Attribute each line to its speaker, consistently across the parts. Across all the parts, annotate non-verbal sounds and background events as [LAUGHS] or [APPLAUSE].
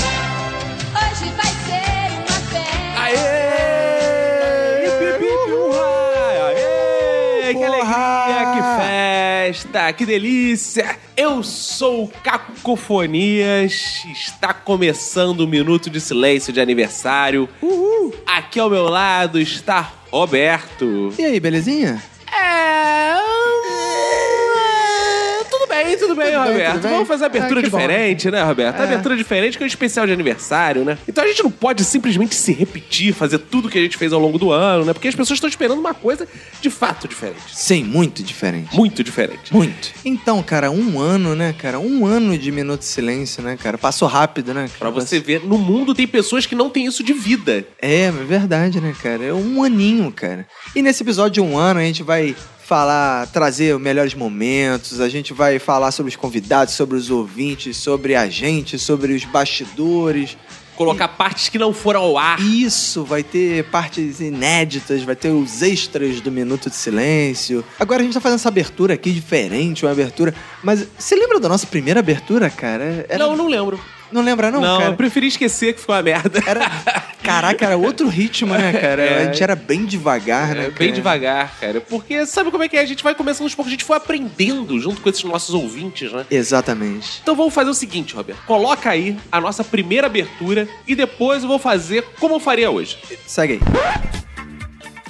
Speaker 1: Hoje vai ser uma festa.
Speaker 2: Aê! Aê! Que alegria, que festa, que delícia! Eu sou o Cacofonias, está começando o Minuto de Silêncio de Aniversário. Uhul! Aqui ao meu lado está Roberto.
Speaker 3: E aí, belezinha?
Speaker 2: É... Tudo bem, tudo bem,
Speaker 3: Tudo bem,
Speaker 2: Roberto.
Speaker 3: tudo bem?
Speaker 2: Vamos fazer uma abertura
Speaker 3: Ah, que bom.
Speaker 2: diferente, né, Roberto? Uma
Speaker 3: É.
Speaker 2: Abertura diferente que é um especial de aniversário, né? Então a gente não pode simplesmente se repetir, fazer tudo que a gente fez ao longo do ano, né? Porque as pessoas estão esperando uma coisa de fato diferente.
Speaker 3: Sim, muito diferente.
Speaker 2: Muito diferente.
Speaker 3: Muito. Então, cara, um ano, né, cara? Um ano de Minuto de Silêncio, né, cara? Passou rápido, né? Cara?
Speaker 2: Pra você ver, no mundo tem pessoas que não têm isso de vida.
Speaker 3: É, é verdade, né, cara? É um aninho, cara. E nesse episódio de um ano, a gente vai falar, trazer os melhores momentos, a gente vai falar sobre os convidados, sobre os ouvintes, sobre a gente, sobre os bastidores.
Speaker 2: Colocar partes que não foram ao ar.
Speaker 3: Isso, vai ter partes inéditas, vai ter os extras do Minuto de Silêncio. Agora a gente tá fazendo essa abertura aqui diferente, uma abertura. Mas você lembra da nossa primeira abertura, cara? Era-
Speaker 2: Não, não lembro.
Speaker 3: Não lembra, não,
Speaker 2: Não, eu
Speaker 3: cara?
Speaker 2: preferi esquecer que ficou uma merda.
Speaker 3: Era. Caraca, era outro ritmo, né, cara?
Speaker 2: É.
Speaker 3: A gente era bem devagar, né?
Speaker 2: É,
Speaker 3: cara?
Speaker 2: bem devagar, cara. Porque sabe como é que é? A gente vai começando aos poucos, a gente foi aprendendo junto com esses nossos ouvintes, né?
Speaker 3: Exatamente.
Speaker 2: Então vamos fazer o seguinte, Roberto. Coloca aí a nossa primeira abertura e depois eu vou fazer como eu faria hoje.
Speaker 3: Segue aí.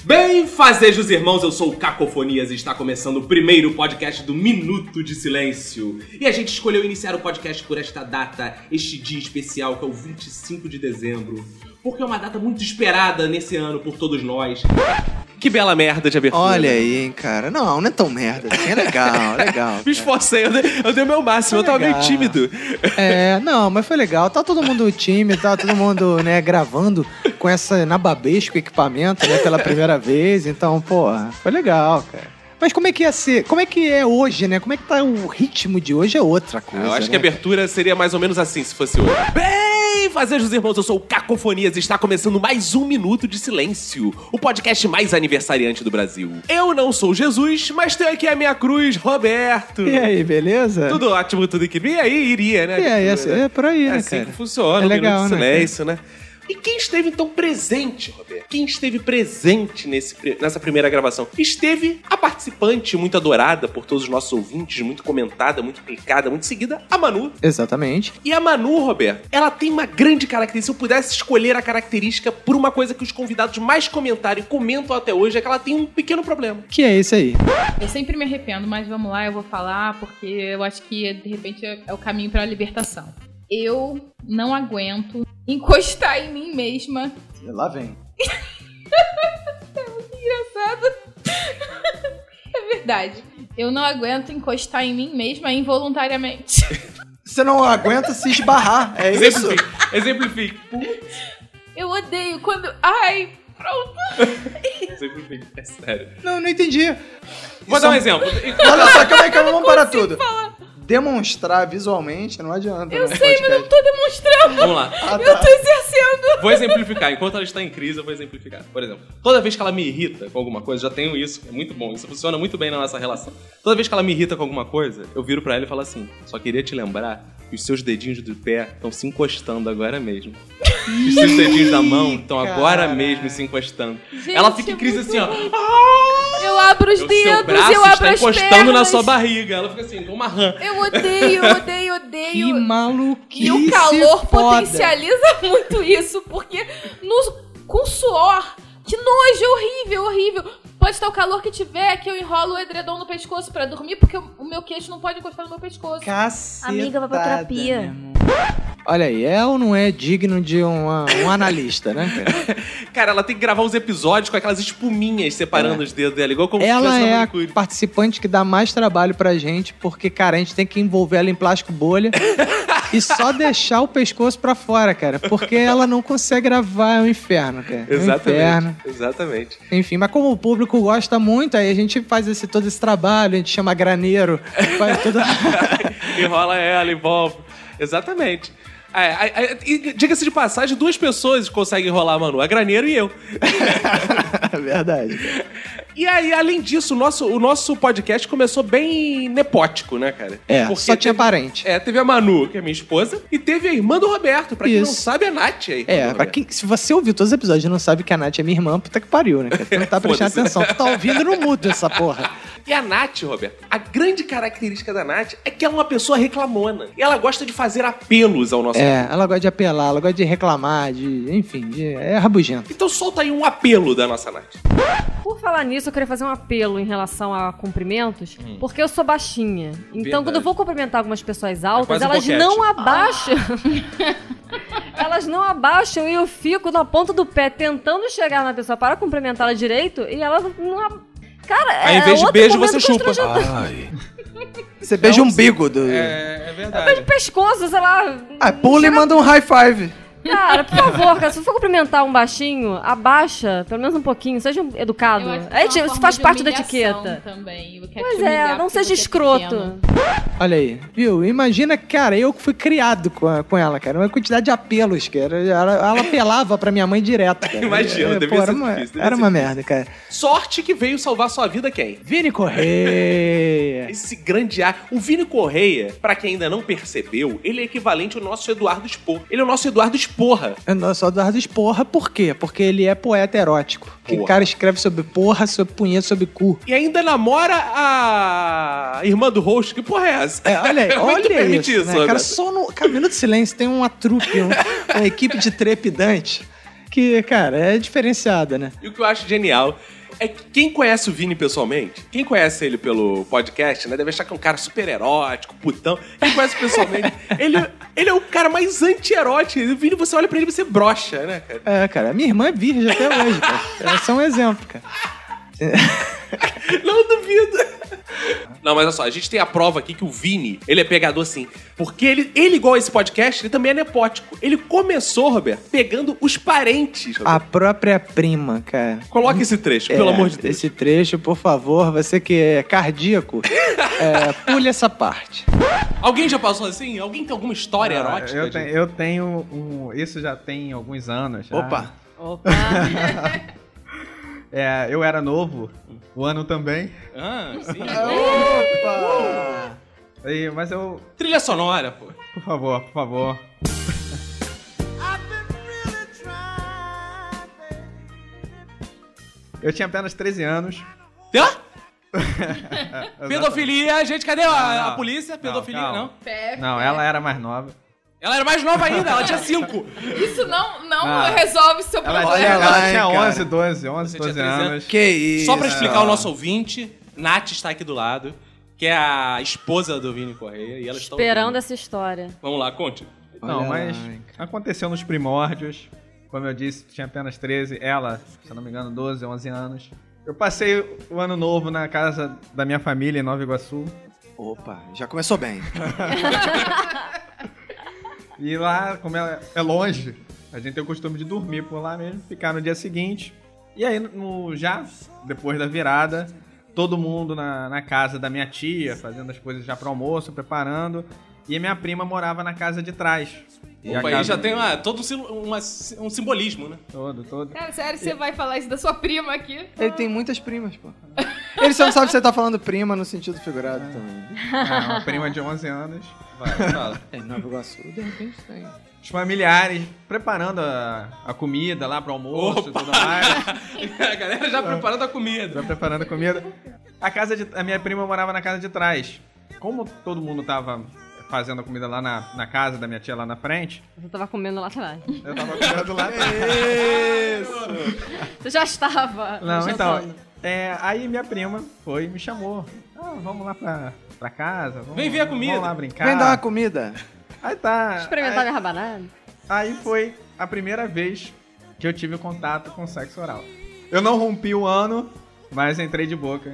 Speaker 2: Bem, fazejos irmãos, eu sou o Cacofonias e está começando o primeiro podcast do Minuto de Silêncio. E a gente escolheu iniciar o podcast por esta data, este dia especial que é o 25 de dezembro, porque é uma data muito esperada nesse ano por todos nós. Que bela merda de abertura. né?
Speaker 3: Olha aí, hein, cara. Não, não é tão merda assim. É legal,
Speaker 2: [LAUGHS]
Speaker 3: legal.
Speaker 2: Me esforcei, eu dei, eu dei o meu máximo, eu tava meio
Speaker 3: Legal.
Speaker 2: tímido.
Speaker 3: É, não, mas foi legal. Tá todo mundo time, tá todo mundo, né, gravando com essa nababesco equipamento, né, pela primeira vez. Então, porra, foi legal, cara. Mas como é que ia ser? Como é que é hoje, né? Como é que tá o ritmo de hoje é outra
Speaker 2: [LAUGHS]
Speaker 3: coisa.
Speaker 2: Eu acho que
Speaker 3: né?
Speaker 2: a abertura seria mais ou menos assim se fosse hoje. Bem, fazejos irmãos, eu sou o Cacofonias e está começando mais um Minuto de Silêncio, o podcast mais aniversariante do Brasil. Eu não sou Jesus, mas tenho aqui a minha cruz, Roberto.
Speaker 3: E aí, beleza?
Speaker 2: Tudo ótimo, tudo incrível. E aí, iria, né?
Speaker 3: É. E aí, é, é por aí,
Speaker 2: É
Speaker 3: né,
Speaker 2: assim
Speaker 3: cara?
Speaker 2: que funciona,
Speaker 3: É
Speaker 2: o
Speaker 3: legal,
Speaker 2: Minuto de
Speaker 3: né,
Speaker 2: Silêncio, né? E quem esteve então
Speaker 3: [LAUGHS]
Speaker 2: presente, Roberto? Quem esteve presente nesse, pri- nessa primeira gravação? Esteve a participante muito adorada por todos os nossos ouvintes, muito comentada, muito clicada, muito seguida, a Manu.
Speaker 3: Exatamente.
Speaker 2: E a Manu, Roberto, ela tem uma grande característica. Se eu pudesse escolher a característica por uma coisa que os convidados mais comentaram e comentam até hoje, é que ela tem um pequeno problema.
Speaker 3: Que é isso aí.
Speaker 4: Eu sempre me arrependo, mas vamos lá, eu vou falar, porque eu acho que de repente é é o caminho pra libertação. Eu não aguento encostar em mim mesma. É
Speaker 3: Lá vem.
Speaker 4: Engraçado. [LAUGHS] É verdade. Eu não aguento encostar em mim mesma
Speaker 2: [LAUGHS]
Speaker 4: involuntariamente.
Speaker 3: Você não aguenta se esbarrar, é isso?
Speaker 2: Exemplifique. Exemplifique.
Speaker 4: Eu odeio quando. Ai, pronto.
Speaker 2: Exemplifique. É sério.
Speaker 3: Não, não entendi.
Speaker 2: Vou
Speaker 3: Isso
Speaker 2: dar um
Speaker 3: é-
Speaker 2: exemplo.
Speaker 3: Olha só, calma aí, calma, vamos parar tudo. Demonstrar visualmente não adianta.
Speaker 4: Eu
Speaker 3: né,
Speaker 4: sei, mas eu não
Speaker 3: podcast.
Speaker 4: tô demonstrando.
Speaker 2: um Vamos lá.
Speaker 3: Ah,
Speaker 4: Eu
Speaker 3: tá.
Speaker 4: tô exercendo.
Speaker 2: Vou exemplificar. Enquanto ela está em crise, eu vou exemplificar. Por exemplo, toda vez que ela me irrita com alguma coisa, já tenho isso, é muito bom, isso funciona muito bem na nossa relação. Toda vez que ela me irrita com alguma coisa, eu viro pra ela e falo assim: só queria te lembrar que os seus dedinhos do pé estão se encostando agora mesmo. E os seus dedinhos da mão estão agora
Speaker 3: caralho.
Speaker 2: mesmo se encostando.
Speaker 4: Gente,
Speaker 2: ela fica em
Speaker 4: é
Speaker 2: crise
Speaker 4: muito
Speaker 2: assim, ó.
Speaker 4: ruim.
Speaker 2: "Ah!"
Speaker 4: Eu abro os
Speaker 2: O seu
Speaker 4: dedos,
Speaker 2: braço
Speaker 4: eu abro
Speaker 2: está
Speaker 4: as
Speaker 2: encostando
Speaker 4: pernas.
Speaker 2: na sua barriga. Ela fica assim, como uma rã.
Speaker 4: Eu
Speaker 2: [LAUGHS]
Speaker 4: odeio, eu odeio, odeio.
Speaker 3: Que maluquice
Speaker 4: E o calor
Speaker 3: foda.
Speaker 4: potencializa [LAUGHS] muito isso, porque no- com suor, que nojo, é horrível, horrível. Pode estar o calor que tiver, que eu enrolo o edredom no pescoço pra dormir, porque o o meu queixo não pode encostar no meu pescoço.
Speaker 3: Cacetada,
Speaker 5: Amiga, vai pra terapia.
Speaker 3: meu irmão. Olha aí, é ou não é digno de uma- um analista,
Speaker 2: [LAUGHS]
Speaker 3: né, cara?
Speaker 2: Cara, ela tem que gravar uns episódios com aquelas espuminhas
Speaker 4: É.
Speaker 2: separando os dedos dela, igual como se
Speaker 3: Ela
Speaker 2: tivesse na
Speaker 3: é a
Speaker 2: manicure.
Speaker 3: participante que dá mais trabalho pra gente, porque, cara, a gente tem que envolver ela em plástico bolha. e só deixar o pescoço pra fora, cara. Porque ela não consegue gravar, é um inferno, cara. É um inferno.
Speaker 2: Exatamente. Exatamente.
Speaker 3: Enfim, mas como o público gosta muito, aí a gente faz esse, todo esse trabalho, a gente chama graneiro, faz tudo.
Speaker 2: [LAUGHS] Enrola ela, envolve. Exatamente. É, é, é, e Diga-se de passagem, duas pessoas conseguem enrolar a Manu, a Graneiro e eu.
Speaker 3: É Verdade.
Speaker 2: E aí, além disso, o nosso, o nosso podcast começou bem nepótico, né, cara?
Speaker 3: É, só tinha parente.
Speaker 2: É, teve a Manu, que é minha esposa, e teve a irmã do Roberto. Pra quem
Speaker 3: Isso.
Speaker 2: não sabe, a Nath aí.
Speaker 3: É, pra quem, se você ouviu todos os episódios e não sabe que a Nath é minha irmã, puta que pariu, né? cara? Tu não tá prestando
Speaker 2: Foda-se.
Speaker 3: atenção. Tu tá ouvindo no mudo essa porra.
Speaker 2: [LAUGHS] E a Nath, Roberto, a grande característica da Nath é que ela é uma pessoa reclamona. E ela gosta de fazer apelos ao nosso
Speaker 3: É, ela gosta de apelar, ela gosta de reclamar, de. Enfim, de, é rabugento.
Speaker 2: Então solta aí um apelo da nossa Nath.
Speaker 6: Por falar nisso, eu queria fazer um apelo em relação a cumprimentos, porque eu sou baixinha. Então,
Speaker 2: Hum. Verdade.
Speaker 6: quando eu vou cumprimentar algumas pessoas altas,
Speaker 2: quase um
Speaker 6: elas
Speaker 2: boquete. [LAUGHS]
Speaker 6: não abaixam. elas não abaixam e eu fico na ponta do pé tentando chegar na pessoa para cumprimentá-la direito e ela não. ab- Cara,
Speaker 2: Aí,
Speaker 6: é
Speaker 2: em vez de
Speaker 6: outro
Speaker 2: beijo,
Speaker 6: momento
Speaker 2: você chupa.
Speaker 6: constrangedor.
Speaker 7: Ai,
Speaker 8: [LAUGHS] Você beija o umbigo do.
Speaker 2: um É, é verdade.
Speaker 6: Pescoço, sei lá.
Speaker 8: Ah, pula e manda um high five.
Speaker 6: Cara, por favor, cara, se for cumprimentar um baixinho, abaixa, pelo menos um pouquinho, seja um educado.
Speaker 4: Eu acho que isso
Speaker 6: É,
Speaker 4: é
Speaker 6: tipo,
Speaker 4: uma
Speaker 6: isso
Speaker 4: forma
Speaker 6: faz
Speaker 4: de
Speaker 6: parte da
Speaker 4: humilhação
Speaker 6: etiqueta.
Speaker 4: Também. Eu quero te
Speaker 6: Pois
Speaker 4: humilhar
Speaker 6: é, não
Speaker 4: porque
Speaker 6: seja
Speaker 4: você é
Speaker 6: escroto.
Speaker 2: Tá
Speaker 4: pequeno.
Speaker 3: Olha aí, viu? Imagina, cara, eu que fui criado com, a- com ela, cara. Uma quantidade de apelos, cara. Ela, ela apelava pra minha mãe direto,
Speaker 2: [LAUGHS]
Speaker 3: cara.
Speaker 2: Imagina,
Speaker 3: É,
Speaker 2: devia ser
Speaker 3: era uma,
Speaker 2: difícil, devia
Speaker 3: Era
Speaker 2: ser
Speaker 3: uma merda, cara.
Speaker 2: Sorte que veio salvar sua vida quem?
Speaker 3: Vini
Speaker 2: [LAUGHS]
Speaker 3: Correia.
Speaker 2: Esse grande ar. O Vini Correia, pra quem ainda não percebeu, ele é equivalente ao nosso Eduardo Spor. Ele é o nosso Eduardo Esporra.
Speaker 3: Eu É, só Eduardo Esporra, por quê? Porque ele é poeta erótico. Que
Speaker 2: Porra.
Speaker 3: cara escreve sobre porra, sobre punheta, sobre cu.
Speaker 2: E ainda namora a irmã do host. Que porra é essa?
Speaker 3: É, olha aí,
Speaker 2: [LAUGHS] Muito
Speaker 3: olha
Speaker 2: permite
Speaker 3: isso,
Speaker 2: isso,
Speaker 3: né?
Speaker 2: Roberto.
Speaker 3: Cara, só no cara, Minuto de Silêncio tem uma trupe, um- uma equipe de trepidante que, cara, é diferenciada, né?
Speaker 2: E o que eu acho genial é que quem conhece o Vini pessoalmente, quem conhece ele pelo podcast, né, deve achar que é um cara super erótico, putão. Quem conhece
Speaker 3: [LAUGHS]
Speaker 2: pessoalmente, ele, ele é o cara mais anti-erótico. O Vini, você olha pra ele e você brocha, né, cara?
Speaker 3: É, cara, minha irmã é virgem até hoje, cara. Ela é só um exemplo, cara.
Speaker 2: Não duvido. Não, mas olha só, a gente tem a prova aqui que o Vini, ele é pegador sim. Porque ele, ele igual a esse podcast, ele também é nepótico. Ele começou, Roberto, pegando os parentes.
Speaker 3: A
Speaker 2: Roberto.
Speaker 3: própria prima, cara.
Speaker 2: Coloca esse trecho, pelo
Speaker 3: É,
Speaker 2: amor de Deus.
Speaker 3: Esse trecho, por favor, você que é cardíaco, é, pule essa parte.
Speaker 2: Alguém já passou assim? Alguém tem alguma história
Speaker 9: Ah,
Speaker 2: erótica?
Speaker 9: eu,
Speaker 2: gente?
Speaker 9: tenho, eu tenho um. Isso já tem alguns anos. já.
Speaker 8: Opa.
Speaker 2: [LAUGHS]
Speaker 4: Opa.
Speaker 9: [LAUGHS] É, eu era novo, o ano também.
Speaker 2: Ah, sim.
Speaker 10: É,
Speaker 8: Opa!
Speaker 9: E- mas eu.
Speaker 2: Trilha sonora, pô.
Speaker 9: Por favor, por favor. Eu tinha apenas 13 anos. [LAUGHS]
Speaker 2: Hã?
Speaker 9: Exata-
Speaker 2: Pedofilia, gente, cadê a, a
Speaker 9: não.
Speaker 2: polícia? Pedofilia, não,
Speaker 9: calma.
Speaker 4: Pepe.
Speaker 9: Não, ela era mais nova.
Speaker 2: Ela era mais nova ainda, ela tinha cinco.
Speaker 4: Isso não, não
Speaker 9: Ah.
Speaker 4: resolve seu
Speaker 9: Ela,
Speaker 4: problema.
Speaker 9: tinha-
Speaker 8: Olha
Speaker 9: ela
Speaker 8: lá, hein,
Speaker 9: tinha
Speaker 8: cara.
Speaker 9: 11, 12, 11,
Speaker 2: Você tinha
Speaker 9: 12
Speaker 2: 13
Speaker 9: anos.
Speaker 8: Que isso?
Speaker 2: Só pra explicar o nosso ouvinte, Nath está aqui do lado, que é a esposa do Vini Correia, e ela está
Speaker 6: Esperando
Speaker 2: ouvindo.
Speaker 6: essa história.
Speaker 2: Vamos lá, conte.
Speaker 9: Não,
Speaker 3: Olha
Speaker 9: mas
Speaker 3: lá, hein,
Speaker 9: aconteceu nos primórdios. Como eu disse, tinha apenas 13. Ela, se eu não me engano, 12, 11 anos. Eu passei o ano novo na casa da minha família em Nova Iguaçu.
Speaker 8: Opa, já começou
Speaker 9: [LAUGHS]
Speaker 8: bem.
Speaker 9: E lá, como é, é longe, a gente tem o costume de dormir por lá mesmo, ficar no dia seguinte. E aí, no, já depois da virada, todo mundo na, na casa da minha tia, fazendo as coisas já para almoço, preparando. E minha prima morava na casa de trás. E a
Speaker 2: Opa, aí
Speaker 9: casa-
Speaker 2: já tem uma, todo um, sim- uma- um simbolismo, né?
Speaker 9: Todo, todo.
Speaker 2: [LAUGHS]
Speaker 4: Cara, sério, você vai falar isso da sua prima aqui?
Speaker 8: Ele tem muitas primas, pô. Ele só não sabe se você tá falando prima no sentido figurado também.
Speaker 9: Ah, uma prima de 11 anos.
Speaker 2: Vai, fala.
Speaker 8: É, Em Nova Iguaçu, de repente tem.
Speaker 9: Os familiares preparando a, a comida lá pro almoço e
Speaker 2: Opa!
Speaker 9: tudo mais.
Speaker 2: a galera já preparando a comida.
Speaker 9: Já preparando a comida. A casa de, a minha prima morava na casa de trás. Como todo mundo tava fazendo a comida lá na, na casa da minha tia lá na frente,
Speaker 6: Você tava comendo lá atrás.
Speaker 9: eu
Speaker 8: [LAUGHS]
Speaker 9: tava comendo lá.
Speaker 6: Você já
Speaker 8: Tá
Speaker 6: estava.
Speaker 9: Não, então.
Speaker 6: jantando.
Speaker 9: é, aí minha prima foi e me chamou. Ah, vamos lá pra, pra casa. Vamos,
Speaker 2: Vem ver a comida.
Speaker 9: Vamos lá brincar.
Speaker 8: Vem dar uma comida.
Speaker 9: Aí tá.
Speaker 6: Experimentar minha rabanada.
Speaker 9: Aí foi a primeira vez que eu tive contato
Speaker 11: um
Speaker 9: com sexo oral. Eu não rompi o ano, mas entrei de boca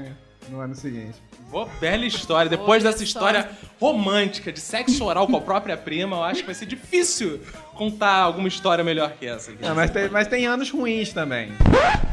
Speaker 9: no ano seguinte.
Speaker 2: Boa, bela história. Depois dessa história romântica de sexo oral com a própria prima, eu acho que vai ser difícil contar alguma história melhor que essa. aqui.
Speaker 12: Ah, mas, tem, mas tem anos ruins também.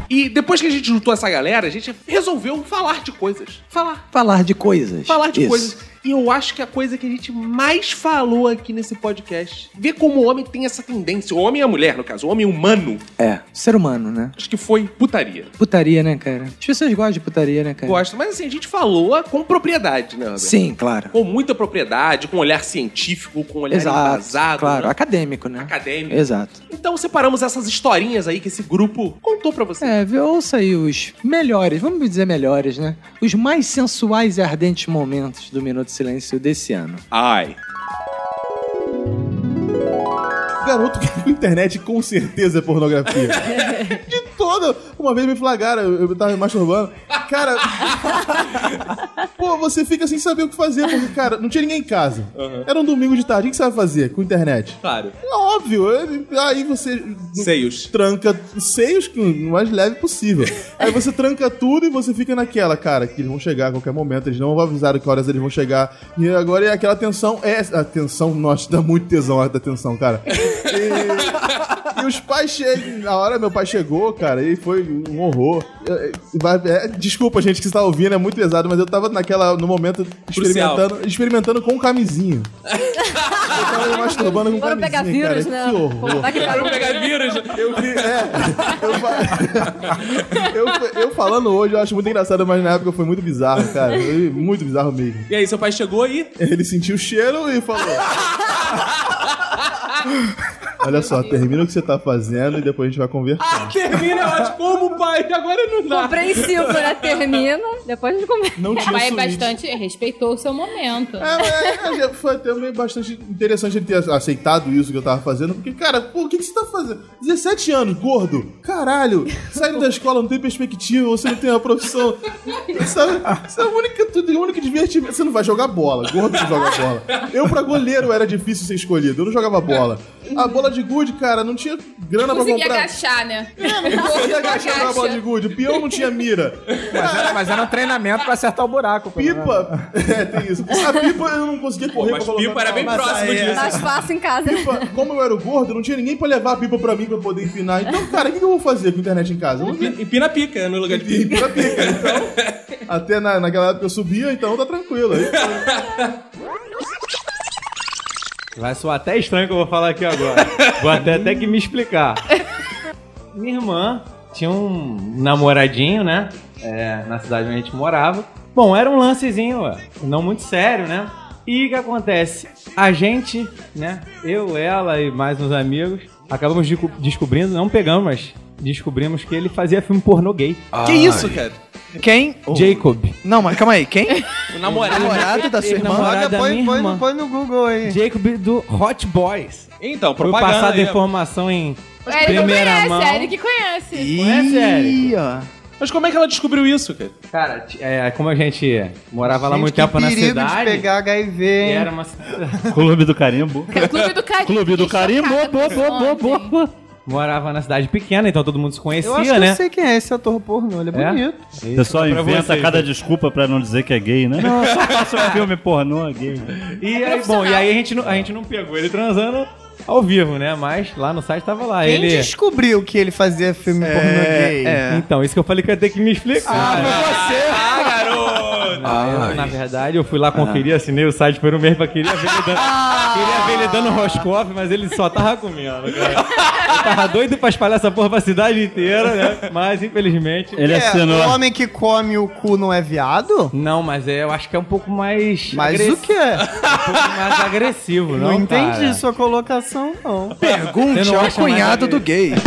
Speaker 2: E depois que a gente juntou essa galera, a gente resolveu falar de coisas. Falar.
Speaker 11: Falar de coisas.
Speaker 2: Falar de
Speaker 11: Isso.
Speaker 2: coisas. E eu acho que a coisa que a gente mais falou aqui nesse podcast. Ver como o homem tem essa tendência. O homem e a mulher, no caso. O homem humano.
Speaker 11: É, ser humano, né?
Speaker 2: Acho que foi putaria.
Speaker 11: Putaria, né, cara? As pessoas gostam de putaria, né, cara?
Speaker 2: Gosto. Mas assim, a gente falou com propriedade, né, Roberto?
Speaker 11: Sim, claro.
Speaker 2: Com muita propriedade, com olhar científico, com olhar
Speaker 11: Exato.
Speaker 2: embasado.
Speaker 11: claro,
Speaker 2: né?
Speaker 11: acadêmico, né?
Speaker 2: Acadêmico.
Speaker 11: Exato.
Speaker 2: Então separamos essas historinhas aí que esse grupo contou pra você.
Speaker 11: É, vê, ouça aí os melhores, vamos dizer melhores, né? Os mais sensuais e ardentes momentos do Minuto de Silêncio desse ano.
Speaker 2: Ai.
Speaker 13: Garoto que viu internet com certeza é pornografia. De toda. Uma vez me flagaram, eu, eu tava me masturbando. Cara. Pô, você fica sem saber o que fazer, porque, cara, não tinha ninguém em casa. Era um domingo de tarde. O que você vai fazer com internet?
Speaker 2: Claro.
Speaker 13: É óbvio. eu- Aí você.
Speaker 2: Seios.
Speaker 13: Tranca os seios com o mais leve possível. Aí você tranca tudo e você fica naquela, cara, que eles vão chegar a qualquer momento, eles não avisaram que horas eles vão chegar. E agora é aquela tensão. É, a tensão, nossa, dá muito tesão a hora da tensão, cara. E os pais chegam. A hora meu pai chegou, cara, e foi um horror. Eu- eu- vai- é, desculpa, gente, que está ouvindo, é muito pesado, mas eu tava naquela, no momento, experimentando, experimentando com um camisinha.
Speaker 2: tá
Speaker 13: eu tava
Speaker 4: Ah,
Speaker 13: me masturbando com um
Speaker 6: Foram pegar
Speaker 13: camisinha.
Speaker 6: vírus,
Speaker 13: cara,
Speaker 6: né?
Speaker 13: Que horror.
Speaker 6: Vai que tá-
Speaker 2: pegar vírus.
Speaker 13: Eu vi, é. Eu, fa- eu, eu falando hoje, eu acho muito engraçado, mas na época foi muito bizarro, cara. Foi muito bizarro mesmo.
Speaker 2: E aí, seu pai chegou aí?
Speaker 13: Ele sentiu o cheiro e falou. Olha só, termina o que você tá fazendo e depois a gente vai conversar.
Speaker 2: Ah, [LAUGHS] termina, eu acho, como pai, agora não dá.
Speaker 6: Compreensivo, né? Termina, depois a gente começa.
Speaker 13: Não tinha
Speaker 4: Mas é
Speaker 13: suíte.
Speaker 4: bastante. Respeitou o seu momento.
Speaker 13: É, mas é, foi até meio bastante interessante ele ter aceitado isso que eu tava fazendo, porque, cara, pô, o que, que você tá fazendo? 17 anos, gordo, caralho, saindo da escola, não tem perspectiva, você não tem uma profissão. Sabe, isso é o único, tudo, o único divertimento. Você não vai jogar bola, gordo não joga bola. Eu, pra goleiro, era difícil ser escolhido, eu não jogava bola. A bola de gude, cara, não tinha grana pra
Speaker 4: Consegui
Speaker 13: comprar.
Speaker 4: agachar, né?
Speaker 13: Não conseguia agachar na bola de gude, o peão não tinha mira.
Speaker 8: Mas era, mas era um treinamento pra acertar o buraco. pelo menos.
Speaker 13: Pipa, [LAUGHS] é, tem isso. A pipa eu não conseguia correr
Speaker 2: Mas
Speaker 13: pra colocar
Speaker 2: pipa era
Speaker 13: na
Speaker 2: bem
Speaker 13: bola.
Speaker 2: próximo
Speaker 13: Mas aí,
Speaker 2: disso.
Speaker 6: Mais fácil em casa. né?
Speaker 13: pipa, como eu era o gordo, não tinha ninguém pra levar a pipa pra mim pra eu poder empinar. Então, cara, o que que eu vou fazer com a internet em casa? Eu não vi
Speaker 2: E pina pica né, no lugar de pica.
Speaker 13: pipa, pica. Então, até na, naquela época eu subia, então tá tranquilo. Aí,
Speaker 14: Vai soar até estranho o que eu vou falar aqui agora. vou até, até que me explicar. Minha irmã tinha um namoradinho, né? É, na cidade onde a gente morava. Bom, era um lancezinho, ó, não muito sério, né? E o que acontece? A gente, né? Eu, ela e mais uns amigos, acabamos de- descobrindo, não pegamos, mas descobrimos que ele fazia filme pornô gay.
Speaker 2: Que isso, cara?
Speaker 8: Quem?
Speaker 14: Jacob.
Speaker 8: Não, mas calma
Speaker 14: [LAUGHS]
Speaker 8: aí. Quem?
Speaker 2: O namorado.
Speaker 8: Namorado da sua irmã?
Speaker 14: namorado da
Speaker 8: põe,
Speaker 14: minha
Speaker 8: põe,
Speaker 14: irmã.
Speaker 8: põe no Google aí.
Speaker 14: Jacob do Hot Boys.
Speaker 2: Então,
Speaker 14: Foi
Speaker 2: propaganda.
Speaker 14: passar
Speaker 2: aí, ó.
Speaker 14: deformação em.
Speaker 4: É ele que
Speaker 14: Primeira
Speaker 4: conhece,
Speaker 14: mão.
Speaker 4: é ele que conhece.
Speaker 14: Conhece, Eric?
Speaker 8: Ih, ó.
Speaker 2: Mas como é que ela descobriu isso, cara?
Speaker 14: Cara, t- é, como a gente morava lá
Speaker 8: Gente,
Speaker 14: muito
Speaker 8: que
Speaker 14: tempo na
Speaker 8: perigo
Speaker 14: cidade,
Speaker 8: de pegar HIV,
Speaker 14: e
Speaker 8: hein?
Speaker 14: era uma [LAUGHS]
Speaker 15: Clube do Carimbo.
Speaker 4: É o Clube do Carimbo.
Speaker 15: Clube do
Speaker 4: Fiquei
Speaker 15: Carimbo, boa,
Speaker 4: chocada com
Speaker 15: boa,
Speaker 4: esse
Speaker 15: boa,
Speaker 4: homem.
Speaker 15: boa, boa.
Speaker 14: morava na cidade pequena, então todo mundo se
Speaker 8: Eu acho
Speaker 14: conhecia,
Speaker 8: que
Speaker 14: né?
Speaker 8: eu sei quem é esse ator pornô. Ele é,
Speaker 14: É?
Speaker 8: bonito.
Speaker 15: O pessoal
Speaker 14: Pra
Speaker 15: inventa
Speaker 14: vocês,
Speaker 15: cada
Speaker 14: né? [LAUGHS]
Speaker 15: desculpa pra não dizer que é gay, né? Não, só [LAUGHS] faço um filme pornô gay.
Speaker 14: E aí, bom, e aí a gente não, a gente não pegou ele transando ao vivo, né? Mas lá no site tava lá
Speaker 8: Quem
Speaker 14: Ah, ele.
Speaker 8: descobriu que ele fazia filme pornô gay?
Speaker 14: É. Ah, Então, isso que eu falei que eu ia ter que me explicar.
Speaker 2: Ah, garoto!
Speaker 14: Ah, eu, na verdade, eu fui lá
Speaker 9: Ah.
Speaker 14: conferir, assinei o site por um mês pra queria ver ele dando, queria ver ele dando Roscoff, mas ele só tava comendo, cara. Eu tava doido pra espalhar essa porra pra cidade inteira, né? Mas infelizmente.
Speaker 15: Ele
Speaker 8: É,
Speaker 15: assinou.
Speaker 8: o homem que come o cu não é viado?
Speaker 14: Não, mas é, eu acho que é um pouco mais.
Speaker 8: Mas
Speaker 14: agressi-
Speaker 8: o que? é?
Speaker 14: Um pouco mais agressivo, não?
Speaker 8: Não, entendi
Speaker 14: cara?
Speaker 8: sua colocação, não.
Speaker 14: Você
Speaker 11: Pergunte
Speaker 14: não
Speaker 11: ao
Speaker 14: acha mais
Speaker 11: cunhado do gay.
Speaker 4: [LAUGHS]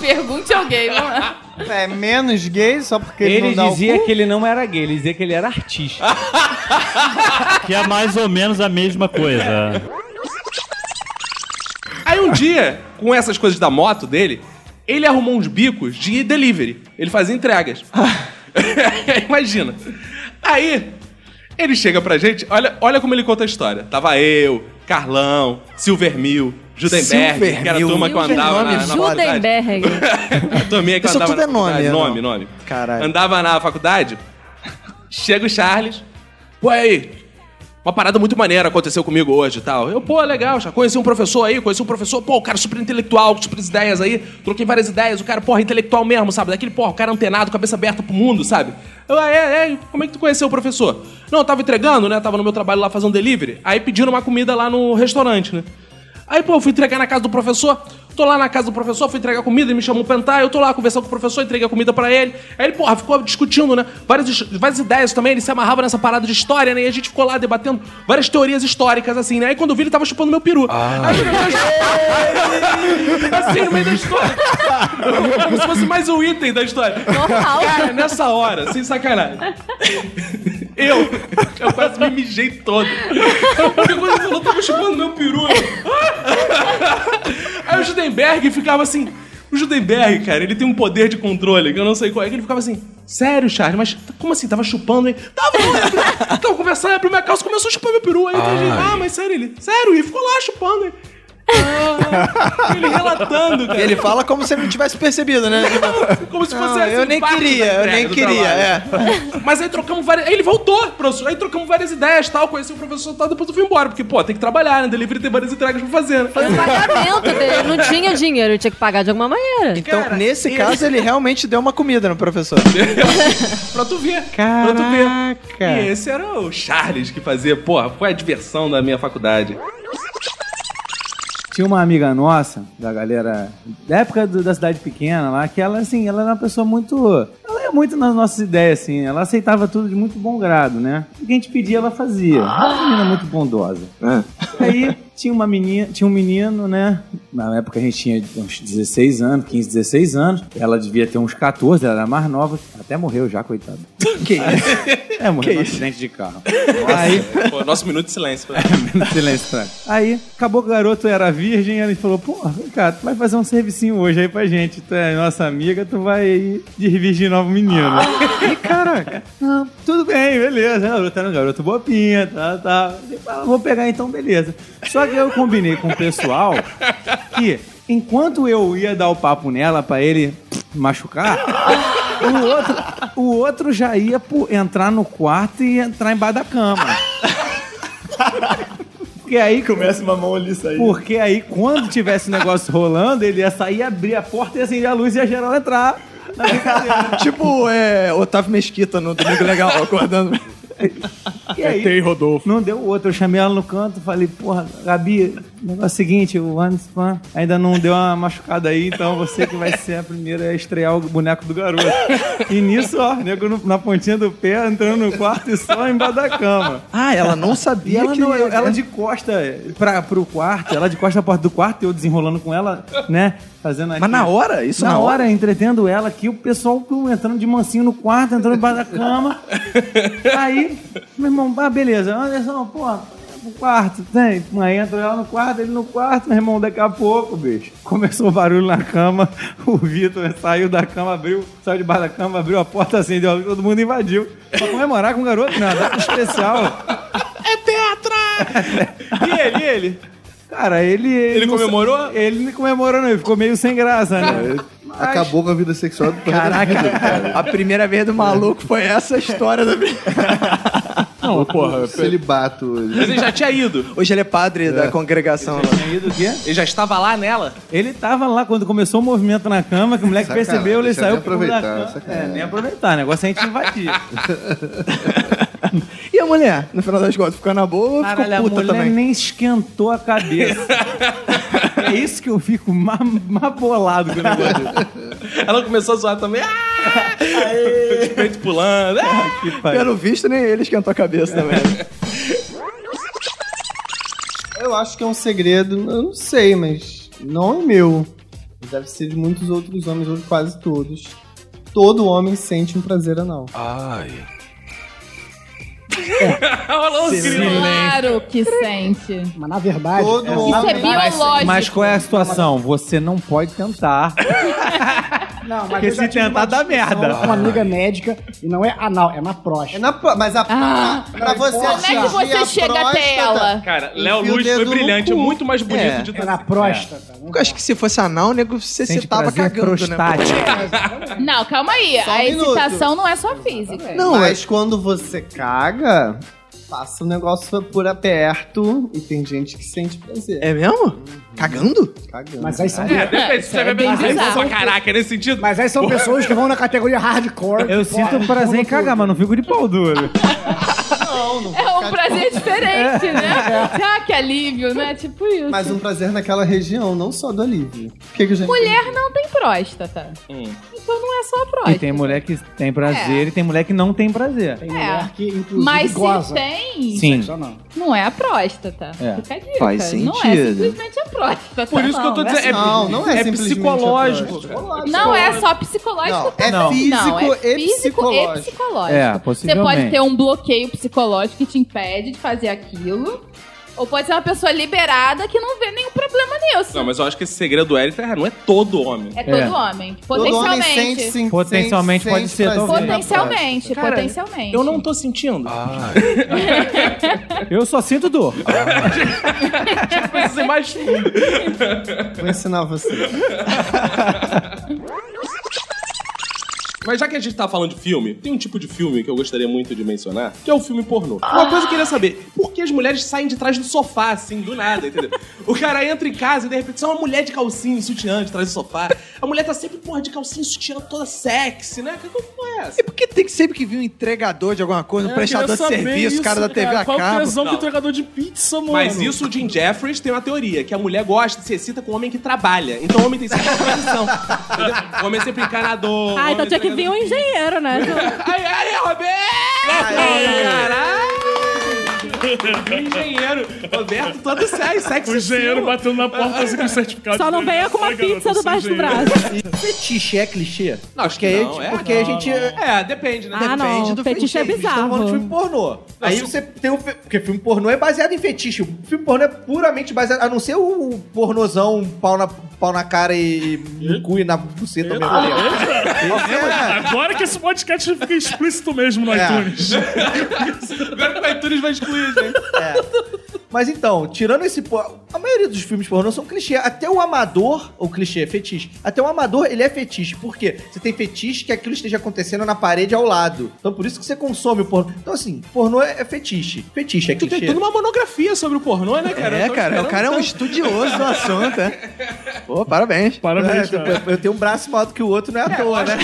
Speaker 4: Pergunte a alguém, vamos lá.
Speaker 8: É menos gay só porque ele,
Speaker 14: Ele
Speaker 8: não dá o
Speaker 14: dizia
Speaker 8: cu?
Speaker 14: que ele não era gay, ele dizia que ele era artista.
Speaker 15: Que é mais ou menos a mesma coisa.
Speaker 2: Aí um dia, com essas coisas da moto dele, ele arrumou uns bicos de delivery. Ele fazia entregas. [LAUGHS] Imagina. Aí, ele chega pra gente, olha, olha como ele conta a história. Tava eu, Carlão, Silvermil, Judenberg, que era a
Speaker 11: Silvermil.
Speaker 2: turma que eu andava na, na faculdade.
Speaker 6: é Judenberg.
Speaker 2: [LAUGHS] A turminha que eu
Speaker 8: Isso
Speaker 2: andava
Speaker 8: tudo
Speaker 2: na
Speaker 8: é nome,
Speaker 2: faculdade.
Speaker 8: é
Speaker 2: nome, nome.
Speaker 8: Caralho.
Speaker 2: Andava na faculdade, Chega o Charles. Pô, aí, uma parada muito maneira aconteceu comigo hoje e tal. Eu, pô, legal, já conheci um professor aí, conheci um professor, pô, o cara super intelectual, com super ideias aí, troquei várias ideias, o cara, porra, intelectual mesmo, sabe? Daquele, porra, o cara antenado, cabeça aberta pro mundo, sabe? Eu, ah, é, é, como é que tu conheceu o professor? Não, eu tava entregando, né? Tava no meu trabalho lá fazendo delivery, aí pediram uma comida lá no restaurante, né? Aí, pô, eu fui entregar na casa do professor. Tô lá na casa do professor, fui entregar comida, ele me chamou pra entrar. Eu tô lá conversando com o professor, entreguei a comida pra ele. Aí ele, porra, ficou discutindo, né? Várias, várias ideias também, ele se amarrava nessa parada de história, né? E a gente ficou lá debatendo várias teorias históricas, assim, né? Aí quando eu vi, ele tava chupando meu peru. Aí eu falei, [LAUGHS] assim, no meio da história. Como se fosse mais um item da história.
Speaker 9: Normal.
Speaker 2: Cara, nessa hora, sem sacanagem. Eu, eu quase me mijei todo. Porque quando ele falou, tava chupando meu peru. eu- Aí o Judenberg ficava assim. O Judenberg, cara, ele tem um poder de controle que eu não sei qual é. que Ele ficava assim, sério, Charles, mas t- como assim? Tava chupando, hein? Tava, Então, tava conversando, abriu minha calça, começou a chupar meu peru. Aí eu entendi,
Speaker 9: Ai.
Speaker 2: ah, mas sério, ele, sério, e ficou lá chupando, hein? Ah, ele relatando, cara.
Speaker 8: Ele fala como se ele não tivesse percebido, né? Tipo,
Speaker 2: Como se fosse
Speaker 8: Não,
Speaker 2: assim,
Speaker 8: eu nem
Speaker 2: parte
Speaker 8: queria,
Speaker 2: da
Speaker 8: eu
Speaker 2: entrega
Speaker 8: nem
Speaker 2: do
Speaker 8: queria, é.
Speaker 2: trabalho. [LAUGHS] Mas aí trocamos várias. Aí ele voltou, professor. Aí trocamos várias ideias tal. Conheci o professor e tal, depois eu fui embora. Porque, pô, tem que trabalhar, né? Delivery tem várias entregas pra fazer, né? Foi um
Speaker 6: pagamento dele. Não tinha dinheiro, ele tinha que pagar de alguma maneira.
Speaker 8: Então, nesse caso, ele realmente deu uma comida no professor.
Speaker 2: [LAUGHS] pra tu ver. Pra tu ver.
Speaker 8: Caraca.
Speaker 2: E esse era o Charles que fazia, porra, foi a diversão da minha faculdade.
Speaker 14: Tinha uma amiga nossa, da galera, da época do- da cidade pequena lá, que ela, assim, ela era uma pessoa muito. Ela ia muito nas nossas ideias, assim. Ela aceitava tudo de muito bom grado, né? O que a gente pedia, ela fazia.
Speaker 2: Ah!
Speaker 14: Uma menina muito bondosa.
Speaker 2: É.
Speaker 14: Aí tinha uma menina, tinha um menino, né? Na época a gente tinha uns 16 anos, 15, 16 anos. Ela devia ter uns 14, ela era mais nova. Até morreu já, coitada. Que isso? [LAUGHS] É, morreu
Speaker 2: Que
Speaker 14: num
Speaker 2: isso?
Speaker 14: acidente de carro.
Speaker 2: Pô, nosso minuto de
Speaker 8: [LAUGHS]
Speaker 2: silêncio. né? Pra...
Speaker 8: É,
Speaker 14: Silêncio, Frank. Aí, acabou que o garoto era virgem, ele falou, pô, vem cá, tu vai fazer um servicinho hoje aí pra gente, tu é nossa amiga, tu vai desvirginar o menino. E, caraca, não, tudo bem, beleza, garoto era um garoto bobinha, tá, tá. Ele falou, "Ah, vou pegar então, beleza. Só que eu combinei com o pessoal que, enquanto eu ia dar o papo nela pra ele machucar... O outro, o outro já ia pro- entrar no quarto e entrar embaixo da cama. Porque aí começa uma mão ali sair. Porque aí quando tivesse o negócio rolando, ele ia sair, abrir a porta e acender a luz e a geral entrar. na brincadeira.
Speaker 8: [LAUGHS] tipo, é, Otávio Mesquita no
Speaker 14: [LAUGHS]
Speaker 8: Domingo Legal, acordando.
Speaker 14: E aí, Rodolfo. Não deu outro. Eu chamei ela no canto falei, porra, Gabi, o negócio é o seguinte, o Anderson ainda não deu uma machucada aí, então você que vai ser a primeira a estrear o boneco do garoto. E nisso, ó, nego no- na pontinha do pé, entrando no quarto e só embaixo da cama.
Speaker 8: Ah,
Speaker 16: [LAUGHS]
Speaker 8: ela não sabia
Speaker 16: é
Speaker 14: E ela,
Speaker 8: que-
Speaker 14: não, é, ela de costa é, pra, pro quarto, ela de costa pra porta do quarto, eu desenrolando com ela, né? Fazendo aqui.
Speaker 8: Mas na hora? Isso na hora?
Speaker 14: entretendo ela aqui, o pessoal pum, entrando de mansinho no quarto, entrando embaixo da cama. Aí, meu irmão, ah, beleza, Anderson, pô, pro quarto, tem. Aí entra ela no quarto, ele no quarto, meu irmão, daqui a pouco, bicho. Começou o barulho na cama, [LAUGHS] o Vitor saiu da cama, abriu, saiu de baixo da cama, abriu a porta, acendeu a luz, todo mundo invadiu. Pra comemorar com o garoto, né? Uma data especial. [LAUGHS]
Speaker 2: E ele, e ele?
Speaker 14: Cara, ele. Ele, não
Speaker 2: comemorou?
Speaker 14: sa- Ele não comemorou, não. Ele ficou meio sem graça, né?
Speaker 13: Acabou com a vida sexual do
Speaker 8: [LAUGHS] Caraca, a primeira vez do maluco foi essa história da minha.
Speaker 13: Não, porra. Celibato.
Speaker 2: Mas ele já tinha ido.
Speaker 8: Hoje ele é padre da congregação lá.
Speaker 14: Do quê?
Speaker 8: é?
Speaker 2: Ele já estava lá nela?
Speaker 14: Ele tava lá quando começou o movimento na cama, que o moleque
Speaker 13: Sacanagem,
Speaker 14: percebeu, ele
Speaker 13: deixa
Speaker 14: saiu
Speaker 13: nem
Speaker 14: pro fundo da
Speaker 13: aproveitar,
Speaker 14: cama. É,
Speaker 13: sacanagem.
Speaker 14: nem aproveitar. O negócio é a gente invadir.
Speaker 8: E a mulher, no final das contas, ficou na boa ou ficou
Speaker 14: Caralho, a
Speaker 8: puta
Speaker 14: mulher
Speaker 8: também?
Speaker 14: nem esquentou a cabeça. é isso que eu fico ma- mabolado com o
Speaker 4: É
Speaker 14: negócio.
Speaker 2: Ela começou a zoar também. Ah! De peito pulando. Ah!
Speaker 8: Pelo visto, nem ele esquentou a cabeça também.
Speaker 17: Eu acho que é um segredo, eu não sei, mas não é meu. Deve ser de muitos outros homens, ou de quase todos. Todo homem sente um prazer anal.
Speaker 2: Ai. um
Speaker 4: Claro que sente.
Speaker 17: Mas na verdade,
Speaker 14: É.
Speaker 17: Todo
Speaker 4: isso é biológico.
Speaker 14: Mas qual é a situação? Você não pode tentar.
Speaker 18: Não,
Speaker 14: Porque
Speaker 18: eu já
Speaker 14: se
Speaker 18: tive
Speaker 14: tentar,
Speaker 18: uma
Speaker 14: dá
Speaker 18: discussão
Speaker 14: merda.
Speaker 18: Com uma amiga médica, e não é anal, é na próstata. É na
Speaker 17: mas a
Speaker 18: ah,
Speaker 17: pra você
Speaker 4: como é que
Speaker 17: atingir
Speaker 4: você
Speaker 17: a
Speaker 4: chega
Speaker 17: próstata-
Speaker 4: até ela?
Speaker 2: Cara,
Speaker 17: Léo Enfia o Luz foi dedo no brilhante, cu. muito mais bonito
Speaker 8: É.
Speaker 14: É.
Speaker 17: de tudo.
Speaker 18: Na próstata.
Speaker 14: né?
Speaker 3: Eu acho que se fosse anal, o nego você
Speaker 18: Sente
Speaker 3: tava
Speaker 18: prazer
Speaker 3: cagando,
Speaker 18: prostático.
Speaker 3: né?
Speaker 4: Não, calma aí.
Speaker 17: Só um
Speaker 4: a
Speaker 17: minuto.
Speaker 4: excitação não é só física.
Speaker 17: Não, mas quando você caga, passa o negócio por aperto e tem gente que sente prazer. Uhum.
Speaker 3: É mesmo? Cagando?
Speaker 17: Cagando.
Speaker 18: Mas aí são-
Speaker 2: É, depende se você vai beber uma pra caraca, nesse sentido.
Speaker 18: Mas aí são pessoas que vão na categoria hardcore. tipo,
Speaker 14: Eu sinto prazer em cagar, mas não fico de pau duro.
Speaker 4: É um prazer diferente, né? Ah, que alívio, né? Tipo isso.
Speaker 17: Mas um prazer naquela região, não só do alívio. O que, que a gente
Speaker 4: Mulher não tem próstata. Então não é só a
Speaker 14: Hum. E
Speaker 4: próstata.
Speaker 14: tem mulher que tem prazer e tem mulher que não tem prazer.
Speaker 4: É.
Speaker 18: que, inclusive,
Speaker 4: Mas se
Speaker 18: goza.
Speaker 4: tem,
Speaker 14: Sim.
Speaker 4: não é a próstata.
Speaker 14: É.
Speaker 4: Fica a dica.
Speaker 14: Faz
Speaker 4: Não é
Speaker 14: sentido.
Speaker 4: simplesmente a próstata.
Speaker 2: Por isso que eu tô
Speaker 4: não,
Speaker 2: dizendo.
Speaker 4: né?
Speaker 2: É, é psicológico.
Speaker 4: Não, é só psicológico.
Speaker 2: Não, é
Speaker 4: também.
Speaker 2: físico
Speaker 4: Não, é
Speaker 2: e psicológico.
Speaker 4: psicológico.
Speaker 14: É, possivelmente.
Speaker 4: Você pode ter um bloqueio psicológico que te impede de fazer aquilo. Ou pode ser uma pessoa liberada que não vê nenhum problema nisso.
Speaker 2: Não, mas eu acho que esse segredo do Eric é, não é todo homem.
Speaker 4: É todo homem.
Speaker 2: homem
Speaker 4: Potencialmente.
Speaker 2: sente, sim, Potencialmente sente, pode ser, sente talvez. prazer.
Speaker 4: Potencialmente,
Speaker 2: Cara,
Speaker 4: potencialmente. Ah.
Speaker 14: eu não
Speaker 18: tô sentindo.
Speaker 14: [LAUGHS] Eu só sinto dor.
Speaker 2: Ah, Você
Speaker 4: [LAUGHS]
Speaker 2: imagina.
Speaker 17: Vou ensinar você.
Speaker 2: [LAUGHS] Mas já que a gente tá falando de filme, tem um tipo de filme que eu gostaria muito de mencionar, que é o filme pornô. Uma coisa que eu queria saber, por que as mulheres saem de trás do sofá, assim, do nada, entendeu? o cara entra em casa e de repente só uma mulher de calcinha e sutiã de trás do sofá. A mulher tá sempre, porra, de calcinha e sutiã toda sexy, né? Que porra é essa?
Speaker 3: E por que tem que sempre que vir um entregador de alguma coisa, um
Speaker 2: É, queria
Speaker 3: prestador de
Speaker 2: saber
Speaker 3: serviço,
Speaker 2: isso,
Speaker 3: cara da
Speaker 2: cara.
Speaker 3: TV a
Speaker 2: Qual
Speaker 18: é
Speaker 3: cabo?
Speaker 2: tesão que é o
Speaker 3: entregador
Speaker 18: de pizza, mano?
Speaker 2: Mas isso o Jim Jeffries tem uma teoria, que a mulher gosta de se excita com o homem que trabalha. Então o homem tem sempre uma profissão. entendeu? O [LAUGHS] homem é sempre encanador. é
Speaker 5: Ah, então tinha que vir um engenheiro, né?
Speaker 2: ai, ai, Roberto! [LAUGHS] O engenheiro, Roberto, todo sério, sexy.
Speaker 10: O engenheiro batendo na porta assim com o certificado.
Speaker 5: Só não venha com uma pizza debaixo do braço.
Speaker 10: Fetiche é clichê?
Speaker 2: Não, acho
Speaker 10: que
Speaker 2: é,
Speaker 10: tipo,
Speaker 2: é?
Speaker 10: porque
Speaker 2: Não,
Speaker 10: a gente...
Speaker 2: não. É, depende, né?
Speaker 5: Ah,
Speaker 10: Depende
Speaker 5: não,
Speaker 10: do
Speaker 5: fetiche é
Speaker 10: Eles estão tá falando
Speaker 5: bizarro.
Speaker 10: de um- filme pornô. Aí você tem o... fe- Porque filme pornô é baseado em fetiche. O filme pornô é puramente baseado... A não ser o pornozão, um pau na, pau na cara e no cu e na buceta mesmo. ali,
Speaker 18: Ah,
Speaker 10: ó. Ah, um.
Speaker 2: É.
Speaker 10: Agora que esse podcast fica explícito mesmo no É. iTunes.
Speaker 2: [LAUGHS] Agora que o iTunes vai excluir, gente.
Speaker 10: Mas então, tirando esse... po- A maioria dos filmes pornô são clichê. Até o amador... O clichê é fetiche. Até o amador, ele é fetiche. Por quê? Você tem fetiche que aquilo esteja acontecendo na parede ao lado. Então, por isso que você consome o pornô. Então, assim, pornô é é fetiche. Fetiche é
Speaker 2: Tu
Speaker 10: clichê.
Speaker 2: tem toda uma monografia sobre o pornô, né, cara?
Speaker 10: É,
Speaker 2: Eu tô
Speaker 10: cara,
Speaker 2: esperando
Speaker 10: o cara é um
Speaker 2: tanto.
Speaker 10: estudioso do assunto,
Speaker 2: [LAUGHS]
Speaker 3: é. Pô,
Speaker 10: É,
Speaker 3: parabéns.
Speaker 10: eu, eu tenho um braço maior do que o outro, não é à toa, né?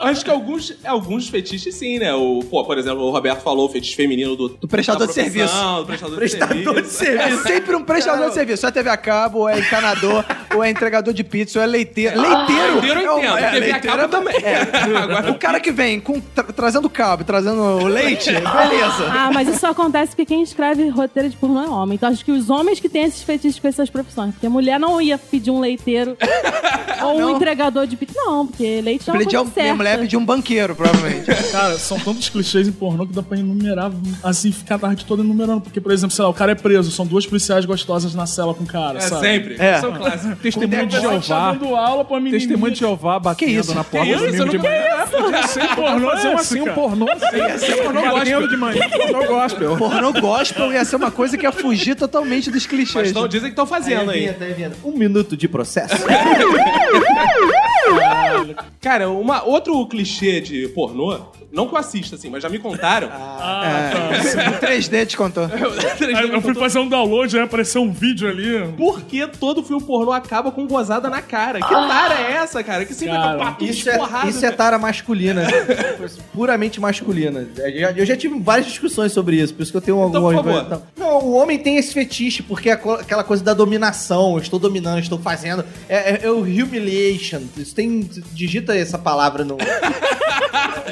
Speaker 2: Acho que alguns, alguns fetiches sim, né? O, pô, por exemplo, o Roberto falou o fetiche feminino do... Do
Speaker 3: prestador
Speaker 2: da
Speaker 3: de serviço.
Speaker 2: profissão, Do prestador,
Speaker 3: Prestador
Speaker 2: de
Speaker 3: É
Speaker 2: serviço.
Speaker 3: sempre um prestador de serviço. Ou é TV a cabo, ou é encanador, [LAUGHS] ou é entregador de pizza, ou é leiteiro. Leiteiro!
Speaker 2: Ah, leiteiro eu
Speaker 3: é
Speaker 2: entendo, TV a cabo também.
Speaker 3: é.
Speaker 2: [LAUGHS] Agora-
Speaker 3: O cara que vem com, tra- trazendo cabo, trazendo o leite, beleza.
Speaker 5: Ah, mas isso só acontece porque quem escreve roteiro de pornô é homem. Então acho que os homens que têm esses fetiches com essas profissões. Porque mulher não ia pedir um
Speaker 3: [LAUGHS]
Speaker 5: leiteiro ou um entregador de pizza. Não, porque leite é uma
Speaker 3: Pedir
Speaker 5: coisa
Speaker 3: um, minha
Speaker 5: certa.
Speaker 3: mulher pediu um banqueiro, provavelmente.
Speaker 10: Cara, são tantos clichês em pornô que dá pra enumerar, assim, ficar a tarde toda enumerando. Porque, por exemplo, sei lá, o cara é preso, são duas policiais gostosas na cela com o cara,
Speaker 2: É,
Speaker 10: sabe?
Speaker 2: sempre. São clássicos.
Speaker 10: Testemunho
Speaker 8: é
Speaker 10: de
Speaker 8: tá
Speaker 10: Jeová. tá aula pra menina.
Speaker 14: Testemunho de Jeová batendo na porta
Speaker 10: isso?
Speaker 14: do
Speaker 10: Eu
Speaker 14: domingo de
Speaker 10: nunca-
Speaker 14: manhã.
Speaker 10: Podia ser
Speaker 14: Pornô
Speaker 10: pornô
Speaker 14: fazer um
Speaker 10: é
Speaker 14: assim,
Speaker 10: esse,
Speaker 14: um
Speaker 10: cara.
Speaker 14: pornô assim.
Speaker 10: Ia
Speaker 8: um
Speaker 10: ser um pornô
Speaker 14: Batendo
Speaker 2: é gospel.
Speaker 14: de manhã. Pornô gospel.
Speaker 3: Pornô gospel ia ser uma coisa que ia fugir totalmente dos clichês.
Speaker 2: Mas tão, dizem que estão fazendo aí.
Speaker 10: Um minuto de processo.
Speaker 2: Cara, uma, outro clichê de pornô, não que eu assista, assim, mas já me contaram.
Speaker 18: Ah,
Speaker 2: [LAUGHS]
Speaker 3: É, 3D te contou.
Speaker 10: Aí eu fui fazer um download, aí apareceu um vídeo ali.
Speaker 2: Por que todo filme pornô acaba com gozada na cara? Que tara é essa, cara? Que sempre
Speaker 10: Cara,
Speaker 2: tá papo
Speaker 10: isso
Speaker 2: isso
Speaker 10: é-
Speaker 2: porrada.
Speaker 10: isso
Speaker 2: cara.
Speaker 10: é
Speaker 2: é
Speaker 10: tara
Speaker 18: masculina.
Speaker 10: Puramente masculina.
Speaker 18: Eu já- Eu já tive várias discussões sobre isso, por isso que eu tenho
Speaker 10: Então,
Speaker 18: alguma...
Speaker 10: por favor.
Speaker 18: Então, Não, o homem tem esse fetiche, porque é co- aquela coisa da dominação, eu estou dominando, eu estou fazendo. É, é- é o humiliation. Isso tem. Digita essa
Speaker 2: [LAUGHS]
Speaker 18: palavra no.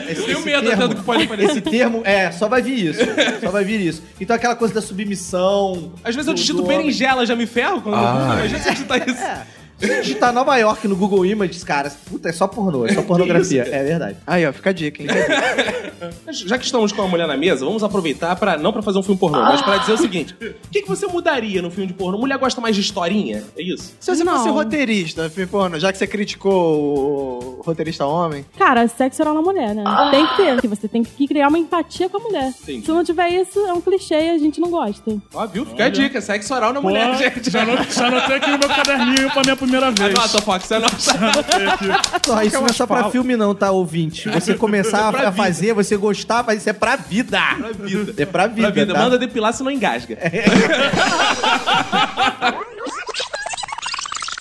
Speaker 2: Eu tenho medo até do que pode aparecer.
Speaker 18: Esse termo, é, só vai vir isso. Só vai vir isso. Então aquela coisa da submissão.
Speaker 2: Às vezes eu
Speaker 18: do-
Speaker 2: digito
Speaker 18: do homem.
Speaker 2: berinjela, já me ferro quando
Speaker 18: Ah.
Speaker 2: eu Imagina se eu digitar isso.
Speaker 10: Se digitar Nova York no Google Images, cara, puta, é só pornô,
Speaker 3: [LAUGHS]
Speaker 10: é só pornografia. é verdade.
Speaker 3: Aí, ó, fica a dica, hein?
Speaker 2: Mas Já que estamos com a mulher na mesa, vamos aproveitar para não para fazer um filme pornô, mas para dizer o seguinte: o que, que você mudaria no filme de pornô? Mulher gosta mais de historinha? É isso?
Speaker 3: Se você fosse roteirista, filme porno, já que você criticou o roteirista homem,
Speaker 5: Cara, sexo oral na mulher, né?
Speaker 3: Ah.
Speaker 5: Tem que ter. porque Você tem que criar uma empatia com a mulher.
Speaker 3: Entendi.
Speaker 5: Se não tiver isso, é um clichê e a gente não gosta.
Speaker 2: Ó, viu? Fica a dica: sexo oral na
Speaker 5: Pô,
Speaker 2: mulher, gente.
Speaker 18: já anotei- já anotei aqui no meu caderninho pra minha primeira vez.
Speaker 2: Anota, Fox,
Speaker 18: [LAUGHS]
Speaker 2: anota.
Speaker 10: Não, isso não
Speaker 3: um
Speaker 10: é só pra
Speaker 18: pau.
Speaker 10: filme, não, tá, ouvinte?
Speaker 3: É.
Speaker 10: Você começar
Speaker 2: Pra
Speaker 10: a
Speaker 2: vida.
Speaker 10: fazer, você gostar, mas isso é pra vida. Pra vida. É pra vida.
Speaker 2: Pra vida,
Speaker 10: tá?
Speaker 2: manda depilar se não engasga. [LAUGHS]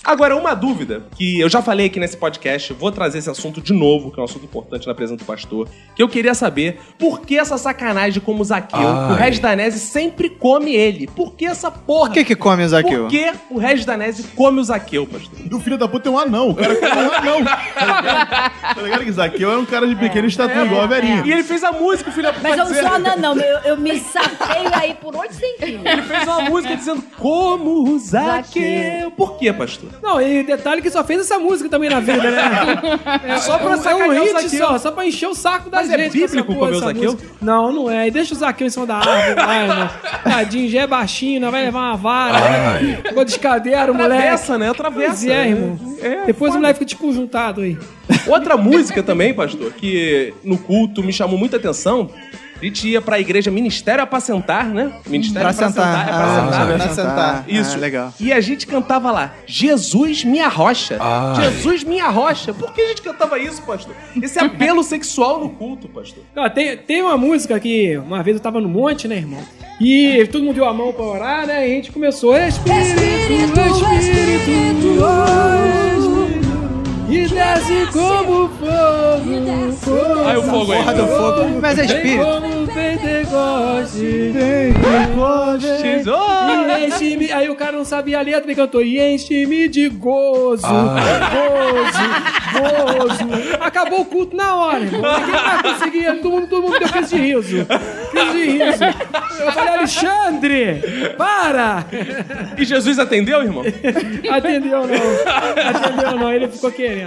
Speaker 2: Agora, uma dúvida que eu já falei aqui nesse podcast, vou trazer esse assunto de novo, que é um assunto importante na presença do pastor, que eu queria saber por que essa sacanagem de como o Zaqueu,
Speaker 19: Ai.
Speaker 2: o Regis Danese sempre come ele? Por que essa porra? Por
Speaker 3: que que come o Zaqueu?
Speaker 2: Por que o Regis Danese come o Zaqueu, pastor?
Speaker 13: E o filho da puta tem um anão. O cara tem um anão. Tá ligado? Tá ligado que Zaqueu era um cara de pequena
Speaker 18: É,
Speaker 13: estatura, igual a velhinha.
Speaker 2: É. E ele fez a música, filho da puta.
Speaker 4: Mas eu não sou anã, não.
Speaker 2: meu.
Speaker 4: Eu, eu me sapeio aí por onde tem que ir.
Speaker 2: Ele fez uma música dizendo como o Zaqueu.
Speaker 1: Zaqueu.
Speaker 2: Por que, pastor?
Speaker 1: Não, e detalhe que só fez essa música também na vida, [LAUGHS] né?
Speaker 2: Só pra
Speaker 1: é, um-
Speaker 2: sacanear
Speaker 1: é
Speaker 2: o
Speaker 1: um hit
Speaker 2: Zaqueu.
Speaker 1: só, só pra encher o saco da
Speaker 2: Mas é
Speaker 1: gente. com essa
Speaker 2: bíblico
Speaker 1: porra,
Speaker 2: comer o
Speaker 1: essa
Speaker 2: Zaqueu?
Speaker 1: música. Não, não é. E deixa o Zaqueu em cima
Speaker 2: [LAUGHS]
Speaker 1: da árvore, vai, irmão. Tadinho, já é baixinho, não vai levar uma vara. né?
Speaker 2: Ai.
Speaker 1: Ficou descadeiro, moleque.
Speaker 2: Atravessa, né? Atravessa.
Speaker 1: Pois é, irmão. Depois o moleque fica tipo juntado aí.
Speaker 2: Outra música também, pastor, que no culto me chamou muita atenção. A gente ia pra igreja Ministério Apacentar, né? Ministério
Speaker 3: Pra sentar.
Speaker 2: é pra
Speaker 3: Ah,
Speaker 2: sentar, né?
Speaker 3: pra sentar.
Speaker 2: Isso.
Speaker 3: Ah, legal.
Speaker 2: E a gente cantava lá, Jesus minha rocha. Jesus minha rocha. Por que a gente cantava isso, pastor? Esse apelo sexual no culto, pastor.
Speaker 1: Ó, tem, tem uma música que uma vez eu tava no monte, né, irmão? E todo mundo deu a mão pra orar, né? E a gente começou. Espírito, Espírito, Espírito, oh, e desce como fogo. fogo
Speaker 2: Aí o fogo aí.
Speaker 1: Acorda, fogo.
Speaker 2: Mas é espírito.
Speaker 1: Vem como Pentecoste. Pentecoste. E enche-me. Aí o cara não sabia a letra e cantou. E enche-me de gozo.
Speaker 2: Ah.
Speaker 1: Gozo. Gozo. Acabou o culto na hora, irmão. Ninguém mais conseguia. Todo mundo, todo mundo deu crise de riso. Crise de riso. Eu falei, Alexandre, para.
Speaker 2: E Jesus atendeu,
Speaker 1: [LAUGHS]
Speaker 2: irmão?
Speaker 1: Atendeu não. Atendeu não. Ele ficou querendo.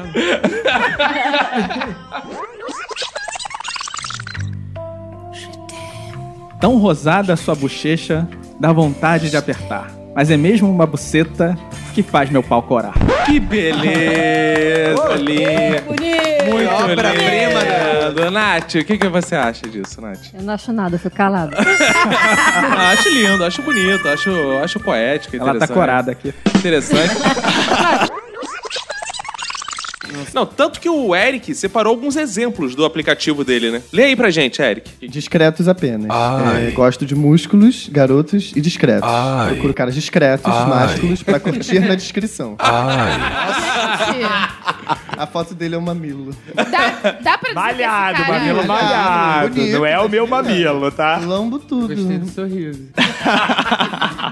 Speaker 9: Tão rosada a sua bochecha, dá vontade de apertar. Mas é mesmo uma buceta que faz meu pau corar.
Speaker 2: Que beleza, linda. Muito linda. Dona Nath, o que, que você acha disso, Nath?
Speaker 20: Eu não acho nada, eu fico calado.
Speaker 2: Ah, [LAUGHS] acho lindo, acho bonito, acho, acho poético,
Speaker 9: Ela tá
Speaker 2: interessante.
Speaker 9: corada aqui. [LAUGHS]
Speaker 2: Interessante. Não, tanto que o Eric separou alguns exemplos do aplicativo dele, né? Lê aí pra gente,
Speaker 9: [LAUGHS]
Speaker 2: Eric.
Speaker 17: Discretos apenas.
Speaker 2: Ai.
Speaker 17: É, gosto de músculos, garotos e discretos. Procuro caras discretos,
Speaker 13: Ai.
Speaker 17: másculos, pra curtir na descrição.
Speaker 21: Gente,
Speaker 17: A foto dele é um mamilo.
Speaker 21: dá, dá pra dizer que
Speaker 22: é
Speaker 21: esse cara...
Speaker 17: mamilo malhado, não é o meu mamilo,
Speaker 13: tá?
Speaker 17: Lambo tudo. Gostei do
Speaker 9: sorriso.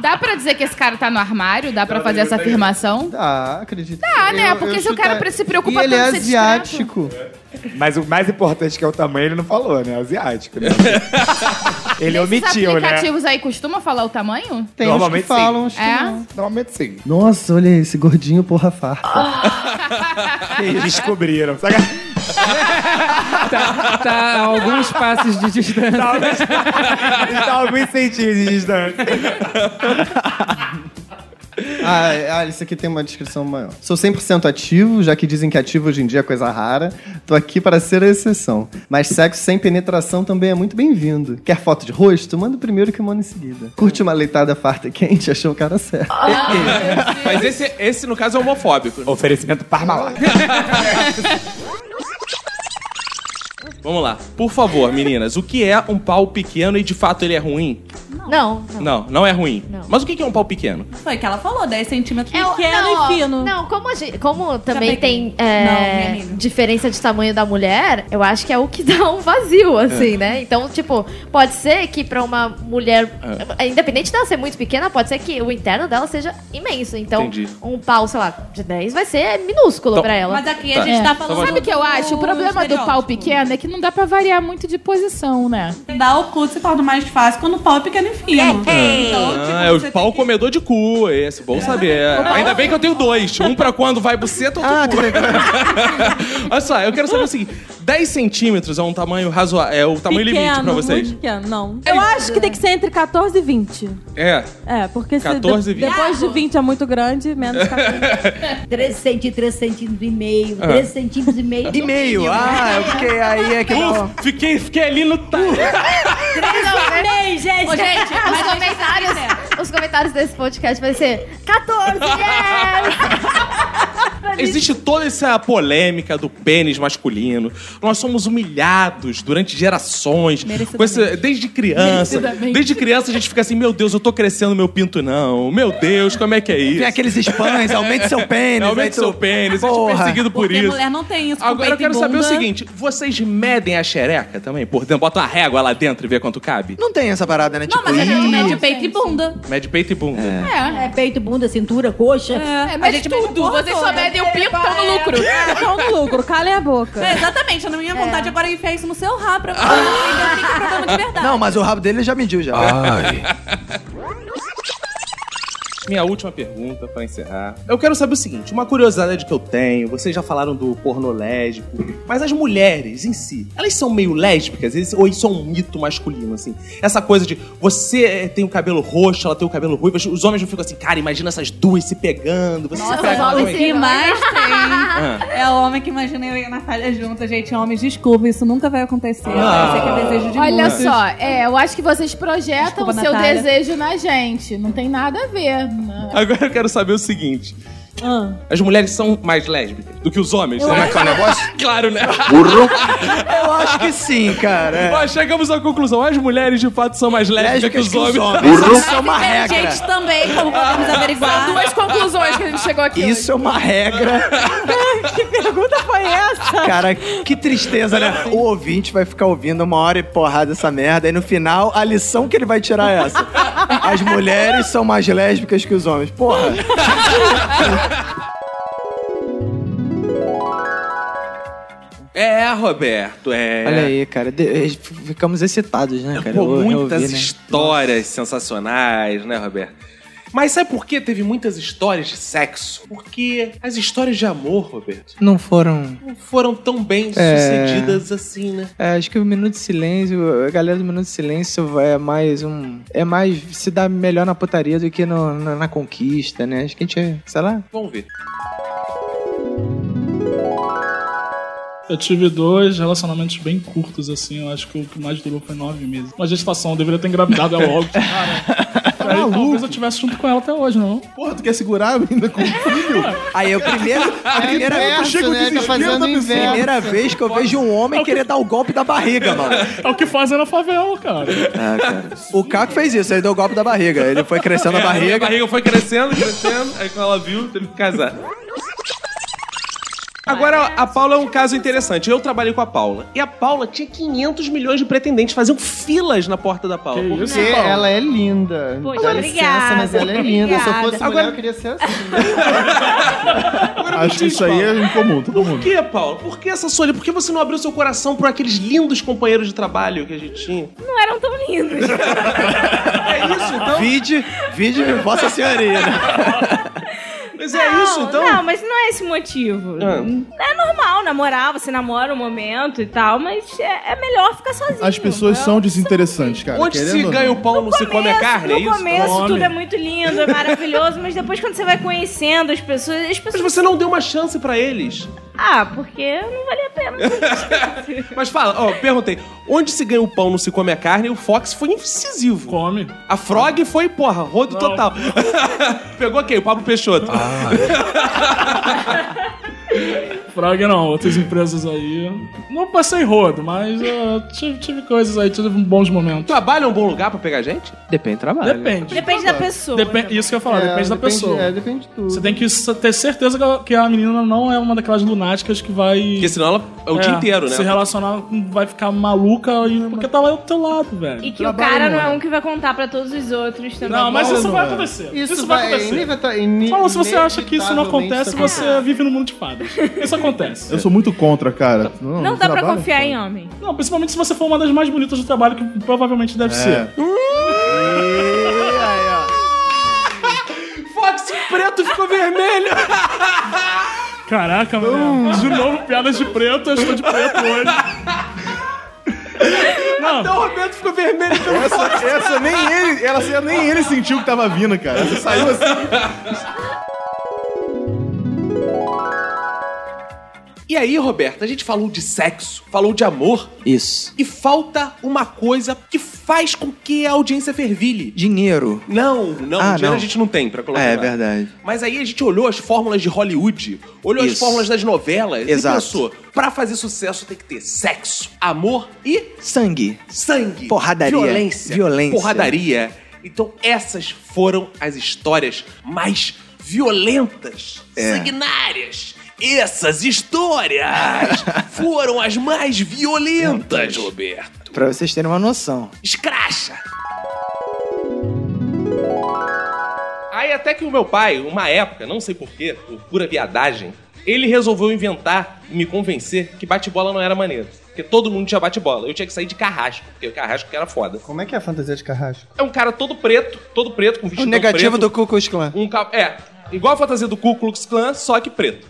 Speaker 21: Dá pra dizer que esse cara tá no armário? Dá pra fazer essa afirmação?
Speaker 17: Dá, acredito.
Speaker 21: Dá, né?
Speaker 17: Eu-
Speaker 21: Porque
Speaker 17: eu
Speaker 21: se o cara
Speaker 17: chutar-
Speaker 21: se preocupa
Speaker 17: E ele é
Speaker 21: tanto né? em ser discreto.
Speaker 17: asiático.
Speaker 12: Mas o mais importante que é o tamanho, ele não falou, né?
Speaker 22: [LAUGHS]
Speaker 12: Asiático, né? ele
Speaker 21: Esses
Speaker 12: omitiu, né?
Speaker 21: aplicativos aí costuma falar o tamanho?
Speaker 17: Tem uns Normalmente que falam, sim. uns que
Speaker 21: é?
Speaker 12: Normalmente sim.
Speaker 17: Nossa, olha esse gordinho porra farta.
Speaker 22: [LAUGHS]
Speaker 12: Descobriram.
Speaker 1: Tá, tá a alguns passos de distância.
Speaker 22: [LAUGHS]
Speaker 12: Tá alguns centímetros de distância.
Speaker 17: Ah, ah, isso aqui tem uma descrição maior. Sou 100% ativo, já que dizem que ativo hoje em dia é coisa rara. Tô aqui para ser a exceção. Mas sexo sem penetração também é muito bem-vindo. Quer foto de rosto? Manda o primeiro que manda em seguida. Curte uma leitada farta e quente? Achou o cara certo.
Speaker 2: Mas esse, esse, no caso, é homofóbico.
Speaker 12: Oferecimento Parmalat.
Speaker 2: [LAUGHS] Vamos lá. Por favor, meninas, o que é um pau pequeno e de fato ele é ruim?
Speaker 4: Não.
Speaker 2: Não, não é ruim.
Speaker 4: Não.
Speaker 2: Mas o que que é um pau pequeno?
Speaker 4: Foi o que ela falou, 10 centímetros
Speaker 23: pequeno e fino.
Speaker 4: É Não, como, a gente- como também
Speaker 23: peguei.
Speaker 4: tem é,
Speaker 23: Não, minha amiga.
Speaker 4: diferença de tamanho da mulher, eu acho que é o que [LAUGHS] dá um vazio, assim,
Speaker 23: É.
Speaker 4: né? Então, tipo, pode ser que pra uma mulher,
Speaker 23: É.
Speaker 4: independente dela ser muito pequena, pode ser que o interno dela seja imenso. Então,
Speaker 23: Entendi.
Speaker 4: um pau, sei lá, de 10 vai ser minúsculo
Speaker 23: Então-
Speaker 4: pra ela.
Speaker 23: Mas aqui a Tá. gente tá falando
Speaker 2: É.
Speaker 21: Sabe o que eu
Speaker 23: do
Speaker 21: acho? O problema do pau pequeno é que não dá pra variar muito de posição, né?
Speaker 23: Dá o cu se torna mais fácil quando o pau é pequeno
Speaker 5: pequeno e fino. Então, tipo,
Speaker 2: Ah, é o
Speaker 5: você É.
Speaker 2: pau comedor de cu, esse, bom saber. Ainda bem que eu tenho
Speaker 5: [LAUGHS]
Speaker 2: dois. Um pra quando vai buceta, outro ah, [LAUGHS] Olha só, eu quero saber o seguinte: 10 centímetros é um tamanho razoável. É o tamanho limite pra
Speaker 5: Pequeno,
Speaker 2: vocês.
Speaker 5: muito pequeno, não. Eu acho que tem que ser entre 14 e 20.
Speaker 2: É.
Speaker 5: É, porque se
Speaker 2: 14 e
Speaker 5: de-
Speaker 2: 20.
Speaker 5: depois de 20 é muito grande, menos 14.
Speaker 2: [LAUGHS]
Speaker 24: 3 centímetros, 3 centímetros e meio,
Speaker 2: Ah.
Speaker 24: 3 centímetros e meio.
Speaker 2: E meio, ah, eu fiquei aí, é que não- Fiquei, fiquei ali no.
Speaker 24: Ei, gente!
Speaker 16: Ô, gente,
Speaker 24: os
Speaker 16: mas eu
Speaker 24: comentários, os comentários desse podcast vai ser 14,
Speaker 2: Existe toda essa polêmica do pênis masculino. Nós somos humilhados durante gerações. Com esse- desde criança.
Speaker 1: Merecidamente.
Speaker 2: Desde criança a gente fica assim: meu Deus, eu tô crescendo meu pinto, não. Meu Deus, como é que é isso?
Speaker 3: Tem aqueles spams, aumente seu pênis, aí
Speaker 2: Aumente
Speaker 3: tu-
Speaker 2: seu pênis. A gente é
Speaker 3: Porra.
Speaker 2: perseguido por
Speaker 5: Porque
Speaker 2: isso.
Speaker 5: mulher não tem isso. com
Speaker 2: Agora eu
Speaker 5: peito
Speaker 2: quero
Speaker 5: e
Speaker 2: saber o
Speaker 5: bunda.
Speaker 2: seguinte: vocês medem a xereca também? Por dentro, bota uma régua lá dentro e vê quanto cabe?
Speaker 3: Não tem essa parada, né?
Speaker 24: Não, mas
Speaker 4: é
Speaker 24: a gente mede peito e bunda.
Speaker 2: Mede peito e bunda.
Speaker 24: É, peito, bunda, cintura, coxa.
Speaker 5: É, mas tudo. Vocês só um medem o pinto, estão tá
Speaker 24: É,
Speaker 5: no lucro. É. Estão Tá no lucro, calem a boca.
Speaker 3: É,
Speaker 5: exatamente, eu não ia vontade agora enfiar isso no seu rabo
Speaker 2: [LAUGHS]
Speaker 5: pra é
Speaker 3: Não, mas o rabo dele já mediu já.
Speaker 2: [LAUGHS] Minha última pergunta pra encerrar. Eu quero saber o seguinte: uma curiosidade que eu tenho, vocês já falaram do pornô lésbico, mas as mulheres em si, elas são meio lésbicas? Esse- Ou isso é um mito masculino, assim? Essa coisa de você eh, tem o cabelo roxo, ela tem o cabelo ruivo, os homens não ficam assim, cara, imagina essas duas se pegando, você se pega.
Speaker 5: o
Speaker 2: também."
Speaker 5: que mais
Speaker 2: [LAUGHS] Ah.
Speaker 5: tem é o homem que imagina eu e a Natália juntas, gente. Homens, desculpa, isso nunca vai acontecer.
Speaker 2: Ah.
Speaker 5: Eu sei que é desejo de
Speaker 4: Olha
Speaker 5: muitos.
Speaker 4: só, é, eu acho que vocês projetam o
Speaker 5: Desculpa,
Speaker 4: seu
Speaker 5: Natália.
Speaker 4: desejo na gente. Não tem nada a ver. né?
Speaker 2: Agora eu quero saber o seguinte:
Speaker 5: Ah.
Speaker 2: as mulheres são mais lésbicas do que os homens?
Speaker 4: Eu
Speaker 2: né?
Speaker 4: acho- Como é que é o negócio?
Speaker 2: Claro, né?
Speaker 3: Burro. Eu acho que sim, cara. é.
Speaker 2: Nós chegamos à conclusão: as mulheres de fato são mais lésbicas,
Speaker 3: Lésbicas
Speaker 2: que os homens.
Speaker 3: Isso é uma regra.
Speaker 5: Gente, também, como podemos averiguar.
Speaker 4: São duas conclusões que a gente chegou [LAUGHS] aqui.
Speaker 3: Isso é uma regra.
Speaker 5: que pergunta foi essa?
Speaker 3: Cara, que tristeza, né? O ouvinte vai ficar ouvindo uma hora e porrada essa merda, e no final, a lição que ele vai tirar é essa. As mulheres são mais lésbicas que os homens. Porra!
Speaker 2: É, Roberto, é.
Speaker 11: Olha aí, cara. de- eh, f- ficamos excitados,
Speaker 3: É,
Speaker 11: né, cara?
Speaker 2: Pô,
Speaker 11: Eu- eu
Speaker 2: muitas
Speaker 11: ouvi, né?
Speaker 2: histórias sensacionais, né, Roberto? Mas sabe por que teve muitas histórias de sexo? Porque as histórias de amor, Roberto,
Speaker 11: Não foram.
Speaker 2: não foram tão bem
Speaker 11: É.
Speaker 2: sucedidas assim, né?
Speaker 11: É, acho que o Minuto de Silêncio, a galera do Minuto de Silêncio é mais um. É mais. se dá melhor na putaria do que no- na, na conquista, né? Acho que a gente é. sei lá.
Speaker 2: Vamos ver.
Speaker 18: Eu tive dois relacionamentos bem curtos, assim. Eu acho que o que mais durou foi nove meses. Uma gestação, eu deveria ter engravidado ela
Speaker 2: [LAUGHS]
Speaker 18: logo. Cara, Aí, talvez eu tivesse junto com ela até hoje, não.
Speaker 13: Tá Porra, tu quer segurar a menina com o filho?
Speaker 3: Aí eu primeiro. A
Speaker 13: É
Speaker 3: primeira,
Speaker 13: inverso,
Speaker 3: chega o
Speaker 13: né? Tá
Speaker 3: desespero
Speaker 13: fazendo
Speaker 3: da pessoa.
Speaker 13: inverso.
Speaker 3: primeira vez que eu vejo um homem um querer dar o golpe da barriga, mano.
Speaker 18: É o que fazem na favela, cara.
Speaker 3: Ah, cara. O Caco fez isso, ele deu o golpe da barriga. Ele foi crescendo a
Speaker 2: É,
Speaker 3: barriga.
Speaker 2: A barriga foi crescendo, crescendo. aí quando ela viu, teve que casar. Agora, a Paula é um caso interessante. Eu trabalhei com a Paula. E a Paula tinha 500 milhões de pretendentes. Faziam filas na porta da Paula. Por
Speaker 17: Porque ela é linda.
Speaker 16: Poxa,
Speaker 17: Dá licença, mas ela é linda. Se eu fosse mulher,
Speaker 2: Agora-
Speaker 17: eu queria ser assim.
Speaker 13: Acho que isso aí é incomum, todo
Speaker 2: Por
Speaker 13: mundo.
Speaker 2: que, Paulo? Por que essa solha? Por que você não abriu seu coração por aqueles lindos companheiros de trabalho que a gente tinha?
Speaker 16: Não eram tão lindos.
Speaker 2: [LAUGHS] É isso, então?
Speaker 3: Vide, vide Vossa Senhoria.
Speaker 2: Mas é isso, então? Ah.
Speaker 21: Não, mas não é esse o motivo. É normal namorar, você namora um momento e tal, mas é, é melhor ficar sozinho.
Speaker 13: As pessoas são desinteressantes, cara.
Speaker 2: Onde se
Speaker 13: querendo ou
Speaker 2: ganha
Speaker 13: não.
Speaker 2: o pão, não se come a carne,
Speaker 21: no
Speaker 2: é isso?
Speaker 21: começo tudo é muito lindo, é maravilhoso, mas depois quando você vai conhecendo as pessoas, as pessoas...
Speaker 2: Mas você não deu uma chance pra
Speaker 21: [LAUGHS]
Speaker 2: eles.
Speaker 21: Ah, porque não valia a pena.
Speaker 2: Mas fala, ó, perguntei. Onde se ganha o pão, não se come a carne, e o Fox foi incisivo.
Speaker 18: Come.
Speaker 2: A Frog foi, porra, rodo total. [LAUGHS] Pegou quem? O Pablo Peixoto.
Speaker 17: Ah.
Speaker 2: [LAUGHS]
Speaker 18: Frog não, outras empresas aí. Não passei rodo, mas ah, tive, tive coisas aí, tive bons momentos.
Speaker 2: Trabalho é um bom lugar pra pegar gente?
Speaker 11: Depende do trabalho.
Speaker 18: Depende.
Speaker 21: Depende da pessoa.
Speaker 18: Depende, isso que eu ia falar,
Speaker 21: É,
Speaker 18: depende da
Speaker 21: depende-
Speaker 18: pessoa.
Speaker 21: é, depende
Speaker 18: de tudo. Você tem que s- ter certeza que a- que a menina não é uma daquelas lunáticas que vai. Porque
Speaker 2: senão ela é o dia inteiro, né?
Speaker 18: Se relacionar, com- vai ficar maluca e- porque tá lá do teu lado, velho.
Speaker 21: E que o cara não é um que vai contar pra todos os outros tá também.
Speaker 18: Não, mas isso vai acontecer.
Speaker 21: Isso
Speaker 18: Isso, vai,
Speaker 21: vai- tá
Speaker 18: acontecer.
Speaker 17: inevita-
Speaker 18: Paulo, se você acha que isso não acontece,
Speaker 21: inevitavelmente isso
Speaker 18: você vive no mundo de fadas. Isso acontece.
Speaker 13: Eu sou muito contra, cara.
Speaker 21: Não dá pra
Speaker 13: trabalho-
Speaker 21: confiar em homem.
Speaker 18: Não, principalmente se você for uma das mais bonitas do trabalho, que provavelmente deve
Speaker 13: É.
Speaker 18: ser.
Speaker 2: vermelho!
Speaker 18: Caraca, mano. De novo, piadas de preto, eu estou de preto hoje.
Speaker 2: Até o Roberto ficou vermelho pelo
Speaker 13: Essa, essa nem ele, ela, essa nem ele sentiu que tava vindo, cara. Essa saiu assim.
Speaker 2: E aí, Roberto, a gente falou de sexo, falou de amor.
Speaker 3: Isso.
Speaker 2: E falta uma coisa que faz com que a audiência fervilhe.
Speaker 3: Dinheiro.
Speaker 2: Não, não,
Speaker 3: Ah,
Speaker 2: dinheiro
Speaker 3: não.
Speaker 2: a gente não tem pra colocar.
Speaker 3: É, é
Speaker 2: lá.
Speaker 3: verdade.
Speaker 2: Mas aí a gente olhou as fórmulas de Hollywood, olhou as
Speaker 3: Isso.
Speaker 2: fórmulas das novelas
Speaker 3: Exato.
Speaker 2: e pensou: pra fazer sucesso tem que ter sexo, amor e
Speaker 3: Sangue.
Speaker 2: sangue.
Speaker 3: Porradaria.
Speaker 2: Violência.
Speaker 3: Violência.
Speaker 2: Porradaria. Então essas foram as histórias mais violentas,
Speaker 3: É.
Speaker 2: sanguinárias. Essas histórias foram as mais violentas, Roberto.
Speaker 11: Pra vocês terem uma noção.
Speaker 2: Escracha! Aí até que o meu pai, uma época, não sei porquê, por pura viadagem, ele resolveu inventar e me convencer que bate-bola não era maneiro. Porque todo mundo tinha bate-bola. Eu tinha que sair de carrasco, porque o carrasco que era foda.
Speaker 17: Como é que é a fantasia de carrasco?
Speaker 2: É um cara todo preto, todo preto, com vestido
Speaker 17: O negativo
Speaker 2: preto,
Speaker 17: do Ku Klux Klan.
Speaker 2: Um ca- É, igual a fantasia do Ku Klux Klan, só que preto.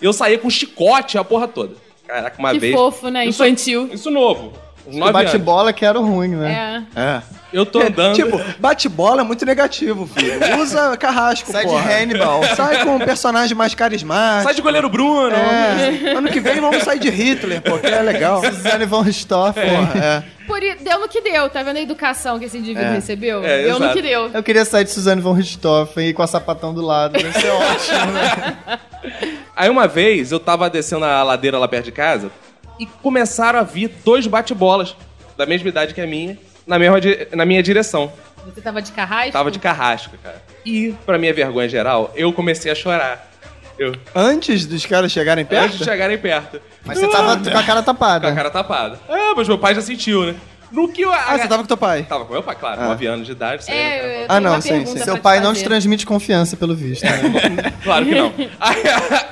Speaker 2: Eu saía com chicote a porra toda. Caraca, uma
Speaker 4: Que
Speaker 2: vez...
Speaker 4: fofo, né?
Speaker 2: Isso-
Speaker 4: Infantil.
Speaker 2: Isso novo. Uns
Speaker 17: O
Speaker 2: nove anos.
Speaker 17: bate-bola que era o ruim, né?
Speaker 4: É.
Speaker 3: É.
Speaker 2: Eu tô andando.
Speaker 3: Tipo, bate-bola é muito negativo, filho. Usa carrasco,
Speaker 17: Sai de
Speaker 3: porra.
Speaker 17: Hannibal.
Speaker 3: Sai com um personagem mais carismático.
Speaker 2: Sai de goleiro Bruno.
Speaker 3: É. Ano que vem vamos sair de Hitler, pô, que é
Speaker 17: [LAUGHS]
Speaker 3: legal.
Speaker 17: Suzane von Richthofen.
Speaker 3: Porra,
Speaker 17: é.
Speaker 4: Por i- deu no que deu, tá vendo a educação que esse indivíduo
Speaker 17: É.
Speaker 4: recebeu? deu no que deu.
Speaker 17: Eu queria sair de Suzane von Richthofen e com a sapatão do lado. Deve ser ótimo, né?
Speaker 2: Aí uma vez eu tava descendo a ladeira lá perto de casa e começaram a vir dois bate-bolas da mesma idade que a minha, na, mesma di- na minha direção.
Speaker 4: Você tava de carrasco? Tipo,
Speaker 2: Tava de carrasco, cara. E, pra minha vergonha geral, eu comecei a chorar. Eu,
Speaker 3: Antes dos caras chegarem perto?
Speaker 2: antes de chegarem perto.
Speaker 17: Mas você tava com a cara tapada.
Speaker 2: Com a cara tapada. É, mas meu pai já sentiu, né? No que eu.
Speaker 17: Ah, você tava com teu pai?
Speaker 2: Tava com meu pai, claro, 9 anos de idade. né? saindo
Speaker 4: É, eu- eu
Speaker 17: Ah,
Speaker 4: tenho
Speaker 17: não,
Speaker 4: uma
Speaker 17: sim,
Speaker 4: pergunta
Speaker 17: sim.
Speaker 4: pra
Speaker 17: Seu
Speaker 4: te
Speaker 17: pai não
Speaker 4: fazer.
Speaker 17: te transmite confiança, pelo visto. né?
Speaker 2: Claro que
Speaker 25: [LAUGHS]
Speaker 2: não. Aí,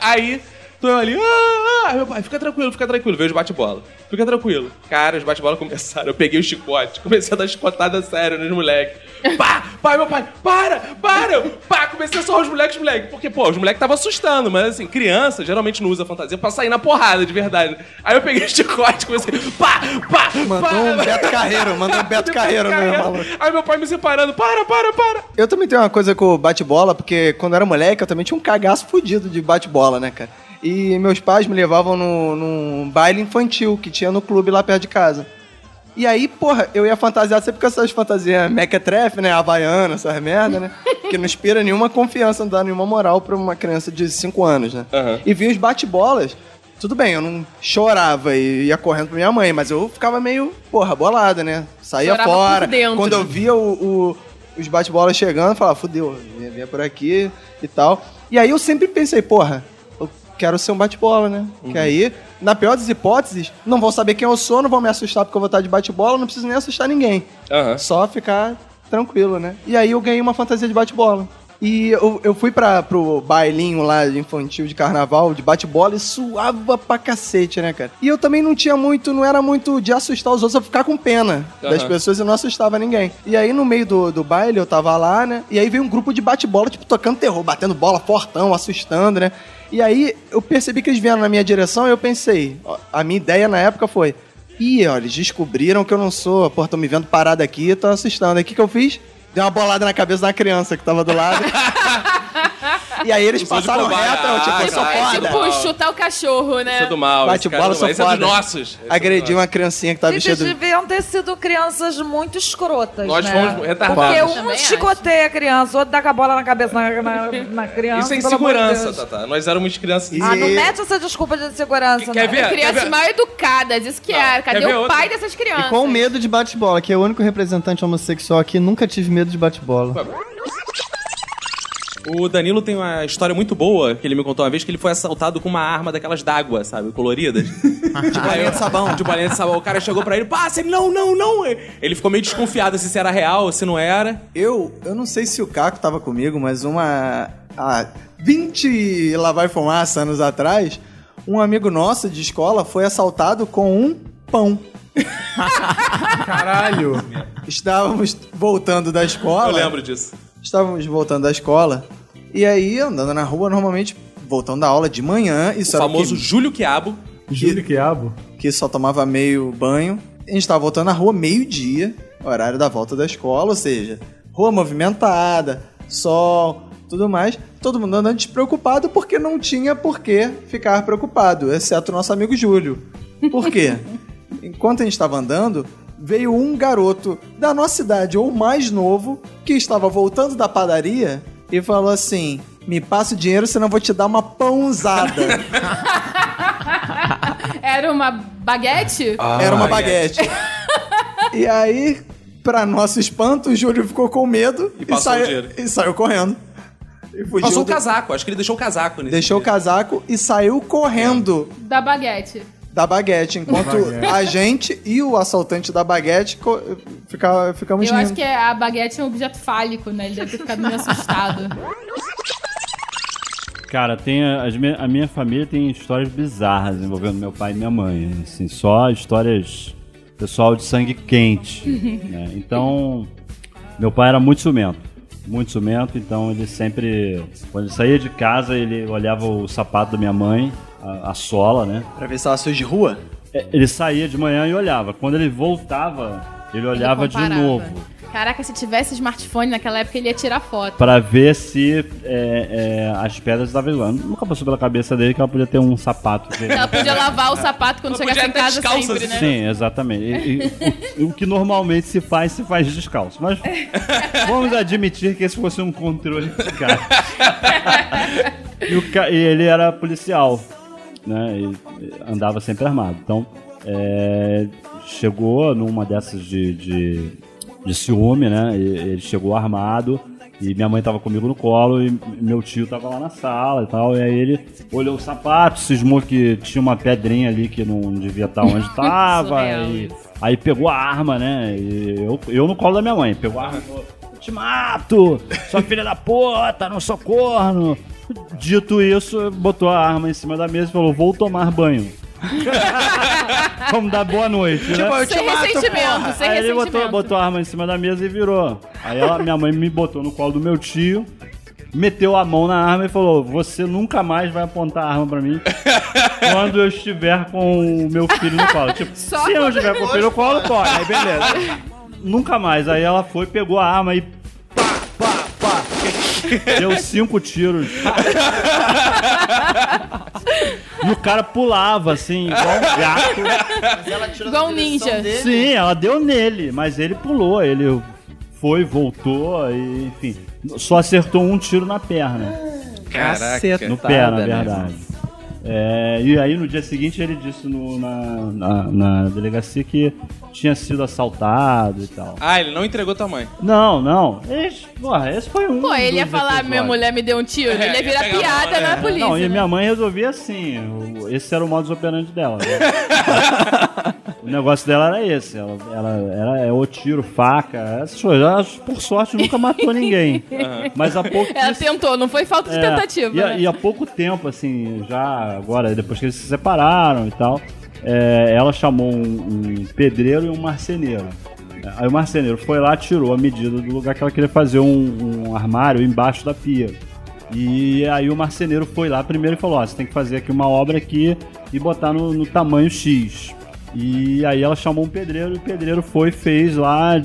Speaker 2: aí tô eu ali, ah, ah, meu pai, fica tranquilo, fica tranquilo, veio os bate-bola. Fica tranquilo. Cara, os bate-bola começaram, eu peguei o chicote, comecei a dar chicotada sério nos moleques. Pá, pai, meu pai, para, para, eu, pá, comecei a soar os moleques, os moleques. Porque, pô, os moleques tava assustando, mas assim, criança geralmente não usa fantasia pra sair na porrada, de verdade. Aí eu peguei o chicote, comecei, pá, pá,
Speaker 3: Mandou
Speaker 2: pá.
Speaker 3: um Beto Carreiro, mandou um Beto Carreiro, né, maluco?
Speaker 2: Aí meu pai me separando, para, para, para.
Speaker 3: Eu também tenho uma coisa com o bate-bola, porque quando eu era moleque, eu também tinha um cagaço fudido de bate-bola, né, cara? E meus pais me levavam no- num baile infantil que tinha no clube lá perto de casa. E aí, porra, eu ia fantasiar sempre com essas fantasias mequetrefe, né? Havaiana, essas merda, né? Que não inspira nenhuma confiança, não dá nenhuma moral pra uma criança de 5 anos, né? E vi os bate-bolas. Tudo bem, eu não chorava e ia correndo pra minha mãe, mas eu ficava meio, porra, bolada, né? Saía
Speaker 4: Chorava por
Speaker 3: fora.
Speaker 4: dentro.
Speaker 3: Quando eu via o- o- os bate-bolas chegando, eu falava, fudeu, vinha, vinha por aqui e tal. E aí eu sempre pensei, porra, eu quero ser um bate-bola, né? Que aí, na pior das hipóteses, não vão saber quem eu sou, não vão me assustar porque eu vou estar de bate-bola, não preciso nem assustar ninguém.
Speaker 18: É.
Speaker 3: Só ficar tranquilo, né? E aí eu ganhei uma fantasia de bate-bola. E eu, eu fui pra, pro bailinho lá de infantil de carnaval, de bate-bola, e suava pra cacete, né, cara? E eu também não tinha muito, não era muito de assustar os outros, eu ficar com pena das
Speaker 11: Aham.
Speaker 3: pessoas pessoas e não assustava ninguém. E aí, no meio do, do baile, eu tava lá, né? E aí veio um grupo de bate-bola, tipo, tocando terror, batendo bola, fortão, assustando, né? E aí eu percebi que eles vieram na minha direção e eu pensei, ó, a minha ideia na época foi. Ih, olha, eles descobriram que eu não sou, pô, tão me vendo parado aqui, tão assustando. Aí o que, que eu fiz? Dei uma bolada na cabeça da criança que tava do lado. e aí eles
Speaker 2: Usou é de
Speaker 3: passaram
Speaker 2: bobaia.
Speaker 3: reto, eu, tipo, eu sou
Speaker 2: Ah,
Speaker 3: foda.
Speaker 4: Tipo, chutar o cachorro, né?
Speaker 2: Isso é do mal, esse
Speaker 3: Bate
Speaker 2: cara é
Speaker 3: bola,
Speaker 2: do
Speaker 3: sou
Speaker 2: mal. Esse é dos
Speaker 3: foda.
Speaker 2: nossos. Esse é dos
Speaker 3: Agredi uma criancinha que tava
Speaker 25: Vocês
Speaker 3: vestida. de-
Speaker 25: deviam ter sido crianças muito escrotas.
Speaker 3: Nós
Speaker 25: né?
Speaker 3: fomos retardados.
Speaker 25: Porque
Speaker 3: Também
Speaker 25: um chicoteia a criança, o outro dá com a bola na cabeça na, na- na criança.
Speaker 2: Isso é
Speaker 25: pelo amor de
Speaker 2: insegurança,
Speaker 25: Deus.
Speaker 2: Tata. Nós éramos crianças.
Speaker 25: Ah, não mete essa desculpa de insegurança,
Speaker 2: quer
Speaker 25: não.
Speaker 2: ver?
Speaker 4: Crianças mal educadas, isso que é. Cadê
Speaker 25: quer ver
Speaker 4: o
Speaker 25: outra?
Speaker 4: pai dessas crianças?
Speaker 17: E com medo de bate-bola, que é o único representante homossexual aqui, nunca tive medo de
Speaker 2: Tá
Speaker 17: bate-bola.
Speaker 2: O Danilo tem uma história muito boa que ele me contou uma vez que ele foi assaltado com uma arma daquelas d'água, sabe?
Speaker 15: [LAUGHS]
Speaker 2: Coloridas. de
Speaker 3: bolinha de sabão.
Speaker 2: De bolinha de sabão. O cara chegou pra ele, passa, ele, não, não, não. Ele ficou meio desconfiado se isso era real ou se não era.
Speaker 3: Eu, eu não sei se o Caco tava comigo, mas uma. Há 20 e lá vai fumaça anos atrás, um amigo nosso de escola foi assaltado com um pão. Caralho! Estávamos voltando da escola.
Speaker 2: Eu lembro disso.
Speaker 3: Estávamos voltando da escola. E aí, andando na rua, normalmente, voltando da aula de manhã, isso
Speaker 2: O
Speaker 3: era
Speaker 2: famoso Júlio Quiabo.
Speaker 3: Júlio Quiabo. Que só tomava meio banho. A gente tava voltando na rua meio-dia, horário da volta da escola, ou seja, rua movimentada, sol, tudo mais. Todo mundo andando despreocupado porque não tinha por que ficar preocupado, exceto o nosso amigo Júlio.
Speaker 2: [LAUGHS]
Speaker 3: Por quê? Enquanto a gente estava andando, veio um garoto da nossa idade ou mais novo que estava voltando da padaria e falou assim: Me passa o dinheiro, senão eu vou te dar
Speaker 2: [LAUGHS]
Speaker 3: uma pãozada.
Speaker 4: Era uma Ah, baguete?
Speaker 3: Era uma baguete. e aí, pra nosso espanto, o Júlio ficou com medo e,
Speaker 2: passou o
Speaker 3: saiu,
Speaker 2: dinheiro.
Speaker 3: e saiu correndo. E fugiu
Speaker 2: Passou o
Speaker 3: do-
Speaker 2: casaco, acho que ele deixou o casaco nesse
Speaker 3: Deixou o casaco e saiu correndo
Speaker 4: Da baguete.
Speaker 3: da baguete, enquanto
Speaker 4: Baguete.
Speaker 3: a gente e o assaltante da baguete co- fica- ficamos
Speaker 4: Eu
Speaker 3: rindo.
Speaker 4: acho que a baguete é um objeto fálico, né? Ele deve ter ficado meio assustado.
Speaker 15: Cara, tem a, as minha- a minha família tem histórias bizarras envolvendo meu pai e minha mãe. Assim, só histórias pessoal de sangue [LAUGHS] quente. né? Então, meu pai era muito ciumento. Muito ciumento, então ele sempre. Quando ele saía de casa, ele olhava o sapato da minha mãe, a, a sola, né? É,
Speaker 3: Pra ver se ela suja de rua?
Speaker 15: Ele saía de manhã e olhava. Quando ele voltava, ele [LAUGHS] olhava de
Speaker 4: comparava.
Speaker 15: novo.
Speaker 4: Caraca, se tivesse smartphone naquela época, ele ia tirar foto.
Speaker 15: Pra ver se é, é, as pedras estavam igual. Nunca passou pela cabeça dele que ela podia ter um sapato.
Speaker 4: [LAUGHS]
Speaker 15: que-
Speaker 4: Ela podia lavar o sapato quando chegasse em casa sempre, né?
Speaker 15: Sim, exatamente. E- e o, o que normalmente se faz, se faz descalço.
Speaker 4: [LAUGHS]
Speaker 15: Mas vamos admitir que esse fosse um controle de cara. e, o ca- e ele era policial, né? E- e andava sempre armado. Então, é, chegou numa dessas de, de, de ciúme, né? E- ele chegou armado. E minha mãe tava comigo no colo e meu tio tava lá na sala e tal. E aí ele olhou o sapato, cismou que tinha uma pedrinha ali que não devia estar onde tava.
Speaker 22: Surreal
Speaker 15: e- aí pegou a arma, né? E eu, eu no colo da minha mãe. Pegou a arma e falou, "Eu te mato! Sua filha da puta, não sou corno! Dito isso, botou a arma em cima da mesa e falou, vou tomar banho. [LAUGHS] Vamos dar boa noite. né?
Speaker 4: Tipo, eu te Sem mato, ressentimento, porra. sem
Speaker 15: Aí ele botou,
Speaker 4: ressentimento.
Speaker 15: botou a arma em cima da mesa e virou. Aí ela- minha mãe me botou no colo do meu tio, meteu a mão na arma e falou: Você nunca mais vai apontar a arma pra mim quando eu estiver com o meu filho no colo. Tipo,
Speaker 22: Só
Speaker 15: se eu
Speaker 22: quando
Speaker 15: estiver com o filho no colo, pode. Aí
Speaker 22: [LAUGHS]
Speaker 15: beleza. Nunca mais. Aí ela foi, pegou a arma e. Pá, pá, [LAUGHS] pá. Deu cinco
Speaker 22: [LAUGHS]
Speaker 15: tiros. e o cara pulava assim, igual um gato.
Speaker 4: Igual um ninja.
Speaker 15: Sim, ela deu nele, mas ele pulou, ele foi, voltou, e, enfim. Só acertou um tiro na perna.
Speaker 2: Caraca.
Speaker 15: No pé, na
Speaker 2: Cacetada, né?
Speaker 15: verdade. É, e aí no dia [LAUGHS] seguinte ele disse no- na, na- na delegacia que tinha sido assaltado e tal.
Speaker 2: Ah, ele não entregou tua mãe.
Speaker 15: Não, não. Esse, porra, esse foi um.
Speaker 4: Pô, ele ia
Speaker 15: dos
Speaker 4: falar,
Speaker 15: episódios.
Speaker 4: minha mulher me deu um tiro.
Speaker 2: É,
Speaker 4: ele ia
Speaker 2: ia
Speaker 4: virar
Speaker 2: pegar a
Speaker 4: piada
Speaker 15: É,
Speaker 4: na polícia.
Speaker 15: Não, e
Speaker 4: né?
Speaker 15: minha mãe resolvia assim. o- Esse era o modus operandi dela. né? [LAUGHS] o negócio dela era esse. Ela, ela, ela é o tiro, faca, essas coisas. Ela, por sorte, nunca matou
Speaker 4: [LAUGHS]
Speaker 15: ninguém.
Speaker 4: É.
Speaker 15: Mas há pouco
Speaker 4: Ela tentou, não foi falta de
Speaker 15: é,
Speaker 4: tentativa.
Speaker 15: E, a-
Speaker 4: né?
Speaker 15: e há pouco tempo, assim, já agora, depois que eles se separaram e tal, é, ela chamou um, um pedreiro e um marceneiro. É, Aí o marceneiro foi lá, tirou a medida do lugar que ela queria fazer um, um armário embaixo da pia. E aí o marceneiro foi lá primeiro e falou: Ó, você tem que fazer aqui uma obra aqui e botar no, no tamanho X. E aí ela chamou um pedreiro e o pedreiro foi, fez lá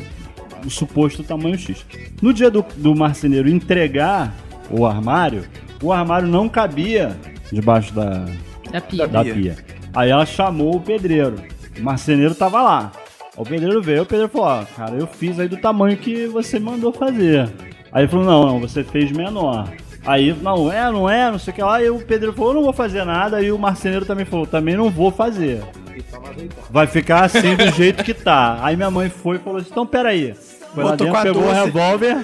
Speaker 15: o suposto tamanho X. No dia do, do marceneiro entregar o armário, o armário não cabia debaixo da,
Speaker 4: da, pia.
Speaker 15: da pia. Aí ela chamou o pedreiro. O marceneiro tava lá. O pedreiro veio, o pedreiro falou: Ó, cara, eu fiz aí do tamanho que você mandou fazer. Aí ele falou: Não, não, você fez menor. Aí, não é, não é, não sei o que lá. E o pedreiro falou: "Eu Não vou fazer nada. E o marceneiro também falou: Também não vou fazer. Vai ficar assim do jeito que tá. Aí minha mãe foi e falou assim: Então peraí. Foi lá
Speaker 22: Botou
Speaker 15: dentro, pegou o
Speaker 22: 14.
Speaker 15: revólver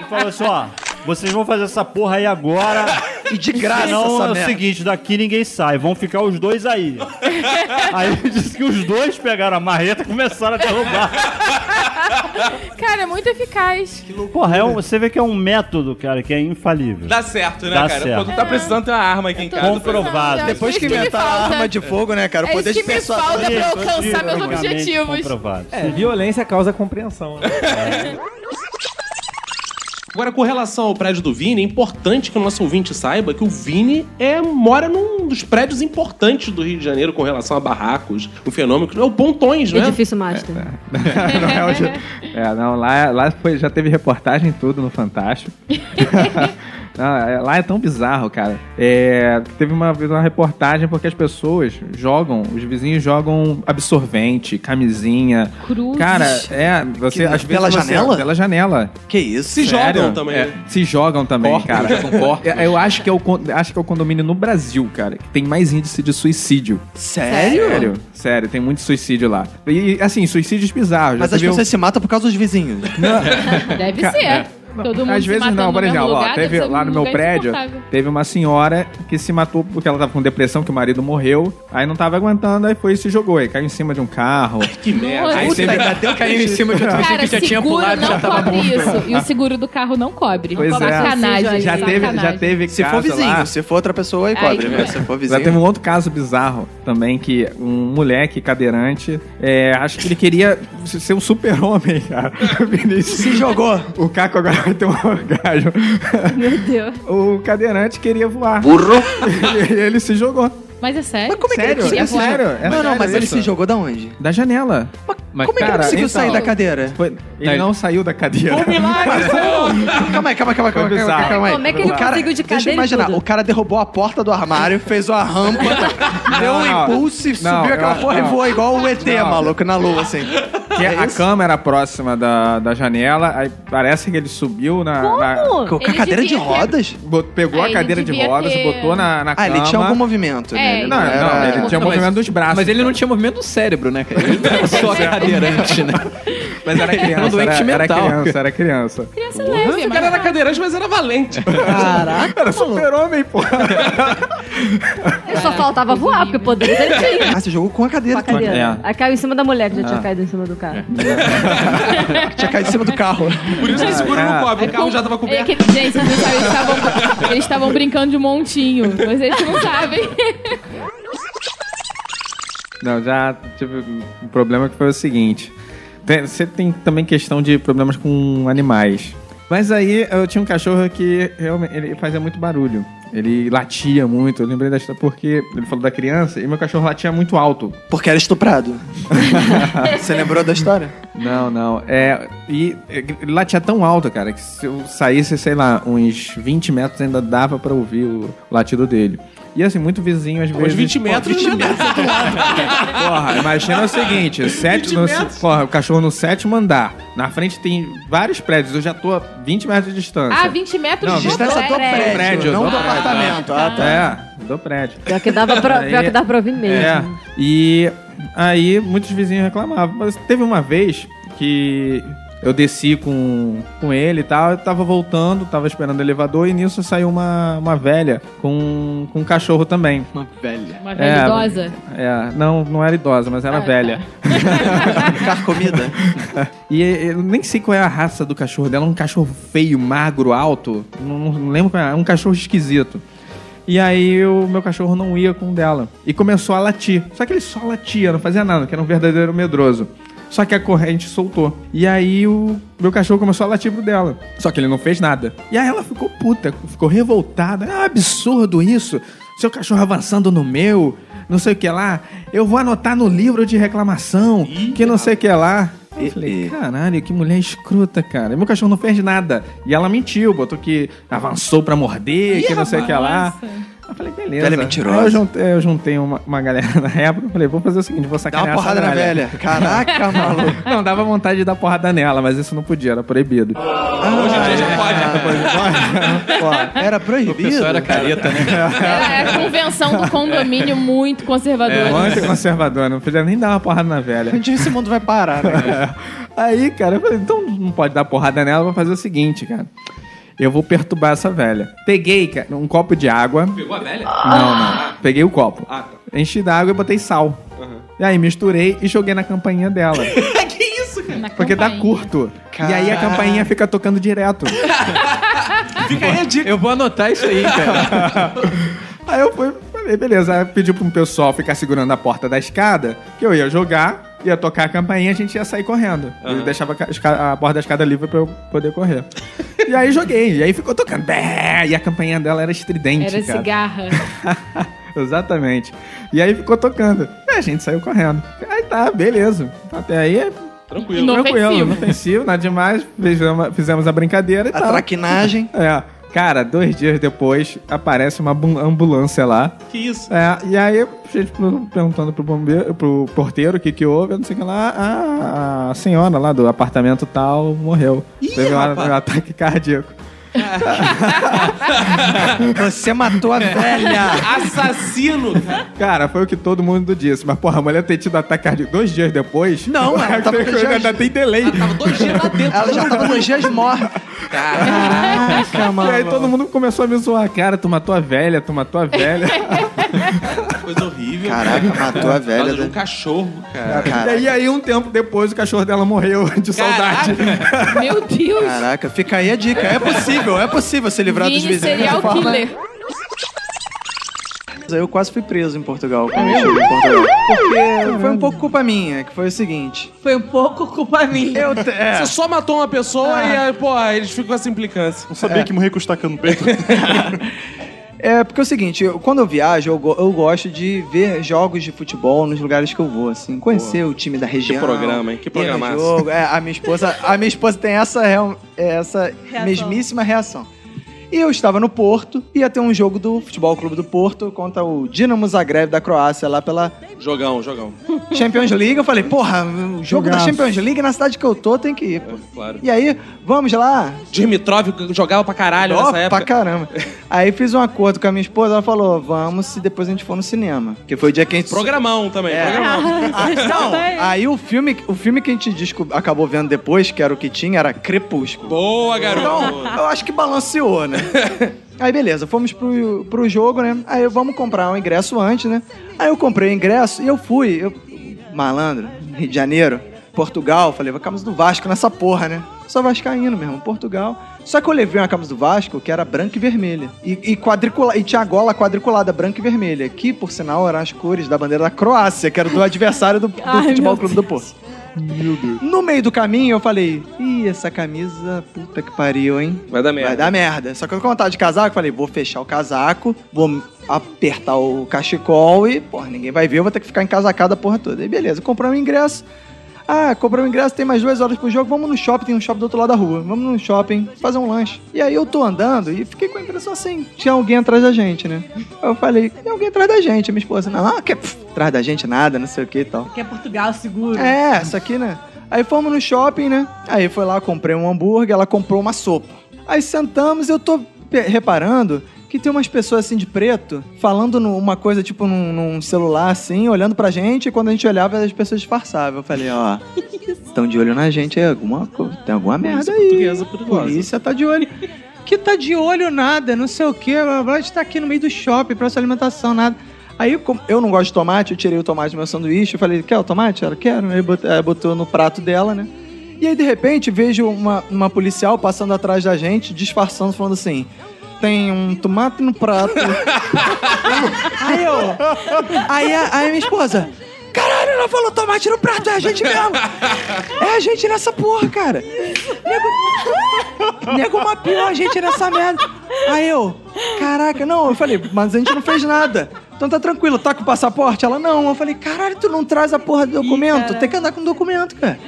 Speaker 15: e falou assim: Ó, vocês vão fazer essa porra aí agora. E de
Speaker 22: graça
Speaker 15: Senão
Speaker 22: essa
Speaker 15: é o
Speaker 22: merda.
Speaker 15: seguinte: daqui ninguém sai, vão ficar os dois aí. aí disse que os dois pegaram a marreta e começaram a derrubar.
Speaker 4: [LAUGHS] Cara, é muito eficaz. Que louco.
Speaker 15: Porra, é um- você vê que é um método, cara, que é infalível.
Speaker 2: Dá certo, né,
Speaker 15: Dá
Speaker 2: cara?
Speaker 15: certo.
Speaker 2: Pô, tu tá precisando ter uma arma aqui em casa.
Speaker 15: Comprovado.
Speaker 3: Depois que inventaram a arma de fogo, né, cara? O
Speaker 2: É
Speaker 3: poder
Speaker 2: isso
Speaker 3: de
Speaker 2: que me
Speaker 3: persuasão.
Speaker 2: falta pra eu
Speaker 3: das pessoas
Speaker 2: alcançar meus
Speaker 3: realmente
Speaker 2: objetivos.
Speaker 14: É,
Speaker 15: comprovado.
Speaker 2: [LAUGHS]
Speaker 9: É, violência causa compreensão. né?
Speaker 2: Agora, com relação ao prédio do Vini, é importante que o nosso ouvinte saiba que o Vini é, mora num dos prédios importantes do Rio de Janeiro com relação a barracos, um fenômeno que é o Pontões, né?
Speaker 6: Edifício Master.
Speaker 8: [LAUGHS]
Speaker 9: não é hoje. É, não, lá, lá foi- já teve reportagem e tudo
Speaker 2: [LAUGHS]
Speaker 9: no Fantástico. Não, é- lá é tão bizarro, cara. É, teve uma vez uma reportagem porque as pessoas jogam, os vizinhos jogam absorvente, camisinha.
Speaker 4: Cruzes.
Speaker 9: Cara, é. Você,
Speaker 4: Que-
Speaker 9: às vezes
Speaker 4: pela
Speaker 9: você-
Speaker 4: janela?
Speaker 9: Pela janela. É,
Speaker 2: Que isso? Se jogam também, né?
Speaker 9: se jogam também, cara.
Speaker 2: jogam corpos.
Speaker 9: É, Eu acho que, é o, con- acho que é o condomínio no Brasil, cara, que tem mais índice de suicídio.
Speaker 2: Sério?
Speaker 9: Sério, sério, tem muito suicídio lá. E, assim, suicídios bizarros. já
Speaker 8: Mas as
Speaker 9: teve um-
Speaker 8: pessoas se matam por causa dos vizinhos.
Speaker 9: [LAUGHS]
Speaker 5: Deve
Speaker 9: Ca-
Speaker 5: ser.
Speaker 9: é.
Speaker 5: Todo mundo
Speaker 9: Às
Speaker 5: se
Speaker 9: vezes
Speaker 5: matando
Speaker 9: não,
Speaker 5: no
Speaker 9: por
Speaker 5: mesmo
Speaker 9: exemplo, ó,
Speaker 5: lugar,
Speaker 9: teve
Speaker 5: deve ser
Speaker 9: lá no
Speaker 5: um
Speaker 9: meu
Speaker 5: lugar
Speaker 9: prédio,
Speaker 5: insuportável.
Speaker 9: teve uma senhora que se matou porque ela tava com depressão, que o marido morreu, aí não tava aguentando, aí foi e se jogou, aí caiu em cima de um carro.
Speaker 2: [LAUGHS] que
Speaker 9: merda. Aí
Speaker 5: Puta,
Speaker 9: teve...
Speaker 5: ainda deu
Speaker 9: caiu um em cima de outro
Speaker 5: Cara, seguro não cobre isso. E o seguro do carro não cobre.
Speaker 9: Pois é.
Speaker 5: Sacanagem.
Speaker 9: Já teve, já
Speaker 5: sacanagem.
Speaker 9: teve
Speaker 8: Se
Speaker 9: caso
Speaker 8: for vizinho,
Speaker 9: lá. Ah,
Speaker 8: se for outra pessoa, aí
Speaker 5: Ai,
Speaker 8: cobre, né? Se for vizinho.
Speaker 9: Já teve um outro caso bizarro também, que um moleque cadeirante, é, acho que ele queria se- ser um super-homem,
Speaker 8: [LAUGHS]
Speaker 9: cara. O Vinícius se jogou. O Caco agora vai ter um orgasmo.
Speaker 5: Meu Deus.
Speaker 9: O cadeirante queria voar. Burro! E ele se jogou.
Speaker 5: Mas é sério? Mas
Speaker 9: como é que ele queria voar? Não, não, mas ele se jogou
Speaker 8: da onde?
Speaker 9: Da janela. Mas, então,
Speaker 8: como é que ele conseguiu sair da cadeira? um
Speaker 9: Foi- ele não saiu da cadeira. [LAUGHS]
Speaker 8: calma aí, calma aí, calma aí, calma aí, calma aí,
Speaker 9: bizarro.
Speaker 8: calma aí.
Speaker 9: Como é que ele
Speaker 8: O cara-
Speaker 9: conseguiu de
Speaker 8: Deixa
Speaker 9: cadeira
Speaker 8: eu
Speaker 9: e
Speaker 8: imaginar,
Speaker 9: tudo?
Speaker 8: o cara derrubou a porta do armário, fez uma rampa, deu um
Speaker 9: [LAUGHS] não.
Speaker 8: impulso, e
Speaker 9: Não,
Speaker 8: subiu aquela
Speaker 9: eu-
Speaker 8: porra e
Speaker 9: não.
Speaker 8: voou igual o ET,
Speaker 9: Não.
Speaker 8: maluco, na lua, assim.
Speaker 9: Que é a cama era próxima da, da janela, aí parece que ele subiu na.
Speaker 8: Como?
Speaker 9: na...
Speaker 8: Com a Ele cadeira de devia ter- rodas?
Speaker 9: Bot- Pegou
Speaker 8: É,
Speaker 9: a
Speaker 8: ele
Speaker 9: cadeira de
Speaker 8: devia
Speaker 9: rodas,
Speaker 8: ter-
Speaker 9: botou na, na
Speaker 8: Ah,
Speaker 9: cama.
Speaker 8: ele tinha algum movimento, né? É, Ele
Speaker 9: Não,
Speaker 8: não
Speaker 9: não,
Speaker 8: era-
Speaker 9: ele tinha um [LAUGHS]
Speaker 8: Mas-
Speaker 9: movimento dos braços.
Speaker 14: Mas ele não tinha movimento do cérebro, né, cara?
Speaker 9: [LAUGHS]
Speaker 14: Ele não era só
Speaker 8: [LAUGHS]
Speaker 14: cadeirante, né?
Speaker 9: Mas era
Speaker 14: Era um
Speaker 9: criança.
Speaker 14: doente
Speaker 9: Era, era
Speaker 14: mental.
Speaker 9: criança, era criança.
Speaker 2: Criança leve, O cara era cadeirante, mas é. era valente.
Speaker 9: Caraca, era super-homem, pô.
Speaker 6: Ele só faltava voar, porque poderia ele tinha.
Speaker 8: Ah, você jogou com a cadeira.
Speaker 6: Com a
Speaker 2: É.
Speaker 6: cadeira.
Speaker 9: É.
Speaker 6: Aí caiu em cima da mulher que já tinha
Speaker 8: Ah.
Speaker 6: caído em cima do cara.
Speaker 8: Tinha caído em cima do carro.
Speaker 2: Por isso que seguro não
Speaker 9: [LAUGHS]
Speaker 2: cobre, o carro já tava
Speaker 5: É
Speaker 2: coberto.
Speaker 5: que, gente, vocês não sabem, eles estavam- eles estavam brincando de montinho. Vocês não sabem.
Speaker 9: Não, já tive um problema que foi o seguinte. Tem- Você tem também questão de problemas com animais. Mas aí eu tinha um cachorro que realmente ele fazia muito barulho. Ele latia muito. Eu lembrei da história porque ele falou da criança e meu cachorro latia muito alto.
Speaker 8: Porque era estuprado. Você lembrou da história?
Speaker 9: Não, não. É, e é, ele latia tão alto, cara, que se eu saísse, sei lá, uns 20 metros ainda dava pra ouvir o latido dele. E assim, muito vizinho às vezes.
Speaker 2: Uns 20 metros, né? 20 metros.
Speaker 9: [LAUGHS] Porra, imagina o seguinte: sete, no, porra, o cachorro no sétimo andar. Na frente tem vários prédios. Eu já tô a 20 metros de distância.
Speaker 5: Ah, 20 metros
Speaker 9: Não,
Speaker 5: de
Speaker 9: distância
Speaker 4: um
Speaker 9: do um prédio, não do apartamento.
Speaker 8: Ah,
Speaker 9: É, do prédio.
Speaker 6: Pior que dava pra,
Speaker 9: Aí-
Speaker 6: pior que dava pra ouvir mesmo.
Speaker 9: É. E aí muitos vizinhos reclamavam. Mas teve uma vez que eu desci com, com ele e tal, eu tava voltando, tava esperando o elevador e nisso saiu uma, uma velha com, com um cachorro também. Uma velha. Ah, tá.
Speaker 5: Uma velha idosa?
Speaker 9: É, não, não era idosa, mas era [LAUGHS] velha.
Speaker 8: Carcomida?
Speaker 9: [LAUGHS] E eu nem sei qual é a raça do cachorro dela, é um cachorro feio, magro, alto. Não, não lembro qual é, é um cachorro esquisito. E aí o meu cachorro não ia com o dela. E começou a latir. Só que ele só latia, não fazia nada, que era um verdadeiro medroso. Só que a corrente soltou. E aí o meu cachorro começou a latir pro dela. Só que ele não fez nada. E aí ela ficou puta, ficou revoltada. Ah, absurdo isso! Seu cachorro avançando no meu, não sei o que lá. Eu vou anotar no livro de reclamação, que não sei o que lá. Eu falei, caralho, que mulher escrota, cara. E Meu cachorro não fez nada. E ela mentiu, botou que avançou pra morder, que não sei o que lá. Eu falei, beleza.
Speaker 8: Velha é mentirosa.
Speaker 9: Aí eu juntei, eu juntei uma, uma galera [LAUGHS] na época e falei, vou fazer o seguinte, vou sacanear
Speaker 8: uma porrada
Speaker 9: essa
Speaker 8: na velha. Caraca, maluco.
Speaker 9: [LAUGHS] Não, dava vontade de dar porrada nela, mas isso não podia, era proibido.
Speaker 8: Ah,
Speaker 9: É.
Speaker 8: Hoje em dia já pode. né? [LAUGHS] era proibido. Isso era
Speaker 14: careta, né?
Speaker 5: É a
Speaker 9: [LAUGHS]
Speaker 5: convenção do condomínio muito
Speaker 9: É,
Speaker 5: conservadora.
Speaker 9: muito conservador, não podia nem dar uma porrada na velha.
Speaker 8: Um dia esse mundo vai parar, né?
Speaker 9: É. Aí, cara, eu falei, então não pode dar porrada nela, eu vou fazer o seguinte, cara. Eu vou perturbar essa velha. Peguei, cara, um copo de água.
Speaker 2: Pegou a velha?
Speaker 9: Não, não. Peguei o copo.
Speaker 2: Ah, tá.
Speaker 9: Enchi d'água e botei sal. E aí misturei e joguei na
Speaker 2: [LAUGHS]
Speaker 9: campainha dela.
Speaker 2: tá. que isso, cara?
Speaker 9: porque dá curto. E aí a
Speaker 14: Caraca.
Speaker 9: campainha fica tocando direto.
Speaker 14: [LAUGHS] Fica aí a dica. Eu vou anotar isso aí, cara.
Speaker 9: [LAUGHS] um Aí eu fui, falei, beleza. Aí eu pedi pro pessoal ficar segurando a porta da escada, que eu ia jogar. ia tocar a campainha, a gente ia sair correndo.
Speaker 26: Aham.
Speaker 9: Eu deixava a ca- esca- a borda da escada livre pra eu poder
Speaker 14: [LAUGHS]
Speaker 9: correr. e aí joguei, e aí ficou tocando. bé, E a campainha dela era estridente,
Speaker 5: Era
Speaker 9: cara.
Speaker 5: cigarra.
Speaker 9: [LAUGHS] Exatamente. E aí ficou tocando. E a gente saiu correndo. Aí tá, beleza. Até aí é
Speaker 4: Tranquilo.
Speaker 9: tranquilo,
Speaker 4: Inofensivo.
Speaker 9: inofensivo, nada demais. Fizemos, fizemos a brincadeira e
Speaker 4: A
Speaker 9: tal.
Speaker 4: traquinagem.
Speaker 9: [LAUGHS] É. Cara, dois dias depois aparece uma bu- ambulância lá.
Speaker 19: Que isso?
Speaker 9: É, e aí, a gente perguntando pro bombeiro, pro porteiro o que que houve, eu não sei o que lá. Ah, a senhora lá do apartamento tal morreu. Teve um,
Speaker 3: rapaz.
Speaker 9: um ataque cardíaco.
Speaker 3: [LAUGHS] Você matou
Speaker 2: É.
Speaker 3: a velha.
Speaker 19: Assassino, cara.
Speaker 9: Cara, foi o que todo mundo disse. Mas, porra, a mulher ter tido ataque cardíaco dois dias depois.
Speaker 3: Não, ela
Speaker 9: ela
Speaker 3: tava
Speaker 9: tem,
Speaker 3: dois dias-
Speaker 9: ainda tem delay.
Speaker 3: Ela já tava no dias mortos.
Speaker 9: [LAUGHS]
Speaker 3: Caraca, mano.
Speaker 9: E aí tá todo mundo começou a me zoar. Cara, tu matou a velha, tu matou a velha. [LAUGHS]
Speaker 19: Coisa horrível.
Speaker 9: Caraca,
Speaker 19: cara.
Speaker 9: matou a velha,
Speaker 19: Por causa de
Speaker 9: né?
Speaker 19: um cachorro, cara.
Speaker 9: E aí, aí, um tempo depois, o cachorro dela morreu [LAUGHS] de saudade.
Speaker 5: [LAUGHS] Meu Deus.
Speaker 3: Caraca, fica aí a dica. É possível, é possível se livrar dos
Speaker 5: Vini
Speaker 3: vizinhos.
Speaker 5: serial
Speaker 3: dessa forma.
Speaker 5: killer.
Speaker 3: Mas aí Eu quase fui preso em Portugal. Quando eu cheguei em Portugal. Porque foi um pouco culpa minha, que foi o seguinte.
Speaker 5: Foi um pouco culpa minha.
Speaker 3: Eu te- é.
Speaker 2: Você só matou uma pessoa e, aí, pô, eles ficam com essa implicância. Não
Speaker 3: sabia É. que
Speaker 2: morrer com o estacando peito.
Speaker 3: [LAUGHS] É, porque é o seguinte, eu- quando eu viajo, eu, go- eu gosto de ver jogos de futebol nos lugares que eu vou, assim, conhecer o time da região.
Speaker 2: programa, hein? Que
Speaker 3: ir no
Speaker 2: programaço.
Speaker 3: jogo. É, a minha esposa, a minha esposa tem essa, real- é, essa mesmíssima reação. E eu estava no Porto, ia ter um jogo do Futebol Clube do Porto contra o Dinamo Zagreb da Croácia, lá pela
Speaker 2: Jogão, jogão.
Speaker 3: Champions League. Eu falei, porra, o jogo
Speaker 2: Jogaço.
Speaker 3: da Champions League na cidade que eu tô tem que ir, pô.
Speaker 2: É, Claro.
Speaker 3: E aí, vamos lá,
Speaker 2: Dimitrov jogava pra caralho
Speaker 3: Ó,
Speaker 2: nessa época.
Speaker 3: Pra caramba. Aí fiz um acordo com a minha esposa, ela falou: vamos se depois a gente for no cinema. Que foi o dia que a
Speaker 2: [LAUGHS]
Speaker 3: gente.
Speaker 2: Programão também, programão.
Speaker 3: [LAUGHS] Ah,
Speaker 2: Então,
Speaker 3: não,
Speaker 2: é.
Speaker 3: aí o filme, o filme que a gente desco- acabou vendo depois, que era o que tinha, era Crepúsculo.
Speaker 2: Boa, garoto.
Speaker 3: Então, eu acho que balanceou,
Speaker 2: [LAUGHS]
Speaker 3: né? Aí beleza, fomos pro, pro jogo, né? Aí eu, vamos comprar um ingresso antes, né? Aí eu comprei o ingresso e eu fui. Eu, malandro, Rio de Janeiro, Portugal, falei, vou camisa do Vasco nessa porra, né? Só vascaíno mesmo, Portugal. Só que eu levei uma camisa do Vasco que era branca e vermelha. E, e, quadricula, e tinha a gola quadriculada, branca e vermelha. Que, por sinal, eram as cores da bandeira da Croácia, que era do adversário do, do
Speaker 5: Ai,
Speaker 3: Futebol
Speaker 5: meu
Speaker 3: Clube do Porto. Meu Deus. No meio do caminho, eu falei, ih, essa camisa, puta que pariu, hein?
Speaker 2: Vai dar merda.
Speaker 3: Vai dar merda. Só que eu, como eu tava de casaco, falei, vou fechar o casaco, vou apertar o cachecol e, porra, ninguém vai ver, eu vou ter que ficar encasacado a porra toda. E beleza, compramos o ingresso. Ah, compramos o ingresso, tem mais duas horas pro jogo, vamos no shopping, tem um shopping do outro lado da rua. Vamos no shopping fazer um lanche. E aí eu tô andando e fiquei com a impressão assim, tinha alguém atrás da gente, né? Aí Eu falei, tem alguém atrás da gente, a minha esposa, não, não, que pff, atrás da gente nada, não sei o que e tal.
Speaker 5: Que é Portugal seguro.
Speaker 3: É, isso aqui, né? Aí fomos no shopping, né? Aí foi lá, comprei um hambúrguer, ela comprou uma sopa. Aí sentamos, eu tô pe- reparando que tem umas pessoas assim de preto falando numa coisa tipo num, num celular assim, olhando pra gente, e quando a gente olhava as pessoas disfarçavam. Eu falei, ó, estão de olho na gente aí, alguma, co- tem alguma merda aí. Portuguesa, Polícia tá de olho. Que tá de olho nada, não sei o que, a gente tá aqui no meio do shopping, pra sua alimentação, nada. Aí, como eu não gosto de tomate, eu tirei o tomate do meu sanduíche, eu falei, quer o tomate? Ela, quero. Aí bot- ela botou no prato dela, né? E aí, de repente, vejo uma, uma policial passando atrás da gente, disfarçando, falando assim, tem um tomate no prato. aí eu... Aí, a- aí minha esposa... Caralho, ela falou tomate no prato, é a gente mesmo! É a gente nessa porra, cara! Nego, nego mapeou a gente nessa merda! Aí eu, caraca, não, eu falei, mas a gente não fez nada. Então tá tranquilo, tá com o passaporte? Ela, não. Eu falei, caralho, tu não traz a porra do documento? Tem que andar com documento, cara.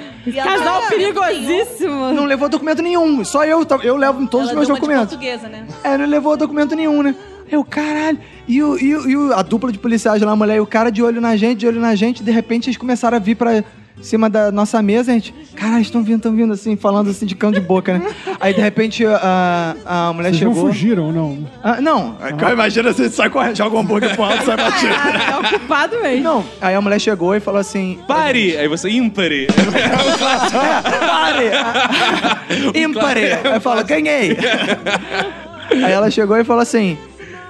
Speaker 5: Casal
Speaker 3: perigosíssimo. Não levou documento nenhum, só eu, tá- eu levo em todos os meus documentos.
Speaker 5: portuguesa, né?
Speaker 3: É, não levou documento nenhum, né? Eu, caralho. E, o, e, o- e o- a dupla de policiais lá, a mulher e o cara de olho na gente, de olho na gente. De repente, eles começaram a vir pra cima da nossa mesa. A gente, caralho, estão vindo, estão vindo, assim, falando assim de cão de boca, né? Aí, de repente, a, a mulher
Speaker 13: Vocês não
Speaker 3: chegou.
Speaker 13: fugiram, não?
Speaker 3: Ah, não.
Speaker 13: Ah.
Speaker 3: Imagina você sai correndo, joga um hambúrguer pro alto, sai [LAUGHS] batendo. É ocupado mesmo. Não. Aí a mulher chegou e falou assim:
Speaker 2: Pare! Aí você,
Speaker 3: [LAUGHS]
Speaker 2: ímpare.
Speaker 3: É
Speaker 2: [LAUGHS]
Speaker 3: Pare! Ímpare! Aí eu
Speaker 10: [LAUGHS]
Speaker 3: falo, ganhei! Aí ela chegou e falou assim: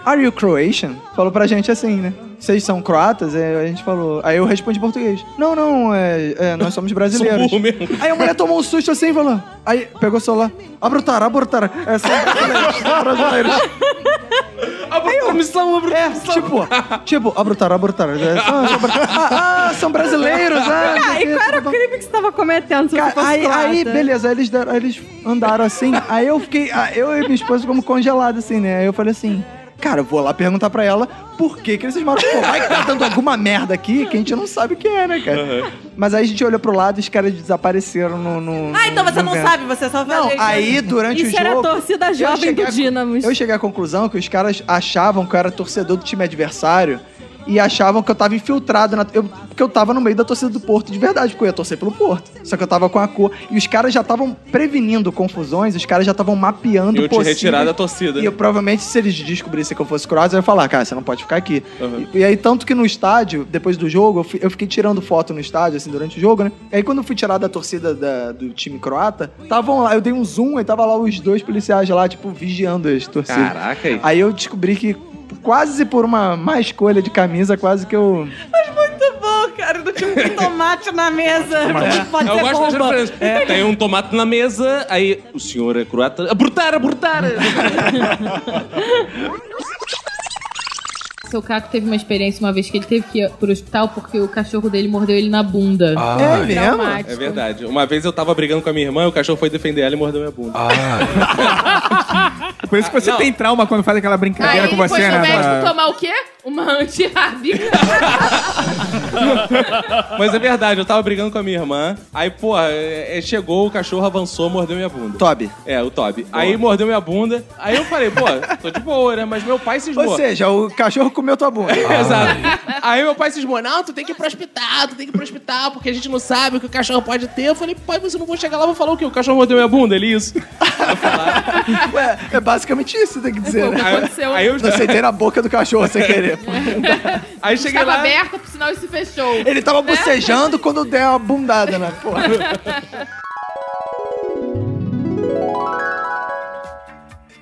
Speaker 3: Are you Croatian? Falou pra gente assim, né? Vocês são croatas? Aí a gente falou. Aí eu respondi em português. Não, não, é, é, nós somos brasileiros.
Speaker 2: Sou burro mesmo.
Speaker 3: Aí a mulher tomou um susto assim e falou. Aí pegou o celular. Abortar, abortar. É, são brasileiros. são brasileiros. Abrutamição, abrutamição. É, tipo, tipo, abrutar, abrutar. É, só- só abrutar. Ah, ah, são brasileiros. Ah, não sei
Speaker 10: Cara,
Speaker 3: o quê,
Speaker 10: e qual era o
Speaker 3: tudo bom.
Speaker 10: crime que você tava cometendo? Se
Speaker 3: Cara,
Speaker 10: você fosse
Speaker 3: aí,
Speaker 10: croata?
Speaker 3: aí, beleza, aí eles, deram- aí eles andaram assim. Aí eu fiquei, ah, eu e minha esposa ficamos congelados assim, né? Aí eu falei assim. Cara, eu vou lá perguntar pra ela por que que eles moram. Pô, vai que tá dando alguma merda aqui que a gente não sabe o que é, né, cara? Mas aí a gente olhou pro lado e os caras desapareceram no. no-
Speaker 10: Ah, então você
Speaker 3: no
Speaker 10: não
Speaker 3: vento.
Speaker 10: sabe, você só
Speaker 3: Não, aí durante o
Speaker 10: Isso
Speaker 3: jogo.
Speaker 10: era a torcida
Speaker 3: eu
Speaker 10: jovem
Speaker 3: cheguei
Speaker 10: do
Speaker 3: à-
Speaker 10: Dinamos.
Speaker 3: Eu cheguei à conclusão que os caras achavam que eu era torcedor do time adversário e achavam que eu tava infiltrado na. Eu, porque eu tava no meio da torcida do Porto de verdade, porque eu ia torcer pelo Porto. Só que eu tava com a cor. E os caras já estavam prevenindo confusões, os caras já estavam mapeando
Speaker 2: Eu te
Speaker 3: possíveis-
Speaker 2: retirar da torcida. né?
Speaker 3: E eu, provavelmente, se eles descobrissem que eu fosse croata, eu ia falar, cara, você não pode ficar aqui. E, e aí, tanto que no estádio, depois do jogo, eu, fui- eu fiquei tirando foto no estádio, assim, durante o jogo, né? E aí, quando eu fui tirar da torcida da- do time croata, estavam lá, eu dei um zoom e tava lá os dois policiais lá, tipo, vigiando as torcidas.
Speaker 2: Caraca, aí.
Speaker 3: Aí eu descobri que, quase por uma má escolha de camisa, quase que eu.
Speaker 10: Muito bom, cara. Do time
Speaker 3: [LAUGHS]
Speaker 10: tem tomate na mesa. Pode
Speaker 2: eu
Speaker 10: ser
Speaker 2: gosto das
Speaker 10: bomba.
Speaker 2: referências.
Speaker 3: É.
Speaker 2: Tem um tomate na mesa, aí o senhor é croata. Abortar, abortar!
Speaker 5: Seu Caco teve uma experiência uma vez que ele teve que ir pro hospital porque o cachorro dele mordeu ele na bunda. Traumático.
Speaker 2: Ah, É verdade. Uma vez eu tava brigando com a minha irmã, o cachorro foi defender ela e mordeu minha bunda.
Speaker 3: Ah,
Speaker 9: Por isso que Tipo, você tem trauma quando faz aquela brincadeira
Speaker 4: Aí
Speaker 9: com
Speaker 4: depois
Speaker 9: você,
Speaker 4: do
Speaker 9: né?
Speaker 4: médico
Speaker 9: Rafa?
Speaker 4: tomar o quê? Uma
Speaker 2: [LAUGHS]
Speaker 4: antirrábica.
Speaker 2: Mas é verdade, eu tava brigando com a minha irmã. Aí, porra, é, é, chegou, o cachorro avançou, mordeu minha bunda.
Speaker 3: Toby.
Speaker 2: É, o Toby. Aí mordeu minha bunda. Aí eu falei, pô, tô de boa, né? Mas meu pai se esmou.
Speaker 3: Ou seja, o cachorro comeu tua
Speaker 2: [LAUGHS]
Speaker 3: bunda.
Speaker 2: Exato. Aí meu pai se esmou, não, tu tem que ir pro hospital, tu tem que ir pro hospital, porque a gente não sabe o que o cachorro pode ter. Eu falei, pai, mas eu não vou chegar lá, vou falar o quê? O cachorro mordeu minha bunda, ele isso?
Speaker 3: [LAUGHS] Ué, é basicamente isso, tem que dizer, né?
Speaker 2: Aí- aconteceu. aí eu-
Speaker 3: Não aceitei na boca do cachorro sem querer. pô.
Speaker 2: Aí
Speaker 3: cheguei
Speaker 4: Estava
Speaker 3: lá-
Speaker 4: aberta, por sinal, e se fechou.
Speaker 3: Ele tava
Speaker 4: Né?
Speaker 3: bocejando quando der uma bundada
Speaker 11: né,
Speaker 3: na porra.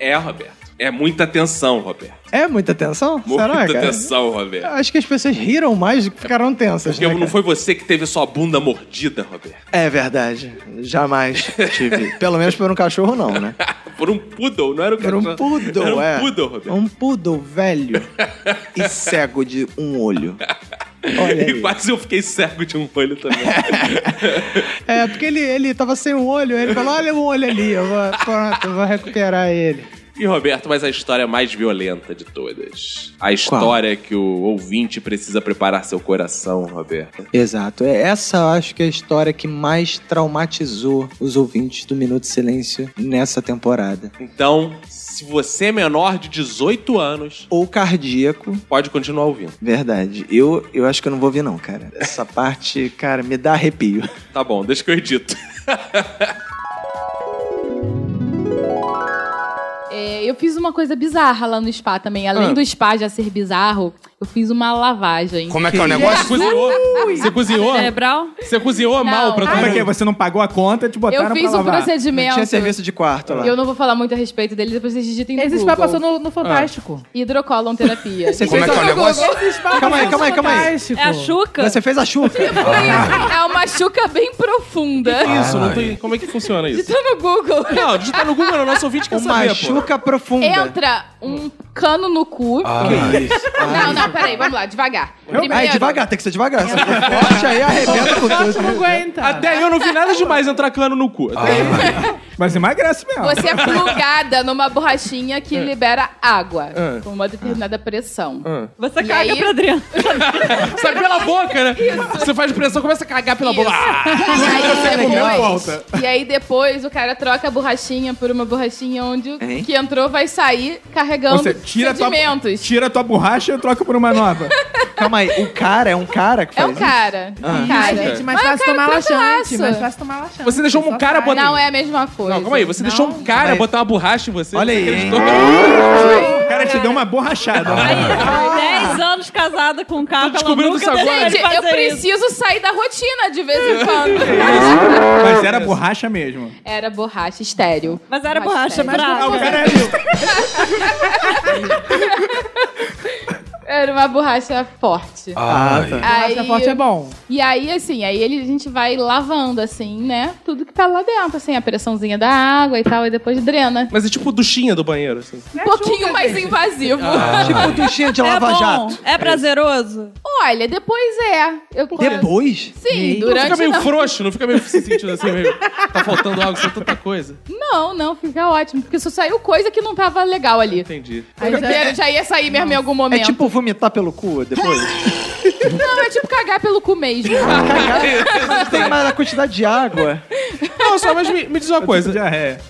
Speaker 2: É, Roberto. É muita tensão, Roberto.
Speaker 11: É muita tensão?
Speaker 2: Muita
Speaker 11: Será, cara?
Speaker 2: tensão, Roberto.
Speaker 11: Acho que as pessoas riram mais do que ficaram tensas. né,
Speaker 2: Porque não foi você que teve sua bunda mordida, Roberto.
Speaker 3: É verdade. Jamais tive. Pelo menos por um cachorro, não, né?
Speaker 2: [LAUGHS] Por um poodle, não era o
Speaker 3: Por um
Speaker 2: cachorro.
Speaker 3: poodle,
Speaker 2: Era um
Speaker 3: é.
Speaker 2: poodle, Roberto.
Speaker 3: Um poodle velho e cego de
Speaker 2: [LAUGHS]
Speaker 3: um olho.
Speaker 2: e quase eu fiquei cego de um olho
Speaker 3: [LAUGHS]
Speaker 2: também.
Speaker 11: É, porque ele, ele tava sem o olho, ele falou: olha o olho ali, eu vou, pronto, eu vou recuperar ele.
Speaker 2: e, Roberto, mas a história mais violenta de todas. A história que o ouvinte precisa preparar seu coração, Roberto.
Speaker 11: Exato. É
Speaker 3: Essa eu acho que é a história que mais traumatizou os ouvintes do Minuto de Silêncio nessa temporada.
Speaker 2: Então, se você é menor de 18 anos...
Speaker 3: Ou cardíaco...
Speaker 2: Pode continuar ouvindo.
Speaker 3: Verdade. Eu, eu acho que eu não vou ouvir, não, cara. Essa parte, cara, me dá arrepio.
Speaker 2: Tá bom, deixa que eu edito.
Speaker 10: [LAUGHS]
Speaker 4: É, eu fiz uma coisa bizarra lá no spa também. Além
Speaker 2: Ah.
Speaker 4: do spa já ser bizarro, eu fiz uma lavagem.
Speaker 2: Como é que é o negócio? Você cozinhou? Você cozinhou?
Speaker 4: Cerebral?
Speaker 2: Você cozinhou
Speaker 4: mal pra
Speaker 9: Como é
Speaker 4: comer?
Speaker 9: que é? Você não pagou a conta, te botaram
Speaker 4: Eu fiz
Speaker 9: pra
Speaker 4: um
Speaker 9: lavar.
Speaker 4: procedimento.
Speaker 3: de quarto
Speaker 4: Eu não vou falar muito a respeito dele, depois vocês digitem no
Speaker 5: Esse
Speaker 4: Google.
Speaker 5: spa passou no,
Speaker 4: Ah.
Speaker 5: no Fantástico.
Speaker 4: Hidrocolon terapia.
Speaker 5: Você Como fez é que é o no Google? negócio? Esse spa
Speaker 3: Calma aí,
Speaker 5: passou
Speaker 3: calma aí,
Speaker 5: no
Speaker 3: calma aí.
Speaker 5: Fantástico. É a chuca?
Speaker 3: Você fez a Ah. chuca?
Speaker 4: É uma chuca bem profunda.
Speaker 2: Isso, não tem... Como é que funciona isso?
Speaker 4: Digita no Google.
Speaker 2: Não, digita no Google, é o nosso ouvinte quer
Speaker 3: Uma
Speaker 2: saber, pô.
Speaker 3: chuca profunda.
Speaker 4: Entra um cano no cu.
Speaker 3: Que isso?
Speaker 4: Não, não, peraí, vamos lá, devagar.
Speaker 3: Ah, é devagar, tem que ser devagar. Essa foi forte aí arrebenta com tudo. Ah,
Speaker 2: Até eu não vi nada demais entrar cano no cu.
Speaker 9: Mas emagrece mesmo.
Speaker 4: Você é plugada numa borrachinha
Speaker 2: É.
Speaker 4: que libera água
Speaker 3: É.
Speaker 2: Ah.
Speaker 4: com uma determinada pressão.
Speaker 2: Ah.
Speaker 4: Você caga pra dentro.
Speaker 2: Sai pela boca, né? Você faz pressão, começa a cagar pela boca. Ah!
Speaker 4: E aí, é depois,
Speaker 2: volta.
Speaker 4: e aí depois o cara troca a borrachinha por uma borrachinha onde o
Speaker 9: Hein?
Speaker 4: que entrou vai sair carregando
Speaker 9: Você tira a tua,
Speaker 4: sedimentos.
Speaker 9: tira a tua borracha e troca por uma nova.
Speaker 3: Calma aí, o cara é um cara que
Speaker 4: É um cara.
Speaker 9: Ah.
Speaker 4: um cara.
Speaker 9: Ai, gente,
Speaker 5: mais
Speaker 4: Mas
Speaker 5: fácil
Speaker 4: o cara
Speaker 5: tomar
Speaker 4: tranquilaço.
Speaker 5: laxante, mais fácil tomar laxante.
Speaker 2: Você deixou um cara botar.
Speaker 4: Não é a mesma coisa.
Speaker 2: Não, calma aí, você deixou um cara botar uma borracha em você. Olha aí.
Speaker 9: O cara te deu uma borrachada.
Speaker 2: Ah.
Speaker 10: Dez anos casada com um cara.
Speaker 2: descobrindo isso agora.
Speaker 4: Gente, eu preciso sair da rotina de vez
Speaker 2: [LAUGHS]
Speaker 4: em quando.
Speaker 9: Mas é. era borracha mesmo.
Speaker 4: Era borracha estéreo.
Speaker 10: Mas era
Speaker 4: Ah, é
Speaker 10: borracha
Speaker 4: estéreo.
Speaker 10: brava.
Speaker 9: Ah, o cara é
Speaker 4: era uma borracha forte.
Speaker 27: Ah, tá.
Speaker 1: Borracha forte é bom.
Speaker 4: E aí, assim, aí ele, a gente vai lavando, assim, né? Tudo que tá lá dentro, assim, a pressãozinha da água e tal, e depois drena.
Speaker 2: Mas é tipo duchinha do banheiro, assim.
Speaker 4: Um pouquinho mais invasivo.
Speaker 2: Ah. Tipo
Speaker 4: duchinha
Speaker 2: de Lava Jato.
Speaker 4: É prazeroso? Olha, depois é. Eu,
Speaker 2: Depois?
Speaker 4: Sim,
Speaker 2: Não
Speaker 4: durante
Speaker 2: fica meio
Speaker 4: não.
Speaker 2: frouxo, não fica meio se sentindo assim, meio. Tá faltando algo, só tanta coisa.
Speaker 4: Não, não, fica ótimo. Porque só saiu coisa que não tava legal ali.
Speaker 2: Entendi.
Speaker 4: Aí já, já ia sair mesmo em algum momento.
Speaker 8: É tipo vomitar pelo cu
Speaker 3: [LAUGHS]
Speaker 8: depois.
Speaker 4: Não, é tipo cagar pelo
Speaker 2: [LAUGHS]
Speaker 4: cu mesmo.
Speaker 8: Não tem mais a quantidade de água.
Speaker 2: Não, só, mas me, me diz uma coisa.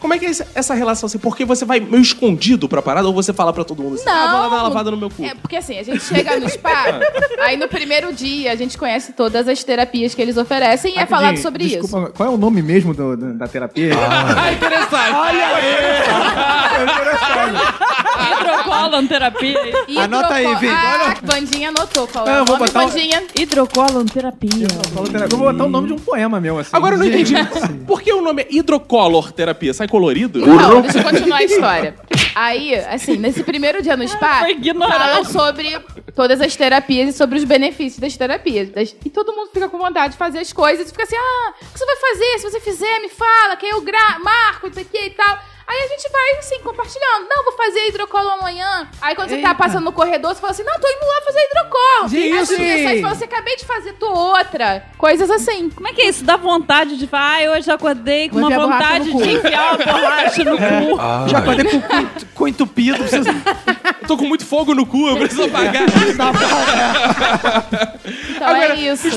Speaker 2: Como é que é essa- essa relação assim? Porque você vai meio escondido pra parada ou você fala pra todo mundo assim, ah, vou lá dar uma lavada no meu cu.
Speaker 4: É porque assim, a gente chega no spa, aí no primeiro dia a gente conhece todas as terapias que eles oferecem e é falado sobre isso.
Speaker 9: Desculpa, qual é o nome mesmo do- do- da terapia?
Speaker 4: Ah, interessante. Olha aí. Hidrocolam terapia. é
Speaker 9: Anota aí, Vitor.
Speaker 4: Ah, Bandinha anotou qual é
Speaker 9: Ah,
Speaker 4: o
Speaker 9: eu vou
Speaker 4: nome,
Speaker 9: botar o-
Speaker 4: Bandinha. Hidrocolam terapia.
Speaker 9: Eu vou botar o nome de um poema meu, assim.
Speaker 2: Agora eu não entendi. Por que o nome é hidrocolor terapia? Sai colorido?
Speaker 4: Não, deixa eu continuar a história. Aí, assim, nesse primeiro dia no spa, falam sobre todas as terapias e sobre os benefícios das terapias. das- E todo mundo fica com vontade de fazer as coisas e fica assim: ah, o que você vai fazer? Se você fizer, me fala, quem eu gra marco, isso aqui e tal. Aí a gente vai, assim, compartilhando. Não, vou fazer hidrocolo amanhã. Aí quando você tá
Speaker 21: Eita.
Speaker 4: passando no corredor, você fala assim, não, tô indo lá fazer hidrocolo.
Speaker 21: Que
Speaker 4: Aí
Speaker 21: isso,
Speaker 4: as pessoas
Speaker 21: gente?
Speaker 4: falam, você acabei de fazer, tô outra. Coisas assim.
Speaker 28: Como é que é isso? Dá vontade de falar, ai, hoje eu acordei com
Speaker 4: Vou
Speaker 28: uma
Speaker 4: enfiar a borracha
Speaker 28: vontade
Speaker 4: no
Speaker 28: de
Speaker 4: cu."
Speaker 28: enfiar uma borracha no
Speaker 2: É.
Speaker 28: cu.
Speaker 2: Já
Speaker 4: acordei
Speaker 2: com o cu, entupido. Preciso... Tô com muito fogo no cu, eu preciso apagar.
Speaker 4: [LAUGHS] Tá Então é isso.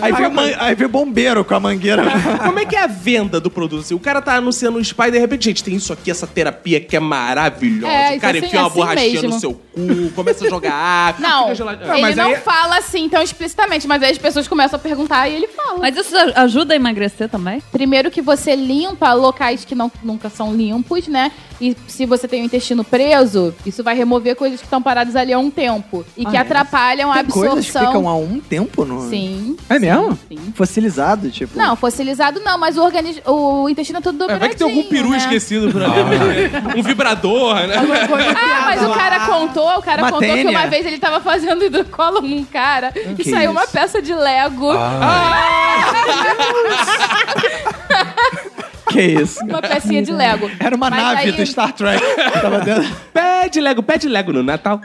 Speaker 2: Aí vem,
Speaker 8: bombeiro com a mangueira.
Speaker 2: Como é que é a venda do produto? Assim, o cara tá anunciando um spa e de repente, gente, tem isso aqui, essa terapia que é maravilhosa.
Speaker 4: É,
Speaker 2: o cara
Speaker 4: isso assim-
Speaker 2: enfia uma
Speaker 4: assim
Speaker 2: borrachinha
Speaker 4: mesmo.
Speaker 2: no seu cu, começa a jogar água.
Speaker 4: Não,
Speaker 2: Ah, fica gelado.
Speaker 4: ele não fala assim tão explicitamente, mas aí as pessoas começam a perguntar e ele fala.
Speaker 28: Mas isso aj- ajuda a emagrecer também?
Speaker 4: Primeiro que você limpa locais que não, nunca são limpos, né? E se você tem o intestino preso, isso vai remover coisas que estão paradas ali há um tempo. E que
Speaker 3: Ah, é?
Speaker 4: atrapalham a
Speaker 3: Tem
Speaker 4: absorção.
Speaker 3: coisas que ficam há um tempo no...
Speaker 4: Sim.
Speaker 3: É mesmo? Fossilizado, tipo...
Speaker 4: Não, fossilizado não, mas o, organismo, o intestino é todo
Speaker 2: É,
Speaker 4: dobradinho,
Speaker 2: vai que tem algum peru
Speaker 4: né?
Speaker 2: esquecido por ali. Um vibrador, né?
Speaker 4: Ah, mas o cara contou, o cara
Speaker 2: Uma
Speaker 4: contou que
Speaker 2: tênia.
Speaker 4: uma vez ele tava fazendo hidrocolo num cara e
Speaker 2: Que é
Speaker 4: saiu uma
Speaker 2: isso?
Speaker 4: peça de Lego. Ah!
Speaker 8: Que isso?
Speaker 4: Uma pecinha de Lego.
Speaker 8: Era uma
Speaker 4: Mas
Speaker 8: nave
Speaker 4: aí-
Speaker 8: do Star Trek. Tava dentro.
Speaker 2: Pede Lego, pede Lego no Natal.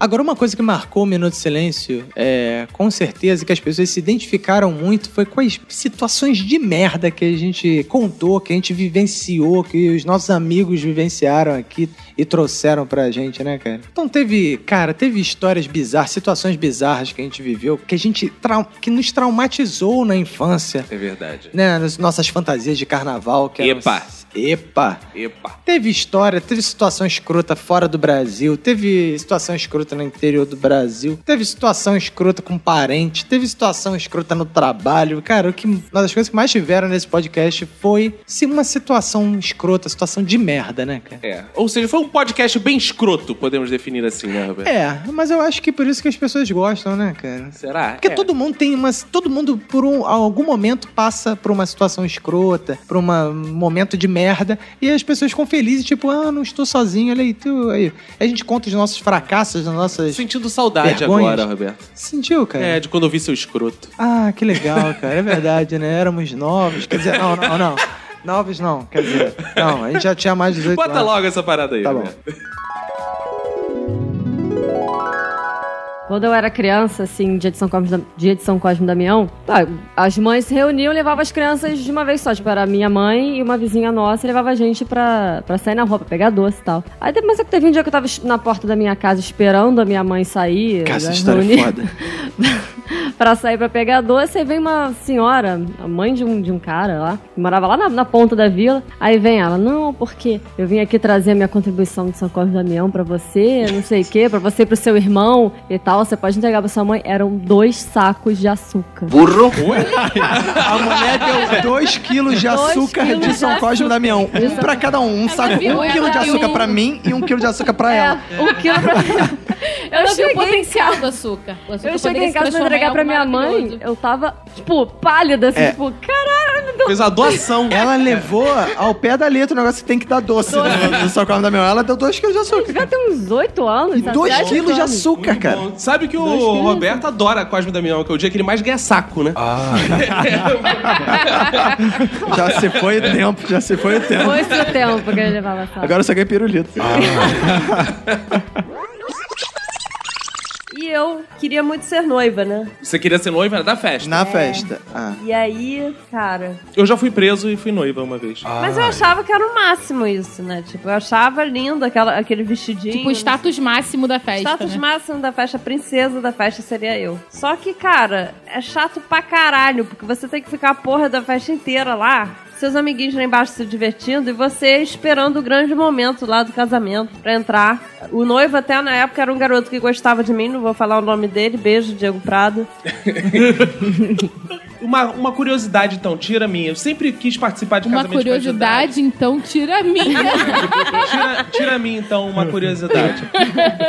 Speaker 3: Agora, uma coisa que marcou o Minuto de Silêncio, é, com certeza que as pessoas se identificaram muito, foi com as situações de merda que a gente contou, que a gente vivenciou, que os nossos amigos vivenciaram aqui e trouxeram pra gente, né, cara? Então teve, cara, teve histórias bizarras, situações bizarras que a gente viveu, que a gente trau- que nos traumatizou na infância,
Speaker 2: É verdade.
Speaker 3: né? Nas nossas fantasias de carnaval, que eram
Speaker 2: Epa.
Speaker 3: Epa!
Speaker 2: Epa.
Speaker 3: Teve história, teve situação escrota fora do Brasil, teve situação escrota no interior do Brasil, teve situação escrota com parente, teve situação escrota no trabalho. Cara, o que, uma das coisas que mais tiveram nesse podcast foi sim, uma situação escrota, situação de merda, né, cara?
Speaker 2: É. Ou seja, foi um podcast bem escroto, podemos definir assim, né, Roberto?
Speaker 3: É, mas eu acho que por isso que as pessoas gostam, né, cara?
Speaker 2: Será?
Speaker 3: Porque
Speaker 2: É.
Speaker 3: todo mundo tem uma. Todo mundo, por um, algum momento, passa por uma situação escrota, por uma- um momento de merda, e as pessoas ficam felizes, tipo, ah, não estou sozinho, olha aí, tu. Aí. Aí a gente conta os nossos fracassos, as nossas.
Speaker 2: Sentindo saudade
Speaker 3: vergonhas.
Speaker 2: agora, Roberto.
Speaker 3: Sentiu, cara?
Speaker 2: É, de quando eu vi seu escroto.
Speaker 3: Ah, que legal, cara. É verdade, né? Éramos novos. Quer dizer, não, não, não. Novos não, quer dizer. Não, a gente já tinha mais de 18
Speaker 2: Bota
Speaker 3: anos.
Speaker 2: logo essa parada aí,
Speaker 3: Tá
Speaker 2: Roberto.
Speaker 6: Quando eu era criança, assim, dia de São Cosme, da- dia de São Cosme e Damião, tá, as mães se reuniam e levavam as crianças de uma vez só. Tipo, era minha mãe e uma vizinha nossa e levava a gente pra, pra sair na rua, pra pegar doce e tal. Aí depois é que teve um dia que eu tava es- na porta da minha casa esperando a minha mãe sair.
Speaker 3: Cara, essa
Speaker 6: né,
Speaker 3: história é
Speaker 6: reunir-
Speaker 3: foda.
Speaker 6: pra sair pra pegar doce, aí vem uma senhora, a mãe de um, de um cara lá, que morava lá na, na ponta da vila. Aí vem ela, não, porque eu vim aqui trazer a minha contribuição de São Cosme e Damião pra você, não sei o quê, pra você e pro seu irmão e tal. Você pode entregar pra sua mãe. Eram dois sacos de açúcar.
Speaker 8: Burro.
Speaker 11: [LAUGHS]
Speaker 8: A mulher deu 2 quilos de
Speaker 6: Dois
Speaker 8: açúcar
Speaker 6: quilos
Speaker 8: de
Speaker 6: de
Speaker 8: São
Speaker 6: açúcar.
Speaker 8: Cosme e Damião.
Speaker 6: De
Speaker 8: Um
Speaker 6: São-
Speaker 8: pra cada um. Um saco,
Speaker 6: viu?
Speaker 8: um
Speaker 6: Ela
Speaker 8: quilo de
Speaker 6: viu
Speaker 8: açúcar
Speaker 6: um-
Speaker 8: pra mim e um quilo de açúcar pra ela.
Speaker 6: Um quilo pra
Speaker 4: Eu,
Speaker 6: Eu
Speaker 4: vi o
Speaker 6: cheguei em
Speaker 4: potencial do açúcar. O açúcar
Speaker 6: Eu cheguei
Speaker 4: poderia se
Speaker 6: em casa pra
Speaker 4: transformar em
Speaker 6: entregar pra
Speaker 4: algo
Speaker 6: minha mãe,
Speaker 4: maravilhoso.
Speaker 6: eu tava, tipo, pálida, assim,
Speaker 4: É.
Speaker 6: tipo, caralho,
Speaker 2: Fez a doação.
Speaker 11: Ela levou ao pé da letra o negócio que tem que dar doce né? no, no socorro da minha. Ela deu 2 quilos de açúcar.
Speaker 6: Devia ter uns 8 anos. tá
Speaker 11: E 2
Speaker 6: sete,
Speaker 11: quilos
Speaker 6: oito
Speaker 11: de
Speaker 6: anos.
Speaker 11: açúcar, cara.
Speaker 2: Sabe que
Speaker 11: Dois
Speaker 2: o
Speaker 11: quilos.
Speaker 2: Roberto adora a Cosme Damião, que é o dia que ele mais ganha saco, né? Ah.
Speaker 11: [LAUGHS] Já se foi o tempo, já se foi o tempo.
Speaker 6: [LAUGHS] Foi seu tempo que ele levava só.
Speaker 11: Agora eu só ganhei pirulito.
Speaker 28: E eu queria muito ser noiva, né?
Speaker 2: Você queria ser noiva da festa?
Speaker 11: Na festa. Ah.
Speaker 28: E aí, cara.
Speaker 2: Eu já fui preso e fui noiva uma vez.
Speaker 28: Mas eu achava que era o máximo isso, né? Tipo, eu achava lindo aquela, aquele vestidinho. né?
Speaker 4: Tipo, o status máximo da festa.
Speaker 28: Status
Speaker 4: né?
Speaker 28: máximo da festa, a princesa da festa seria eu. Só que, cara, é chato pra caralho, porque você tem que ficar a porra da festa inteira lá. Seus amiguinhos lá embaixo se divertindo e você esperando o grande momento lá do casamento pra entrar. O noivo, até na época, era um garoto que gostava de mim, não vou falar o nome dele. Beijo, Diego Prado.
Speaker 2: Uma, uma curiosidade, então, tira minha. Eu sempre quis participar de
Speaker 4: Uma
Speaker 2: casamento de
Speaker 4: curiosidade, então, tira
Speaker 2: [LAUGHS]
Speaker 4: a minha.
Speaker 2: Tira, tira a mim, então, uma curiosidade.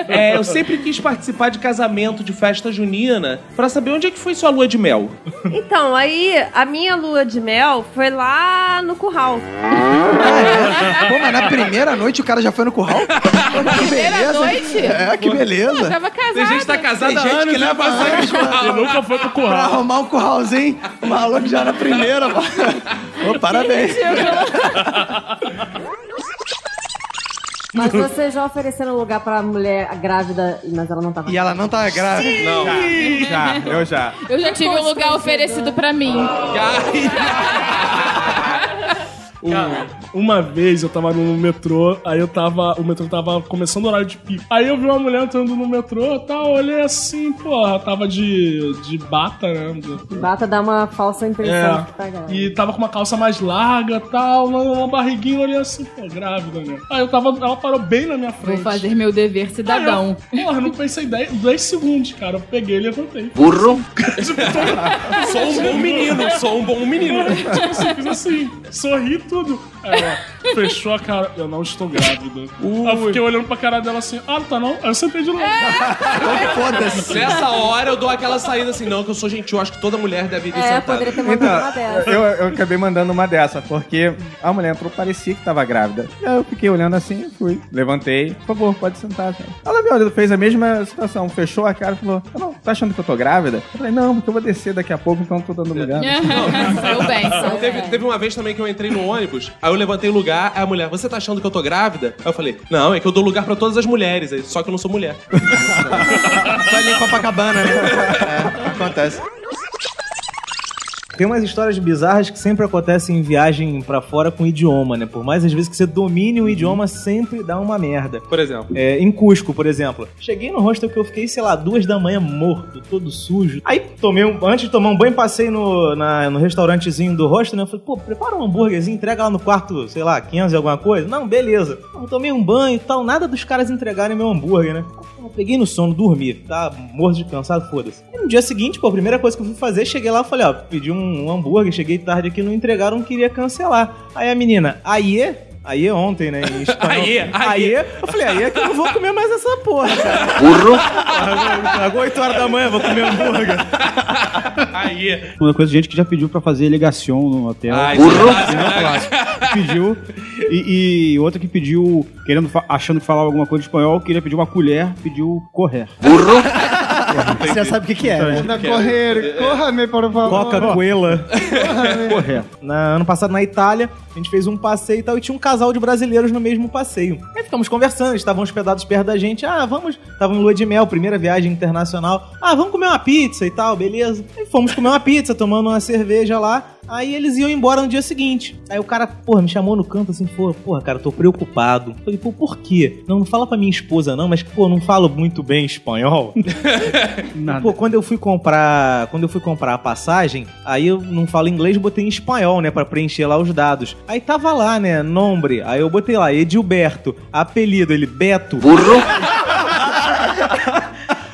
Speaker 2: É, eu sempre quis participar de casamento, de festa junina, pra saber onde é que foi sua lua de mel.
Speaker 28: Então, aí a minha lua de mel foi lá no curral.
Speaker 11: Ah, é? Pô, mas na primeira noite o cara já foi
Speaker 2: [LAUGHS]
Speaker 11: no curral?
Speaker 3: Ah,
Speaker 11: que
Speaker 28: Primeira
Speaker 11: beleza. hein?
Speaker 28: noite?
Speaker 11: É, que beleza.
Speaker 28: Eu tava casada. Tem gente que tá casada
Speaker 11: Tem gente
Speaker 28: há anos
Speaker 3: é
Speaker 11: que
Speaker 28: e
Speaker 11: leva
Speaker 28: não consegue
Speaker 11: anos
Speaker 28: pro curral.
Speaker 11: pra-
Speaker 3: né?
Speaker 28: E nunca foi pro curral.
Speaker 11: Pra arrumar um curralzinho, o maluco já na primeira. mano. Ô, parabéns.
Speaker 6: Mas vocês já ofereceram lugar pra mulher grávida, mas ela não tá tava
Speaker 11: E ela não tava grávida?
Speaker 2: Não.
Speaker 12: Já, já, eu já.
Speaker 4: Eu já tive um lugar oferecido pra mim.
Speaker 18: Um- uma vez eu tava no metrô, aí eu tava. O metrô tava começando o horário de pico. Aí eu vi uma mulher entrando no metrô tá, eu olhei assim, porra, tava de, de bata, né?
Speaker 6: Bata dá uma falsa impressão
Speaker 18: É.
Speaker 6: que tá grávida.
Speaker 18: E tava com uma calça mais larga tal, uma, uma barriguinha, eu olhei assim, pô, grávida, né? Aí eu tava. Ela parou bem na minha frente.
Speaker 4: Vou fazer meu dever cidadão.
Speaker 18: Aí eu- porra, não pensei 10, 10 segundos, cara. Eu peguei e levantei.
Speaker 2: Burro.
Speaker 18: Sou
Speaker 2: um bom menino, sou um bom menino.
Speaker 18: Tipo, simples [LAUGHS] assim, sorri tudo. Aí ela fechou a cara, eu não estou grávida. Aí eu fiquei olhando pra cara dela assim, ah, tá não? Aí eu sentei de novo.
Speaker 4: É.
Speaker 3: Então
Speaker 2: Foda-se. Nessa hora eu dou aquela saída assim, não, que eu sou gentil, acho que toda mulher deve ir
Speaker 4: É,
Speaker 2: sentada.
Speaker 12: Então, eu, eu acabei mandando uma dessa, porque a mulher entrou, parecia que tava grávida. Aí eu fiquei olhando assim e fui. Levantei, por favor, pode sentar. Cara. Ela me olhou, fez a mesma situação, fechou a cara e falou: "Ah, não, tá achando que eu tô grávida? Eu falei: não, porque eu vou descer daqui a pouco, então eu tô
Speaker 2: [LAUGHS]
Speaker 12: dando mulher.
Speaker 4: Saiu bem, saiu
Speaker 2: Então, Teve, teve uma vez também que eu entrei no ônibus, aí eu levantei o lugar, aí a mulher, você tá achando que eu tô grávida? Aí eu falei, não, é que eu dou lugar pra todas as mulheres, aí, só que eu não sou mulher.
Speaker 11: Só ali em Copacabana, né? É, acontece.
Speaker 16: [LAUGHS] Tem umas histórias bizarras que sempre acontecem em viagem pra fora com idioma, né? Por mais às vezes que você domine um idioma, sempre dá uma merda.
Speaker 2: Por exemplo.
Speaker 16: É, em Cusco, por exemplo. Cheguei no hostel que eu fiquei, sei lá, duas da manhã morto, todo sujo. Aí tomei um. Antes de tomar um banho, passei no, na- no restaurantezinho do hostel, né? Eu falei, pô, prepara um hambúrguerzinho, entrega lá no quarto, sei lá, 15 alguma coisa. Não, beleza. Eu tomei um banho e tal, nada dos caras entregarem meu hambúrguer, né? Eu peguei no sono, dormi, tá morto de cansado, foda-se. E no dia seguinte, pô, a primeira coisa que eu fui fazer, cheguei lá e falei, ó, pedi um, um hambúrguer, cheguei tarde aqui, não entregaram, queria cancelar. Aí a menina, aí, aí ontem, né, em espanhol.
Speaker 2: Aie,
Speaker 16: Aie. eu falei, aí é que eu não vou comer mais essa porra, cara.
Speaker 2: Burro.
Speaker 16: Agora 8 horas da manhã, eu vou comer hambúrguer.
Speaker 2: Aí.
Speaker 21: Uma coisa de gente que já pediu pra fazer ligação no hotel.
Speaker 2: Ah, isso é
Speaker 21: Burro!
Speaker 2: clássico, né?
Speaker 21: pediu. E, e outra que pediu, querendo, fa- achando que falava alguma coisa de espanhol, queria pedir uma colher, pediu correr. Burro!
Speaker 17: Você já sabe o que, que é.
Speaker 21: Então,
Speaker 17: né?
Speaker 21: que é.
Speaker 17: Correr, corra-me, por favor.
Speaker 16: Coca-Cola.
Speaker 17: Correr.
Speaker 16: Na, ano passado, na Itália, a gente fez um passeio e tal, e tinha um casal de brasileiros no mesmo passeio. Aí ficamos conversando, eles estavam hospedados perto da gente. Ah, vamos. Estavam em lua de mel, primeira viagem internacional. Ah, vamos comer uma pizza e tal, beleza. Aí fomos comer uma pizza, tomando uma cerveja lá. Aí eles iam embora no dia seguinte. Aí o cara, porra, me chamou no canto assim, pô, porra, cara, eu tô preocupado. Eu Falei, pô, por quê? Não, não fala pra minha esposa, não, mas, pô, não falo muito bem espanhol. E, Pô, quando eu fui comprar, quando eu fui comprar a passagem, aí eu não falo inglês, botei em espanhol, né, Pra preencher lá os dados. Aí tava lá, né, nombre. Aí eu botei lá Edilberto, apelido ele Beto. Burro. [LAUGHS]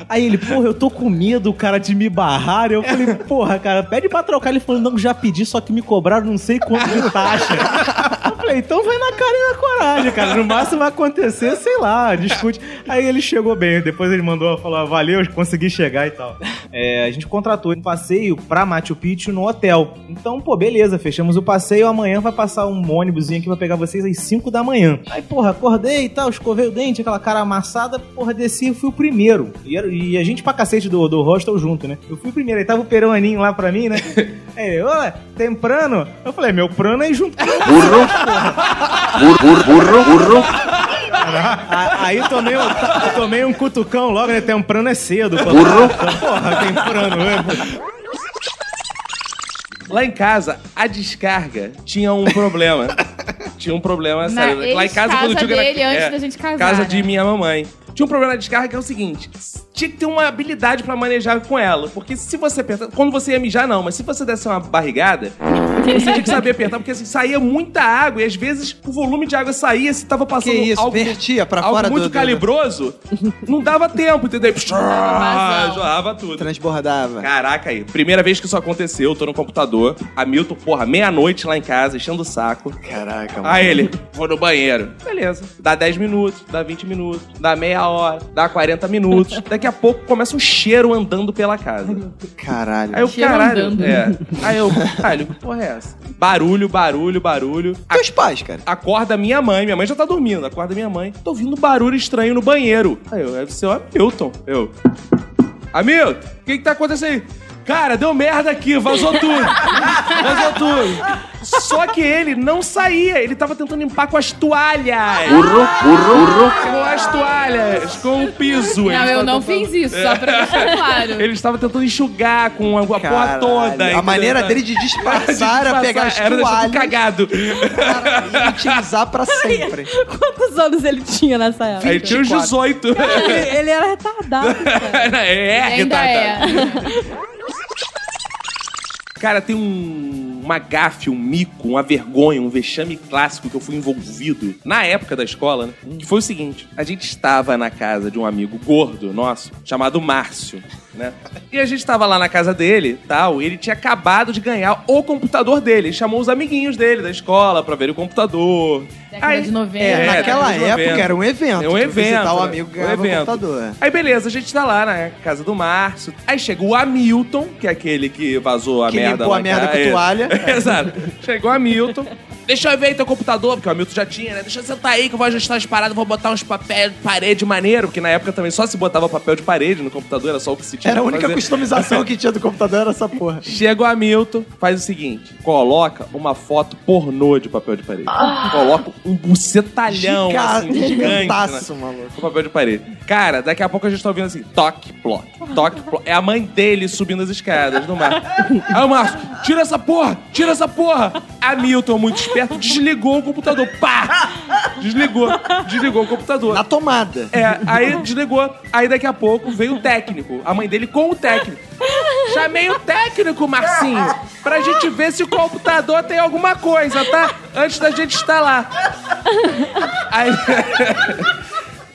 Speaker 16: Aí ele, porra, eu tô com medo, cara, de me barrar. Eu falei, porra, cara, pede pra trocar. Ele falou, não, já pedi, só que me cobraram não sei quanto de taxa. Eu falei, então vai na cara e na coragem, cara. No máximo vai acontecer, sei lá, discute. Aí ele chegou bem, depois ele mandou falar, valeu, consegui chegar e tal. É, a gente contratou um passeio pra Machu Picchu no hotel. Então, pô, beleza, fechamos o passeio, amanhã vai passar um ônibusinho aqui pra pegar vocês às 5 da manhã. Aí, porra, acordei e tal, escovei o dente, aquela cara amassada, porra, desci e fui o primeiro. E, era- e a gente pra cacete do, do hostel junto, né? Eu fui o primeiro, aí tava o peruaninho lá pra mim, né? Aí, ô, temprano? Eu falei, "É meu prano aí junto. Burro!
Speaker 15: Burro, burro, burro.
Speaker 16: A- Aí tomei, um- eu tomei um cutucão logo, né? Temprano é cedo. pô.
Speaker 2: Burro.
Speaker 16: Porra, temprano. né?
Speaker 2: Lá em casa, a descarga tinha um problema. tinha um problema,
Speaker 23: Na
Speaker 2: sério. Lá em casa, quando o
Speaker 23: ex-casa
Speaker 2: Diego era-
Speaker 23: dele, antes
Speaker 2: é,
Speaker 23: da gente casar,
Speaker 2: Casa
Speaker 23: né?
Speaker 2: de minha mamãe. Tinha um problema na descarga que é o seguinte: tinha que ter uma habilidade pra manejar com ela. Porque se você apertar. Quando você ia mijar, não, mas se você desse uma barrigada, você tinha que saber apertar, porque assim, saía muita água e às vezes o volume de água saía, se tava passando
Speaker 3: Que isso,
Speaker 2: algo,
Speaker 3: vertia pra
Speaker 2: algo
Speaker 3: fora do-
Speaker 2: muito
Speaker 3: do- do-
Speaker 2: calibroso, não dava tempo, entendeu?
Speaker 3: vazão.
Speaker 2: [LAUGHS] Jorrava tudo.
Speaker 3: Transbordava.
Speaker 2: Caraca aí, primeira vez que isso aconteceu, eu tô no computador, Hamilton, porra, meia-noite lá em casa, enchendo o saco.
Speaker 3: Caraca,
Speaker 2: mano. Aí ele, vou no banheiro. Beleza. Dá 10 minutos, dá 20 minutos, dá meia hora, dá 40 minutos. Daqui a pouco começa um cheiro andando pela casa.
Speaker 3: Caralho.
Speaker 2: Aí eu, caralho, é. Aí eu, caralho, que porra é essa? Barulho, barulho, barulho.
Speaker 3: Meus pais, cara.
Speaker 2: Acorda minha mãe, minha mãe já tá dormindo. Acorda minha mãe, tô ouvindo barulho estranho no banheiro. Aí eu, deve ser o Hamilton. Eu, Hamilton, o que que tá acontecendo aí? Cara, deu merda aqui, vazou tudo. Vazou tudo. Só que ele não saía, ele tava tentando limpar com as toalhas.
Speaker 15: Burro, burro, burro.
Speaker 2: Com as toalhas, com o piso.
Speaker 23: Não,
Speaker 2: eles
Speaker 23: eu
Speaker 2: tavam
Speaker 23: não fiz isso, só pra deixar claro.
Speaker 2: É. Ele estava tentando enxugar com a, a porra
Speaker 3: Caralho,
Speaker 2: toda.
Speaker 3: a
Speaker 2: entendeu?
Speaker 3: maneira dele de disfarçar
Speaker 2: [LAUGHS]
Speaker 3: era pegar as
Speaker 2: era deixar tudo
Speaker 3: toalhas.
Speaker 2: cagado.
Speaker 3: E utilizar
Speaker 2: Uhum.
Speaker 3: pra
Speaker 5: [LAUGHS]
Speaker 3: sempre.
Speaker 24: Quantos anos ele tinha nessa época?
Speaker 2: Aí tinha uns 18.
Speaker 24: Cara, ele, ele era retardado.
Speaker 2: [LAUGHS] é,
Speaker 24: Ainda
Speaker 2: tá, tá.
Speaker 24: é.
Speaker 2: Cara, tem um, uma gafe, um mico, uma vergonha, um vexame clássico que eu fui envolvido na época da escola, né? Que foi o seguinte: a gente estava na casa de um amigo gordo nosso, chamado Márcio, né? E a gente estava lá na casa dele, tal, e ele tinha acabado de ganhar o computador dele. Ele chamou os amiguinhos dele da escola pra ver o computador.
Speaker 23: Década de 90.
Speaker 2: É,
Speaker 3: naquela
Speaker 2: década de
Speaker 3: época
Speaker 2: 90.
Speaker 3: era um evento,
Speaker 2: É um
Speaker 3: tu
Speaker 2: evento.
Speaker 3: visitar o
Speaker 2: né?
Speaker 3: amigo que ganhava o computador.
Speaker 2: Aí beleza, a gente tá lá na casa do Márcio. Aí chega o Hamilton, que é aquele que vazou a
Speaker 3: Que
Speaker 2: merda.
Speaker 3: limpou
Speaker 2: lá
Speaker 3: a
Speaker 2: em
Speaker 3: merda
Speaker 2: casa.
Speaker 3: com
Speaker 2: É.
Speaker 3: toalha.
Speaker 2: [LAUGHS] Exato. Chegou o Hamilton. [LAUGHS] Deixa eu ver aí teu computador, porque o Hamilton já tinha, né? Deixa eu sentar aí que eu vou ajustar as paradas, vou botar uns papéis de parede maneiro, porque na época também só se botava papel de parede no computador, era só o que se tinha.
Speaker 3: Era a
Speaker 2: pra
Speaker 3: única
Speaker 2: fazer. [LAUGHS]
Speaker 3: customização que tinha do computador, era essa porra.
Speaker 2: Chega o Hamilton, faz o seguinte: coloca uma foto pornô de papel de parede. Coloca um bucetalhão
Speaker 3: Ah. Giga-
Speaker 2: assim, gigante.
Speaker 3: gigantaço,
Speaker 2: né?
Speaker 3: maluco.
Speaker 2: Com papel de parede. Cara, daqui a pouco a gente tá ouvindo assim: toque, plot, toque, plot. É a mãe dele subindo as escadas do Márcio. Aí o Márcio, tira essa porra, tira essa porra. Hamilton, muito esperto, desligou o computador. Pá! Desligou, desligou o computador. Na
Speaker 3: tomada.
Speaker 2: É, aí desligou. Aí daqui a pouco veio o técnico. A mãe dele com o técnico. Chamei o técnico, Marcinho, pra gente ver se o computador tem alguma coisa, tá? Antes da gente instalar. Aí. [LAUGHS]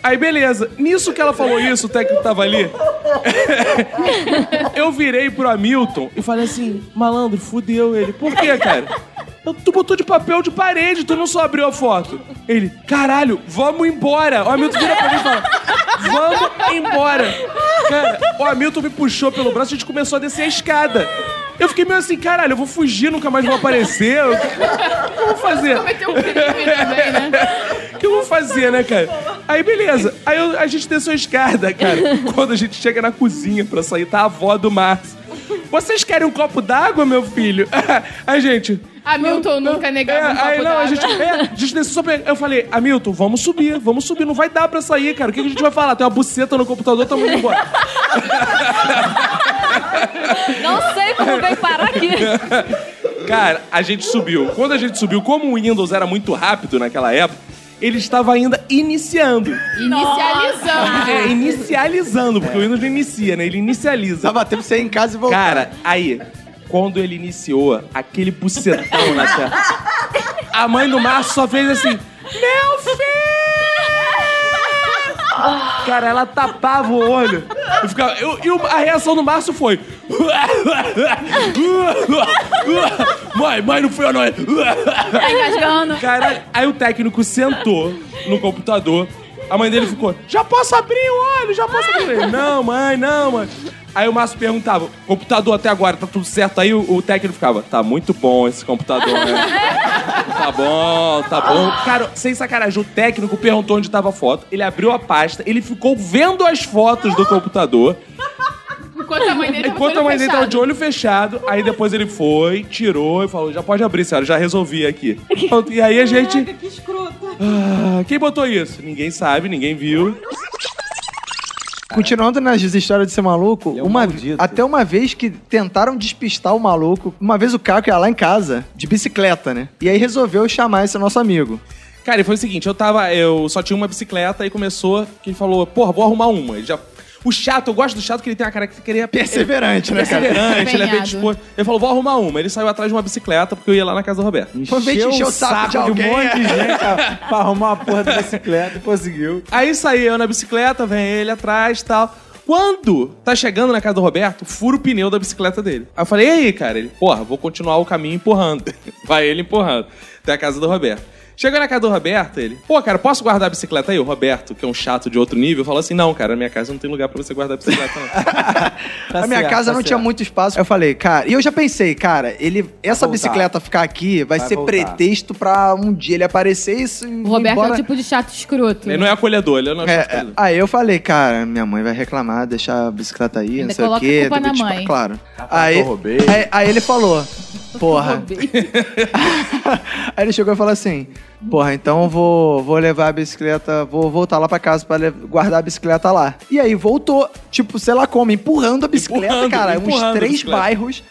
Speaker 2: Aí, beleza. Nisso que ela falou isso, o técnico tava ali. Eu virei pro Hamilton e falei assim: malandro, fudeu ele. Por quê, cara? Eu- Tu botou de papel de parede, tu não só abriu a foto. Ele, caralho, vamos embora. O Hamilton vira pra mim e fala: vamos embora. Cara, o Hamilton me puxou pelo braço e a gente começou a descer a escada. Eu fiquei meio assim, caralho, eu vou fugir, nunca mais vou aparecer. O que eu vou fazer?
Speaker 23: Cometeu um crime também, né?
Speaker 2: O que eu vou fazer, né, cara? Aí, beleza. Aí eu- a gente desceu a escada, cara. Quando a gente chega na cozinha pra sair, tá a avó do Márcio. Vocês querem um copo d'água, meu filho? [LAUGHS] Aí, gente. é,
Speaker 23: Hamilton nunca negava um copo
Speaker 2: Aí, não, a gente,
Speaker 23: d'água.
Speaker 2: é, a gente desceu só pra- Eu falei, Hamilton, vamos subir, vamos subir. Não vai dar pra sair, cara. O que, que a gente vai falar? Tem uma buceta no computador, tamo indo
Speaker 4: [LAUGHS]
Speaker 2: embora.
Speaker 28: Não sei como veio parar aqui.
Speaker 2: Cara, a gente subiu. Quando a gente subiu, como o Windows era muito rápido naquela época, ele estava ainda iniciando.
Speaker 23: Inicializando.
Speaker 2: É, inicializando, porque o Windows não inicia, né? Ele inicializa. Tava
Speaker 3: tempo você ir em casa e voltar.
Speaker 2: Cara, aí, quando ele iniciou, aquele bucetão na tela. A mãe do Márcio só fez assim. Meu filho! Cara, ela tapava o olho. Eu ficava, eu- e o- a reação do Márcio foi. mãe, mãe, não fui eu, não. Tá
Speaker 23: engasgando.
Speaker 2: Cara, aí o técnico sentou no computador, A mãe dele ficou, já posso abrir o olho, já posso abrir. Ele, não, mãe, não, mãe. Aí o Márcio perguntava, computador até agora, tá tudo certo? Aí o, o técnico ficava, tá muito bom esse computador, né?
Speaker 4: É.
Speaker 2: Tá bom, tá bom. Cara, sem sacanagem, o técnico perguntou onde tava a foto, ele abriu a pasta, ele ficou vendo as fotos do computador.
Speaker 4: Enquanto a mãe dele tava com o
Speaker 2: Enquanto
Speaker 4: olho
Speaker 2: a mãe dele tava
Speaker 4: fechado.
Speaker 2: tá de olho fechado, aí depois ele foi, tirou e falou: já pode abrir, senhora, já resolvi aqui. Pronto, E aí a gente.
Speaker 1: Que escroto.
Speaker 2: Ah, quem botou isso? Ninguém sabe, ninguém viu.
Speaker 3: Continuando nas histórias de ser maluco,
Speaker 28: é um
Speaker 3: uma- até uma vez que tentaram despistar o maluco. Uma vez o Caco ia lá em casa, de bicicleta, né? E aí resolveu chamar esse nosso amigo.
Speaker 2: Cara, e foi o seguinte, eu tava. Eu só tinha uma bicicleta e começou que ele falou, porra, vou arrumar uma. Ele já. O chato, eu gosto do chato que ele tem a característica.
Speaker 3: Perseverante, né, cara?
Speaker 2: Perseverante, ele é bem
Speaker 3: Empenhado.
Speaker 2: disposto. Ele falou, vou arrumar uma. Ele saiu atrás de uma bicicleta porque eu ia lá na casa do Roberto.
Speaker 3: Aproveite e encher o saco de alguém.
Speaker 2: um monte [LAUGHS] de gente
Speaker 3: cara, pra arrumar uma porra da bicicleta e conseguiu.
Speaker 2: Aí saí eu na bicicleta, vem ele atrás e tal. Quando tá chegando na casa do Roberto, fura o pneu da bicicleta dele. Aí eu falei, e aí, cara? Ele, porra, vou continuar o caminho empurrando. [LAUGHS] Vai ele empurrando até a casa do Roberto. Chegou na casa do Roberto, ele, pô, cara, posso guardar a bicicleta aí? O Roberto, que é um chato de outro nível, falou assim: não, cara, na minha casa não tem lugar pra você guardar a bicicleta, não.
Speaker 3: [LAUGHS] a minha
Speaker 2: certo,
Speaker 3: casa
Speaker 2: tá
Speaker 3: não
Speaker 2: certo.
Speaker 3: tinha muito espaço. Eu falei, cara, e eu já pensei, cara, ele essa
Speaker 2: voltar.
Speaker 3: bicicleta ficar aqui vai,
Speaker 2: Vai
Speaker 3: ser
Speaker 2: voltar.
Speaker 3: pretexto pra um dia ele aparecer e isso.
Speaker 10: O Roberto é
Speaker 3: embora.
Speaker 10: o tipo de chato escroto.
Speaker 2: Ele não é acolhedor, ele não é,
Speaker 3: É,
Speaker 2: chato.
Speaker 3: é, aí eu falei, cara, minha mãe vai reclamar, deixar a bicicleta aí,
Speaker 10: Ainda
Speaker 3: não sei o
Speaker 10: coloca
Speaker 3: quê.
Speaker 10: a culpa
Speaker 3: tem que
Speaker 10: na
Speaker 3: dispa-
Speaker 10: mãe.
Speaker 3: Claro. Aí,
Speaker 10: Ah, tá, eu roubei.
Speaker 3: aí, aí
Speaker 10: [LAUGHS]
Speaker 3: ele falou, porra. [LAUGHS] aí ele chegou e falou assim, porra, então eu vou, vou levar a bicicleta, vou voltar lá pra casa pra le- guardar a bicicleta lá. E aí voltou, tipo, sei lá como, empurrando a bicicleta,
Speaker 2: Empurrando,
Speaker 3: cara,
Speaker 2: empurrando a
Speaker 3: uns três
Speaker 2: bicicleta.
Speaker 3: bairros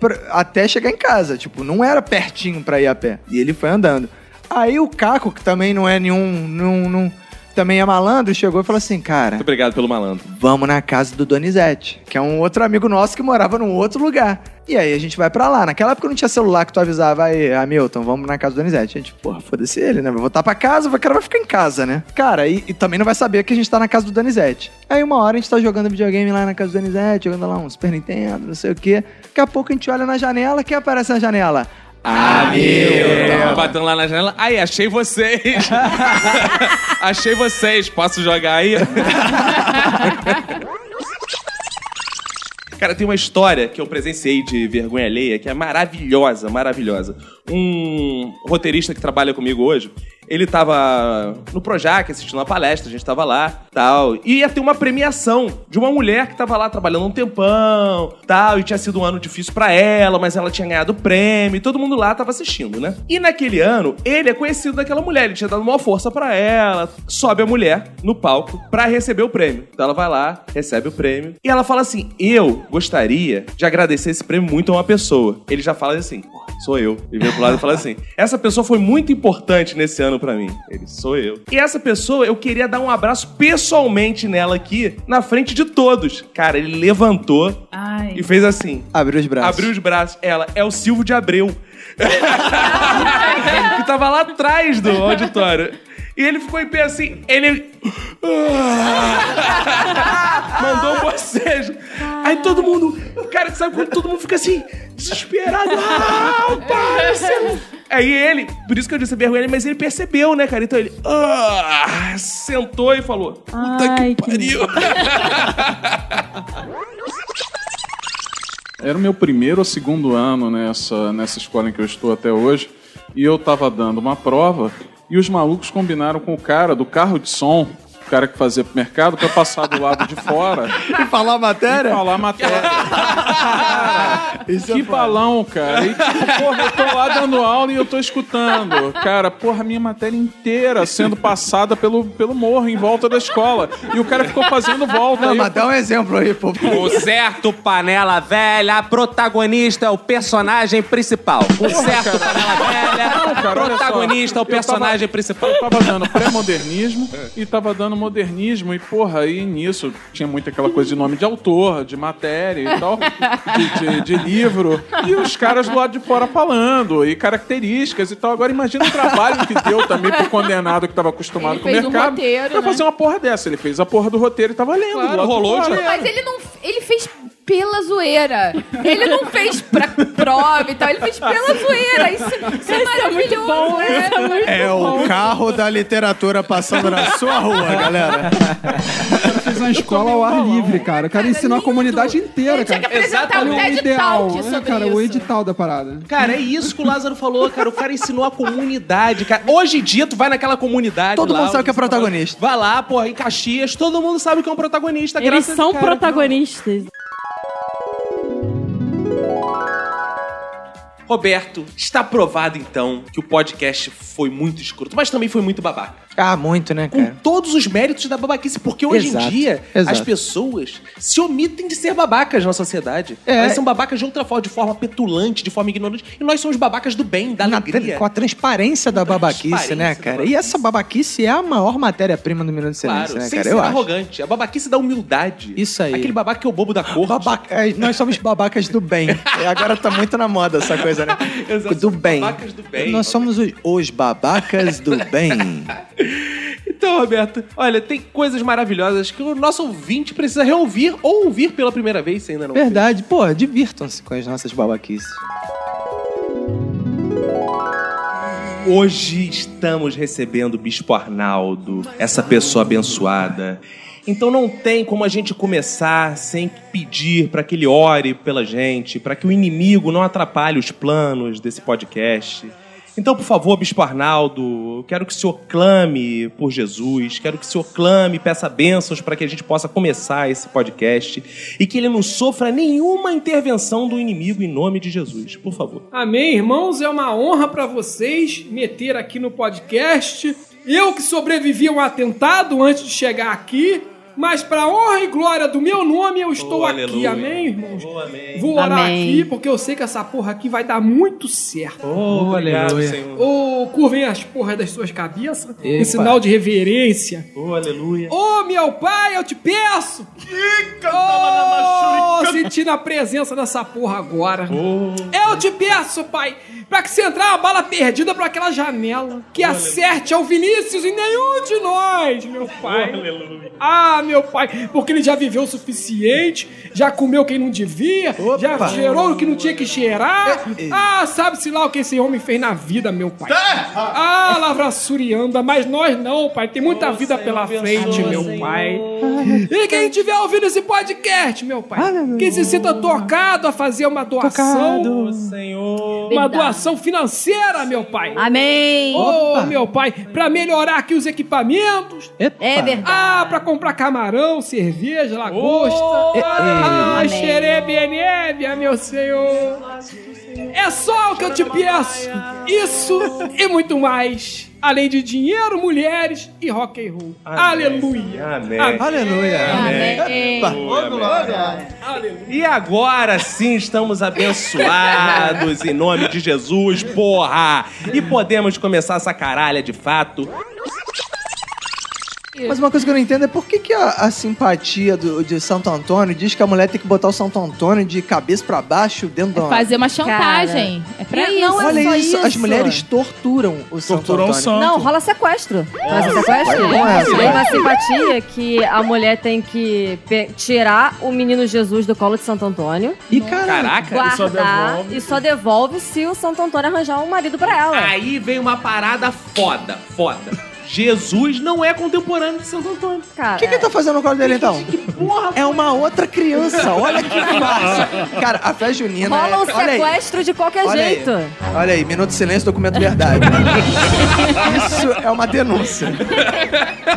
Speaker 3: pra- até chegar em casa. Tipo, não era pertinho pra ir a pé. E ele foi andando. Aí o Caco, que também não é nenhum. nenhum, nenhum- também é malandro, chegou e falou assim, cara.
Speaker 2: Muito obrigado pelo malandro.
Speaker 3: Vamos na casa do Donizete, que é um outro amigo nosso que morava num outro lugar. E aí a gente vai pra lá. Naquela época não tinha celular que tu avisava, aí, Hamilton, vamos na casa do Donizete. A gente, porra, foda-se ele, né? Vai voltar pra casa, o cara vai ficar em casa, né? Cara, e, e também não vai saber que a gente tá na casa do Donizete. Aí uma hora a gente tá jogando videogame lá na casa do Donizete, jogando lá um Super Nintendo, não sei o quê. Daqui a pouco a gente olha na janela, quem aparece na janela?
Speaker 2: Eu tava batendo lá na janela. Aí, achei vocês. achei vocês. Posso jogar aí? Cara, tem uma história que eu presenciei de vergonha alheia que é maravilhosa, maravilhosa. Um roteirista que trabalha comigo hoje, ele tava no Projac assistindo uma palestra, a gente tava lá, tal, e ia ter uma premiação de uma mulher que tava lá trabalhando um tempão, tal, e tinha sido um ano difícil pra ela, mas ela tinha ganhado o prêmio, e todo mundo lá tava assistindo, né? E naquele ano, ele é conhecido daquela mulher, ele tinha dado maior força pra ela. Sobe a mulher no palco pra receber o prêmio. Então ela vai lá, recebe o prêmio, e ela fala assim: Eu gostaria de agradecer esse prêmio muito a uma pessoa. Ele já fala assim: Sou eu. Ele vem pro lado e fala assim: Essa pessoa foi muito importante nesse ano pra mim. Ele, sou eu. E essa pessoa, eu queria dar um abraço pessoalmente nela aqui, na frente de todos. Cara, ele levantou
Speaker 10: Ai.
Speaker 2: e fez assim.
Speaker 3: Abriu os braços.
Speaker 2: Abriu os braços. Ela é o Silvio de Abreu. que tava lá atrás do auditório. E ele ficou em pé assim. Ele. [LAUGHS] Mandou um bocejo. Aí todo mundo. Cara, sabe quando todo mundo fica assim, desesperado? Ah, para, você- Aí ele, por isso que eu disse vergonha, alheia, mas ele percebeu, né, cara? Então ele ah, sentou e falou: Puta que pariu!
Speaker 8: Era o meu primeiro ou segundo ano nessa, nessa escola em que eu estou até hoje. E eu tava dando uma prova e os malucos combinaram com o cara do carro de som, o cara que fazia pro mercado, pra passar do lado de
Speaker 3: [LAUGHS]
Speaker 8: fora.
Speaker 3: E falar a matéria? é
Speaker 8: E falar a matéria.
Speaker 3: [LAUGHS]
Speaker 8: que balão, cara. E, tipo, porra, eu tô lá dando aula e eu tô escutando. Cara, porra, minha matéria inteira sendo passada pelo, pelo morro em volta da escola. E o cara ficou fazendo volta.
Speaker 3: Não,
Speaker 8: E eu-
Speaker 3: mas dá um exemplo aí, pô.
Speaker 29: Concerto Panela Velha, protagonista é o personagem principal. Concerto Panela Velha, protagonista é o personagem principal.
Speaker 8: Eu tava dando pré-modernismo e tava dando modernismo. E, porra, aí nisso tinha muito aquela coisa de nome de autor, de matéria e tal, de, de- de livro. E os caras do lado de fora falando, e características e tal. Agora imagina o trabalho que deu também pro condenado que tava acostumado
Speaker 4: Ele
Speaker 8: com o
Speaker 4: fez um
Speaker 8: mercado.
Speaker 4: roteiro,
Speaker 8: pra
Speaker 4: né?
Speaker 8: fazer uma porra dessa. Ele fez a porra do roteiro e tava lendo. do lado de fora.
Speaker 4: Mas ele não. Ele fez
Speaker 5: pela zoeira. Ele não fez pra prova e tal, ele fez pela zoeira. Isso, isso é maravilhoso, né?
Speaker 3: É o carro da literatura passando na sua rua, [LAUGHS] galera.
Speaker 11: fiz uma escola ao ar livre, cara. Eu quero ensinar a comunidade inteira, cara.
Speaker 3: que apresentar
Speaker 11: Olha
Speaker 3: um
Speaker 11: o
Speaker 3: TED
Speaker 11: ideal,
Speaker 3: Talk
Speaker 11: né,
Speaker 3: sobre
Speaker 11: cara,
Speaker 3: isso.
Speaker 11: o edital da parada.
Speaker 2: Cara, é isso que o Lázaro falou, cara. O cara ensinou a comunidade, cara. Hoje em dia, tu vai naquela comunidade.
Speaker 3: Todo
Speaker 2: lá,
Speaker 3: mundo sabe o que é protagonista.
Speaker 2: Vai lá, porra, em Caxias, todo mundo sabe que é um protagonista.
Speaker 30: Eles
Speaker 2: graças-
Speaker 30: são
Speaker 2: cara,
Speaker 30: protagonistas.
Speaker 2: Roberto, está provado então que o podcast foi muito escroto, mas também foi muito babaca.
Speaker 3: Ah, muito, né, cara?
Speaker 2: Todos os méritos da babaquice, porque hoje
Speaker 3: Exato,
Speaker 2: em dia
Speaker 3: exato.
Speaker 2: as pessoas se omitem de ser babacas na sociedade.
Speaker 3: É.
Speaker 2: Elas são babacas de outra forma, de forma petulante, de forma ignorante. E nós somos babacas do bem, da alegria.
Speaker 3: Com a transparência da babaquice, né, cara? E essa babaquice é a maior matéria-prima do Minuto de Silêncio,
Speaker 2: Claro,
Speaker 3: né,
Speaker 2: sem
Speaker 3: cara?
Speaker 2: ser
Speaker 3: Eu acho.
Speaker 2: arrogante. A babaquice da humildade.
Speaker 3: Isso aí.
Speaker 2: Aquele babaca que é o bobo da cor.
Speaker 3: Babaca, é, nós somos babacas do [LAUGHS] bem. É, Agora tá muito na moda essa coisa, [LAUGHS] né?
Speaker 2: Exato,
Speaker 3: Do bem.
Speaker 2: babacas do bem.
Speaker 3: Nós somos os, os babacas [LAUGHS] do bem.
Speaker 2: [LAUGHS] Então, Roberto, olha, tem coisas maravilhosas que o nosso ouvinte precisa reouvir ou ouvir pela primeira vez, se ainda não
Speaker 3: Verdade, pô, divirtam-se com as nossas babaquices.
Speaker 2: Hoje estamos recebendo o Bispo Arnaldo, essa pessoa abençoada. Então não tem como a gente começar sem pedir para que ele ore pela gente, para que o inimigo não atrapalhe os planos desse podcast. Então, por favor, Bispo Arnaldo, eu quero que o senhor clame por Jesus, quero que o senhor clame, peça bênçãos para que a gente possa começar esse podcast e que ele não sofra nenhuma intervenção do inimigo em nome de Jesus, por favor.
Speaker 1: Amém, irmãos. É uma honra para vocês meter aqui no podcast. Eu que sobrevivi a um atentado antes de chegar aqui, mas para honra e glória do meu nome eu estou aqui.
Speaker 2: aleluia.
Speaker 1: Amém, irmãos. Vou orar
Speaker 2: Amém.
Speaker 1: aqui porque eu sei que essa porra aqui vai dar muito certo.
Speaker 2: Oh, Obrigado, aleluia. Senhor.
Speaker 1: Ou curvem as porras das suas cabeças em
Speaker 2: Epa.
Speaker 1: Um sinal de reverência.
Speaker 2: Oh, aleluia.
Speaker 1: Ô meu pai, eu te peço! Oh, sentindo a presença dessa porra agora. Eu te peço, pai, pra que você entrar uma bala perdida pra aquela janela. Que acerte ao Vinícius e nenhum de nós, meu pai. Ah, meu pai, porque ele já viveu o suficiente, já comeu quem não devia, já cheirou o que não tinha que cheirar. Ah, sabe-se lá o que esse homem fez na vida, meu pai. Ah, lavra surianda, mas nós não, pai. Tem muita vida pela frente, meu pai. E quem tiver ouvindo esse podcast, meu pai, quem se sinta tocado a fazer uma doação,
Speaker 2: Senhor.
Speaker 1: uma doação financeira, meu pai. Amém. Oh,
Speaker 2: Opa.
Speaker 1: meu pai, pra melhorar aqui os equipamentos. É verdade. Ah, pra comprar camarão, cerveja, lagosta. ah, Amém. xerebenébia, meu senhor. É só o que eu te peço. Isso e muito mais. Além de dinheiro, mulheres e rock and roll. Aleluia.
Speaker 2: Amém.
Speaker 12: Ah,
Speaker 9: Ah,
Speaker 1: Aleluia.
Speaker 2: Amém.
Speaker 12: tá
Speaker 9: Tá
Speaker 1: Epa.
Speaker 2: E agora sim estamos abençoados em nome de Jesus, porra! E podemos começar essa caralha de fato.
Speaker 3: Mas uma coisa que eu não entendo é por que, que a, a simpatia do, de Santo Antônio diz que a mulher tem que botar o Santo Antônio de cabeça pra baixo dentro da.
Speaker 4: É Fazer uma chantagem. é pra isso.
Speaker 3: Não, Olha isso, as mulheres torturam o Santo
Speaker 4: Torturam o
Speaker 3: Antônio.
Speaker 4: santo.
Speaker 6: Não, rola sequestro. Rola sequestro.
Speaker 3: Não é assim.
Speaker 6: Tem uma simpatia que a mulher tem que pe- tirar o menino Jesus do colo de Santo Antônio.
Speaker 3: E
Speaker 2: Caraca, e
Speaker 6: guardar,
Speaker 2: só devolve.
Speaker 6: e só devolve se o Santo Antônio arranjar um marido pra ela.
Speaker 2: Aí vem uma parada foda, foda. Jesus não é contemporâneo de Santo Antônio.
Speaker 3: O
Speaker 6: Cara,
Speaker 3: que, que ele tá fazendo no colo dele então? é uma outra criança. Olha que massa. Cara, a fé junina.
Speaker 6: Rola um
Speaker 3: é- olha aí.
Speaker 6: sequestro de qualquer
Speaker 3: Olha aí.
Speaker 6: jeito.
Speaker 3: Olha aí, minuto de silêncio, documento
Speaker 6: [LAUGHS]
Speaker 3: verdade. Isso é uma denúncia.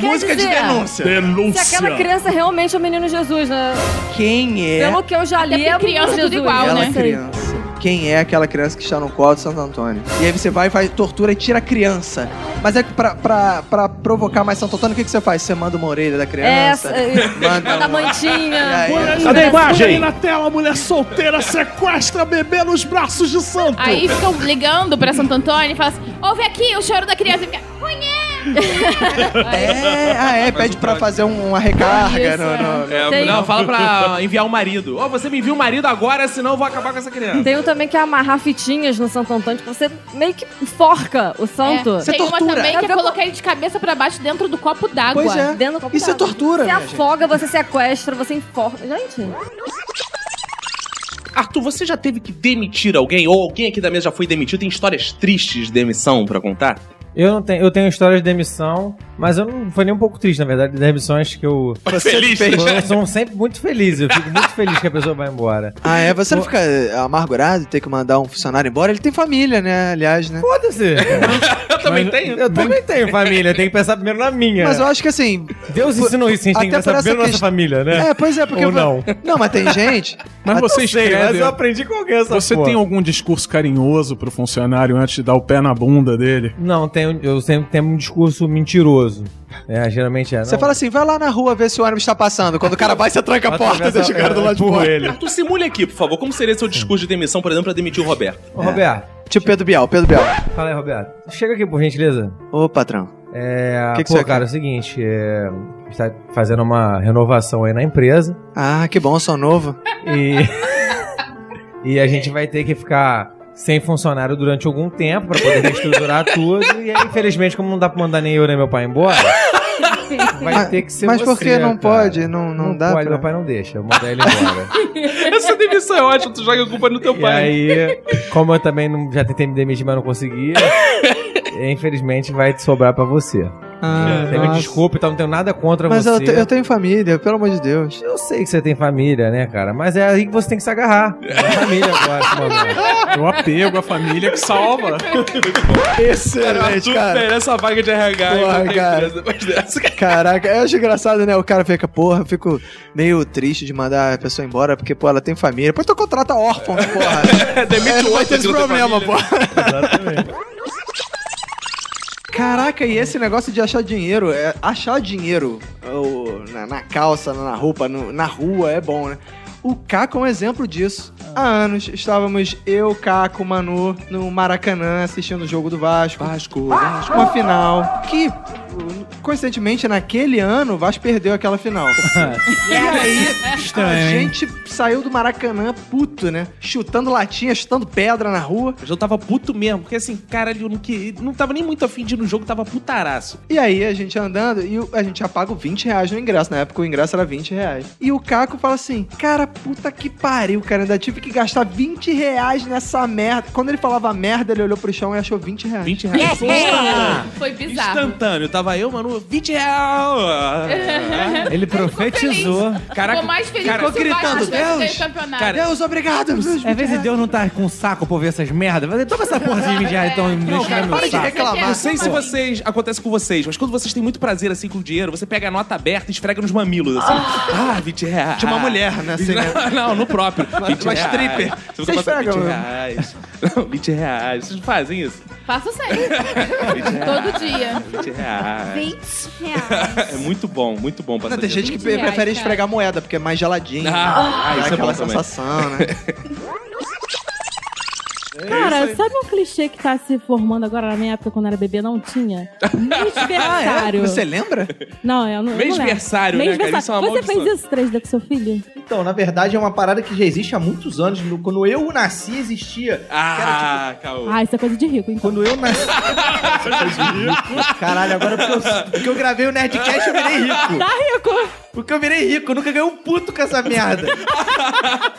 Speaker 3: Música de
Speaker 6: dizer,
Speaker 3: denúncia.
Speaker 6: Se aquela criança realmente é o menino Jesus, né?
Speaker 3: Quem é?
Speaker 6: Pelo que eu já li,
Speaker 5: porque
Speaker 6: é o menino
Speaker 5: criança é tudo
Speaker 6: Jesus.
Speaker 5: igual,
Speaker 3: aquela
Speaker 5: né?
Speaker 3: criança. Quem é aquela criança que está no colo de Santo Antônio? E aí você vai, faz tortura e tira a criança. Mas é que pra, pra, pra provocar mais Santo Antônio, o que, que você faz? Você manda uma orelha da criança?
Speaker 6: É,
Speaker 18: eh,
Speaker 6: é, manda mantinha.
Speaker 3: Cadê a imagem?
Speaker 18: Põe aí na tela, mulher solteira sequestra bebê nos braços de santo.
Speaker 4: Aí ficam
Speaker 6: um
Speaker 4: ligando pra Santo Antônio e falam assim: ouve aqui o choro da criança. E fica,
Speaker 3: É, ah, é, pede pra fazer um- uma recarga.
Speaker 2: Isso,
Speaker 3: no, no-
Speaker 2: É,
Speaker 6: um-
Speaker 2: não, fala pra enviar o marido. Ó, você me envia o marido agora, senão eu vou acabar com essa criança.
Speaker 6: Tem um também que é amarrar fitinhas no Santo Antônio, tipo, você meio que forca o santo.
Speaker 4: É, tem uma também que é colocar ele de cabeça pra baixo dentro do copo d'água.
Speaker 3: é.
Speaker 6: Dentro do copo d'água. Você
Speaker 4: né,
Speaker 6: afoga, você sequestra, você enforca. Gente.
Speaker 2: Arthur, você já teve que demitir alguém? Ou alguém aqui da mesa já foi demitido? Tem histórias tristes de demissão pra contar?
Speaker 14: Eu não tenho, eu tenho histórias de demissão, mas eu não foi nem um pouco triste, na verdade, de demissões que eu
Speaker 2: Mas feliz,
Speaker 14: Eu
Speaker 2: né?
Speaker 14: sou um sempre muito feliz, eu fico muito feliz que a pessoa vai embora.
Speaker 3: Ah, é? Você não fica eh, amargurado de ter que mandar um funcionário embora? Ele tem família, né? Aliás, né? [LAUGHS]
Speaker 14: Foda-se! eu também tenho. Eu também tenho família, tem que pensar primeiro na minha.
Speaker 3: Mas eu acho que assim.
Speaker 14: É. Deus ensinou isso, a gente tem que
Speaker 3: até
Speaker 14: pensar
Speaker 3: por essa
Speaker 14: primeiro na nossa
Speaker 3: questão-
Speaker 14: família, né?
Speaker 3: É, pois é, porque.
Speaker 14: Ou não.
Speaker 3: Não, mas tem
Speaker 14: [LAUGHS]
Speaker 3: gente.
Speaker 14: Mas
Speaker 3: Até-
Speaker 14: você escreve- mas eu aprendi com alguém essa
Speaker 8: Você
Speaker 14: porra.
Speaker 8: tem algum discurso carinhoso pro funcionário antes de dar o pé na bunda dele?
Speaker 14: Não, tem, eu sempre tenho um discurso mentiroso. É, geralmente é.
Speaker 3: Você
Speaker 14: não.
Speaker 3: fala assim, vai lá na rua ver se o ônibus tá passando. Quando o cara vai, você tranca a
Speaker 14: Vai
Speaker 3: porta,
Speaker 14: atravessar-
Speaker 3: deixa o cara do lado de fora.
Speaker 2: Arthur, simule aqui, por favor. Como seria seu discurso de demissão, por exemplo, pra demitir o Roberto?
Speaker 14: Ô, Roberto.
Speaker 3: Tipo Pedro Bial, Pedro Bial.
Speaker 14: Fala aí, Roberto. Chega aqui, por gentileza.
Speaker 3: Ô, patrão.
Speaker 14: É.
Speaker 3: Que que
Speaker 14: pô,
Speaker 3: você quer?
Speaker 14: cara, é o seguinte, é. a gente Tá fazendo uma renovação aí na empresa.
Speaker 3: Ah, que bom, eu sou novo. [LAUGHS]
Speaker 14: E. e a gente vai ter que ficar sem funcionário durante algum tempo pra poder
Speaker 3: [LAUGHS]
Speaker 14: reestruturar tudo. E aí, infelizmente, como não dá pra mandar nem eu nem meu pai embora, vai ter que ser
Speaker 3: Mas
Speaker 14: você,
Speaker 3: por que não
Speaker 14: cara.
Speaker 3: pode? Não, não, dá
Speaker 14: pode,
Speaker 3: pra...
Speaker 14: meu pai não deixa. Eu vou mandar ele
Speaker 2: [LAUGHS]
Speaker 14: embora.
Speaker 2: Essa demissão é ótima, tu joga a culpa no teu
Speaker 14: E aí, como eu também não- já tentei me demitir, mas não
Speaker 3: [LAUGHS]
Speaker 14: consegui, infelizmente vai sobrar pra você.
Speaker 3: Ah,
Speaker 14: Você me
Speaker 3: nossa.
Speaker 14: desculpa, então não tenho nada contra
Speaker 3: Mas
Speaker 14: você.
Speaker 3: eu, te- eu tenho família, pelo amor de Deus.
Speaker 14: Eu sei que você tem família, né, cara? Mas é aí que você tem que se agarrar.
Speaker 3: [LAUGHS]
Speaker 14: É a família agora, mano.
Speaker 8: O apego é um à família que salva.
Speaker 3: Excelente, cara.
Speaker 2: essa vaga de RH e
Speaker 3: Porra,
Speaker 2: qualquer
Speaker 3: cara.
Speaker 2: empresa depois dessa.
Speaker 3: Caraca, eu acho engraçado, né? O cara fica, porra, eu fico meio triste de mandar a pessoa embora, porque, pô, ela tem família. Depois tu
Speaker 2: [LAUGHS]
Speaker 3: contrata órfãos, porra.
Speaker 2: Demite
Speaker 3: É, não vai
Speaker 2: outro
Speaker 3: ter esse
Speaker 2: que não tem
Speaker 3: problema,
Speaker 2: família.
Speaker 3: porra. Caraca, e esse negócio de achar dinheiro, é, achar dinheiro ou na, na calça, na roupa, no- na rua é bom, né? O Caco é um exemplo disso. Há anos estávamos eu, Caco, Manu, no Maracanã assistindo o jogo do Vasco. Vasco, Vasco. Uma final que, coincidentemente, naquele ano o Vasco perdeu
Speaker 2: [LAUGHS]
Speaker 3: aquela final.
Speaker 2: É.
Speaker 3: E aí, a
Speaker 14: É Estranho, hein?
Speaker 3: gente saiu do Maracanã puto, né? Chutando latinha, chutando pedra na rua.
Speaker 2: Mas eu tava puto mesmo, porque assim, cara, eu não, que, não tava nem muito afim de ir no jogo, tava putaraço.
Speaker 3: E aí a gente andando e o- a gente já paga 20 reais no ingresso. Na época o ingresso era 20 reais. E o Caco fala assim: Cara, puta que pariu, cara. Ainda tive que gastar 20 reais nessa merda. Quando ele falava merda, ele olhou pro chão e achou 20 reais.
Speaker 2: 20
Speaker 14: [LAUGHS]
Speaker 2: reais.
Speaker 4: Foi bizarro.
Speaker 2: Instantâneo, tava eu, mano, 20 real.
Speaker 14: Ele profetizou.
Speaker 2: Caraca,
Speaker 4: Ficou mais feliz
Speaker 2: cara,
Speaker 4: que se o Vasco tivesse ganho o campeonato.
Speaker 3: Deus, obrigado.
Speaker 14: Às vezes Deus não tá com saco por ver essas merdas. Mas Toma essa porra de
Speaker 2: é
Speaker 14: midiar então.
Speaker 2: Não,
Speaker 14: enchendo
Speaker 2: cara,
Speaker 14: meu
Speaker 2: para de
Speaker 14: saco.
Speaker 2: reclamar. Não sei se vocês. Acontece com vocês, mas quando vocês têm muito prazer assim com o dinheiro, você pega a nota aberta e esfrega nos mamilos, assim. Ah, 20 reais.
Speaker 3: De uma mulher, né, assim, né?
Speaker 2: não, [LAUGHS] não, no próprio. 20
Speaker 3: uma
Speaker 2: reais.
Speaker 3: stripper. né?
Speaker 2: Você
Speaker 3: Você
Speaker 2: fica passando
Speaker 3: esfrega,
Speaker 2: 20
Speaker 3: mano.
Speaker 2: reais. Não, 20 reais. Vocês não fazem isso?
Speaker 4: Faço sempre. Todo dia.
Speaker 2: 20 reais.
Speaker 4: 20 reais.
Speaker 2: [LAUGHS] É muito bom, muito bom passar
Speaker 3: Não, tem gente que pre-
Speaker 4: reais,
Speaker 3: prefere
Speaker 4: cara.
Speaker 3: esfregar moeda, porque é mais geladinho.
Speaker 2: Ah,
Speaker 3: Dá
Speaker 2: isso é
Speaker 3: aquela
Speaker 2: bom também.
Speaker 3: sensação, né?
Speaker 5: Cara, sabe um clichê que tá se formando agora na minha época quando era bebê? Não tinha? Mêsversário.
Speaker 3: Ah, é? Você lembra?
Speaker 5: Não, eu não eu não lembro.
Speaker 2: Mêsversário, né, cara?
Speaker 5: Mêsversário.
Speaker 2: Isso é uma
Speaker 5: Você
Speaker 2: maldição.
Speaker 5: fez isso 3D com seu filho?
Speaker 3: Então, na verdade, é uma parada que já existe há muitos anos. No- Quando eu nasci, existia.
Speaker 2: Ah, caô.
Speaker 5: Ah, isso é coisa de rico, então.
Speaker 3: Quando eu nasci... né?
Speaker 2: [LAUGHS]
Speaker 3: Caralho, agora porque eu, porque eu gravei o Nerdcast, eu virei rico.
Speaker 5: Tá rico!
Speaker 3: Porque eu virei rico, eu nunca ganhei um puto com essa merda.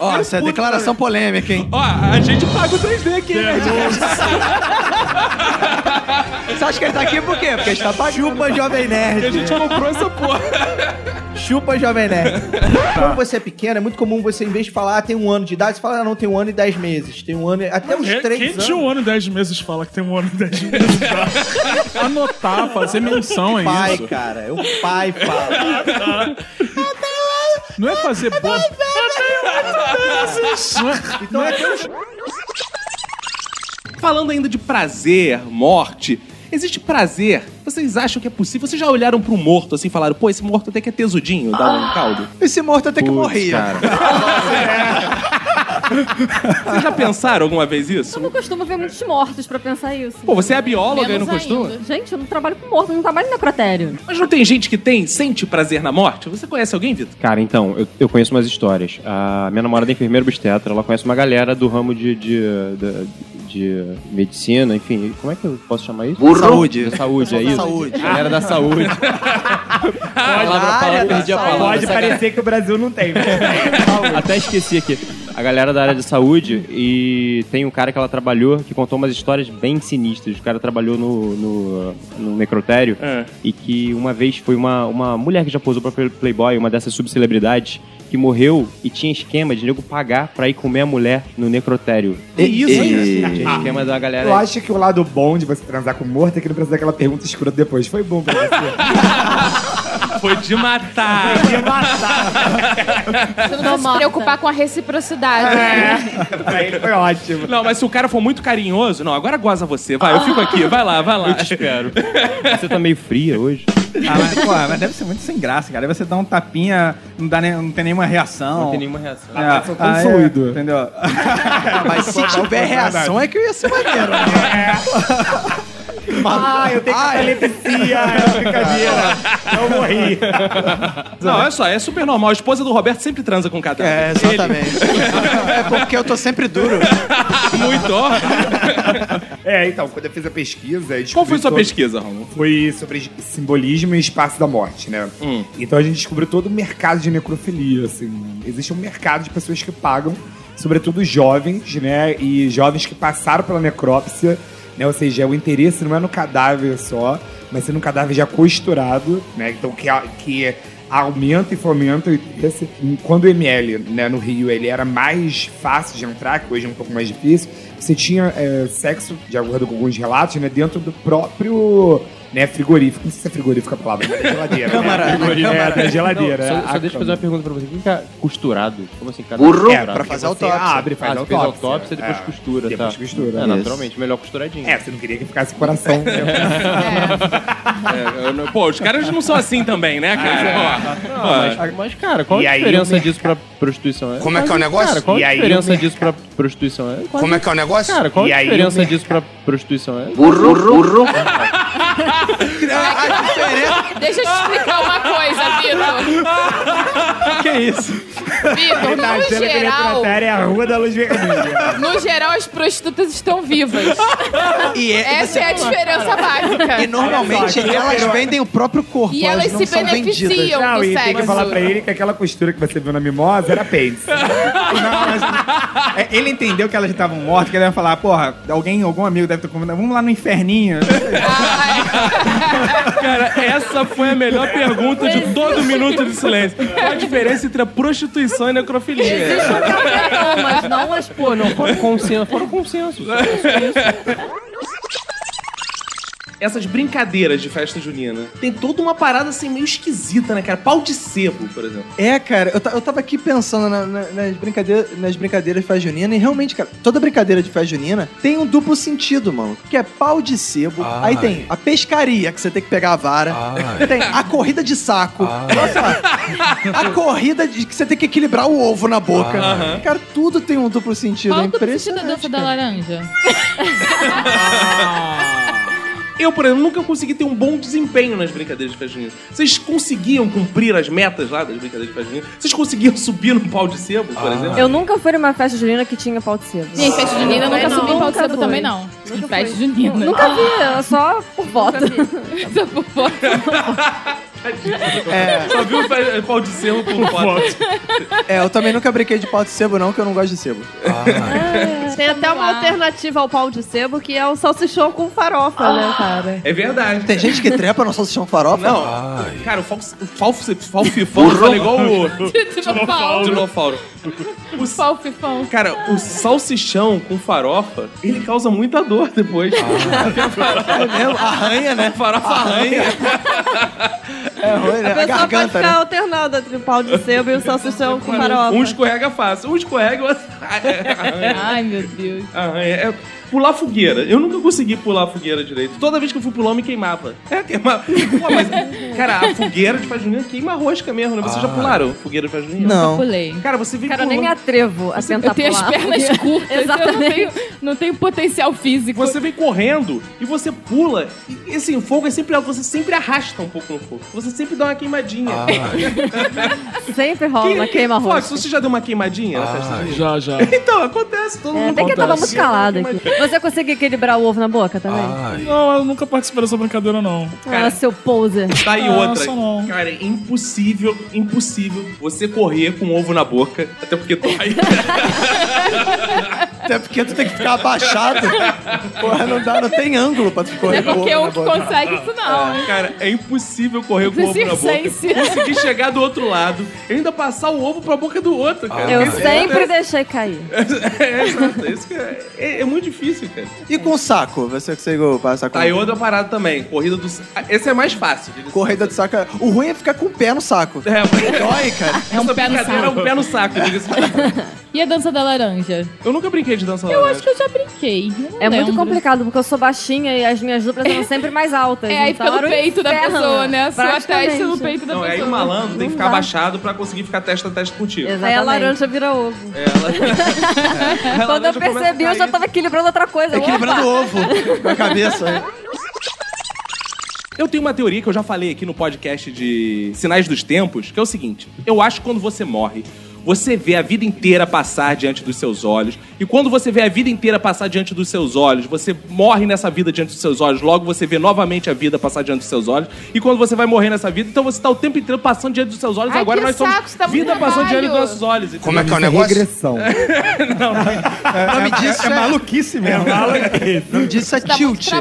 Speaker 3: Ó, essa é declaração polêmica, hein?
Speaker 2: Ó, a gente paga o 3D aqui, né?
Speaker 3: Você acha que ele tá aqui por quê? Porque a gente tá pagando. Chupa, Jovem Nerd.
Speaker 2: a gente comprou essa porra.
Speaker 3: Chupa,
Speaker 2: [LAUGHS]
Speaker 3: Jovem Nerd. Quando você é pequeno, é muito comum você, em vez de falar, ah, tem um ano de idade, você fala, ah, não, tem um ano e dez meses. Tem um ano... e- Até uns
Speaker 2: é
Speaker 18: Quem-
Speaker 3: três
Speaker 18: Quem
Speaker 3: anos.
Speaker 18: de um ano e dez meses fala que tem um ano e dez meses?
Speaker 3: [LAUGHS]
Speaker 18: já?
Speaker 8: Anotar, fazer menção a
Speaker 18: Pai,
Speaker 8: isso.
Speaker 3: cara. É o pai fala.
Speaker 8: Não é fazer [LAUGHS] boa.
Speaker 3: Então é
Speaker 2: Falando ainda de prazer, morte, existe prazer? Vocês acham que é possível? Vocês já olharam pro morto assim e falaram, pô, esse morto até que é tesudinho, dá um caldo?
Speaker 3: Esse morto até que morria.
Speaker 2: [LAUGHS] Vocês já pensaram alguma vez isso?
Speaker 6: Eu costumo ver muitos mortos pra pensar isso.
Speaker 2: Pô, você é bióloga e não costuma?
Speaker 6: Gente, eu não trabalho com morto, eu não trabalho em necrotério.
Speaker 2: Mas não tem gente que tem, sente prazer na morte? Você conhece alguém, Vitor?
Speaker 22: Cara, então, eu, eu conheço umas histórias. A minha namorada é enfermeira obstetra, ela conhece uma galera do ramo de, de, de- de medicina, enfim, como é que eu posso chamar isso?
Speaker 12: Burro.
Speaker 22: Saúde. Da saúde, é
Speaker 12: Pessoal da
Speaker 22: isso.
Speaker 12: saúde.
Speaker 22: Galera da saúde.
Speaker 14: Pode,
Speaker 22: palavra, perdi a palavra.
Speaker 14: Pode parecer que o Brasil não tem.
Speaker 22: Até esqueci aqui. a galera da área de saúde e tem um cara que ela trabalhou que contou umas histórias bem sinistras. O cara trabalhou no, no, no necrotério
Speaker 12: É.
Speaker 22: e que uma vez foi uma, uma mulher que já posou pra Playboy, uma dessas subcelebridades, que morreu e tinha esquema de nego pagar pra ir comer a mulher no necrotério.
Speaker 12: Que isso,
Speaker 22: E,
Speaker 12: gente?
Speaker 22: tinha esquema da galera. é
Speaker 12: Eu acho que o lado bom de você transar com morto é que não precisa daquela pergunta escura depois. Foi bom pra você.
Speaker 14: [LAUGHS]
Speaker 2: Foi de matar.
Speaker 12: Foi de matar.
Speaker 14: [LAUGHS]
Speaker 4: Você não precisa se preocupar com a reciprocidade. né?
Speaker 2: Pra ele foi ótimo. Não, mas se o cara for muito carinhoso, não, agora goza você. Vai, eu fico aqui. Vai lá, vai lá. Eu te [LAUGHS] espero.
Speaker 22: Você tá meio fria hoje.
Speaker 9: Ah, mas, pô, mas deve ser muito sem graça, cara. Aí você dá um tapinha, não, dá nem- não tem nenhuma reação.
Speaker 22: Não tem nenhuma reação.
Speaker 9: É,
Speaker 22: Ah, só tem
Speaker 9: aí,
Speaker 22: fluido.
Speaker 9: Entendeu?
Speaker 3: Mas se tiver reação, é que eu ia ser maneiro.
Speaker 2: né?
Speaker 19: [LAUGHS]
Speaker 12: Ah, eu tenho catalepsia, é uma brincadeira. Eu morri.
Speaker 2: Não, olha só, é super normal. A esposa do Roberto sempre transa com cadáver. É,
Speaker 3: exatamente.
Speaker 2: é
Speaker 3: porque eu tô sempre duro.
Speaker 2: Muito.
Speaker 12: É, então, quando eu fiz a pesquisa.
Speaker 2: Qual foi sua pesquisa, Romulo?
Speaker 12: é Foi sobre simbolismo e espaço da morte, né?
Speaker 2: Hum.
Speaker 12: Então a gente descobriu todo o mercado de necrofilia, assim. Existe um mercado de pessoas que pagam, sobretudo jovens, né? E jovens que passaram pela necrópsia, né? Ou seja, o interesse não é no cadáver só, mas sim no cadáver já costurado, né? Então que, a- que aumenta e fomenta o interesse. E um, Quando o ML, né, no Rio, ele era mais fácil de entrar, que hoje é um pouco mais difícil, você tinha é, sexo, de acordo com alguns relatos, né? Dentro do próprio... Né, frigorífico. Não sei se é frigorífico a palavra, mas é geladeira. né? Frigorífico. É, da
Speaker 22: Não,
Speaker 12: geladeira. é,
Speaker 22: só,
Speaker 12: a
Speaker 22: só deixa eu
Speaker 12: cama.
Speaker 22: fazer uma pergunta pra você. Quem que é costurado? Como assim? Cada
Speaker 12: Burro?
Speaker 22: costurado?
Speaker 12: É, pra fazer
Speaker 22: Você
Speaker 12: autópsia.
Speaker 22: Abre, faz
Speaker 12: Ah, você fez
Speaker 22: autópsia.
Speaker 12: autópsia,
Speaker 22: depois
Speaker 12: é.
Speaker 22: costura,
Speaker 12: Depois
Speaker 22: tá?
Speaker 12: costura,
Speaker 22: É,
Speaker 12: isso.
Speaker 22: naturalmente, melhor costuradinho.
Speaker 12: É, você não queria que ficasse
Speaker 22: [LAUGHS]
Speaker 12: coração.
Speaker 2: É, eu não- Pô, os caras não são assim também, né, cara? Pô,
Speaker 22: É. Não,
Speaker 2: pô.
Speaker 22: mas, mas, cara, qual
Speaker 2: E
Speaker 22: a
Speaker 2: aí
Speaker 22: diferença
Speaker 2: o mercado-
Speaker 22: disso pra prostituição?
Speaker 2: Como é
Speaker 22: Mas,
Speaker 2: que é o negócio?
Speaker 22: Cara, qual
Speaker 2: E
Speaker 22: a
Speaker 2: aí o
Speaker 22: diferença
Speaker 2: mercado-
Speaker 22: disso pra prostituição? quase-
Speaker 2: Como é que é o negócio?
Speaker 22: Cara, qual
Speaker 2: E
Speaker 22: a
Speaker 2: aí o
Speaker 22: diferença
Speaker 2: mercado-
Speaker 22: disso pra prostituição? É
Speaker 23: Burro, burro.
Speaker 4: Deixa eu te explicar uma coisa,
Speaker 12: [LAUGHS]
Speaker 4: Vitor.
Speaker 2: Que isso?
Speaker 4: Vitor,
Speaker 12: Tá
Speaker 4: no
Speaker 12: achando que
Speaker 4: geral,
Speaker 12: necrotério é a rua da luz vermelha.
Speaker 4: no geral as prostitutas estão vivas.
Speaker 3: E é-
Speaker 4: Essa
Speaker 3: você-
Speaker 4: é a diferença básica.
Speaker 3: E normalmente
Speaker 12: Olha só,
Speaker 3: elas
Speaker 12: eu-
Speaker 3: vendem o próprio corpo.
Speaker 4: E
Speaker 3: elas,
Speaker 4: elas
Speaker 3: não
Speaker 4: se
Speaker 3: são
Speaker 4: beneficiam
Speaker 3: vendidas.
Speaker 4: do
Speaker 12: Não, e tem que
Speaker 4: sexo.
Speaker 12: falar pra ele que aquela costura que você viu na mimosa era pênis.
Speaker 9: É, Ele entendeu que elas já estavam mortas, que ele ia falar, porra, alguém, algum amigo deve ter combinado, vamos lá no inferninho.
Speaker 2: Cara, essa foi a melhor pergunta de todo minuto de silêncio. Qual a diferença entre a prostituição e a necrofilia?
Speaker 28: Existe um caldeirão, mas não
Speaker 22: as pô, não foram consenso, foram consenso.
Speaker 2: Essas brincadeiras de festa junina tem toda uma parada assim meio esquisita, né, cara? Pau de sebo, por exemplo.
Speaker 3: É, cara, eu, ta- eu tava aqui pensando na- na- nas, brincadeira, nas brincadeiras de festa junina e realmente, cara, toda brincadeira de festa junina tem um duplo sentido, mano. Que é pau de sebo, aí tem a pescaria, que você tem que pegar a vara, tem a corrida de saco, olha só, a corrida de, que você tem que equilibrar o ovo na boca.
Speaker 2: Aham.
Speaker 3: Cara, tudo tem um duplo sentido, é
Speaker 6: Qual que precisa da
Speaker 3: impressionante.
Speaker 6: dança da laranja?
Speaker 2: Eu, por exemplo, nunca consegui ter um bom desempenho nas brincadeiras de festa junina. Vocês conseguiam cumprir as metas lá das brincadeiras de festa junina? Vocês conseguiam subir num pau de sebo, por exemplo?
Speaker 28: Eu nunca fui numa festa junina que tinha pau de sebo.
Speaker 6: Gente, festa junina eu nunca subi em pau de sebo
Speaker 28: fui.
Speaker 6: também, não. Em
Speaker 28: Nunca
Speaker 4: Né?
Speaker 6: festa
Speaker 28: fui.
Speaker 6: junina.
Speaker 28: Nunca vi, eu só por voto.
Speaker 3: É.
Speaker 2: Só viu o pau de sebo por foto.
Speaker 3: É, eu também nunca brinquei de pau de sebo, não, que eu não gosto de sebo.
Speaker 6: Ah,
Speaker 28: Tem até uma alternativa ao pau de sebo, que é o salsichão com farofa, né, cara?
Speaker 2: É verdade.
Speaker 3: Tem gente que trepa no salsichão farofa?
Speaker 2: Não. Cara, o falso- o falso- falsifão fala igual o...
Speaker 4: Tinofauro.
Speaker 2: Tinofauro.
Speaker 4: O salfifão.
Speaker 2: Cara, o salsichão com farofa, ele causa muita dor depois. [LAUGHS]
Speaker 3: É mesmo? Arranha, né?
Speaker 2: Farofa arranha.
Speaker 3: É ruim, né?
Speaker 28: A
Speaker 3: A
Speaker 28: pessoa pode
Speaker 3: garganta,
Speaker 28: ficar
Speaker 3: né?
Speaker 28: alternando entre o pau de sebo e o salsichão com farofa.
Speaker 2: Um escorrega fácil, um escorrega [LAUGHS] e o outro arranha.
Speaker 6: Ai, meu Deus.
Speaker 2: Arranha. É pular fogueira. Eu nunca consegui pular fogueira direito. Toda vez que eu fui pular, eu me queimava. É, queimava. Pô, mas, cara, a fogueira de festa junina queima a rosca mesmo, né? Vocês
Speaker 18: Ah.
Speaker 2: já pularam fogueira de festa junina?
Speaker 6: Não. Nunca pulei.
Speaker 2: Cara, você vive
Speaker 28: Cara, eu nem me
Speaker 2: pulando-
Speaker 28: atrevo a tentar
Speaker 6: eu tenho as
Speaker 28: pular,
Speaker 6: pernas [LAUGHS]
Speaker 28: porque-
Speaker 6: curtas, eu não
Speaker 28: Exatamente.
Speaker 6: tenho- não tem potencial físico.
Speaker 2: Você vem correndo e você pula. E, assim, o fogo é sempre alto. Você sempre arrasta um pouco no fogo. Você
Speaker 18: sempre dá uma queimadinha. Ah.
Speaker 6: Sempre rola uma queima
Speaker 18: Fox,
Speaker 6: rosto.
Speaker 18: você já deu uma queimadinha na festa junina? Ah, Já, já. Então, acontece, todo
Speaker 6: É,
Speaker 18: mundo
Speaker 6: até que eu tava muito
Speaker 18: acontece.
Speaker 6: calado aqui. Você conseguiu equilibrar o ovo na boca também? Ah,
Speaker 18: Não, eu nunca participei dessa brincadeira, não.
Speaker 6: seu poser.
Speaker 18: Tá aí outra. Nossa,
Speaker 2: Cara, é impossível, impossível você correr com ovo na boca. Até porque tu vai.
Speaker 3: [LAUGHS] Até porque tu tem que ficar abaixado. Porra, não dá, não tem ângulo pra tu correr.
Speaker 18: Não é qualquer
Speaker 3: com
Speaker 18: um
Speaker 3: o ovo
Speaker 18: que
Speaker 3: na boca.
Speaker 18: consegue isso, não, hein?
Speaker 2: Cara, é impossível correr com o ovo na boca.
Speaker 6: Circense.
Speaker 2: Conseguir chegar do outro lado e ainda passar o ovo pra boca do outro, cara.
Speaker 6: Eu
Speaker 2: Isso
Speaker 6: sempre
Speaker 2: é-
Speaker 6: deixei cair.
Speaker 2: [LAUGHS] É, exato. Isso que é, é- é muito difícil, cara.
Speaker 3: E com saco? Você conseguiu passar com
Speaker 2: Tá aí outra parada também. Corrida do. sa- Ah, Esse é mais fácil.
Speaker 3: Corrida de saco. é- O ruim é ficar com o pé no saco.
Speaker 2: É, mas-
Speaker 3: Dói, cara.
Speaker 2: É um Essa pé no brincadeira saco. é um pé no saco, diga-se.
Speaker 4: E a dança da laranja?
Speaker 2: Eu nunca brinquei de né? dança
Speaker 18: é.
Speaker 4: Eu acho que eu já brinquei.
Speaker 6: É muito complicado, porque eu sou baixinha e as minhas duplas são sempre mais
Speaker 4: [LAUGHS]
Speaker 6: altas.
Speaker 4: É, aí
Speaker 6: então
Speaker 4: fica no
Speaker 6: era um
Speaker 4: peito da
Speaker 6: inferno,
Speaker 4: pessoa, né? A sua
Speaker 6: praticamente.
Speaker 4: testa no peito da
Speaker 2: Não, é aí o malandro tem que ficar
Speaker 6: dá.
Speaker 2: abaixado pra conseguir ficar testa a testa contigo. É,
Speaker 6: Aí a laranja vira ovo. Quando eu percebi, eu já tava equilibrando outra coisa.
Speaker 2: Equilibrando
Speaker 6: Opa!
Speaker 2: o é ovo com a cabeça. né? Eu tenho uma teoria que eu já falei aqui no podcast de Sinais dos Tempos, que é o seguinte: eu acho que quando você morre, você vê a vida inteira passar diante dos seus olhos, e quando você vê a vida inteira passar diante dos seus olhos, você morre nessa vida diante dos seus olhos, logo você vê novamente a vida passar diante dos seus olhos, e quando você vai morrer nessa vida, então você tá o tempo inteiro passando diante dos seus olhos,
Speaker 18: Ai,
Speaker 2: agora
Speaker 18: que
Speaker 2: nós
Speaker 18: saco,
Speaker 2: somos
Speaker 18: isso dá muito
Speaker 2: vida passando diante dos
Speaker 18: trabalho.
Speaker 2: nossos olhos.
Speaker 12: Como é que é o
Speaker 2: entendeu?
Speaker 12: negócio? Regressão.
Speaker 2: Não, não.
Speaker 12: é- é maluquice mesmo.
Speaker 2: É maluquice.
Speaker 3: O nome disso é tilt.
Speaker 2: [LAUGHS]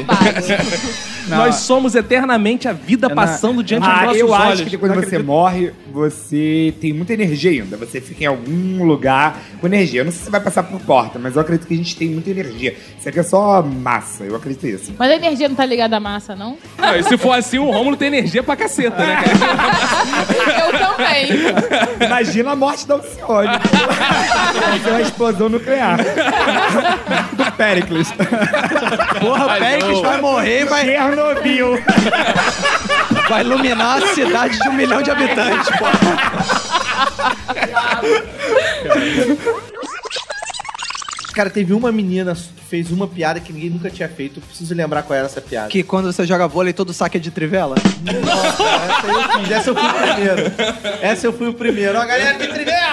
Speaker 2: Nós somos eternamente a vida passando diante dos
Speaker 12: ah,
Speaker 2: nossos
Speaker 12: eu
Speaker 2: olhos.
Speaker 12: acho que quando você morre, você tem muita energia ainda. Você fica em algum lugar com energia. Eu não sei se vai passar por porta, mas eu acredito que a gente tem muita energia. Isso aqui é só massa, eu acredito nisso.
Speaker 4: Mas a energia não tá ligada à massa, não?
Speaker 2: Não, e se for assim, o Rômulo tem energia pra caceta, né, cara?
Speaker 4: Eu também.
Speaker 12: [LAUGHS] Imagina a morte da
Speaker 2: [LAUGHS]
Speaker 12: Alcione. Vai ser uma explosão nuclear. Do Pericles.
Speaker 3: Porra, o Péricles vai morrer e vai.
Speaker 12: Chernobyl.
Speaker 3: Vai iluminar a cidade de um milhão de habitantes, pô.
Speaker 10: Cara, teve uma menina que fez uma piada que ninguém nunca tinha feito. Preciso lembrar qual era essa piada.
Speaker 3: Que quando você joga vôlei, todo saque é de trivela? né?
Speaker 10: Mas Essa eu fui o primeiro. Essa eu fui o primeiro. Ó, galera, que trivela!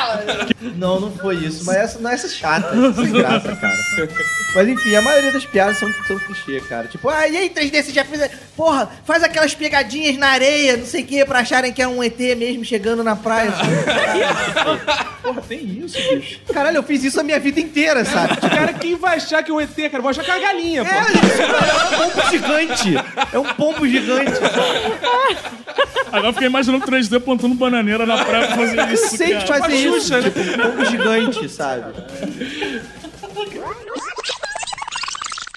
Speaker 10: [LAUGHS] Não, não foi isso. Mas essa não essa é chata. Sem graça, cara. Mas enfim, a maioria das piadas são, são clichê, cara. Tipo, ah, e aí, 3D, você já fez... Porra, faz aquelas pegadinhas na areia, não sei o que, pra acharem que é um ET mesmo chegando
Speaker 2: [LAUGHS]
Speaker 10: na praia. Porra, tem isso, bicho. Caralho, eu fiz isso a minha vida inteira, sabe?
Speaker 2: Cara, quem vai achar que o ET, cara? Vou achar que é uma galinha, pô.
Speaker 10: É um pombo gigante. É um pombo gigante.
Speaker 18: Agora eu fiquei imaginando o 3D plantando bananeira na praia pra fazer
Speaker 10: Eu
Speaker 18: isso.
Speaker 10: sei que
Speaker 18: cara.
Speaker 10: fazer
Speaker 18: Uma
Speaker 10: isso.
Speaker 18: Xuxa, né?
Speaker 10: Tipo, um pombo gigante, sabe?
Speaker 2: [LAUGHS]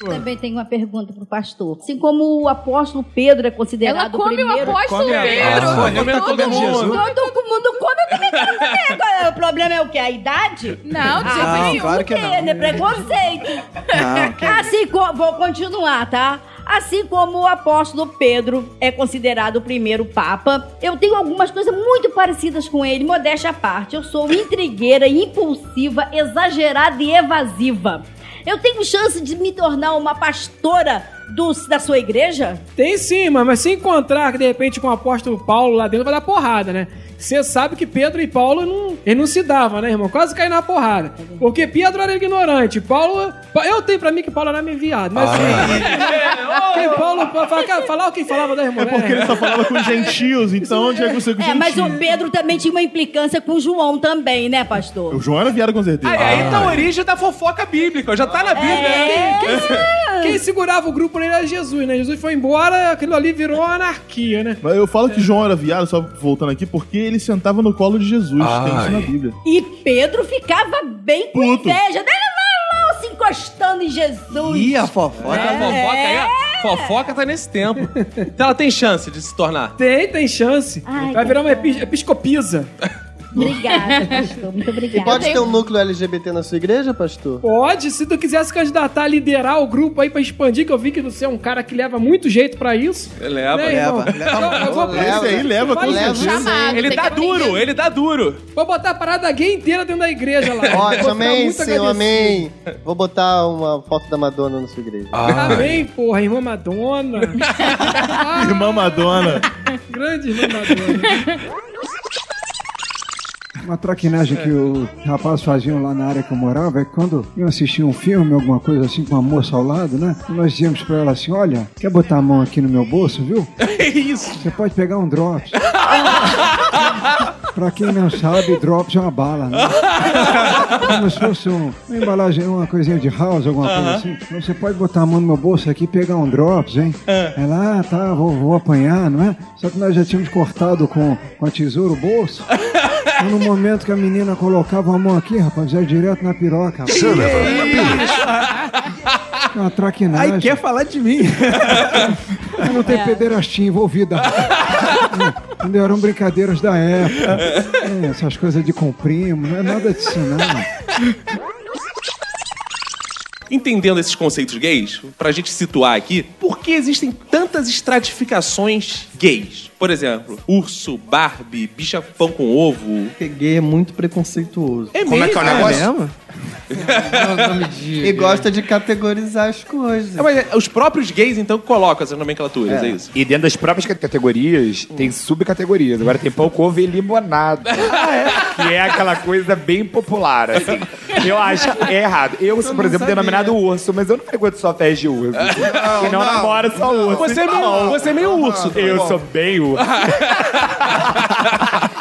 Speaker 24: Também tem uma pergunta pro pastor. Assim como o apóstolo Pedro é considerado
Speaker 5: Ela come o
Speaker 24: primeiro...
Speaker 5: apóstolo Come a- Pedro. Ah,
Speaker 24: Todo
Speaker 5: come a- come a Jesus.
Speaker 24: Todo mundo come, eu também quero comer. Qual é O problema é o quê? A idade?
Speaker 5: Não, de jeito
Speaker 24: Ah,
Speaker 5: nenhum.
Speaker 24: por
Speaker 5: Claro que
Speaker 24: quê,
Speaker 5: não.
Speaker 24: né? Preconceito.
Speaker 5: Não, que
Speaker 24: assim como... Vou continuar, tá? Assim como o apóstolo Pedro é considerado o primeiro papa, eu tenho algumas coisas muito parecidas com ele, modéstia à parte. Eu sou intrigueira, impulsiva, exagerada e evasiva. Eu tenho chance de me tornar uma pastora do, da sua igreja?
Speaker 1: Tem sim, mano, mas se encontrar de repente com o apóstolo Paulo lá dentro, vai dar porrada, né? Você sabe que Pedro e Paulo não, eles não se davam, né, irmão? Quase caíram na porrada. Porque Pedro era ignorante. Paulo. Pa- Eu tenho pra mim que Paulo era meio viado, mas.
Speaker 13: Ah, é.
Speaker 1: Quem Paulo. Fala, cara, falar o que falava da irmã. É
Speaker 24: porque ele só falava com
Speaker 1: gentios, então tinha que ser
Speaker 24: É, mas o Pedro também tinha uma implicância com o João também, né, pastor?
Speaker 18: O João era viado com certeza.
Speaker 2: Aí, aí tá a origem da fofoca bíblica, já tá na Bíblia.
Speaker 17: É.
Speaker 2: né?
Speaker 1: Quem segurava o grupo nele era Jesus, né? Jesus foi embora, aquilo ali virou uma anarquia, né?
Speaker 13: Mas eu falo que João era viado, só voltando aqui, porque ele sentava no colo de Jesus. Tem isso na Bíblia.
Speaker 24: E Pedro ficava bem com
Speaker 13: Puto.
Speaker 24: inveja. Dele lá, lá, se encostando em Jesus.
Speaker 3: Ih, a fofoca.
Speaker 2: Olha a fofoca aí, ó. Fofoca tá nesse tempo. Então ela tem chance de se tornar.
Speaker 1: Tem, tem chance. Vai virar uma epi- episcopisa.
Speaker 17: Obrigada, pastor. Muito
Speaker 3: E
Speaker 17: obrigada.
Speaker 3: pode ter um núcleo LGBT na sua igreja, pastor?
Speaker 14: Pode, se tu quiser se candidatar a liderar o grupo aí pra expandir, que eu vi que você é um cara que leva muito jeito pra isso.
Speaker 2: Leva,
Speaker 14: Né, irmão? Não, eu vou-
Speaker 2: Esse aí leva,
Speaker 14: Faz
Speaker 2: com
Speaker 14: isso.
Speaker 2: certeza.
Speaker 1: um
Speaker 2: Ele dá duro, ele dá duro.
Speaker 14: Vou botar a parada gay inteira dentro da igreja lá. Vou
Speaker 3: Ótimo,
Speaker 14: ficar
Speaker 3: amém,
Speaker 14: muito
Speaker 3: Senhor,
Speaker 14: agradecido.
Speaker 3: amém. Vou botar uma foto da Madonna na sua igreja.
Speaker 14: Amém, porra, irmã
Speaker 1: [LAUGHS]
Speaker 14: Madonna.
Speaker 10: Irmã Madonna.
Speaker 14: Grande irmã Madonna.
Speaker 11: Uma traquinagem que os rapazes faziam lá na área que eu morava é que quando iam assistir um filme, alguma coisa assim, com uma moça ao lado, né? E nós dizíamos pra ela assim: olha, quer botar a mão aqui no meu
Speaker 3: [LAUGHS]
Speaker 11: bolso, viu?
Speaker 2: É isso.
Speaker 11: Você pode pegar um drops. pra quem não sabe, drops é uma bala, né? Como se fosse um- uma embalagem, uma coisinha de house, alguma coisa
Speaker 13: Aham.
Speaker 11: assim. Então, Você pode botar a mão no meu bolso aqui e pegar um drops, hein? Ela, ah, tá, vou, vou apanhar, não é? Só que nós já tínhamos cortado com, com a tesoura o bolso. Então, no momento que a menina colocava a mão aqui, rapaz, já direto na piroca. rapaz.
Speaker 8: né? [LAUGHS]
Speaker 11: É Uma traquinagem. Aí quer falar de [LAUGHS] mim. não tem pederastia envolvida. Entendeu? Eram brincadeiras da época. É, essas coisas de comprimo, não é nada disso, não.
Speaker 2: Entendendo esses conceitos gays, pra gente situar aqui, por que existem tantas estratificações gays? Por exemplo, urso, Barbie, bicha pão com ovo.
Speaker 3: Porque gay é muito preconceituoso.
Speaker 2: É Como mesmo? é que é o negócio?
Speaker 3: mesmo? E gosta de categorizar as coisas.
Speaker 2: É, mas é, os próprios gays, então, colocam essas nomenclaturas, é,
Speaker 12: É.
Speaker 2: isso?
Speaker 12: E dentro das próprias ca- categorias, tem subcategorias. Agora tem pão com ovo e limonada. Que é aquela coisa bem popular, assim. Eu acho que é errado. Eu sou, por exemplo, denominado urso, mas eu não frequento só festa de urso. Não, não,
Speaker 2: não,
Speaker 12: namora só urso.
Speaker 2: Você é meio-
Speaker 12: Não.
Speaker 2: você é meio urso, tá
Speaker 12: Eu
Speaker 2: bom.
Speaker 12: sou bem urso.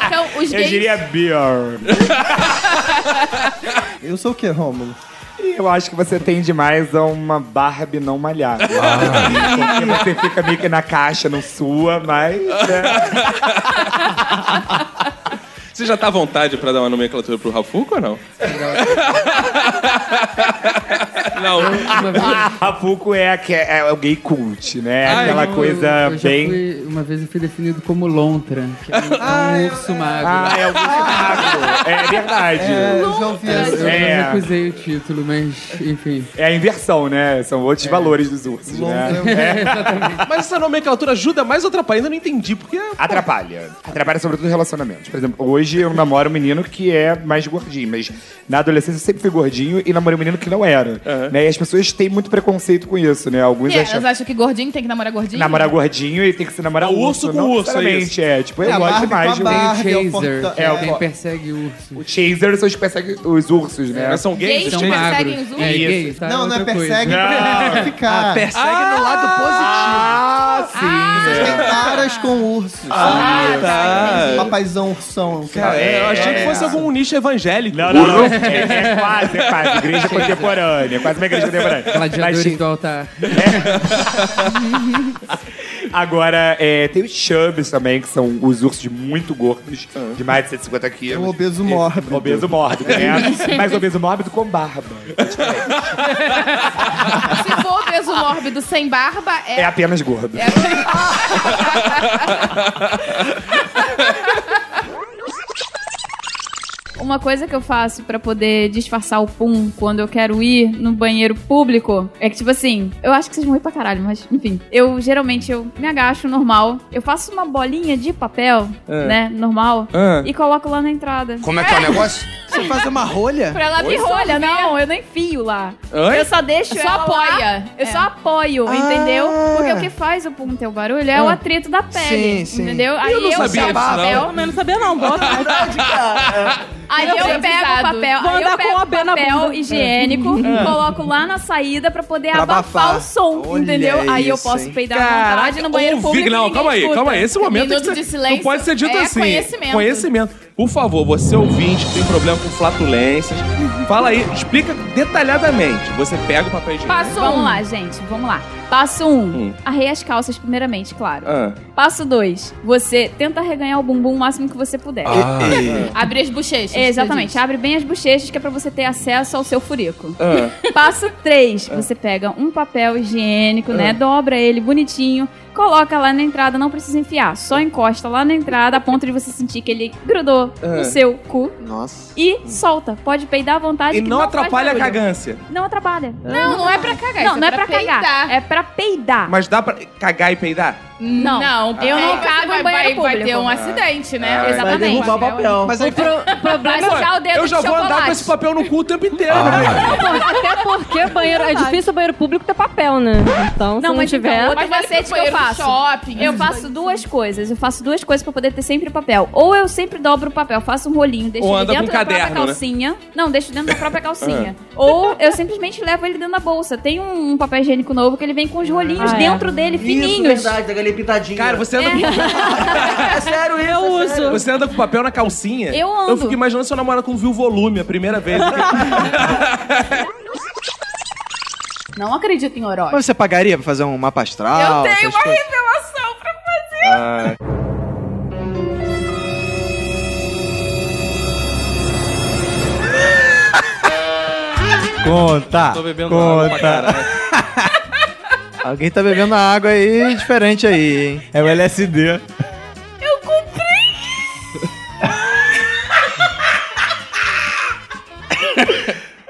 Speaker 4: Então, os
Speaker 12: Eu
Speaker 4: gays.
Speaker 12: diria Bjorn.
Speaker 3: [LAUGHS] Eu sou o quê, Rômulo?
Speaker 12: Eu acho que você tende mais a uma Barbie não malhada.
Speaker 3: Ah.
Speaker 12: Porque você fica meio que na caixa, não sua, mas... né?
Speaker 2: Você já tá à vontade pra dar uma nomenclatura pro Rafuco ou não? Não.
Speaker 12: Rafuco Ah, é, aque- é o gay cult, né? É aquela
Speaker 13: eu-
Speaker 12: coisa
Speaker 13: eu já
Speaker 12: bem.
Speaker 13: fui- uma vez eu fui definido como lontra, que é um, é um urso magro.
Speaker 12: Ah, é o urso magro. É verdade.
Speaker 13: É, eu
Speaker 12: já
Speaker 13: ouvi essa. Eu recusei o título, mas enfim.
Speaker 12: É a inversão, né? São outros
Speaker 3: É.
Speaker 12: valores dos ursos,
Speaker 3: [LAUGHS]
Speaker 12: né? É.
Speaker 2: Mas essa nomenclatura ajuda mais ou atrapalha? Ainda não entendi, porque... é,
Speaker 12: Atrapalha. Atrapalha sobretudo em relacionamentos. Por exemplo, hoje eu namoro um menino que é mais gordinho, mas na adolescência eu sempre fui gordinho e namorei um menino que não era. Né? E as pessoas têm muito preconceito com isso, né? Alguns
Speaker 23: Que é,
Speaker 12: acham
Speaker 23: elas acham que gordinho tem que namorar gordinho?
Speaker 4: [LAUGHS]
Speaker 12: namorar gordinho e tem que se namorar
Speaker 13: É o
Speaker 12: urso.
Speaker 13: urso com
Speaker 12: não
Speaker 13: urso, é
Speaker 12: necessariamente,
Speaker 13: isso.
Speaker 12: é. Tipo, eu
Speaker 13: É, a
Speaker 12: gosto
Speaker 13: Barbie com a
Speaker 12: mais de um-
Speaker 13: Barbie, Tem o é o chaser, porta- que é quem
Speaker 12: persegue ursos. O chaser são os, persegue, os ursos, né?
Speaker 13: É, Mas são gays, Gays os que chasers? perseguem os ursos? É,
Speaker 12: Isso.
Speaker 13: gays, tá? Não, não é Outra coisa. [LAUGHS] persegue pra
Speaker 3: ficar. Ah, persegue
Speaker 12: no lado positivo. Ah, sim.
Speaker 3: Vocês têm
Speaker 12: né?
Speaker 3: caras com ursos.
Speaker 2: Ah, tá.
Speaker 3: Papaizão ursão.
Speaker 2: Cara, é, eu achei que fosse algum nicho evangélico.
Speaker 12: Não, não, não. É, é quase,
Speaker 2: [LAUGHS]
Speaker 12: é quase. Igreja contemporânea. é Quase uma igreja contemporânea.
Speaker 13: Gladiadores
Speaker 12: Mas-
Speaker 13: do altar.
Speaker 12: Agora, é, tem os chubs também, que são os ursos muito gordos, de mais de 150 quilos. O
Speaker 3: Ah. É um obeso mórbido.
Speaker 12: obeso mórbido,
Speaker 3: [LAUGHS]
Speaker 12: né? Mas obeso mórbido com barba.
Speaker 23: Se for peso mórbido sem barba, é.
Speaker 12: É apenas gordo.
Speaker 21: Uma coisa que eu faço pra poder disfarçar o pum quando eu quero ir no banheiro público é que, tipo assim, eu acho que vocês vão rir pra caralho, mas enfim. Eu geralmente eu me agacho normal, eu faço uma bolinha de papel,
Speaker 17: É.
Speaker 21: né? Normal,
Speaker 2: Ah.
Speaker 17: É.
Speaker 21: e coloco lá na entrada.
Speaker 17: Como é que é o negócio?
Speaker 3: Você faz uma rolha?
Speaker 21: Pra ela vir rolha, não, eu nem fio lá.
Speaker 3: Oi?
Speaker 21: Eu só deixo Só ela lá, apoia. eu só apoio, Ah. entendeu? Porque o que faz o pum ter o barulho é o Ah. atrito da pele, Sim, sim. entendeu? Eu Aí não sabia pego o disso, não. papel,
Speaker 24: Também não sabia
Speaker 3: [LAUGHS]
Speaker 24: não, boa tarde,
Speaker 21: Aí eu, pego o papel,
Speaker 24: Vou
Speaker 21: aí eu
Speaker 24: andar
Speaker 21: pego
Speaker 24: com a
Speaker 21: o
Speaker 24: B na
Speaker 21: papel
Speaker 24: bunda.
Speaker 21: higiênico, [LAUGHS]
Speaker 24: É.
Speaker 21: coloco lá na saída pra poder
Speaker 2: Pra
Speaker 21: abafar,
Speaker 2: abafar.
Speaker 21: o som,
Speaker 2: Olha
Speaker 21: entendeu? aí eu
Speaker 2: isso,
Speaker 21: posso
Speaker 2: hein?
Speaker 21: peidar à
Speaker 2: Caraca,
Speaker 21: vontade no banheiro
Speaker 2: ouvi-
Speaker 21: público.
Speaker 2: É Não,
Speaker 21: ninguém
Speaker 2: calma aí,
Speaker 21: escuta. É
Speaker 2: calma aí. Esse momento tem que
Speaker 21: um Minuto
Speaker 2: ser-
Speaker 21: de silêncio
Speaker 2: não pode ser dito
Speaker 21: é
Speaker 2: assim.
Speaker 21: conhecimento.
Speaker 2: Conhecimento. Por favor, você ouvinte que tem problema com flatulências, fala aí, explica detalhadamente. Você pega o papel higiênico.
Speaker 21: Passo um. Vamos lá, gente, vamos lá. Passo um, arrei as calças primeiramente, claro.
Speaker 2: Hum. Ah.
Speaker 21: Passo dois, você tenta reganhar o bumbum o máximo que você puder.
Speaker 2: Ah. E-
Speaker 21: Abre as bochechas. Exatamente, abre bem as bochechas que é pra você ter acesso ao seu furico.
Speaker 2: Ah.
Speaker 21: Passo 3. Você pega um papel higiênico, né?
Speaker 2: Ah.
Speaker 21: Dobra ele bonitinho, coloca lá na entrada, não precisa enfiar. Só encosta lá na entrada a ponto de você sentir que ele grudou
Speaker 23: É.
Speaker 21: no seu cu.
Speaker 23: Nossa.
Speaker 21: E solta. Pode peidar à vontade.
Speaker 23: E
Speaker 21: que
Speaker 23: não
Speaker 21: faz
Speaker 23: atrapalha a
Speaker 21: barulho.
Speaker 23: cagância.
Speaker 21: Não atrapalha.
Speaker 23: Não,
Speaker 21: não é pra cagar. Não,
Speaker 4: isso é
Speaker 21: não é
Speaker 4: pra
Speaker 21: pra cagar. É pra peidar.
Speaker 23: Mas dá pra cagar e peidar?
Speaker 21: Não.
Speaker 4: Não,
Speaker 21: eu não
Speaker 4: porque aí
Speaker 21: cago
Speaker 4: você
Speaker 21: em
Speaker 4: vai-
Speaker 21: banheiro
Speaker 4: vai- vai
Speaker 21: público.
Speaker 4: ter um acidente, né?
Speaker 12: Ah,
Speaker 4: Vai
Speaker 23: Exatamente.
Speaker 4: derrubar o papel.
Speaker 23: Mas
Speaker 21: O
Speaker 23: aí-
Speaker 21: pro- problema é sujar o dedo
Speaker 23: Eu
Speaker 21: de
Speaker 23: já vou andar
Speaker 21: chocolate. Ah.
Speaker 23: com esse papel no cu o tempo inteiro.
Speaker 2: né?
Speaker 1: Até porque banheiro, é difícil o banheiro público ter papel, né? Então, se não
Speaker 21: mas
Speaker 1: tiver...
Speaker 21: então, outro
Speaker 4: tipo
Speaker 21: macete que eu faço. eu faço duas coisas. Eu faço duas coisas pra poder ter sempre papel. Ou eu sempre dobro o papel, faço um rolinho, deixo
Speaker 4: Ou
Speaker 21: ele
Speaker 4: anda
Speaker 21: dentro
Speaker 4: com
Speaker 21: da
Speaker 4: caderno,
Speaker 21: própria
Speaker 4: né?
Speaker 21: calcinha. Não, deixo dentro da própria calcinha. Ou eu simplesmente levo ele dentro da bolsa. Tem um, um papel higiênico novo que ele vem com os rolinhos
Speaker 23: Ah, é.
Speaker 21: dentro dele,
Speaker 23: Isso,
Speaker 21: fininhos.
Speaker 23: verdade,
Speaker 21: da galinha pintadinha.
Speaker 23: Cara, você anda
Speaker 21: [LAUGHS] É sério, eu uso.
Speaker 23: Você anda com papel na calcinha?
Speaker 21: Eu ando.
Speaker 23: Eu fico imaginando seu namorado
Speaker 2: um
Speaker 23: quando viu o volume a primeira vez.
Speaker 4: Não acredito em Orochi.
Speaker 3: Mas você pagaria pra fazer um mapa astral?
Speaker 4: eu tenho
Speaker 3: essas
Speaker 4: uma
Speaker 3: coisas?
Speaker 4: revelação pra fazer.
Speaker 3: Ah.
Speaker 9: Conta.
Speaker 3: Tô bebendo água pra
Speaker 9: conta.
Speaker 3: caralho. Alguém tá bebendo água aí diferente aí, hein?
Speaker 9: É o LSD.
Speaker 4: Eu
Speaker 3: [LAUGHS]
Speaker 4: comprei.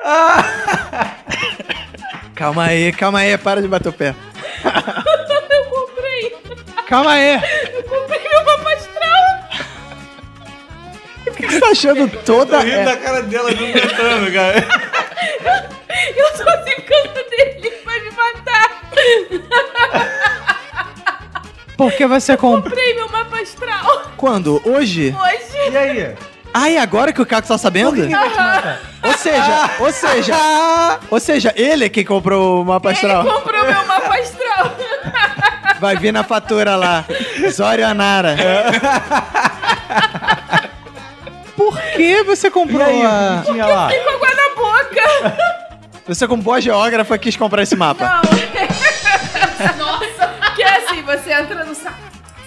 Speaker 3: Ah. Calma aí, calma aí, para de bater o pé.
Speaker 4: eu comprei.
Speaker 3: Calma aí.
Speaker 4: Eu comprei meu mapa astral.
Speaker 3: Por que você tá achando toda. é?
Speaker 4: Tô rindo da
Speaker 3: cara dela não tentando, cara.
Speaker 4: Eu tô ficando dele pra me matar.
Speaker 3: Por que você comprou?
Speaker 4: Comprei meu mapa astral.
Speaker 3: Quando? Hoje?
Speaker 4: Hoje.
Speaker 3: E
Speaker 4: [LAUGHS]
Speaker 3: aí? Ah, e agora que o Caco tá sabendo?
Speaker 4: Aham.
Speaker 3: Ou seja,
Speaker 4: [LAUGHS]
Speaker 3: ou seja, ou seja, ele é quem comprou o mapa astral.
Speaker 4: Ele comprou meu mapa astral.
Speaker 3: Vai vir na fatura lá. Zório
Speaker 4: [LAUGHS]
Speaker 3: Anara.
Speaker 4: É.
Speaker 3: Por que você comprou a...
Speaker 4: Porque eu fiquei com água na boca.
Speaker 3: Você, como boa geógrafa, quis comprar esse mapa.
Speaker 4: Não. Nossa. Que é assim, você entra no site.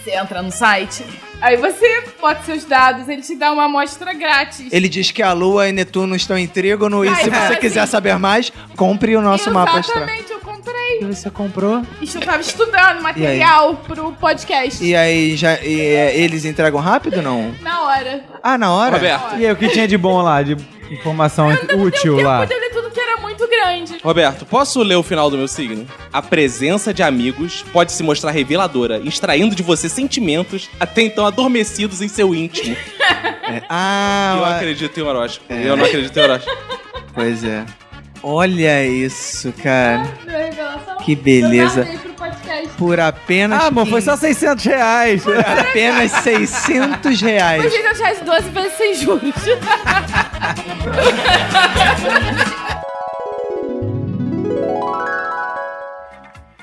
Speaker 4: Você entra no site. Aí você bota seus dados, ele te dá uma amostra grátis.
Speaker 3: Ele diz que a Lua e Netuno estão em trígono e
Speaker 4: Ai,
Speaker 3: se
Speaker 4: cara,
Speaker 3: você
Speaker 4: assim-
Speaker 3: quiser saber mais, compre o nosso mapa astral.
Speaker 4: Exatamente, eu comprei.
Speaker 3: E você comprou?
Speaker 4: Isso, eu tava estudando material pro podcast.
Speaker 3: E aí, já, e, é, eles entregam rápido ou não?
Speaker 4: Na hora.
Speaker 3: Ah, na hora?
Speaker 14: Roberto. E aí, o que tinha de bom lá? De informação
Speaker 21: um
Speaker 14: útil lá?
Speaker 4: Quando eu li tudo que era muito grande.
Speaker 23: Roberto, posso ler o final do meu signo? A presença de amigos pode se mostrar reveladora, extraindo de você sentimentos até então adormecidos em seu íntimo. É.
Speaker 3: Ah,
Speaker 23: eu acredito em horóscopo. Eu não acredito em horóscopo.
Speaker 3: Pois é. Olha isso, cara.
Speaker 4: Minha revelação.
Speaker 3: Que beleza.
Speaker 4: Ah, Eu guardei pro podcast.
Speaker 3: Por apenas.
Speaker 4: Ah,
Speaker 3: amor, foi só
Speaker 9: 600 reais.
Speaker 3: Por apenas 600
Speaker 4: Foi
Speaker 3: reais.
Speaker 4: 600 reais 12 vezes sem juros.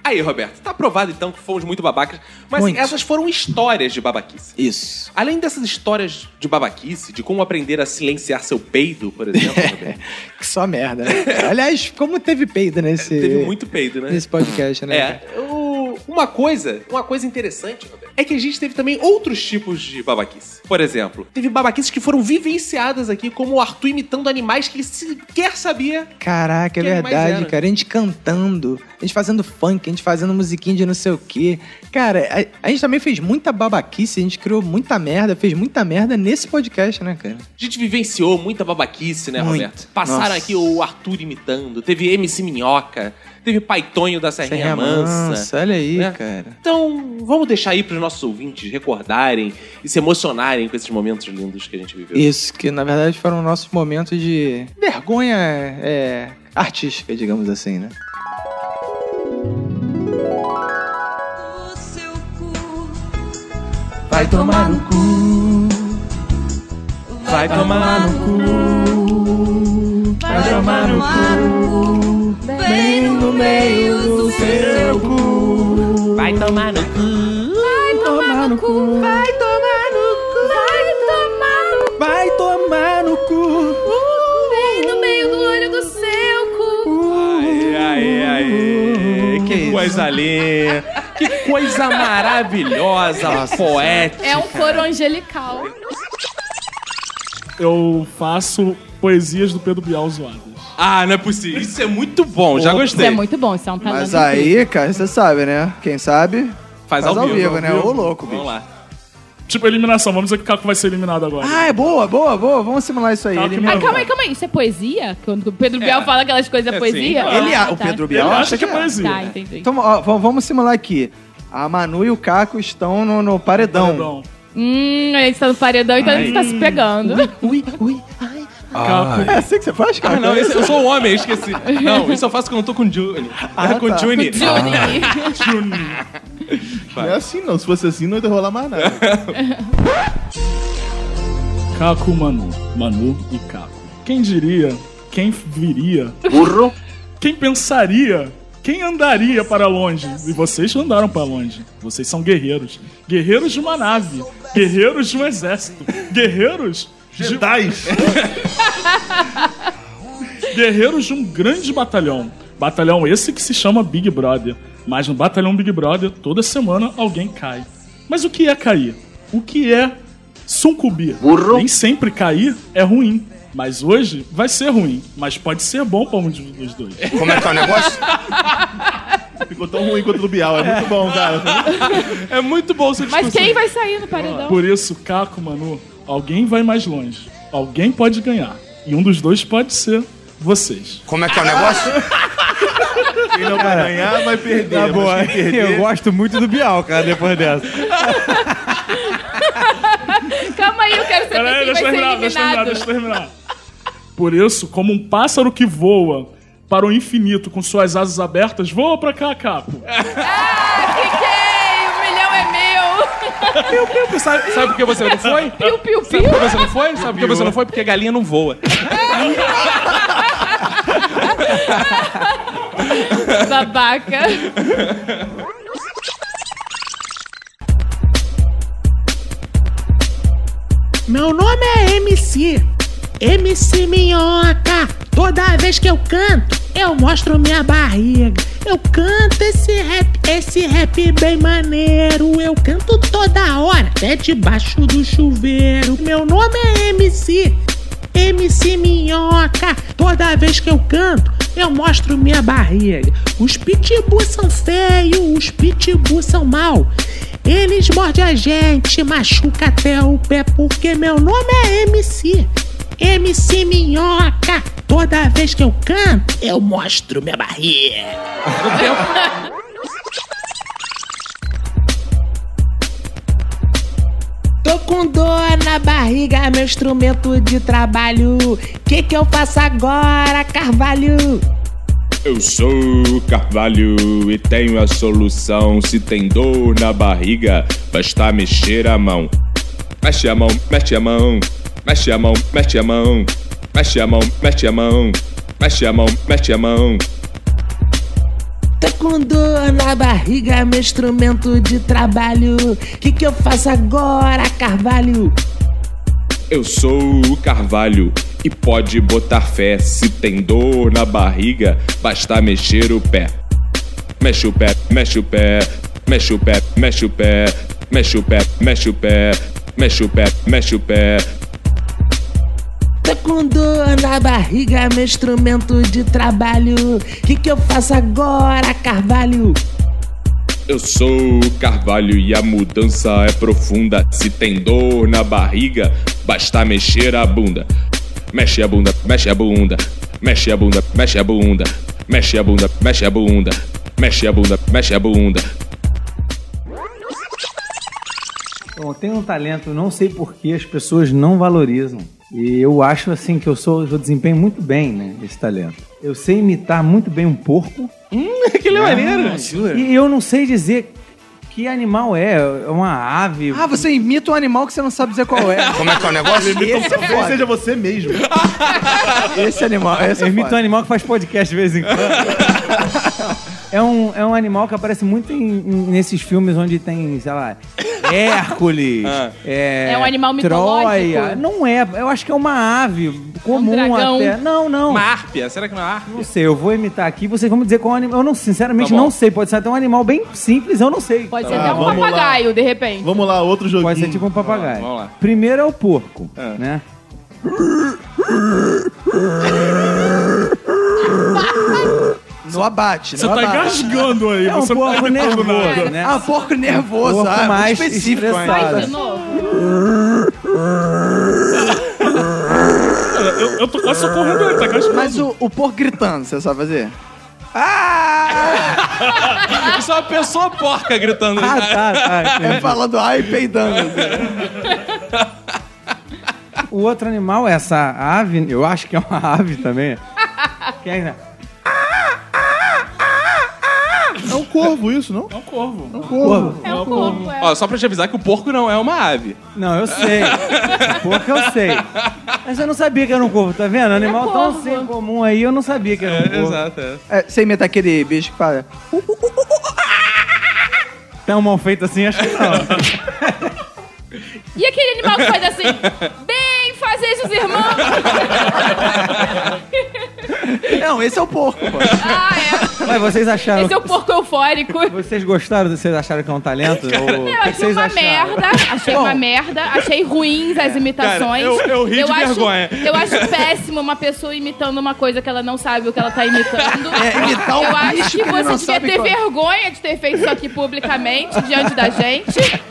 Speaker 2: Aí, Roberto, tá aprovado então que fomos muito babacas, mas assim,
Speaker 23: Muito.
Speaker 2: essas foram histórias de babaquice.
Speaker 3: Isso.
Speaker 2: Além dessas histórias de babaquice, de como aprender a silenciar seu peido,
Speaker 23: [LAUGHS]
Speaker 2: por exemplo,
Speaker 23: É.
Speaker 2: né, Roberto.
Speaker 3: Que só merda. né? Aliás, como teve peido nesse.
Speaker 2: Teve muito peido, né?
Speaker 3: Nesse podcast, né?
Speaker 2: É. O- Uma coisa, uma coisa interessante, Roberto, é que a gente teve também outros tipos de babaquice. Por exemplo, teve babaquices que foram vivenciadas aqui, como o Arthur imitando animais que ele sequer sabia.
Speaker 23: Que
Speaker 2: é
Speaker 1: Caraca,
Speaker 2: animais verdade, eram?
Speaker 1: cara.
Speaker 3: A gente cantando, a gente fazendo funk, a gente fazendo musiquinha de não sei o quê. Cara, a, a gente também fez muita babaquice, a gente criou muita merda, fez muita merda nesse podcast, né, cara?
Speaker 2: A gente vivenciou muita babaquice, né,
Speaker 3: Muito.
Speaker 2: Roberto? Passaram
Speaker 3: Nossa.
Speaker 2: aqui o Arthur imitando, teve MC Minhoca, teve Paitonho da Serrinha,
Speaker 3: Serrinha
Speaker 2: Mansa. né?
Speaker 3: Mansa, olha aí, cara.
Speaker 2: Então, vamos deixar aí pros nossos ouvintes recordarem e se emocionarem com esses momentos lindos que a gente viveu.
Speaker 3: Isso, que na verdade foram nossos momentos de vergonha é, artística, digamos assim, né?
Speaker 1: Vai tomar no cu.
Speaker 2: Vai tomar no
Speaker 1: cu. Vai tomar no cu. Bem no meio do seu cu.
Speaker 2: Vai tomar no cu.
Speaker 1: Vai tomar no cu. Vai tomar no cu. Vai tomar no cu. Vai tomar no cu. Bem no meio do olho do seu cu.
Speaker 14: Uh.
Speaker 2: Ai, ai, ai.
Speaker 14: [LAUGHS]
Speaker 2: Que, coisa linda. Que coisa maravilhosa, poética.
Speaker 4: É um coro angelical.
Speaker 18: Eu faço poesias do Pedro Bial zoadas.
Speaker 2: Ah, não é possível. Isso é muito bom, já gostei.
Speaker 31: Isso é muito bom, isso é um talento.
Speaker 3: Mas aí, cara, você sabe, né? Quem sabe
Speaker 2: Faz, ao, vivo,
Speaker 3: né? Ô, louco,
Speaker 2: Vamos lá.
Speaker 18: Tipo, eliminação. Vamos dizer que o Caco vai ser eliminado agora.
Speaker 3: Ah, é boa, boa, boa. Vamos simular isso aí.
Speaker 18: Calma que
Speaker 3: Ele-
Speaker 18: meu-
Speaker 4: Ah, calma aí, calma aí. Isso é poesia? Quando o Pedro Bial fala aquelas coisas, é poesia?
Speaker 3: Ele,
Speaker 4: Ah,
Speaker 3: a- O
Speaker 4: tá.
Speaker 3: Pedro Bial é.
Speaker 4: Tá, entendi.
Speaker 3: Então, ó, v- vamos simular aqui. A Manu e o Caco estão no, no paredão.
Speaker 4: Hum, a gente tá no paredão, então a gente tá se pegando.
Speaker 3: Ui, ui,
Speaker 2: Caco.
Speaker 3: É assim que você faz, Caco?
Speaker 2: Ah, não, esse- eu sou um homem, eu esqueci. Não, isso eu faço quando eu tô com o Juni. É,
Speaker 13: Ah,
Speaker 2: com o
Speaker 13: tá.
Speaker 2: Juni.
Speaker 13: Com o
Speaker 18: Ah.
Speaker 13: Juni. Não é assim, não. Se fosse assim, não ia rolar mais nada.
Speaker 18: [LAUGHS] Caco, Manu. Manu e Caco. Quem diria? Quem viria?
Speaker 19: Burro.
Speaker 18: Quem pensaria? Quem andaria para longe? E vocês não andaram para longe. Vocês são guerreiros. Guerreiros de uma nave. Guerreiros de um exército. Guerreiros. Jedi. Guerreiros de um grande batalhão. Batalhão esse que se chama Big Brother. Mas no batalhão Big Brother, toda semana alguém cai. Mas o que é cair? O que é sucumbir? Nem sempre cair é ruim. Mas hoje vai ser ruim. Mas pode ser bom pra um dos dois.
Speaker 13: [LAUGHS] Como é que é o negócio? Ficou tão ruim quanto o do Bial. É muito bom, cara.
Speaker 18: É muito bom você
Speaker 4: Mas quem vai sair no paredão?
Speaker 18: Por isso, Caco, Manu, alguém vai mais longe. Alguém pode ganhar. E um dos dois pode ser vocês.
Speaker 19: Como é que é o negócio?
Speaker 13: Quem não vai ganhar, vai perder.
Speaker 18: Tá
Speaker 13: mas
Speaker 18: bom,
Speaker 13: quem perder-
Speaker 18: eu
Speaker 14: gosto muito do Bial, cara, depois dessa.
Speaker 4: [LAUGHS] Calma aí, eu quero saber
Speaker 18: Peraí,
Speaker 4: quem
Speaker 18: deixa eu
Speaker 4: vai
Speaker 18: terminar, deixa eu terminar,
Speaker 4: ser eliminado.
Speaker 18: deixa eu terminar. Por isso, como um pássaro que voa para o infinito com suas asas abertas, voa pra cá, Caco. É,
Speaker 32: Fiquei! O
Speaker 4: um
Speaker 32: milhão é meu!
Speaker 2: Piu, piu, piu. Ah. Sabe, [LAUGHS] sabe por que você não foi?
Speaker 4: é Piu, piu,
Speaker 2: Sabe por que você não foi? Sabe por que você não foi? Porque galinha não voa.
Speaker 4: [LAUGHS] Babaca.
Speaker 19: Meu nome é MC. MC Minhoca. Toda vez que eu canto, eu mostro minha barriga. Eu canto esse rap, esse rap bem maneiro. Eu canto toda hora, até debaixo do chuveiro. Meu nome é MC. MC Minhoca. Toda vez que eu canto, eu mostro minha barriga. Os pitbulls são feios, os pitbulls são mal. Eles mordem a gente, machuca até o pé, porque meu nome é MC. MC Minhoca. Toda vez que eu canto, eu mostro minha barriga. Tô com dor na barriga, meu instrumento de trabalho. Que que eu faço agora, Carvalho?
Speaker 25: Eu sou o Carvalho e tenho a solução. Se tem dor na barriga, basta mexer a mão. Mexe a mão, mexe a mão, mexe a mão, mexe a mão, mexe a mão, mexe a mão, mexe a mão, mexe a mão.
Speaker 19: Tô com dor na barriga, meu instrumento de trabalho. Que que eu faço agora, Carvalho?
Speaker 25: Eu sou o Carvalho e pode botar fé. Se tem dor na barriga, basta mexer o pé. Mexe o pé, mexe o pé, mexe o pé, mexe o pé, mexe o pé, mexe o pé, mexe o pé, mexe o pé.
Speaker 19: Tô com dor na barriga, meu instrumento de trabalho. Que que eu faço agora, Carvalho?
Speaker 25: Eu sou o Carvalho e a mudança é profunda. Se tem dor na barriga, basta mexer a bunda. Mexe a bunda, mexe a bunda, mexe a bunda, mexe a bunda, mexe a bunda, mexe a bunda, mexe a bunda, mexe a bunda.
Speaker 14: Bom, tem um talento, não sei por que as pessoas não valorizam. E eu acho assim que eu sou, eu desempenho muito bem, né, esse talento. Eu sei imitar muito bem um porco. Hum, que
Speaker 3: maneiro.
Speaker 14: E eu não sei dizer que animal é, é uma ave.
Speaker 3: Ah, você imita um animal que você não sabe dizer
Speaker 14: [LAUGHS]
Speaker 3: qual é. Esse é
Speaker 13: Talvez
Speaker 3: foda.
Speaker 13: seja você mesmo.
Speaker 3: [LAUGHS] Esse animal, esse é
Speaker 14: Eu imito
Speaker 3: foda.
Speaker 14: um animal que faz podcast de vez em
Speaker 3: [LAUGHS]
Speaker 14: quando. É um, é um animal que aparece muito em- em- nesses filmes onde tem, sei lá, Hércules.
Speaker 2: Ah.
Speaker 14: é,
Speaker 4: É um animal
Speaker 14: Troia.
Speaker 4: mitológico? um
Speaker 14: Não é, eu acho que é uma ave comum
Speaker 4: dragão?
Speaker 14: até. Não, não.
Speaker 2: Uma árpia. Será que não é uma árpia?
Speaker 14: Não sei, eu vou imitar aqui, vocês vão me dizer qual animal. Eu não, sinceramente,
Speaker 2: Tá bom.
Speaker 14: não sei. Pode ser até um animal bem simples, eu não sei.
Speaker 4: Pode ser
Speaker 2: Ah,
Speaker 4: até um papagaio, de repente.
Speaker 13: Ah, Vamos lá, outro joguinho.
Speaker 14: Pode ser tipo um papagaio.
Speaker 13: Vamos lá, Ah. vamos
Speaker 14: Primeiro é o porco, né?
Speaker 3: No abate,
Speaker 18: Você
Speaker 3: no
Speaker 18: tá
Speaker 3: abate.
Speaker 18: engasgando aí,
Speaker 3: É um
Speaker 18: você não tá
Speaker 3: porco
Speaker 18: imitando
Speaker 3: nervoso,
Speaker 18: nada.
Speaker 8: É
Speaker 3: né? Ah, um porco nervoso,
Speaker 18: Um porco
Speaker 3: ah, é muito
Speaker 18: mais
Speaker 3: específico
Speaker 18: estressado.
Speaker 3: ainda.
Speaker 18: Eu, eu tô quase socorrendo ele, tá gasgando.
Speaker 3: Mas
Speaker 8: o, o porco gritando, você sabe fazer?
Speaker 2: [LAUGHS] Isso é uma pessoa porca gritando.
Speaker 8: Ah, tá, tá,
Speaker 11: [LAUGHS]
Speaker 8: entendi.
Speaker 3: É falando ai e peidando.
Speaker 11: assim.
Speaker 14: O outro animal, essa ave, eu acho que é uma ave também. Que é,
Speaker 13: É um corvo isso, não?
Speaker 18: É um corvo. É um
Speaker 14: corvo.
Speaker 18: É um corvo,
Speaker 2: Ó, só pra te avisar que o porco não é uma ave.
Speaker 14: Não,
Speaker 2: [LAUGHS]
Speaker 14: eu sei. Porco eu sei. Mas eu não sabia que era um corvo, tá vendo?
Speaker 4: é
Speaker 14: Animal tão sem comum aí, eu não sabia que era um corvo.
Speaker 2: exato, é.
Speaker 8: É, você imita aquele bicho que fala. "Uh, ah!"
Speaker 14: Tão mal feito assim, acho que não.
Speaker 4: E aquele animal que faz assim,
Speaker 2: [LAUGHS]
Speaker 4: bem fazer os irmãos.
Speaker 8: [LAUGHS] Não, esse é o porco, pô.
Speaker 14: Mas vocês acharam...
Speaker 4: Ah, é. Esse é o porco eufórico.
Speaker 14: Vocês gostaram? Vocês acharam que é um talento? Ou...
Speaker 4: [LAUGHS] Eu
Speaker 14: o que que
Speaker 4: achei
Speaker 14: vocês
Speaker 4: uma
Speaker 14: acharam?
Speaker 4: merda, achei uma merda, achei ruins as imitações.
Speaker 14: eu- eu ri de
Speaker 4: acho,
Speaker 14: vergonha.
Speaker 4: Eu acho péssimo uma pessoa imitando uma coisa que ela não sabe o que ela tá imitando.
Speaker 21: É, imitar um
Speaker 4: Eu
Speaker 21: bicho
Speaker 4: acho que
Speaker 21: que ele não
Speaker 4: você devia
Speaker 21: sabe
Speaker 4: ter
Speaker 21: qual-
Speaker 4: vergonha de ter feito isso aqui publicamente, diante da gente.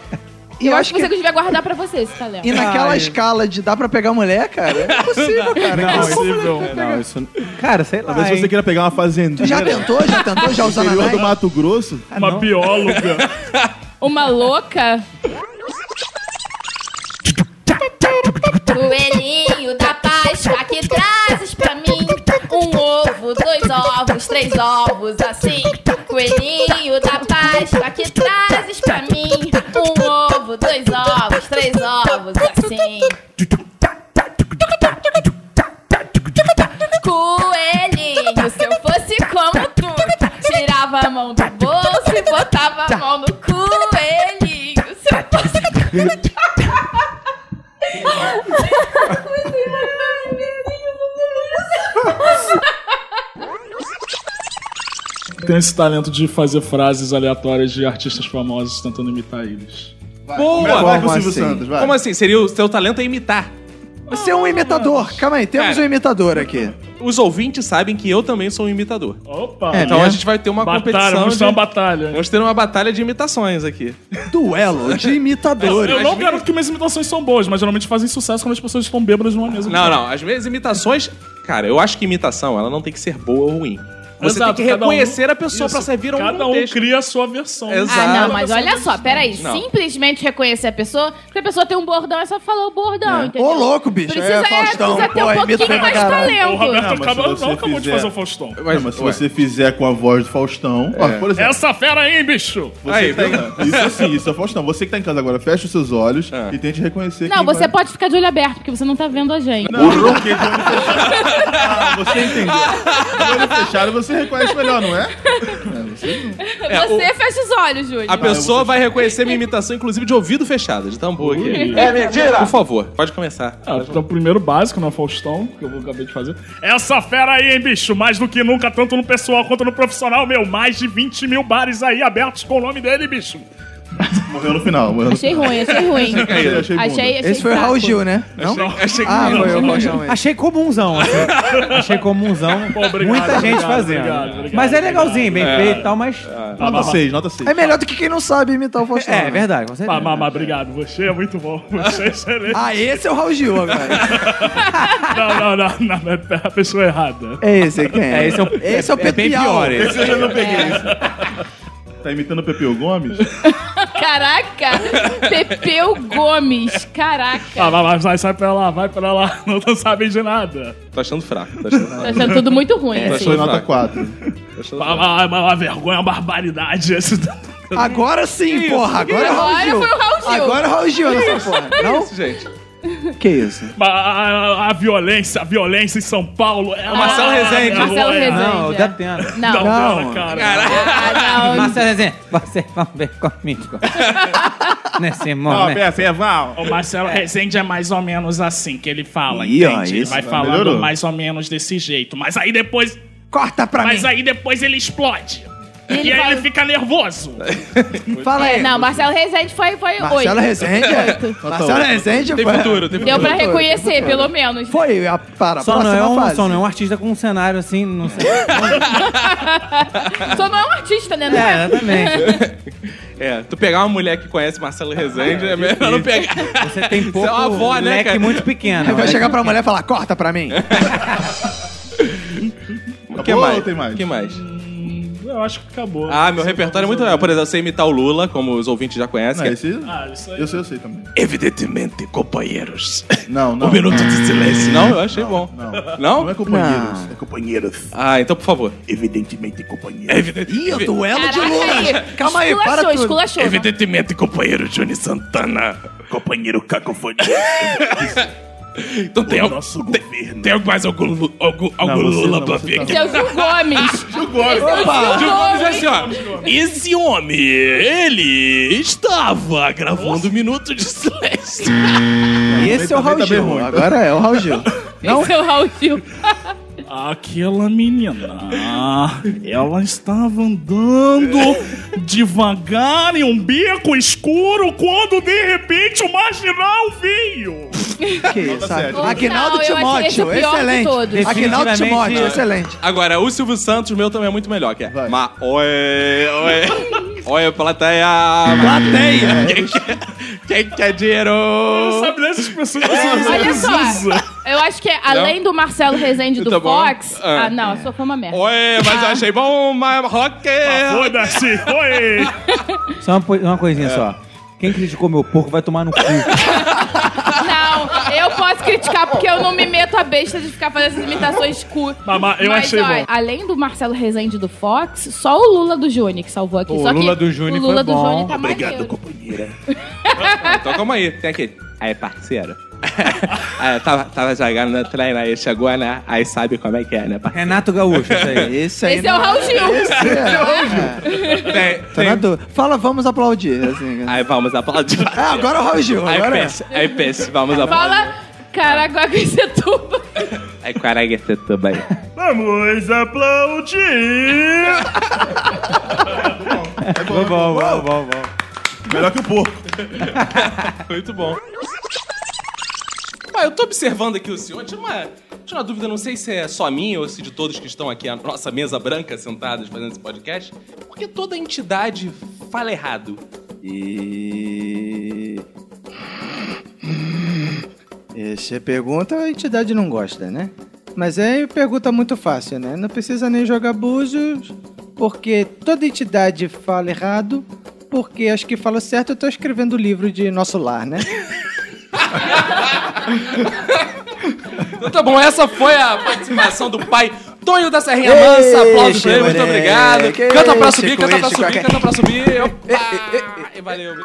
Speaker 8: E
Speaker 4: eu, acho que você devia guardar pra você esse talento.
Speaker 8: E naquela escala de dá pra pegar mulher, cara? É impossível, cara.
Speaker 13: Não,
Speaker 8: Como
Speaker 13: isso-
Speaker 8: mulher
Speaker 13: não,
Speaker 8: vai
Speaker 13: não,
Speaker 8: pegar?
Speaker 13: isso-
Speaker 14: Cara, sei lá.
Speaker 13: Talvez
Speaker 8: hein?
Speaker 13: você queira pegar uma fazenda.
Speaker 8: Já tentou? Já tentou? Já usou
Speaker 13: interior
Speaker 8: ananás?
Speaker 13: do Mato Grosso?
Speaker 4: Uma não.
Speaker 13: bióloga.
Speaker 4: Uma louca.
Speaker 21: Coelhinho da Páscoa que trazes pra mim Um ovo, dois ovos, três ovos, assim Coelhinho da Páscoa que trazes pra mim Um ovo, dois ovos, três ovos, assim
Speaker 4: Coelhinho, se eu fosse como tu, tirava a mão do bolso e botava a mão no coelhinho. Se eu fosse
Speaker 18: Tem esse talento de fazer frases aleatórias de artistas famosos tentando imitar eles.
Speaker 8: é
Speaker 2: Boa!
Speaker 18: Vai com o Silvio Santos, vai.
Speaker 2: Como assim? Seria o seu talento é imitar.
Speaker 8: Você é um imitador. Calma aí, temos
Speaker 2: Cara.
Speaker 8: um imitador aqui.
Speaker 2: Os ouvintes sabem que eu também sou um imitador.
Speaker 18: Opa!
Speaker 8: É
Speaker 2: então a
Speaker 8: mesmo?
Speaker 2: gente vai ter uma
Speaker 8: Batalha,
Speaker 2: competição.
Speaker 8: vamos ter uma
Speaker 18: batalha.
Speaker 2: Vamos ter uma batalha de imitações aqui.
Speaker 18: [LAUGHS]
Speaker 8: Duelo de
Speaker 2: imitadores.
Speaker 18: Eu, eu não garanto que minhas imitações são boas, mas geralmente fazem sucesso quando as pessoas estão bêbadas numa mesa.
Speaker 2: Não, não. As minhas imitações. Cara, eu acho que imitação, ela não tem que ser boa ou ruim. Você
Speaker 18: Exato,
Speaker 2: tem que
Speaker 18: cada um-
Speaker 2: reconhecer a pessoa
Speaker 18: Isso,
Speaker 2: pra servir a um
Speaker 18: cada um
Speaker 2: contexto.
Speaker 18: cria a sua versão. né?
Speaker 2: Exato.
Speaker 4: Ah, não, mas olha só, peraí.
Speaker 2: Não.
Speaker 4: Simplesmente reconhecer a pessoa, porque a pessoa tem um bordão, é só falar o bordão, entendeu?
Speaker 8: Ô, louco, bicho,
Speaker 4: Precisa,
Speaker 8: é Faustão,
Speaker 4: precisa ter
Speaker 8: pô,
Speaker 4: um
Speaker 8: imita
Speaker 4: pouquinho
Speaker 8: bem pra
Speaker 4: mais
Speaker 8: caralho.
Speaker 4: talento.
Speaker 18: O Roberto
Speaker 13: mas se
Speaker 18: Cabral
Speaker 13: você
Speaker 18: não acabou de
Speaker 13: fizer-
Speaker 18: fazer o Faustão.
Speaker 13: Mas, mas se
Speaker 18: Ué.
Speaker 13: você fizer com a voz do Faustão.
Speaker 8: É.
Speaker 13: Ó, por exemplo,
Speaker 18: Essa fera aí, bicho!
Speaker 13: você que tá em- [LAUGHS] Isso assim, isso é Faustão. Você que tá em casa agora, fecha os seus olhos e tente reconhecer.
Speaker 4: Não,
Speaker 13: quem
Speaker 4: você
Speaker 13: vai-
Speaker 4: pode ficar de olho aberto, porque você não tá vendo a gente. [LAUGHS]
Speaker 13: Não, porque quando fechar- Ah, você entendeu. Quando fechado, você reconhece melhor, não é?
Speaker 2: É,
Speaker 4: você fecha os olhos, Júlio.
Speaker 2: A pessoa vai reconhecer minha imitação, inclusive de ouvido fechado, de tambor aqui.
Speaker 18: Ui. É mentira!
Speaker 2: Por favor, pode começar.
Speaker 18: Ah, então, primeiro básico, não é Faustão, que eu vou- acabei de fazer. Essa fera aí, hein, bicho? Mais do que nunca, tanto no pessoal quanto no profissional, meu. Mais de 20 mil bares aí abertos com o nome dele, bicho.
Speaker 13: Morreu no final. Morreu no
Speaker 4: Achei ruim, achei ruim.
Speaker 13: Achei caído, achei bunda.
Speaker 4: Achei- achei
Speaker 8: Esse foi o Raul
Speaker 4: fraco.
Speaker 8: Gil, né? Não?
Speaker 2: achei que não.
Speaker 8: ah, foi o Raul Gil. mesmo.
Speaker 14: Achei comunzão. assim. Achei comunzão.
Speaker 8: obrigado,
Speaker 14: Muita gente
Speaker 8: obrigado,
Speaker 14: fazendo.
Speaker 8: obrigado, obrigado,
Speaker 14: mas é legalzinho, bem
Speaker 13: obrigado.
Speaker 14: feito
Speaker 13: É.
Speaker 14: e tal, mas... tá
Speaker 13: Nota seis, nota seis.
Speaker 8: É melhor do que quem não sabe imitar o Faustão.
Speaker 14: É,
Speaker 8: né?
Speaker 14: verdade, com certeza.
Speaker 18: Mas, mas, mas obrigado, você é muito bom. [LAUGHS] Você é excelente.
Speaker 8: Ah, esse é o Raul Gil agora.
Speaker 18: [LAUGHS] Não, não, não, não, é a pessoa errada.
Speaker 8: É esse aí quem é?
Speaker 13: É, esse é o-
Speaker 8: esse é o
Speaker 13: é bem
Speaker 8: Pepial.
Speaker 13: pior esse. Esse eu não peguei. Tá imitando o Pepeu Gomes?
Speaker 4: Caraca! Pepeu Gomes, caraca.
Speaker 18: Ah, vai, vai, vai, sai pra lá, vai pra lá. [LAUGHS] Não, não sabem de nada.
Speaker 2: Tô achando fraco. Tô
Speaker 18: [LAUGHS]
Speaker 2: achando fraco.
Speaker 4: Tô Tá achando tudo muito ruim,
Speaker 2: É,
Speaker 4: assim.
Speaker 2: foi nota
Speaker 13: 4.
Speaker 18: Uma, uma, uma, uma vergonha, uma barbaridade. Esse...
Speaker 8: [LAUGHS] Agora sim, porra, agora é o Raul Gil.
Speaker 18: foi o Raul Gil.
Speaker 8: Agora é o Raul Gil
Speaker 18: Que
Speaker 8: nessa
Speaker 18: isso?
Speaker 8: porra.
Speaker 18: Que
Speaker 8: Não?
Speaker 18: isso,
Speaker 2: gente?
Speaker 8: Que isso?
Speaker 18: A, a- a violência, a violência em São Paulo. É
Speaker 14: Marcelo Rezende. Marcelo
Speaker 18: vergonha.
Speaker 14: Rezende, Não, é. dá pena.
Speaker 8: né?
Speaker 14: Não.
Speaker 18: Não,
Speaker 14: Não.
Speaker 18: cara.
Speaker 14: Marcelo Rezende, você vai ver comigo. Nesse
Speaker 18: Ó,
Speaker 14: momento.
Speaker 18: O Marcelo Rezende é mais ou menos assim que ele fala,
Speaker 14: Ih, ó,
Speaker 18: entende? Ele
Speaker 14: isso
Speaker 18: vai
Speaker 14: já
Speaker 18: falando
Speaker 14: melhorou.
Speaker 18: mais ou menos desse jeito. Mas aí depois... Corta pra mim! Mas aí depois ele explode. E aí ele fica nervoso.
Speaker 11: Fala aí.
Speaker 4: É, Não, Marcelo Rezende foi, foi
Speaker 11: Marcelo
Speaker 4: oito.
Speaker 11: Rezende? é-
Speaker 4: Oito.
Speaker 11: Marcelo Rezende
Speaker 2: Tem
Speaker 11: foi-
Speaker 2: futuro, tem
Speaker 4: Deu pra
Speaker 11: Oito.
Speaker 4: reconhecer, pelo menos.
Speaker 11: Foi, a, para,
Speaker 14: Só não,
Speaker 11: próxima
Speaker 14: é um,
Speaker 11: fase.
Speaker 14: só não é um artista com um cenário assim, não sei.
Speaker 4: Só não é um artista, né? Não
Speaker 14: É, exatamente.
Speaker 2: É, tu pegar uma mulher que conhece Marcelo Rezende
Speaker 18: Ah,
Speaker 2: é, melhor não pegar.
Speaker 14: Você tem
Speaker 2: pouco é uma avó, né,
Speaker 14: leque
Speaker 2: cara?
Speaker 14: muito pequeno. né?
Speaker 2: Vai chegar
Speaker 11: pra mulher e falar, corta pra mim.
Speaker 2: O que
Speaker 13: Acabou
Speaker 2: mais?
Speaker 13: ou tem mais?
Speaker 2: O que mais?
Speaker 18: [LAUGHS] Eu acho que acabou.
Speaker 2: Ah, meu repertório é muito legal. Por exemplo, eu sei imitar o Lula, como os ouvintes já conhecem. que é-
Speaker 18: Ah, isso aí.
Speaker 13: Eu sei, eu sei também.
Speaker 2: Evidentemente, companheiros. [LAUGHS]
Speaker 13: Não, não.
Speaker 2: Um minuto de silêncio. Não, eu achei
Speaker 13: Não,
Speaker 2: bom.
Speaker 13: Não.
Speaker 2: Não?
Speaker 13: Não é companheiros, é companheiros.
Speaker 2: Ah, então por favor.
Speaker 13: Evidentemente companheiros.
Speaker 2: Evidentemente.
Speaker 13: Ih, o duelo
Speaker 4: de Caraca, Lulas. aí. Calma aí, Esculachou, para tudo. esculachou.
Speaker 2: Evidentemente, companheiro Johnny Santana. Companheiro
Speaker 4: [LAUGHS]
Speaker 2: cacofonia. então tem, al- tem- tem mais algum, lu- algum, algum
Speaker 13: você
Speaker 2: Lula
Speaker 13: não,
Speaker 2: pra
Speaker 13: você
Speaker 2: ver
Speaker 13: tá-
Speaker 2: aqui?
Speaker 4: Esse é o Gil Gomes.
Speaker 13: Gil Gomes.
Speaker 4: Esse é o
Speaker 13: Opa.
Speaker 4: Gil
Speaker 2: Gil Gomes é
Speaker 4: Gomes.
Speaker 2: assim, ó. Esse homem, ele estava gravando minutos de silêncio.
Speaker 11: E esse
Speaker 18: tá
Speaker 11: é o Raul Gil. Agora é o
Speaker 18: [LAUGHS]
Speaker 11: Raul Gil.
Speaker 18: Não?
Speaker 4: Esse é o Raul Gil.
Speaker 18: Aquela menina, ela estava andando devagar em um beco escuro quando de repente o marginal veio.
Speaker 11: Que isso,
Speaker 2: sério.
Speaker 11: Aguinaldo
Speaker 18: Não, eu achei esse
Speaker 11: Timóteo,
Speaker 18: o pior de todos.
Speaker 11: excelente. Aguinaldo Timóteo, excelente.
Speaker 2: Agora, o Silvio Santos, meu também é muito melhor, que é. Ma, oê, oê. Oê, plateia. Plateia. Quem quer, quem quer É dinheiro?
Speaker 18: Não sabe dessas pessoas que são
Speaker 4: É, Olha só, eu acho que é, além do Marcelo Rezende do
Speaker 2: Tá bom.
Speaker 4: Fox...
Speaker 2: Ah.
Speaker 4: Ah, não, a sua foi uma merda.
Speaker 2: Oê, mas eu achei bom, mas rock.
Speaker 18: Foda-se, oê.
Speaker 14: Só uma, po- uma
Speaker 4: É.
Speaker 14: coisinha só. Quem criticou meu porco vai tomar no
Speaker 8: [LAUGHS]
Speaker 14: cu.
Speaker 4: Não, eu posso criticar porque eu não me meto a besta de ficar fazendo essas imitações cu.
Speaker 18: Mamá, eu achei bom.
Speaker 4: além do Marcelo Rezende do Fox, só o Lula do Juni que salvou aqui.
Speaker 2: O
Speaker 4: Só que
Speaker 2: Lula do Juni
Speaker 4: O Lula
Speaker 2: foi
Speaker 4: do
Speaker 2: bom.
Speaker 4: Juni tá
Speaker 2: Obrigado,
Speaker 4: maneiro.
Speaker 2: [LAUGHS] Então calma aí, tem aqui. Aí, [LAUGHS] parceiro. Aí, tava, tava jogando no treino, aí chegou, né? Aí sabe como é que é, né, parceiro?
Speaker 14: Renato Gaúcho, isso aí.
Speaker 11: Esse
Speaker 4: Esse é o Raul Gil.
Speaker 11: é
Speaker 4: É.
Speaker 2: Tem,
Speaker 11: Tá na dúvida. Fala, vamos aplaudir. assim.
Speaker 2: Aí vamos aplaudir.
Speaker 11: É, agora é o Raul Gil,
Speaker 2: Aí
Speaker 11: agora é.
Speaker 2: pense, aí pense, vamos aplaudir.
Speaker 4: Fala, Caraguaguecetuba.
Speaker 2: Aí caraca, você também.
Speaker 18: Vamos aplaudir.
Speaker 13: Bom, bom, bom, bom, Melhor que o porco.
Speaker 2: [LAUGHS] Muito bom. Ah, eu tô observando aqui o senhor. Tinha uma, tinha uma dúvida, não sei se é só minha ou se de todos que estão aqui à nossa mesa branca sentados fazendo esse podcast. Por que toda entidade fala errado?
Speaker 11: E...
Speaker 3: Essa pergunta a entidade não gosta, né? Mas é pergunta muito fácil, né? Não precisa nem jogar búzios, porque toda entidade fala errado, porque as que falam certo estão escrevendo o livro de Nosso Lar, né?
Speaker 2: Então tá bom, essa foi a participação do pai Tonho da Serrinha
Speaker 3: Ei,
Speaker 2: Mansa. Aplausos pra ele, muito
Speaker 3: moleque.
Speaker 2: obrigado.
Speaker 3: Que
Speaker 2: Canta pra
Speaker 3: isso,
Speaker 2: subir,
Speaker 3: Chico,
Speaker 2: canta pra
Speaker 3: isso,
Speaker 2: subir,
Speaker 3: qualquer-
Speaker 2: canta pra subir. Opa! E Valeu.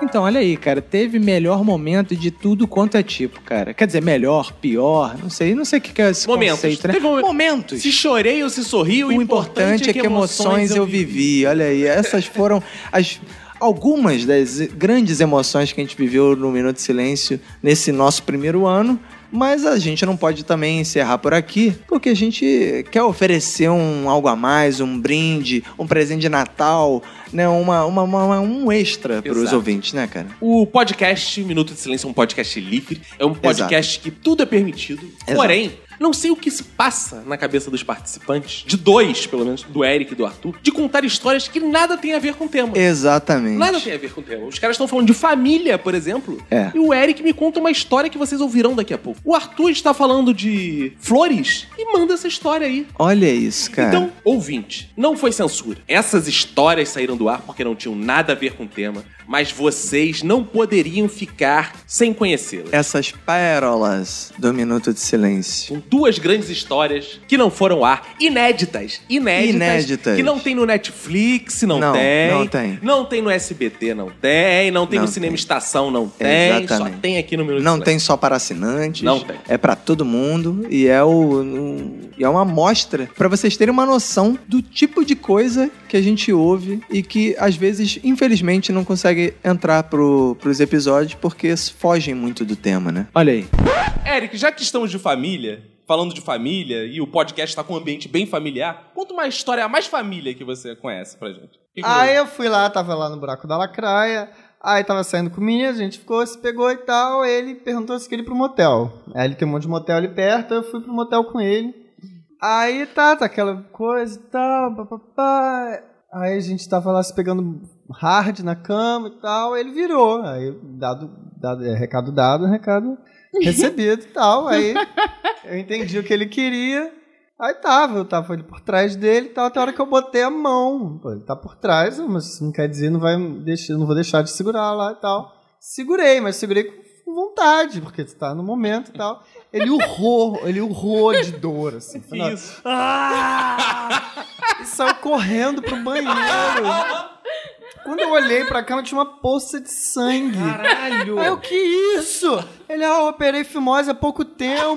Speaker 3: Então, olha aí, cara, teve melhor momento de tudo quanto é tipo, cara. Quer dizer, melhor, pior, não sei, não sei o que que é esse
Speaker 2: Momentos.
Speaker 3: conceito, né?
Speaker 2: Teve um-
Speaker 3: Momentos.
Speaker 2: Se chorei ou se sorri, o,
Speaker 3: O importante é que emoções eu vivi. Olha aí, essas foram as algumas das grandes emoções que a gente viveu no Minuto de Silêncio nesse nosso primeiro ano. Mas a gente não pode também encerrar por aqui, porque a gente quer oferecer um algo a mais, um brinde, um presente de Natal, né? Uma, uma, uma- um extra para os
Speaker 2: Exato.
Speaker 3: ouvintes, né, cara?
Speaker 2: O podcast Minuto de Silêncio é um podcast livre, é um podcast que tudo é permitido.
Speaker 3: Exato.
Speaker 2: Porém, não sei o que se passa na cabeça dos participantes, de dois, pelo menos, do Eric e do Arthur, de contar histórias que nada tem a ver com o tema.
Speaker 3: Exatamente.
Speaker 2: Nada tem a ver com o tema. Os caras estão falando de família, por exemplo.
Speaker 3: É.
Speaker 2: E o Eric me conta uma história que vocês ouvirão daqui a pouco. O Arthur está falando de flores e manda essa história aí.
Speaker 3: Olha isso, cara.
Speaker 2: Então, ouvinte, não foi censura. Essas histórias saíram do ar porque não tinham nada a ver com o tema, mas vocês não poderiam ficar sem conhecê-las.
Speaker 3: essas pérolas do Minuto de Silêncio.
Speaker 2: Duas grandes histórias que não foram ao ar, inéditas, inéditas,
Speaker 3: Inéditas.
Speaker 2: que não tem no Netflix, não,
Speaker 3: Não,
Speaker 2: tem,
Speaker 3: não tem.
Speaker 2: não tem no SBT, não tem, não tem
Speaker 3: Não
Speaker 2: no Cinema Estação, não tem, só
Speaker 3: Exatamente.
Speaker 2: tem aqui no Minuto
Speaker 3: Não
Speaker 2: de
Speaker 3: tem
Speaker 2: Silêncio.
Speaker 3: só para assinantes.
Speaker 2: Não tem.
Speaker 3: É para todo mundo e é o um- e é uma amostra para vocês terem uma noção do tipo de coisa que a gente ouve e que às vezes, infelizmente, não consegue entrar pro, pros episódios porque fogem muito do tema, né? Olha aí.
Speaker 2: Eric, já que estamos de família, falando de família e o podcast tá com um ambiente bem familiar, conta uma história mais família que você conhece pra gente. Que é? que
Speaker 3: Ah,
Speaker 17: Aí eu fui lá, tava lá no buraco da lacraia. Aí tava saindo com o menino, a gente ficou, se pegou e tal. Ele perguntou se queria ir pro motel. Aí ele tem um monte de motel ali perto, eu fui pro motel com ele. Aí tá, tá aquela coisa e tal, papapá. Aí a gente tava lá se pegando hard na cama e tal. Ele virou. Aí, dado, dado, é, recado dado, recado recebido e tal. Aí eu entendi o que ele queria. Aí tava, eu tava ali por trás dele e tal, até a hora que eu botei a mão. Pô, ele tá por trás, mas isso não quer dizer, não vai deixar, não vou deixar de segurar lá e tal. Segurei, mas segurei com vontade, porque tu tá no momento e tal. Ele urrou, ele urrou de dor, assim. Falando,
Speaker 33: Isso.
Speaker 17: "Ah!" E saiu correndo pro banheiro. Quando eu olhei pra cama, tinha uma poça de sangue. Caralho! Aí o que isso? Ele, ah, eu operei fimose há pouco [LAUGHS] tempo.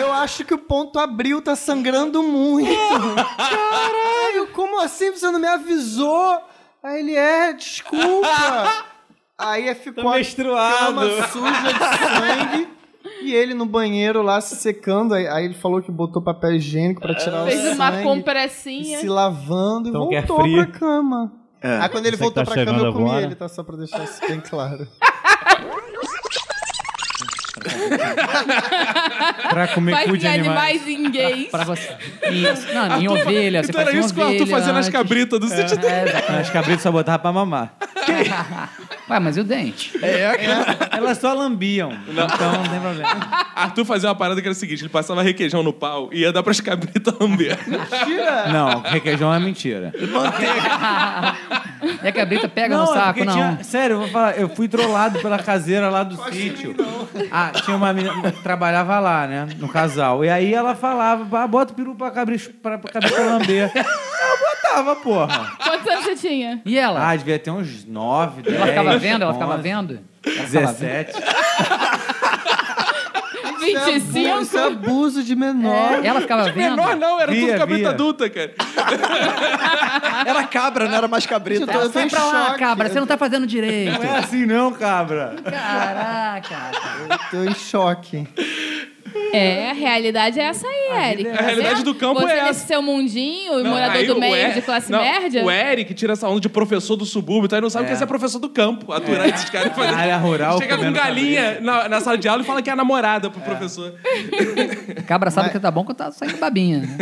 Speaker 17: eu acho que o ponto abril tá sangrando muito. [LAUGHS] Caralho, como assim você não me avisou? Aí ele, é, desculpa. Aí é, ficou a cama suja de sangue. E ele no banheiro lá se secando. Aí, aí ele falou que botou papel higiênico pra tirar o
Speaker 4: Fez
Speaker 17: sangue.
Speaker 4: uma
Speaker 17: e
Speaker 3: é.
Speaker 4: compressinha.
Speaker 17: se lavando Então e quer voltou frio. pra cama. É. Aí quando ele Você que voltou tá pra cama, eu chegando comi agora? ele, tá? Só pra deixar isso
Speaker 3: [LAUGHS]
Speaker 17: bem claro.
Speaker 3: Pra comer
Speaker 4: Faz
Speaker 3: cu de
Speaker 4: em
Speaker 3: animais.
Speaker 4: animais em gays.
Speaker 3: Pra você. Isso. Não, em
Speaker 4: Arthur,
Speaker 3: ovelha. Você
Speaker 4: então
Speaker 3: faz
Speaker 4: era
Speaker 3: em
Speaker 4: isso que o Arthur
Speaker 3: ovelha
Speaker 4: fazia nas
Speaker 3: antes.
Speaker 4: cabritas
Speaker 14: É,
Speaker 4: do sítio dele.
Speaker 3: exatamente.
Speaker 14: As cabritas só botavam pra mamar.
Speaker 3: Ué, mas e o dente?
Speaker 14: Elas só lambiam. Então não tem problema.
Speaker 2: [LAUGHS] Arthur fazia uma parada que era o seguinte: ele passava requeijão no pau e ia dar pras cabritas lamber.
Speaker 14: Não, requeijão é mentira.
Speaker 3: E a cabrita pega
Speaker 14: Não,
Speaker 3: no
Speaker 14: é
Speaker 3: saco,
Speaker 14: porque
Speaker 3: não.
Speaker 14: tinha- sério, eu vou falar, eu fui trollado pela caseira lá do sítio. Ah, tinha uma menina que trabalhava lá, né? No casal. E aí ela falava, "Ah, bota o peru pra cabrita, pra, pra cabrita lamber. Eu botava, porra.
Speaker 4: Quantos anos você tinha?
Speaker 3: E ela?
Speaker 14: Ah, devia ter uns nove, dez.
Speaker 3: Ela ficava vendo? Ela ficava
Speaker 14: 11,
Speaker 3: vendo? Ela ficava
Speaker 14: 17.
Speaker 17: Isso é abuso, isso é abuso de menor.
Speaker 3: É, ela ficava
Speaker 17: de
Speaker 3: vendo?
Speaker 17: menor não, era
Speaker 3: Via,
Speaker 17: tudo cabrita
Speaker 3: via.
Speaker 17: adulta,
Speaker 2: cara.
Speaker 17: [LAUGHS] era cabra, não era mais cabrita. Tá
Speaker 3: Ela, sai pra lá, cabra. Você não tá fazendo direito.
Speaker 17: Não é
Speaker 14: assim não, cabra.
Speaker 3: Caraca.
Speaker 17: Eu tô [LAUGHS] em choque.
Speaker 4: É, a realidade é essa aí, Eric.
Speaker 2: essa. Uhum. A realidade do campo
Speaker 4: você
Speaker 2: é
Speaker 4: nesse
Speaker 2: essa.
Speaker 4: seu mundinho,
Speaker 2: Não,
Speaker 4: morador
Speaker 2: aí
Speaker 4: do
Speaker 2: o
Speaker 4: meio,
Speaker 2: Eric-
Speaker 4: de classe
Speaker 2: não,
Speaker 4: média.
Speaker 2: O Eric tira essa onda de professor do subúrbio, então ele não sabe o que é ser professor do campo. Aturar esses
Speaker 14: [LAUGHS]
Speaker 2: caras fazendo.
Speaker 14: É. Área rural,
Speaker 2: Chega com
Speaker 14: comendo
Speaker 2: galinha na, na sala de aula e fala que é a namorada pro
Speaker 14: [LAUGHS]
Speaker 2: professor.
Speaker 3: Cabra sabe que tá bom quando tá saindo babinha. né?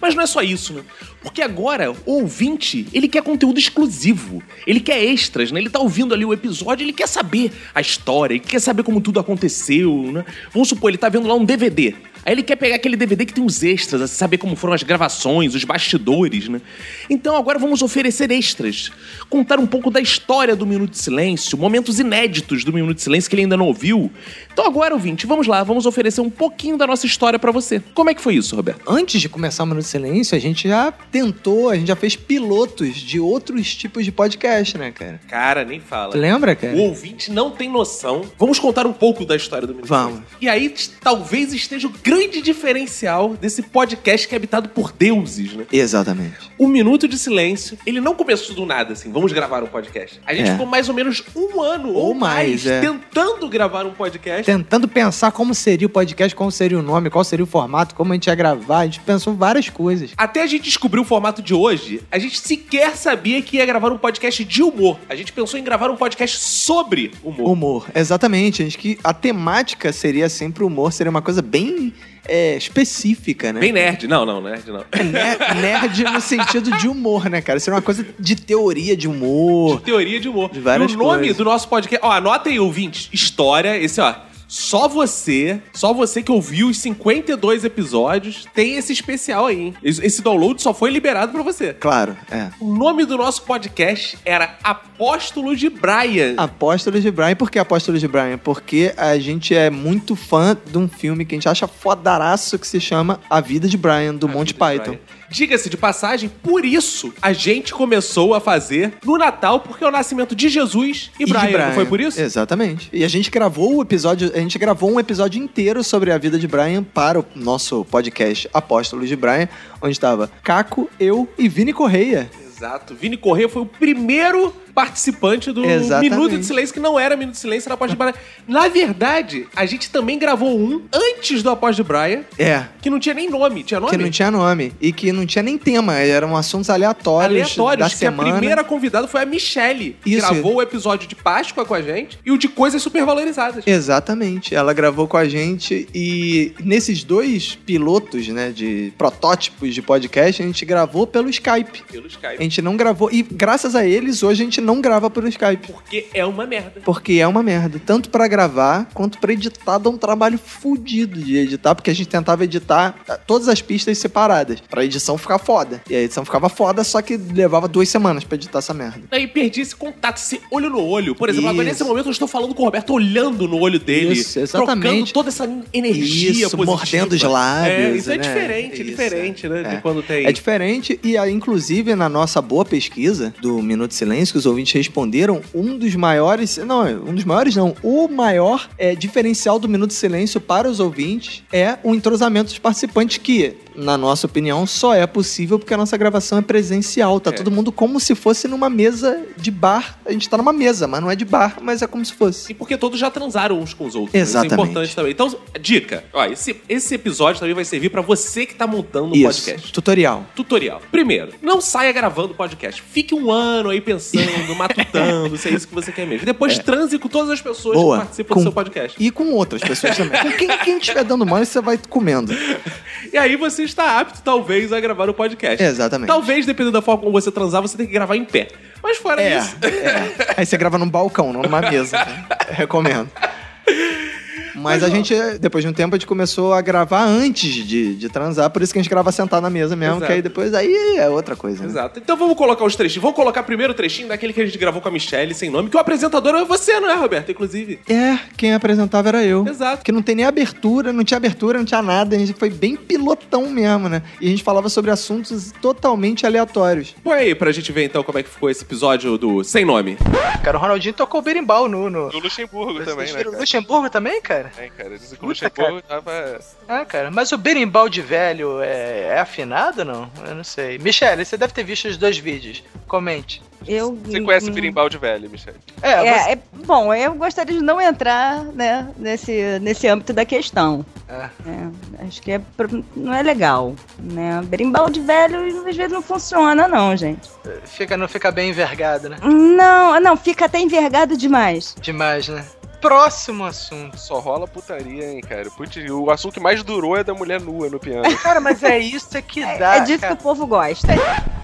Speaker 34: Mas não é só isso, né? Porque agora, o ouvinte, ele quer conteúdo exclusivo. Ele quer extras, né? Ele tá ouvindo ali o episódio, ele quer saber a história, ele quer saber como tudo aconteceu, né? Vamos supor, ele tá vendo lá um DVD. Aí ele quer pegar aquele DVD que tem os extras, assim, saber como foram as gravações, os bastidores, né? Então agora vamos oferecer extras. Contar um pouco da história do Minuto de Silêncio, momentos inéditos do Minuto de Silêncio que ele ainda não ouviu. Então agora, ouvinte, vamos lá, vamos oferecer um pouquinho da nossa história pra você. Como é que foi isso, Roberto?
Speaker 17: Antes de começar o Minuto de Silêncio, a gente já tentou, a gente já fez pilotos de outros tipos de podcast, né, cara?
Speaker 2: Cara, nem fala.
Speaker 17: Tu lembra, cara?
Speaker 2: O ouvinte não tem noção. Vamos contar um pouco da história do Minuto Vamos. E aí t- talvez esteja o grande diferencial desse podcast que é habitado por deuses, né?
Speaker 17: Exatamente.
Speaker 2: O Minuto de Silêncio, ele não começou do nada, assim, vamos gravar um podcast. A gente
Speaker 17: É.
Speaker 2: ficou mais ou menos um ano ou,
Speaker 17: Ou mais, é.
Speaker 2: tentando gravar um podcast.
Speaker 17: Tentando pensar como seria o podcast, como seria o nome, qual seria o formato, como a gente ia gravar, a gente pensou várias coisas.
Speaker 2: Até a gente descobrir o formato de hoje, a gente sequer sabia que ia gravar um podcast de humor. A gente pensou em gravar um podcast sobre humor.
Speaker 17: Humor, exatamente. Acho que a temática seria sempre o humor, seria uma coisa bem é, específica, né?
Speaker 2: Bem nerd. Não, não, nerd não.
Speaker 17: [LAUGHS] Ne- É nerd no sentido de humor, né, cara? Seria uma coisa de teoria de humor.
Speaker 2: Teoria de humor.
Speaker 17: várias
Speaker 2: e o nome
Speaker 17: coisas.
Speaker 2: do nosso podcast. Ó, anotem aí, ouvintes. História, esse, ó. Só você, só você que ouviu os 52 episódios, tem esse especial aí, hein? Esse esse download só foi liberado pra você.
Speaker 17: Claro, é.
Speaker 2: O nome do nosso podcast era Apóstolo de Brian.
Speaker 17: Ah. Apóstolos de Brian. Por que Apóstolos de Brian? Porque a gente é muito fã de um filme que a gente acha fodaraço que se chama A Vida de Brian, do Monty Python.
Speaker 2: Diga-se de passagem, por isso a gente começou a fazer no Natal, porque é o nascimento de Jesus e,
Speaker 17: de
Speaker 2: Brian, Não foi por isso?
Speaker 17: Exatamente. E a gente gravou o episódio, a gente gravou um episódio inteiro sobre a vida de Brian para o nosso podcast Apóstolos de Brian, onde estava Caco, eu e Vini Correia.
Speaker 2: Exato. Vini Correia foi o primeiro participante do
Speaker 19: Exatamente.
Speaker 2: Minuto de Silêncio, que não era Minuto de Silêncio, era Após de Braia. Na verdade, a gente também gravou um antes do Após de Braia,
Speaker 3: É.
Speaker 2: que não tinha nem nome. Tinha nome?
Speaker 3: Que não tinha nome. E que não tinha nem tema. Eram assuntos aleatórios,
Speaker 2: Aleatórios,
Speaker 3: da
Speaker 2: que
Speaker 3: semana.
Speaker 2: a primeira convidada foi a Michelle, que
Speaker 3: Isso.
Speaker 2: gravou o episódio de Páscoa com a gente e o de coisas supervalorizadas.
Speaker 3: É. Exatamente. Ela gravou com a gente e nesses dois pilotos, né, de protótipos de podcast, a gente gravou pelo Skype.
Speaker 2: Pelo Skype.
Speaker 3: A gente não gravou e graças a eles hoje a gente não grava pelo Skype.
Speaker 2: Porque é uma merda.
Speaker 3: Porque é uma merda. Tanto pra gravar quanto pra editar, dá um trabalho fudido de editar, porque a gente tentava editar ah, todas as pistas separadas, pra edição ficar foda. E a edição ficava foda, só que levava duas semanas pra editar essa merda.
Speaker 2: Daí Né, perdi esse contato, esse olho no olho. Por exemplo, agora
Speaker 3: Isso.
Speaker 2: nesse momento eu estou falando com o Roberto, olhando no olho dele.
Speaker 3: Isso, exatamente.
Speaker 2: Trocando toda essa energia
Speaker 3: Isso,
Speaker 2: positiva.
Speaker 3: mordendo os lábios,
Speaker 2: É, isso é
Speaker 3: né?
Speaker 2: diferente, é diferente, né?
Speaker 3: É.
Speaker 2: De quando tem...
Speaker 3: É diferente e, ah, inclusive, na nossa boa pesquisa do Minuto de Silêncio, que os ouvintes responderam, um dos maiores... Não, um dos maiores não. O maior é, diferencial do Minuto de Silêncio para os ouvintes é o entrosamento dos participantes, que, na nossa opinião, só é possível porque a nossa gravação é presencial. Tá todo mundo como se fosse numa mesa de bar. A gente tá numa mesa, mas não é de bar, mas é como se fosse.
Speaker 2: E porque todos já transaram uns com os outros. né?
Speaker 3: Exatamente.
Speaker 2: Isso é importante também. Então, dica. Ó, esse, esse episódio também vai servir pra você que tá montando um
Speaker 3: Isso,
Speaker 2: podcast.
Speaker 3: tutorial.
Speaker 2: Tutorial. Primeiro, não saia gravando podcast. Fique um ano aí
Speaker 3: [LAUGHS]
Speaker 2: pensando, matutando, se é isso que você quer mesmo. Depois transe com todas as pessoas
Speaker 3: É. Boa.
Speaker 2: que participam
Speaker 3: Com-
Speaker 2: do seu podcast.
Speaker 3: E com outras pessoas também. com quem, quem estiver dando mole, você vai comendo.
Speaker 2: E aí você está apto, talvez, a gravar o podcast.
Speaker 3: Exatamente.
Speaker 2: Talvez, dependendo da forma como você transar, você tem que gravar em pé. Mas fora
Speaker 3: É,
Speaker 2: isso.
Speaker 3: Aí você grava num balcão, não numa mesa. né? Recomendo. Mas a gente, depois de um tempo, a gente começou a gravar antes de, de transar, por isso que a gente grava sentado na mesa mesmo,
Speaker 2: Exato.
Speaker 3: que aí depois aí é outra coisa. né?
Speaker 2: [LAUGHS] Exato. Então vamos colocar os trechinhos. Vamos colocar primeiro o trechinho daquele que a gente gravou com a Michelle, sem nome, que o apresentador é você, não é, Roberto? Inclusive.
Speaker 3: É, quem apresentava era eu.
Speaker 2: Exato.
Speaker 3: Porque não tem nem abertura, não tinha abertura, não tinha nada, a gente foi bem pilotão mesmo, né? E a gente falava sobre assuntos totalmente aleatórios.
Speaker 2: Põe aí pra gente ver então como é que ficou esse episódio do Sem Nome.
Speaker 11: Cara, o Ronaldinho tocou o berimbau no... no...
Speaker 14: Do Luxemburgo também, né?
Speaker 11: No
Speaker 14: Cara?
Speaker 11: Luxemburgo também, cara?
Speaker 14: É, cara. Dizem que o Luxemburgo tava.
Speaker 11: Ah, cara, mas o berimbau de velho é, é afinado ou não? Eu não sei. Michele, você deve ter visto os dois vídeos. Comente.
Speaker 14: Eu. Você conhece o Birimbaldi velho, Michel?
Speaker 11: É,
Speaker 1: É,
Speaker 11: você-
Speaker 1: é- bom, eu gostaria de não entrar né, nesse, nesse âmbito da questão. É, acho que é pro- não é legal. Né? Berimbau de velho às vezes não funciona, não, gente.
Speaker 11: é. Fica, não fica bem envergado, né?
Speaker 1: Não, não, fica até envergado demais.
Speaker 11: Demais, né? Próximo assunto.
Speaker 14: Só rola putaria, hein, cara. Putz, o assunto que mais durou é da mulher nua no piano.
Speaker 11: [LAUGHS] Cara, mas é isso é que dá.
Speaker 1: é disso
Speaker 11: cara.
Speaker 1: que o povo gosta.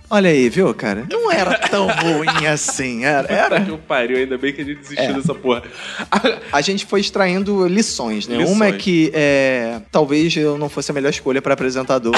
Speaker 3: Olha aí, viu, cara? Não era tão ruim assim, era.
Speaker 2: Puta
Speaker 3: era.
Speaker 2: que pariu, ainda bem que a gente desistiu
Speaker 3: É.
Speaker 2: dessa porra.
Speaker 3: A gente foi extraindo lições, né?
Speaker 2: Lições.
Speaker 3: Uma é que é, talvez eu não fosse a melhor escolha
Speaker 2: [LAUGHS]
Speaker 3: pra apresentador.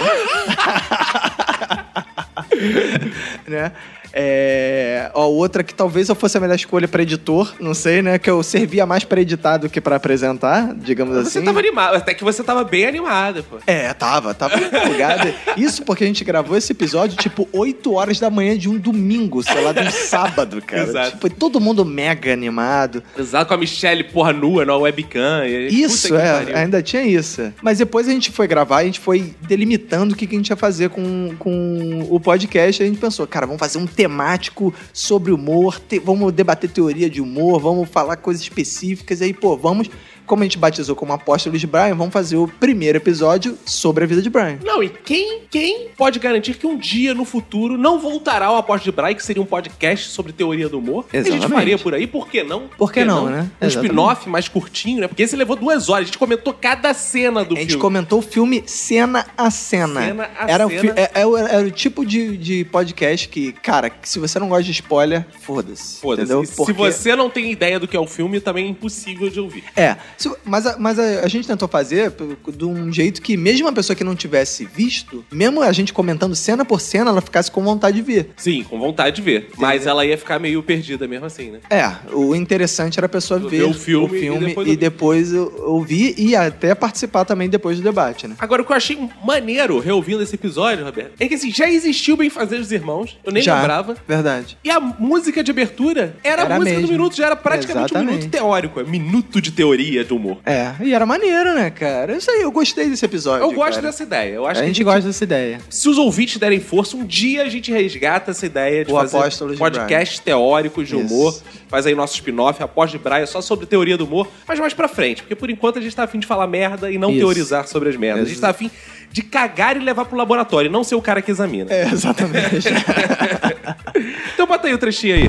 Speaker 3: né? É, a outra que talvez eu fosse a melhor escolha pra editor, não sei, né? Que eu servia mais pra editar do que pra apresentar, digamos
Speaker 2: Você
Speaker 3: assim.
Speaker 2: tava animado, até que você tava bem animada, pô.
Speaker 3: É, tava,
Speaker 2: [LAUGHS]
Speaker 3: tava empolgado.
Speaker 2: tá
Speaker 3: Isso porque a gente gravou esse episódio, tipo, 8 horas da manhã de um domingo, sei lá, de um sábado, cara.
Speaker 2: Exato.
Speaker 3: Tipo, todo mundo mega animado.
Speaker 2: Exato, com a Michelle, porra, nua na webcam. e-
Speaker 3: Isso,
Speaker 2: puta que
Speaker 3: é,
Speaker 2: pariu.
Speaker 3: ainda tinha isso. Mas depois a gente foi gravar, a gente foi delimitando o que, que a gente ia fazer com, com o podcast. A gente pensou, cara, vamos fazer um temático sobre humor, te- vamos debater teoria de humor, vamos falar coisas específicas. E aí, pô, vamos, como a gente batizou como Apóstolos de Brian, vamos fazer o primeiro episódio sobre a vida de Brian.
Speaker 2: Não, e quem, quem pode garantir que um dia no futuro não voltará ao Aposto de Braille, que seria um podcast sobre teoria do humor? A gente
Speaker 3: Exatamente.
Speaker 2: faria por aí, por que não?
Speaker 3: Por que não, né?
Speaker 2: Um
Speaker 3: Exatamente.
Speaker 2: spin-off mais curtinho, né? Porque esse levou duas horas, a gente comentou cada cena do
Speaker 3: A gente
Speaker 2: filme.
Speaker 3: comentou o filme cena a cena.
Speaker 2: Cena a
Speaker 3: era, um
Speaker 2: cena.
Speaker 3: fi- é- é o- era o tipo de, de podcast que, cara, que se você não gosta de spoiler, foda-se.
Speaker 2: Foda-se.
Speaker 3: entendeu?
Speaker 2: E Se
Speaker 3: Porque-
Speaker 2: você não tem ideia do que é o filme, também é impossível de ouvir.
Speaker 3: É, se- mas, a, mas a, a gente tentou fazer p- de um jeito que mesmo uma pessoa que não tivesse visto, mesmo a gente comentando cena por cena, ela ficasse com vontade de ver.
Speaker 2: Sim, com vontade de ver. Mas
Speaker 3: né?
Speaker 2: ela ia ficar meio perdida mesmo assim, né?
Speaker 3: É, o interessante era a pessoa ver,
Speaker 2: Ver o filme e depois
Speaker 3: e
Speaker 2: ouvir.
Speaker 3: depois eu- ouvir e até participar também depois do debate, né?
Speaker 2: Agora, o que eu achei maneiro, reouvindo esse episódio, Roberto, é que assim, já existiu o Bem Fazer dos Irmãos. Eu nem
Speaker 3: Já.
Speaker 2: lembrava. cantava.
Speaker 14: Verdade.
Speaker 2: E a música de abertura era,
Speaker 14: Era
Speaker 2: a música do
Speaker 14: mesmo.
Speaker 2: minuto, já era praticamente um
Speaker 14: Exatamente.
Speaker 2: minuto teórico. É minuto de teoria do humor.
Speaker 14: É, e era maneiro, né, cara? Isso aí, eu gostei desse episódio.
Speaker 2: Eu gosto
Speaker 14: cara.
Speaker 2: dessa ideia. Eu acho
Speaker 14: a
Speaker 2: que
Speaker 14: gente, gosta dessa ideia.
Speaker 2: Se os ouvintes derem força, um dia a gente resgata essa ideia de
Speaker 14: O
Speaker 2: fazer
Speaker 14: Apóstolo de
Speaker 2: podcasts teóricos de
Speaker 14: Isso.
Speaker 2: humor. Faz aí nosso spin-off, Após de Braia, só sobre teoria do humor, mas mais pra frente. Porque por enquanto a gente tá afim de falar merda e não
Speaker 14: Isso.
Speaker 2: teorizar sobre as merdas. A gente tá afim de cagar e levar pro laboratório, e não ser o cara que examina.
Speaker 14: É, exatamente.
Speaker 2: [LAUGHS] então bota aí o trechinho aí.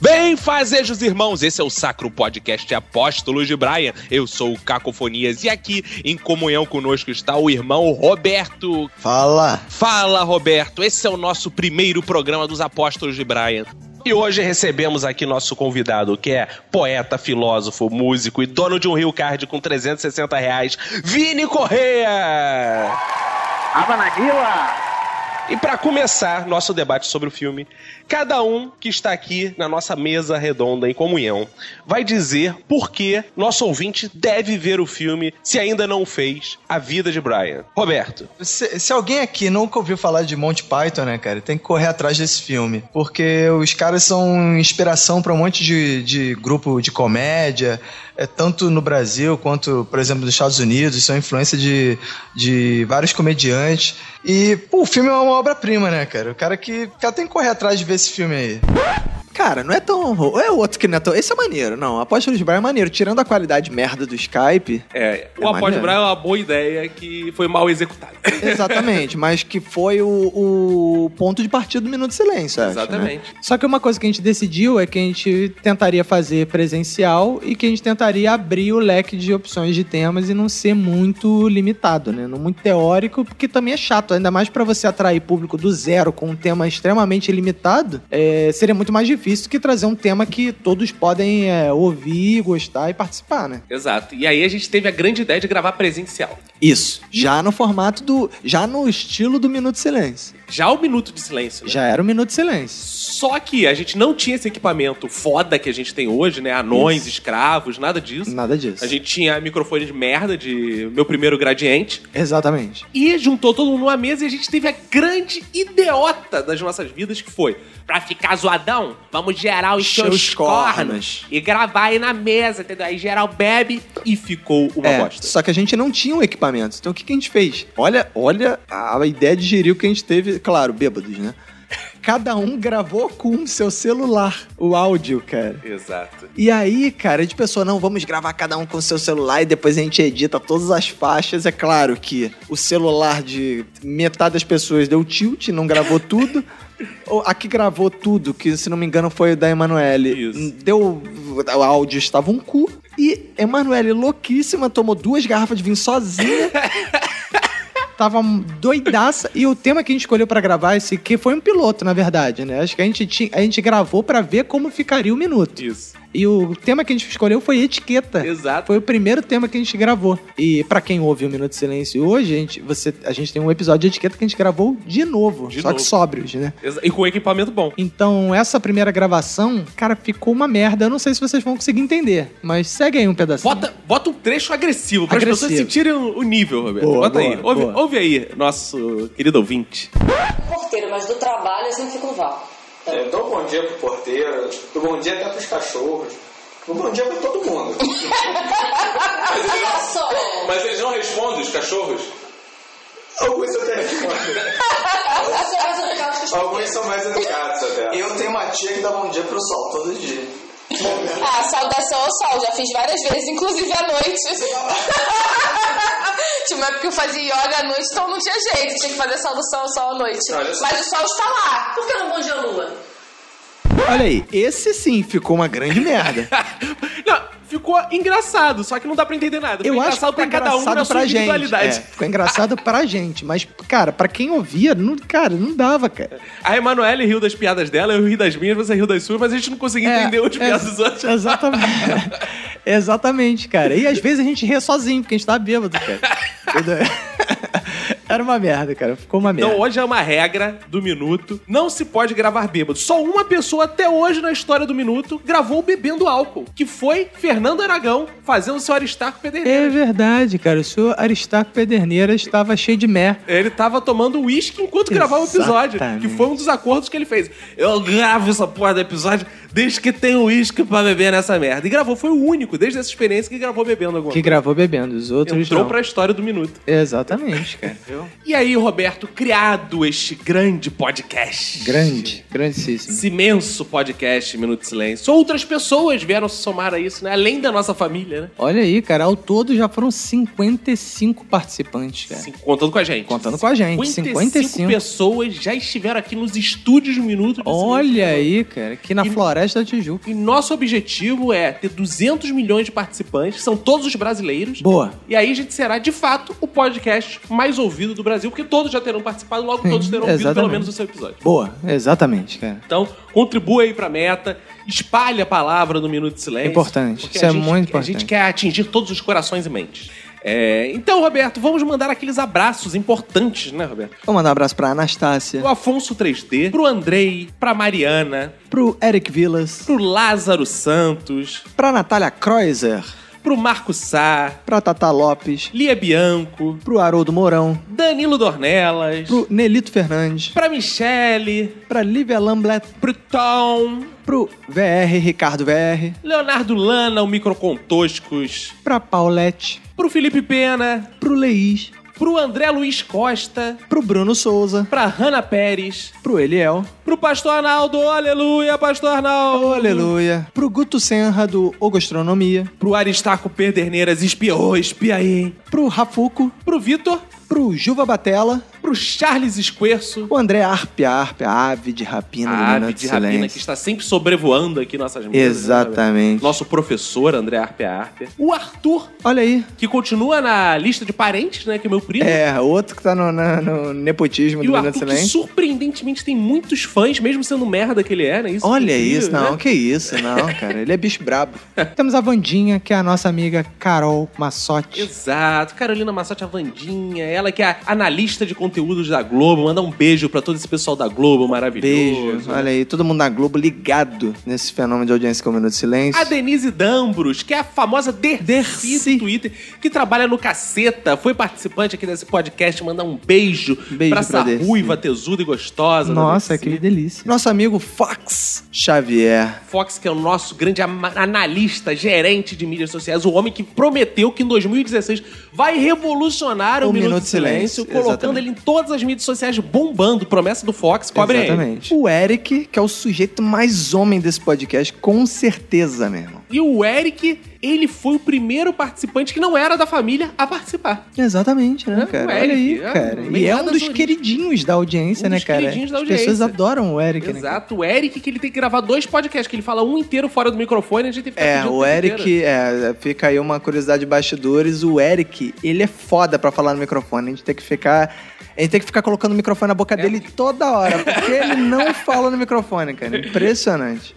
Speaker 35: Bem, fazejos irmãos, esse é o Sacro Podcast Apóstolos de Brian. Eu sou o Cacofonias e aqui em comunhão conosco está o irmão Roberto.
Speaker 14: Fala!
Speaker 35: Fala, Roberto. Esse é o nosso primeiro programa dos Apóstolos de Brian. E hoje recebemos aqui nosso convidado, que é poeta, filósofo, músico e dono de um Rio Card com 360 reais, Vini Correia! Aba na e para começar nosso debate sobre o filme, cada um que está aqui na nossa mesa redonda em comunhão vai dizer por que nosso ouvinte deve ver o filme se ainda não fez A Vida de Brian. Roberto.
Speaker 36: Se, se alguém aqui nunca ouviu falar de Monty Python, né, cara, tem que correr atrás desse filme. Porque os caras são inspiração pra um monte de, de grupo de comédia, é, tanto no Brasil quanto, por exemplo, nos Estados Unidos, são influência de, de vários comediantes. E, pô, o filme é uma obra-prima, né, cara? O cara que. O cara tem que correr atrás de ver esse filme aí.
Speaker 14: Cara, não é tão. ru- É outro que não é tão. Esse é maneiro, não. Apóstolo de Brian é maneiro. Tirando a qualidade merda do Skype.
Speaker 2: É, o
Speaker 14: É
Speaker 2: Após de
Speaker 14: maneiro.
Speaker 2: Braia é uma boa ideia que foi mal executada.
Speaker 14: Exatamente, mas que foi o, o ponto de partida do Minuto de Silêncio, acho, né?
Speaker 2: Exatamente.
Speaker 3: Só que uma coisa que a gente decidiu é que a gente tentaria fazer presencial e que a gente tentaria abrir o leque de opções de temas e não ser muito limitado, né? Não muito teórico, porque também é chato. Ainda mais pra você atrair público do zero com um tema extremamente limitado, é, seria muito mais difícil do que trazer um tema que todos podem é, ouvir, gostar e participar, né?
Speaker 2: [LAUGHS] Exato. E aí a gente teve a grande ideia de gravar presencial.
Speaker 14: Isso. Já no formato do. Já no estilo do Minuto de Silêncio.
Speaker 2: Já o Minuto de Silêncio. né?
Speaker 3: Já era um minuto de silêncio.
Speaker 2: Só que a gente não tinha esse equipamento foda que a gente tem hoje, né? Anões,
Speaker 3: Isso.
Speaker 2: escravos, nada disso.
Speaker 3: Nada disso.
Speaker 2: A gente tinha microfone de merda de meu primeiro gradiente.
Speaker 3: Exatamente.
Speaker 2: E juntou todo mundo numa mesa e a gente teve a grande ideota das nossas vidas, que foi: pra ficar zoadão, vamos gerar os
Speaker 14: Encher
Speaker 2: seus
Speaker 14: os
Speaker 2: cornos,
Speaker 14: cornos.
Speaker 2: e gravar aí na mesa, entendeu? Aí geral bebe e ficou uma
Speaker 14: é,
Speaker 2: bosta.
Speaker 14: Só que a gente não tinha o equipamento. Então o que, que a gente fez? Olha, olha a ideia de gerir que a gente teve, claro, bêbados,
Speaker 2: [LAUGHS]
Speaker 14: né? Cada um gravou com o seu celular o áudio, cara.
Speaker 2: Exato.
Speaker 14: E aí, cara, de pessoa, não, vamos gravar cada um com o seu celular e depois a gente edita todas as faixas. É claro que o celular de metade das pessoas deu tilt, não gravou tudo. Ou A que gravou tudo, que se não me engano foi o da Emanuele, deu. O áudio estava um cu. E Emanuele, louquíssima, tomou duas garrafas de
Speaker 2: [LAUGHS]
Speaker 14: vinho sozinha.
Speaker 3: tava doidaça e o tema que a gente escolheu pra gravar esse que foi um piloto, na verdade, né? Acho que a gente tinha, a gente gravou pra ver como ficaria o minuto.
Speaker 2: Isso.
Speaker 3: E o tema que a gente escolheu foi etiqueta.
Speaker 2: Exato.
Speaker 3: Foi o primeiro tema que a gente gravou. E pra quem ouve o Minuto de Silêncio hoje, a gente, você, a gente tem um episódio de etiqueta que a gente gravou de novo,
Speaker 2: De
Speaker 3: só
Speaker 2: novo.
Speaker 3: que sóbrios, né?
Speaker 2: Exa- E com equipamento bom.
Speaker 3: Então, essa primeira gravação, cara, ficou uma merda. Eu não sei se vocês vão conseguir entender, mas segue aí um pedacinho.
Speaker 2: Bota, bota um trecho agressivo para as
Speaker 3: Agressivo.
Speaker 2: pessoas sentirem o nível, Roberto.
Speaker 3: Boa,
Speaker 2: bota aí.
Speaker 3: boa,
Speaker 2: Ouve,
Speaker 3: boa.
Speaker 2: ouve aí, nosso querido ouvinte.
Speaker 4: porteiro, mas do trabalho eu sempre fico no um vácuo.
Speaker 9: Eu É, dou um bom dia pro porteiro, dou um bom dia até pros cachorros, dou bom dia pra todo mundo.
Speaker 4: Olha só!
Speaker 9: Mas eles não respondem, os cachorros? Alguns até respondem. Alguns são mais educados até.
Speaker 36: Eu tenho uma tia que dá bom dia pro sol todo dia.
Speaker 4: Ah, saudação ao sol, já fiz várias vezes, inclusive à noite. [LAUGHS] Tinha uma época que eu fazia yoga à noite, então não tinha jeito, tinha que fazer saudação ao sol à noite.
Speaker 14: Olha só.
Speaker 4: Mas o sol está lá. Por que não bom dia à lua?
Speaker 14: Olha aí, esse sim ficou uma grande
Speaker 2: [LAUGHS]
Speaker 14: merda.
Speaker 2: Ficou engraçado, só que não dá pra entender nada. Ficou
Speaker 3: Eu acho que
Speaker 2: engraçado
Speaker 3: ficou
Speaker 2: pra cada um
Speaker 3: engraçado
Speaker 2: na sua
Speaker 3: pra gente. É,
Speaker 2: individualidade.
Speaker 3: ficou engraçado pra gente, mas, cara, pra quem ouvia, não, cara, não dava, cara.
Speaker 2: A Emanuele riu das piadas dela, eu ri das minhas, você riu das suas, mas a gente não conseguia entender onde
Speaker 3: é,
Speaker 2: piadas dos outros.
Speaker 3: Exatamente. [LAUGHS] Exatamente, cara. E às vezes a gente ri sozinho, porque a gente tá bêbado, cara. Entendeu?
Speaker 37: Era uma merda, cara. Ficou uma merda.
Speaker 2: [LAUGHS] Então hoje é uma regra do minuto. Não se pode gravar bêbado. Só uma pessoa até hoje na história do minuto gravou bebendo álcool, que foi Fernando Aragão fazendo o seu Aristarco Pederneiras.
Speaker 38: É verdade, cara. O senhor Aristarco Pederneira estava cheio de merda.
Speaker 2: Ele tava tomando uísque enquanto gravava o episódio, que foi um dos acordos que ele fez. Eu gravo essa porra do episódio desde que tem uísque pra beber nessa merda. E gravou, foi o único, desde essa experiência, que gravou bebendo alguma
Speaker 38: Que
Speaker 2: coisa.
Speaker 38: gravou bebendo. Os outros.
Speaker 2: Entrou
Speaker 38: não.
Speaker 2: pra história do minuto.
Speaker 38: Exatamente, cara.
Speaker 2: E aí, Roberto, criado este grande podcast.
Speaker 38: Grande, grandíssimo.
Speaker 2: Esse imenso podcast Minuto de Silêncio. Outras pessoas vieram se somar a isso, né? Além da nossa família, né?
Speaker 38: Olha aí, cara. Ao todo já foram 55 participantes, cara.
Speaker 2: Contando com a gente.
Speaker 38: Contando com a gente. 55.
Speaker 2: pessoas já estiveram aqui nos estúdios do Minuto de
Speaker 38: Olha aí, cara. Aqui na Floresta da Tijuca.
Speaker 2: E nosso objetivo é ter 200 milhões de participantes, são todos os brasileiros.
Speaker 38: Boa.
Speaker 2: E aí a gente será, de fato, o podcast mais ouvido do Brasil, porque todos já terão participado, logo todos
Speaker 3: um
Speaker 2: terão ouvido pelo
Speaker 38: exatamente.
Speaker 2: menos o seu episódio.
Speaker 38: Boa, exatamente, cara.
Speaker 2: Então, contribua aí pra meta, espalhe a palavra no Minuto de Silêncio.
Speaker 38: Importante.
Speaker 2: porque
Speaker 38: Isso
Speaker 2: a
Speaker 38: é
Speaker 2: gente-
Speaker 38: muito
Speaker 2: A gente
Speaker 38: importante.
Speaker 2: quer atingir todos os corações e mentes. É, então, Roberto, vamos mandar aqueles abraços importantes, né, Roberto?
Speaker 3: Vou mandar um abraço pra Anastácia,
Speaker 2: Pro Afonso 3D, pro Andrei, pra Mariana,
Speaker 3: pro Eric Villas,
Speaker 2: pro Lázaro Santos,
Speaker 3: pra Natália Kreuzer,
Speaker 2: pro Marco Sá,
Speaker 3: pra Tata Lopes,
Speaker 2: Lia Bianco,
Speaker 3: pro Haroldo Mourão,
Speaker 2: Danilo Dornelas,
Speaker 3: pro Nelito Fernandes,
Speaker 2: pra Michele,
Speaker 3: pra Lívia Lamblet,
Speaker 2: pro Tom,
Speaker 3: pro VR Ricardo VR,
Speaker 2: Leonardo Lana, o Microcontoscos,
Speaker 3: pra Paulette,
Speaker 2: pro Felipe Pena,
Speaker 3: pro Leís,
Speaker 2: pro André Luiz Costa,
Speaker 3: pro Bruno Souza,
Speaker 2: pra Hanna Pérez,
Speaker 3: pro Eliel, Oh,
Speaker 2: pro Pastor Arnaldo, aleluia, Pastor Arnaldo,
Speaker 3: aleluia, pro Guto Senra do Ogostronomia,
Speaker 2: pro Aristarco Pederneiras, espiou, espia aí, hein?
Speaker 3: pro Rafuco,
Speaker 2: pro Vitor,
Speaker 3: pro Juva Batella,
Speaker 2: pro Charles Esquerço,
Speaker 3: o André Arpia, Arpia, ave de rapina,
Speaker 2: a
Speaker 3: menina
Speaker 2: ave
Speaker 3: de
Speaker 2: de rapina que
Speaker 3: silêncio.
Speaker 2: está sempre sobrevoando aqui nossas mesas. né,
Speaker 3: Exatamente.
Speaker 2: Nosso professor, André Arpe Arpe. O Arthur.
Speaker 3: Olha aí.
Speaker 2: Que continua na lista de parentes, né? Que é meu primo.
Speaker 3: É, outro que tá no, na- no nepotismo
Speaker 2: E
Speaker 3: do
Speaker 2: o
Speaker 3: Minuto
Speaker 2: Arthur,
Speaker 3: de
Speaker 2: que
Speaker 3: Silêncio.
Speaker 2: surpreendentemente tem muitos fãs, mesmo sendo merda que ele é, né? Isso
Speaker 3: Olha
Speaker 2: é incrível,
Speaker 3: isso, não,
Speaker 2: né?
Speaker 3: que isso, não, cara. Ele é
Speaker 2: [LAUGHS]
Speaker 3: bicho brabo. Temos a Vandinha, que é a nossa amiga Carol Massotti.
Speaker 2: Exato. Carolina Massotti, a Vandinha, ela que é a analista de conteúdos da Globo. Mandar um beijo pra todo esse pessoal da Globo maravilhoso.
Speaker 3: Beijo. Olha aí, todo mundo na Globo ligado nesse fenômeno de audiência que é o Minuto de Silêncio.
Speaker 2: A Denise Dambros, que é a famosa Dercy do Twitter, que trabalha no Caceta, foi participante aqui desse podcast, mandar um beijo, pra essa
Speaker 3: pra Dercy.
Speaker 2: ruiva, tesuda e gostosa. né? da
Speaker 3: Nossa, que delícia. Nosso amigo Fox Xavier.
Speaker 2: Fox, que é o nosso grande ama- analista, gerente de mídias sociais, o homem que prometeu que em 2016 vai revolucionar o,
Speaker 3: Um
Speaker 2: Minuto, de Silêncio, colocando
Speaker 3: exatamente.
Speaker 2: ele em todas as mídias sociais bombando. Promessa do Fox, cobre aí.
Speaker 3: Exatamente. O Eric, que é o sujeito mais homem desse podcast, com certeza, meu irmão.
Speaker 2: E o Eric, ele foi o primeiro participante que não era da família a participar.
Speaker 3: Exatamente, né, cara?
Speaker 2: o
Speaker 3: Olha aí,
Speaker 2: Eric, é,
Speaker 3: cara.
Speaker 2: bem
Speaker 3: E é
Speaker 2: lá
Speaker 3: um
Speaker 2: das
Speaker 3: dos
Speaker 2: origens.
Speaker 3: queridinhos da audiência,
Speaker 2: Um
Speaker 3: né,
Speaker 2: dos
Speaker 3: cara?
Speaker 2: queridinhos da
Speaker 3: As pessoas
Speaker 2: audiência.
Speaker 3: adoram o Eric, né?
Speaker 2: Exato, o Eric que ele tem que gravar dois podcasts, que ele fala um inteiro fora do microfone, a gente tem que ficar
Speaker 3: É,
Speaker 2: pedindo
Speaker 3: o
Speaker 2: tempo
Speaker 3: Eric,
Speaker 2: inteiro.
Speaker 3: é, fica aí uma curiosidade de bastidores, o Eric, ele é foda pra falar no microfone, a gente tem que ficar, a gente tem que ficar colocando o microfone na
Speaker 2: É.
Speaker 3: boca dele toda hora, porque ele não [LAUGHS] fala no microfone, cara, impressionante.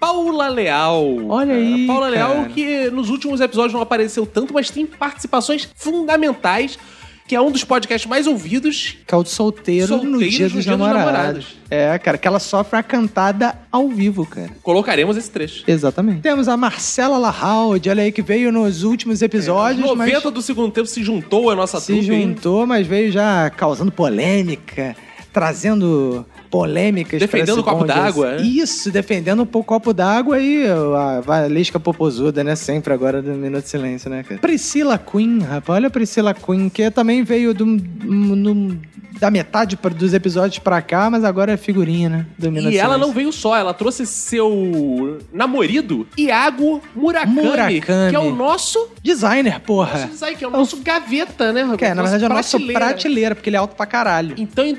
Speaker 2: Paula Leal. Olha
Speaker 3: aí,
Speaker 2: Paula Leal
Speaker 3: cara.
Speaker 2: que nos últimos episódios não apareceu tanto, mas tem participações fundamentais, que é um dos podcasts mais ouvidos.
Speaker 3: Que é o de solteiro no
Speaker 2: Solteiros
Speaker 3: dia
Speaker 2: no
Speaker 3: dos
Speaker 2: Dia dos
Speaker 3: namorados.
Speaker 2: Namorados.
Speaker 3: É, cara, que ela sofre a cantada ao vivo, cara.
Speaker 2: Colocaremos esse trecho.
Speaker 3: Exatamente. Temos a Marcela Lahaud, olha aí, que veio nos últimos episódios, mas
Speaker 2: 90 do segundo tempo se juntou a nossa
Speaker 3: se
Speaker 2: trupe, hein?
Speaker 3: juntou, mas veio já causando polêmica, trazendo polêmicas. pra
Speaker 2: Defendendo
Speaker 3: esse
Speaker 2: o copo
Speaker 3: bonde.
Speaker 2: d'água, né?
Speaker 3: Isso, defendendo o copo d'água e a Valesca Popozuda, né? Sempre agora do Minuto de Silêncio, né, cara? Priscila Queen, rapaz. Olha a Priscila Queen, que também veio do- no- da metade pra- dos episódios pra cá, mas agora é figurinha, né? Do Minuto
Speaker 2: E
Speaker 3: de
Speaker 2: ela
Speaker 3: Silêncio.
Speaker 2: não veio só, ela trouxe seu namorido, Iago Murakami,
Speaker 3: Murakami.
Speaker 2: que é o nosso
Speaker 3: Designer, porra.
Speaker 2: design, que é o nosso gaveta, né, Roberto?
Speaker 3: Que é, na verdade, é o nosso prateleira, porque ele é alto pra caralho.
Speaker 2: Então, em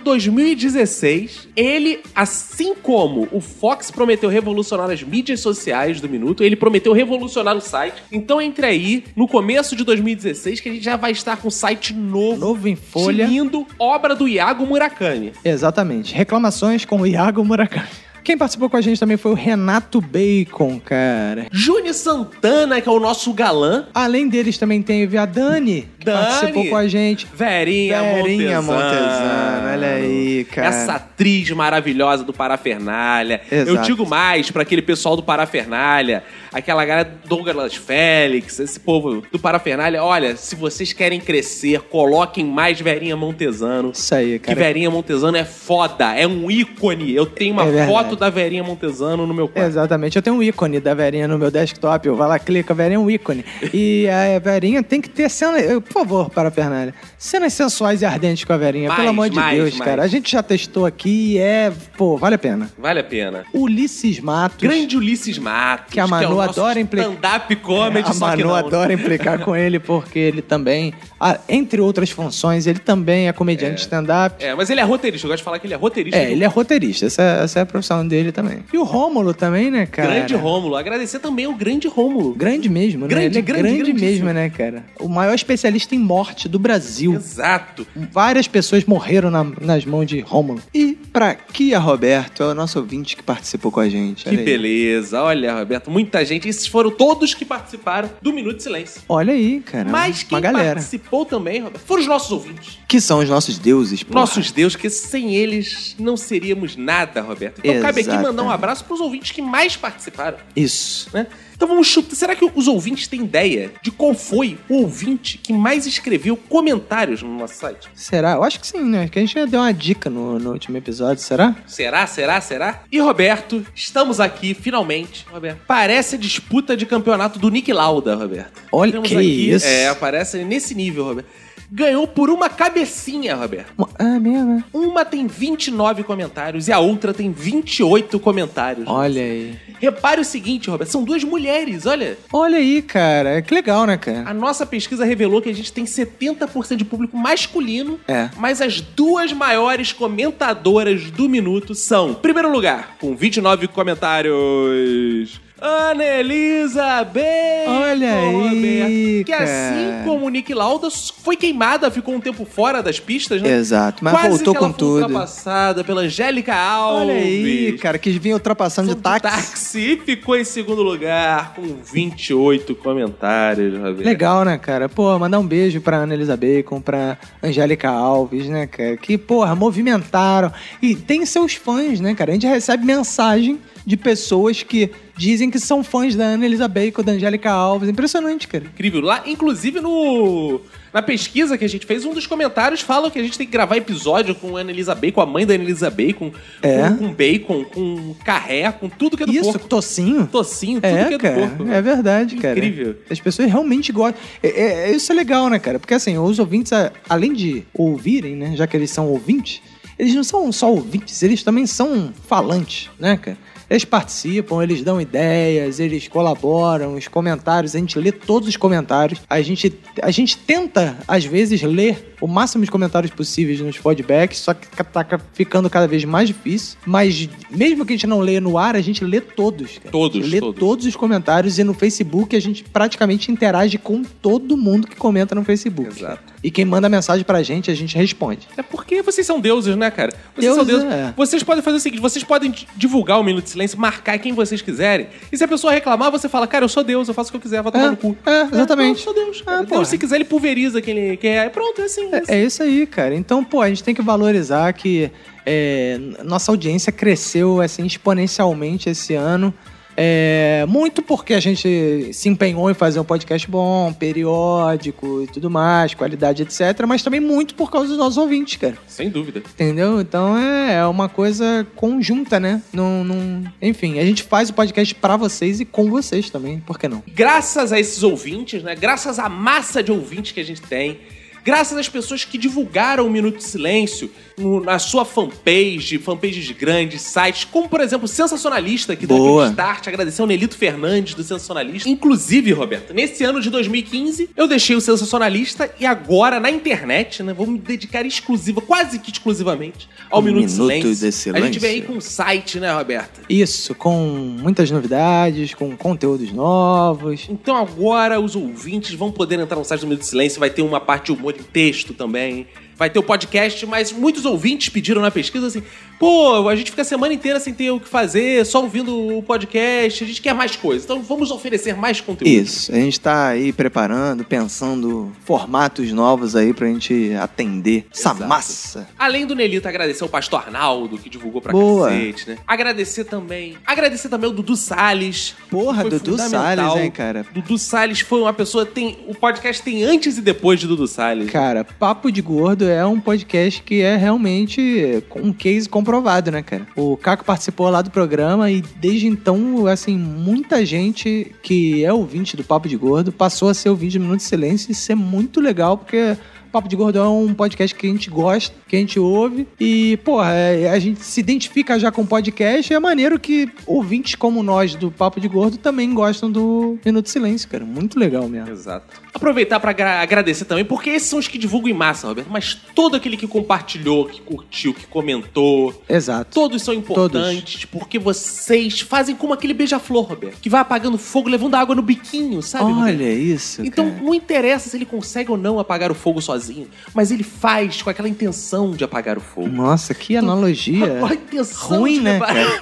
Speaker 2: 2016, ele, assim como o Fox prometeu revolucionar as mídias sociais do Minuto, ele prometeu revolucionar o site. Então, entre aí, no começo de 2016, que a gente já vai estar com um site novo.
Speaker 3: Novo em folha.
Speaker 2: Lindo, obra do Iago Murakami.
Speaker 3: Exatamente. Reclamações com o Iago Murakami. Quem participou com a gente também foi o Renato Bacon, cara.
Speaker 2: Juni Santana, que é o nosso galã.
Speaker 3: Além deles também teve a Dani, que participou com a gente.
Speaker 2: Verinha,
Speaker 3: Verinha Montesano,
Speaker 2: Olha aí,
Speaker 3: cara.
Speaker 2: Essa atriz maravilhosa do Parafernália. Eu
Speaker 3: Exato.
Speaker 2: digo mais pra aquele pessoal do Parafernália, aquela galera Douglas Félix, esse povo do Parafernália. Olha, se vocês querem crescer, coloquem mais Verinha Montesano.
Speaker 3: Isso aí,
Speaker 2: Que Verinha Montesano é foda, é um ícone. Eu tenho uma
Speaker 3: É verdade.
Speaker 2: foto da Verinha Montesano no meu quarto.
Speaker 3: Exatamente. Eu tenho um ícone da Verinha no meu desktop. Eu vou lá, clica, Verinha é um ícone. E a Verinha tem que ter cenas... eu, Por favor, para a Fernanda. Cenas sensuais e ardentes com a Verinha.
Speaker 2: Mais,
Speaker 3: Pelo amor de
Speaker 2: mais,
Speaker 3: Deus,
Speaker 2: mais.
Speaker 3: cara. A gente já testou aqui e é... Pô, vale a pena.
Speaker 2: Vale a pena.
Speaker 3: Ulisses Matos.
Speaker 2: Grande Ulisses Matos.
Speaker 3: Que a Manu
Speaker 2: é o nosso
Speaker 3: adora implicar. É,
Speaker 2: Stand-up comedy,
Speaker 3: a
Speaker 2: só que
Speaker 3: Manu
Speaker 2: não,
Speaker 3: adora implicar
Speaker 2: [LAUGHS]
Speaker 3: com ele porque ele também, ah, entre outras funções, ele também é comediante de stand-up.
Speaker 2: É, mas ele é roteirista. Eu gosto de falar que ele é roteirista.
Speaker 3: É, ele é roteirista, essa, essa é a profissão dele também. E o Rômulo também, né, cara?
Speaker 2: Grande Rômulo. Agradecer também ao grande Rômulo.
Speaker 3: Grande mesmo, né?
Speaker 2: Grande,
Speaker 3: Ele é
Speaker 2: grande,
Speaker 3: grande
Speaker 2: grandíssimo.
Speaker 3: mesmo, né, cara? O maior especialista em morte do Brasil.
Speaker 2: Exato.
Speaker 3: Várias pessoas morreram na- nas mãos de Rômulo. E pra Kia Roberto, é o nosso ouvinte que participou com a gente.
Speaker 2: Que
Speaker 3: olha aí.
Speaker 2: beleza. Olha, Roberto, muita gente. Esses foram todos que participaram do Minuto de Silêncio.
Speaker 3: Olha aí, cara.
Speaker 2: Mas
Speaker 3: uma
Speaker 2: quem
Speaker 3: galera.
Speaker 2: participou também, Roberto, foram os nossos ouvintes.
Speaker 3: Que são os nossos deuses, pô.
Speaker 2: Nossos deuses, que sem eles não seríamos nada, Roberto. Então cabe aqui
Speaker 3: Exatamente.
Speaker 2: mandar um abraço pros ouvintes que mais participaram.
Speaker 3: Isso.
Speaker 2: né? Então vamos chutar. Será que os ouvintes têm ideia de qual foi o ouvinte que mais escreveu comentários no nosso site?
Speaker 3: Será? Eu acho que sim, né? Que a gente já deu uma dica no, no último episódio, será?
Speaker 2: Será, será, será? E Roberto, estamos aqui finalmente. Roberto, parece a disputa de campeonato do Nick Lauda, Roberto.
Speaker 3: Olha
Speaker 2: Temos
Speaker 3: que
Speaker 2: aqui,
Speaker 3: isso.
Speaker 2: É, parece nesse nível, Roberto. Ganhou por uma cabecinha, Roberto.
Speaker 3: Ah, mesmo? é?
Speaker 2: Uma tem 29 comentários e a outra tem 28 comentários.
Speaker 3: Olha aí.
Speaker 2: Repare o seguinte, Roberto, são duas mulheres, olha.
Speaker 3: Olha aí, cara. Que legal, né, cara?
Speaker 2: A nossa pesquisa revelou que a gente tem 70% de público masculino,
Speaker 3: É.
Speaker 2: mas as duas maiores comentadoras do minuto são, em primeiro lugar, com 29 comentários. Anelisa Bem,
Speaker 3: Olha aí,
Speaker 2: que assim
Speaker 3: cara.
Speaker 2: como o Nick Lauda foi queimada, ficou um tempo fora das pistas, né?
Speaker 3: Exato, mas
Speaker 2: Quase
Speaker 3: voltou
Speaker 2: que ela
Speaker 3: com
Speaker 2: foi
Speaker 3: tudo.
Speaker 2: ultrapassada pela Angélica Alves.
Speaker 3: Olha aí, cara, que vinha ultrapassando de táxi.
Speaker 2: Táxi ficou em segundo lugar com 28 comentários, Roberto.
Speaker 3: Legal, né, cara? Pô, mandar um beijo pra Ana Elisa Bacon, pra Angélica Alves, né, cara? Que, porra, movimentaram. E tem seus fãs, né, cara? A gente recebe mensagem de pessoas que dizem que são fãs da Ana Elisa Bacon, da Angélica Alves. Impressionante, cara.
Speaker 2: incrível. Lá, inclusive, no. Na pesquisa que a gente fez, um dos comentários fala que a gente tem que gravar episódio com a Annalisa Bacon, a mãe da Annalisa Bacon,
Speaker 3: É.
Speaker 2: com, com bacon, com carré, com tudo que é do
Speaker 3: Isso,
Speaker 2: porco.
Speaker 3: tocinho.
Speaker 2: Tocinho, tudo que
Speaker 3: É,
Speaker 2: é do
Speaker 3: cara,
Speaker 2: porco.
Speaker 3: é verdade, cara.
Speaker 2: Incrível.
Speaker 3: As pessoas realmente gostam. É, é- isso é legal, né, cara? Porque assim, os ouvintes, a- além de ouvirem, né, já que eles são ouvintes, eles não são só ouvintes, eles também são falantes, né, cara? Eles participam, eles dão ideias, eles colaboram, os comentários, a gente lê todos os comentários. A gente, a gente tenta, às vezes, ler o máximo de comentários possíveis nos feedbacks, só que tá ficando cada vez mais difícil. Mas mesmo que a gente não leia no ar, a gente lê todos, cara.
Speaker 2: Todos,
Speaker 3: A gente lê
Speaker 2: todos.
Speaker 3: todos os comentários e no Facebook a gente praticamente interage com todo mundo que comenta no Facebook. Exato. E quem manda mensagem pra gente, a gente responde.
Speaker 2: É porque vocês são deuses, né, cara? Vocês
Speaker 3: Deus
Speaker 2: são deuses.
Speaker 3: é.
Speaker 2: Vocês podem fazer o seguinte: vocês podem di- divulgar o Minuto de Silêncio, marcar quem vocês quiserem. E se a pessoa reclamar, você fala, cara, eu sou Deus, eu faço o que eu quiser, vai tomar no cu.
Speaker 3: É, exatamente. Ah,
Speaker 2: Eu sou Deus, cara. Deus, se quiser, ele pulveriza quem, quem é. Pronto, é assim.
Speaker 3: É, é isso aí, cara. Então, pô, a gente tem que valorizar que é, n- nossa audiência cresceu assim exponencialmente esse ano. É, muito porque a gente se empenhou em fazer um podcast bom, periódico e tudo mais, qualidade, etc. Mas também muito por causa dos nossos ouvintes, cara.
Speaker 2: Sem dúvida.
Speaker 3: Entendeu? Então é, é uma coisa conjunta, né? Não, não... Enfim, a gente faz o podcast pra vocês e com vocês também, por que não?
Speaker 2: graças a esses ouvintes, né? Graças à massa de ouvintes que a gente tem, graças às pessoas que divulgaram o Minuto de Silêncio no- na sua fanpage, fanpages grandes, sites, como por exemplo o Sensacionalista, que deu
Speaker 3: Boa.
Speaker 2: aqui o start, agradecer ao Nelito Fernandes do Sensacionalista. Inclusive, Roberto, nesse ano de 2015, eu deixei o Sensacionalista e agora na internet, né? Vou me dedicar exclusiva, quase que exclusivamente, ao
Speaker 3: Um
Speaker 2: Minuto, de
Speaker 3: Minuto
Speaker 2: Silêncio.
Speaker 3: de
Speaker 2: A gente
Speaker 3: Silêncio.
Speaker 2: vem aí com um site, né, Roberto?
Speaker 3: Isso, com muitas novidades, com conteúdos novos.
Speaker 2: Então agora os ouvintes vão poder entrar no site do Minuto de Silêncio, vai ter uma parte de humor em texto também. Vai ter o podcast, mas muitos ouvintes pediram na pesquisa assim: pô, a gente fica a semana inteira sem ter o que fazer, só ouvindo o podcast, a gente quer mais coisa. Então vamos oferecer mais conteúdo.
Speaker 3: Isso, a gente tá aí preparando, pensando formatos novos aí pra gente atender essa massa.
Speaker 2: Além do Nelito agradecer ao pastor Arnaldo, que divulgou pra
Speaker 3: Boa.
Speaker 2: cacete, né? Agradecer também. Agradecer também ao Dudu Salles.
Speaker 3: Porra, Dudu Salles, hein, cara?
Speaker 2: Dudu Salles foi uma pessoa. Tem, o podcast tem antes e depois de Dudu Salles. né?
Speaker 3: Cara, Papo de Gordo é um podcast que é realmente um case comprovado, né, cara? O Caco participou lá do programa e desde então, assim, muita gente que é ouvinte do Papo de Gordo passou a ser ouvinte do Minuto de Silêncio. Isso é muito legal, porque Papo de Gordo é um podcast que a gente gosta, que a gente ouve. E, porra, é- a gente se identifica já com o podcast. E é maneiro que ouvintes como nós do Papo de Gordo também gostam do Minuto de Silêncio, cara. Muito legal mesmo.
Speaker 2: Exato. Aproveitar pra agra- agradecer também, porque esses são os que divulgam em massa, Roberto. Mas todo aquele que compartilhou, que curtiu, que comentou.
Speaker 3: Exato.
Speaker 2: Todos são importantes, porque vocês fazem como aquele beija-flor, Roberto. Que vai apagando fogo, levando água no biquinho, sabe? Roberto?
Speaker 3: Olha isso,
Speaker 2: Então não interessa se ele consegue ou não apagar o fogo sozinho, mas ele faz com aquela intenção de apagar o fogo.
Speaker 3: Nossa, que analogia.
Speaker 2: Qual [LAUGHS] a intenção
Speaker 3: Ruim,
Speaker 2: de
Speaker 3: né,
Speaker 2: levar-
Speaker 3: cara?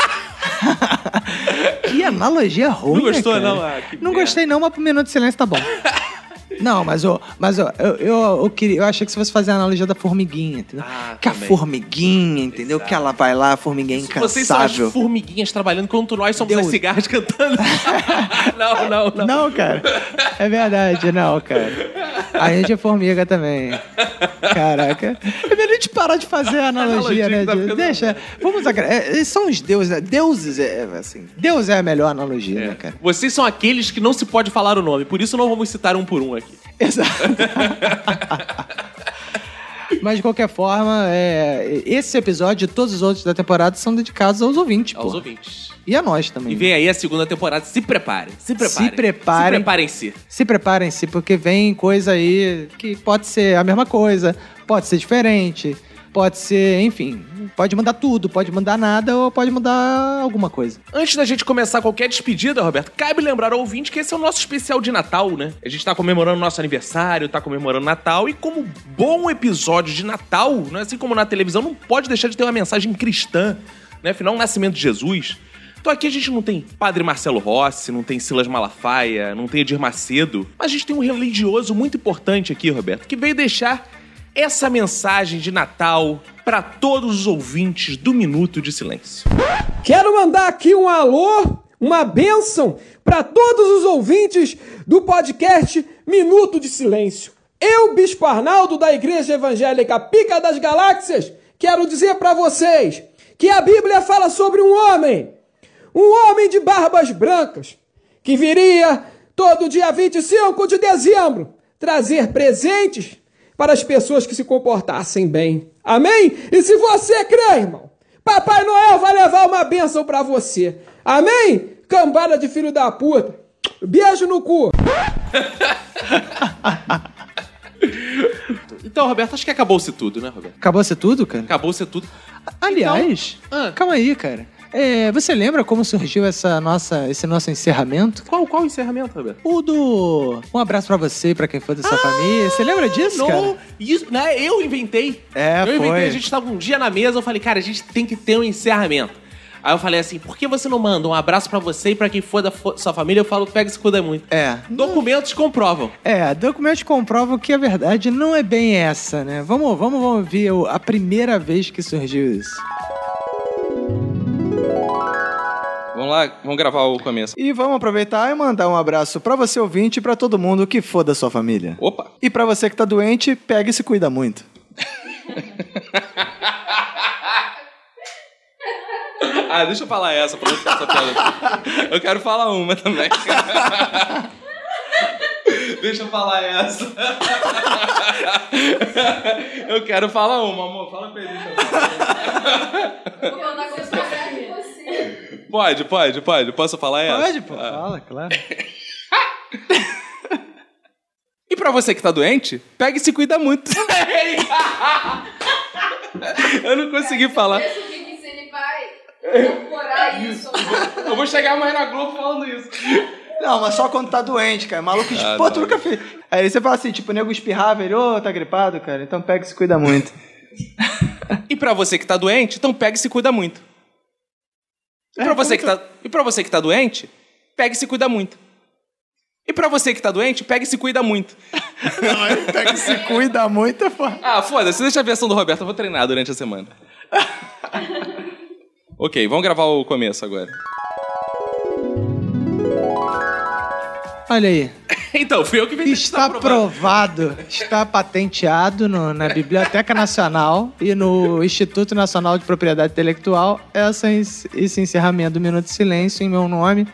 Speaker 3: [LAUGHS] Que analogia ruim.
Speaker 2: Não gostou,
Speaker 3: né, cara?
Speaker 2: não? Ah, que
Speaker 3: não gostei, não, mas pro minuto de silêncio tá
Speaker 2: [LAUGHS]
Speaker 3: bom. Não, mas, ó, mas ó, eu, eu, eu queria, eu achei que você fosse fazer a analogia da formiguinha, entendeu? que a
Speaker 2: Ah, também.
Speaker 3: formiguinha, entendeu? Que ela vai lá, a formiguinha
Speaker 2: [LAUGHS]
Speaker 3: é
Speaker 2: Vocês são as
Speaker 3: incansável.
Speaker 2: formiguinhas trabalhando enquanto nós somos as cigarras cantando. não, não, não.
Speaker 3: Não, cara. É verdade, não, cara. A gente é formiga também. Caraca. É melhor a gente parar de fazer a analogia,
Speaker 39: Analogia
Speaker 3: né?
Speaker 39: que tá
Speaker 3: de-
Speaker 39: ficando-
Speaker 3: Deixa. Vamos agra- é, é, São os deuses, né? Deuses é é, assim. Deus é a melhor analogia, né, cara?
Speaker 2: Vocês são aqueles que não se pode falar o nome, por isso não vamos citar um por um aqui.
Speaker 3: Mas de qualquer forma, é, esse episódio e todos os outros da temporada são dedicados aos ouvintes,
Speaker 2: Aos
Speaker 3: pô.
Speaker 2: ouvintes.
Speaker 3: E a nós
Speaker 2: E
Speaker 3: também. né?
Speaker 2: vem aí a segunda temporada. Se preparem. Se preparem.
Speaker 3: Hum. Se preparem.
Speaker 2: Se preparem-se.
Speaker 3: Se preparem-se, porque vem coisa aí que pode ser a mesma coisa, pode ser diferente, pode ser, enfim, pode mudar tudo, pode mudar nada ou pode mudar alguma coisa.
Speaker 2: Antes da gente começar qualquer despedida, Roberto, cabe lembrar ao ouvinte que esse é o nosso especial de Natal, né? A gente tá comemorando nosso aniversário, tá comemorando Natal, e como bom episódio de Natal, né, assim como na televisão, não pode deixar de ter uma mensagem cristã, né? Afinal, o nascimento de Jesus. Então aqui a gente não tem Padre Marcelo Rossi, não tem Silas Malafaia, não tem Edir Macedo, mas a gente tem um religioso muito importante aqui, Roberto, que veio deixar essa mensagem de Natal para todos os ouvintes do Minuto de Silêncio.
Speaker 1: [LAUGHS] Quero mandar aqui um alô, uma bênção para todos os ouvintes do podcast Minuto de Silêncio. Eu, Bispo Arnaldo, da Igreja Evangélica Pica das Galáxias, quero dizer para vocês que a Bíblia fala sobre um homem, um homem de barbas brancas, que viria todo dia 25 de dezembro trazer presentes para as pessoas que se comportassem bem. Amém? E se você crê, irmão, Papai Noel vai levar uma bênção para você. Amém? Cambada de filho da puta. Beijo no cu.
Speaker 2: Então, Roberto, acho que acabou-se tudo, né, Roberto?
Speaker 3: Acabou ser tudo, cara?
Speaker 2: Acabou-se tudo.
Speaker 3: Aliás, calma aí, cara. É, você lembra como surgiu essa nossa, esse nosso encerramento?
Speaker 2: Qual, qual encerramento, Roberto?
Speaker 3: O do. Um abraço pra você e pra quem for da sua família. Você lembra disso,
Speaker 2: não,
Speaker 3: cara?
Speaker 2: Isso, né? Eu inventei.
Speaker 3: É,
Speaker 2: eu inventei,
Speaker 3: foi.
Speaker 2: a gente tava um dia na mesa, eu falei, cara, a gente tem que ter um encerramento. Aí eu falei assim, por que você não manda um abraço pra você e pra quem for da fo- sua família? Eu falo, pega e se cuida muito.
Speaker 3: É.
Speaker 2: Documentos comprovam.
Speaker 3: É, documentos comprovam que a verdade não é bem essa, né? Vamos, vamos, vamos ver o- a primeira vez que surgiu isso.
Speaker 2: Vamos lá, vamos gravar o começo.
Speaker 3: E vamos aproveitar e mandar um abraço pra você ouvinte e pra todo mundo que for da sua família.
Speaker 2: Opa!
Speaker 3: E pra você que tá doente, pega e se cuida muito.
Speaker 2: Ah, deixa eu falar essa pra não ficar essa piada. Eu quero falar uma também. deixa eu falar essa. eu quero falar uma, amor. Fala pra ele. Pode, pode, pode. Posso falar essa? Ah.
Speaker 3: Pode, pô. Fala, claro.
Speaker 2: [LAUGHS] E pra você que tá doente, pega e se cuida muito. [LAUGHS] Eu não consegui falar.
Speaker 8: Deixa o Gui se ele vai incorporar isso.
Speaker 2: Ah, Eu vou chegar amanhã na Globo falando isso.
Speaker 14: Não, mas só quando tá doente, cara. Maluco,
Speaker 8: Ah,
Speaker 14: pô,
Speaker 8: não.
Speaker 14: tu nunca fez. Aí você fala assim, tipo, o nego espirrava, ele, ô, tá gripado, cara. Então pega e se cuida muito.
Speaker 2: E pra você que tá doente, então pega e se cuida muito. E pra você que tá, e pra você que tá doente, pega e se cuida muito. E pra você que tá doente, pega e se cuida muito.
Speaker 14: Não, ele pega e se cuida muito, pô.
Speaker 2: Ah, foda-se, deixa a versão do Roberto, eu vou treinar durante a semana. ok, vamos gravar o começo agora.
Speaker 3: Olha aí.
Speaker 2: [LAUGHS] Então, fui eu que inventei
Speaker 3: Está aprovado. Está patenteado no- na Biblioteca Nacional e no Instituto Nacional de Propriedade Intelectual essa, ens- esse encerramento do Minuto de Silêncio em meu nome.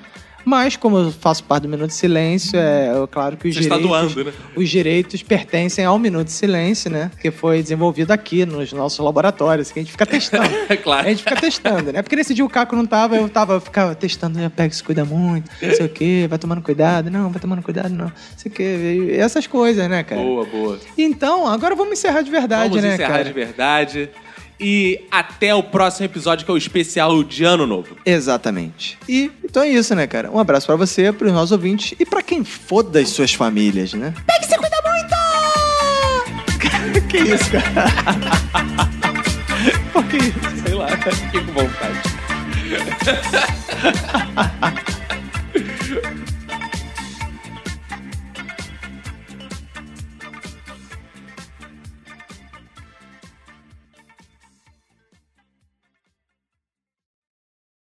Speaker 3: Mas, como eu faço parte do Minuto de Silêncio, é claro que os
Speaker 2: Você está
Speaker 3: direitos,
Speaker 2: doando, né?
Speaker 3: os direitos pertencem ao Minuto de Silêncio, né? Que foi desenvolvido aqui nos nossos laboratórios, que a gente fica testando.
Speaker 2: É [LAUGHS] claro.
Speaker 3: A gente fica testando, né? Porque nesse dia o Caco não tava, eu tava, eu ficava testando, né? pega, se cuida muito, não sei o quê, vai tomando cuidado, não, vai tomando cuidado, não, não sei o quê. E essas coisas, né, cara?
Speaker 2: Boa, boa.
Speaker 3: Então, agora vamos encerrar de verdade,
Speaker 2: Vamos
Speaker 3: né,
Speaker 2: encerrar
Speaker 3: cara?
Speaker 2: de verdade. E até o próximo episódio, que é o especial de Ano Novo.
Speaker 14: Exatamente. E então é isso, né, cara? Um abraço pra você, pros nossos ouvintes e pra quem foda as suas famílias, né?
Speaker 17: Pega e se cuida
Speaker 14: [LAUGHS]
Speaker 17: muito!
Speaker 14: que isso, cara?
Speaker 13: [LAUGHS]
Speaker 2: Sei lá, fiquei com vontade.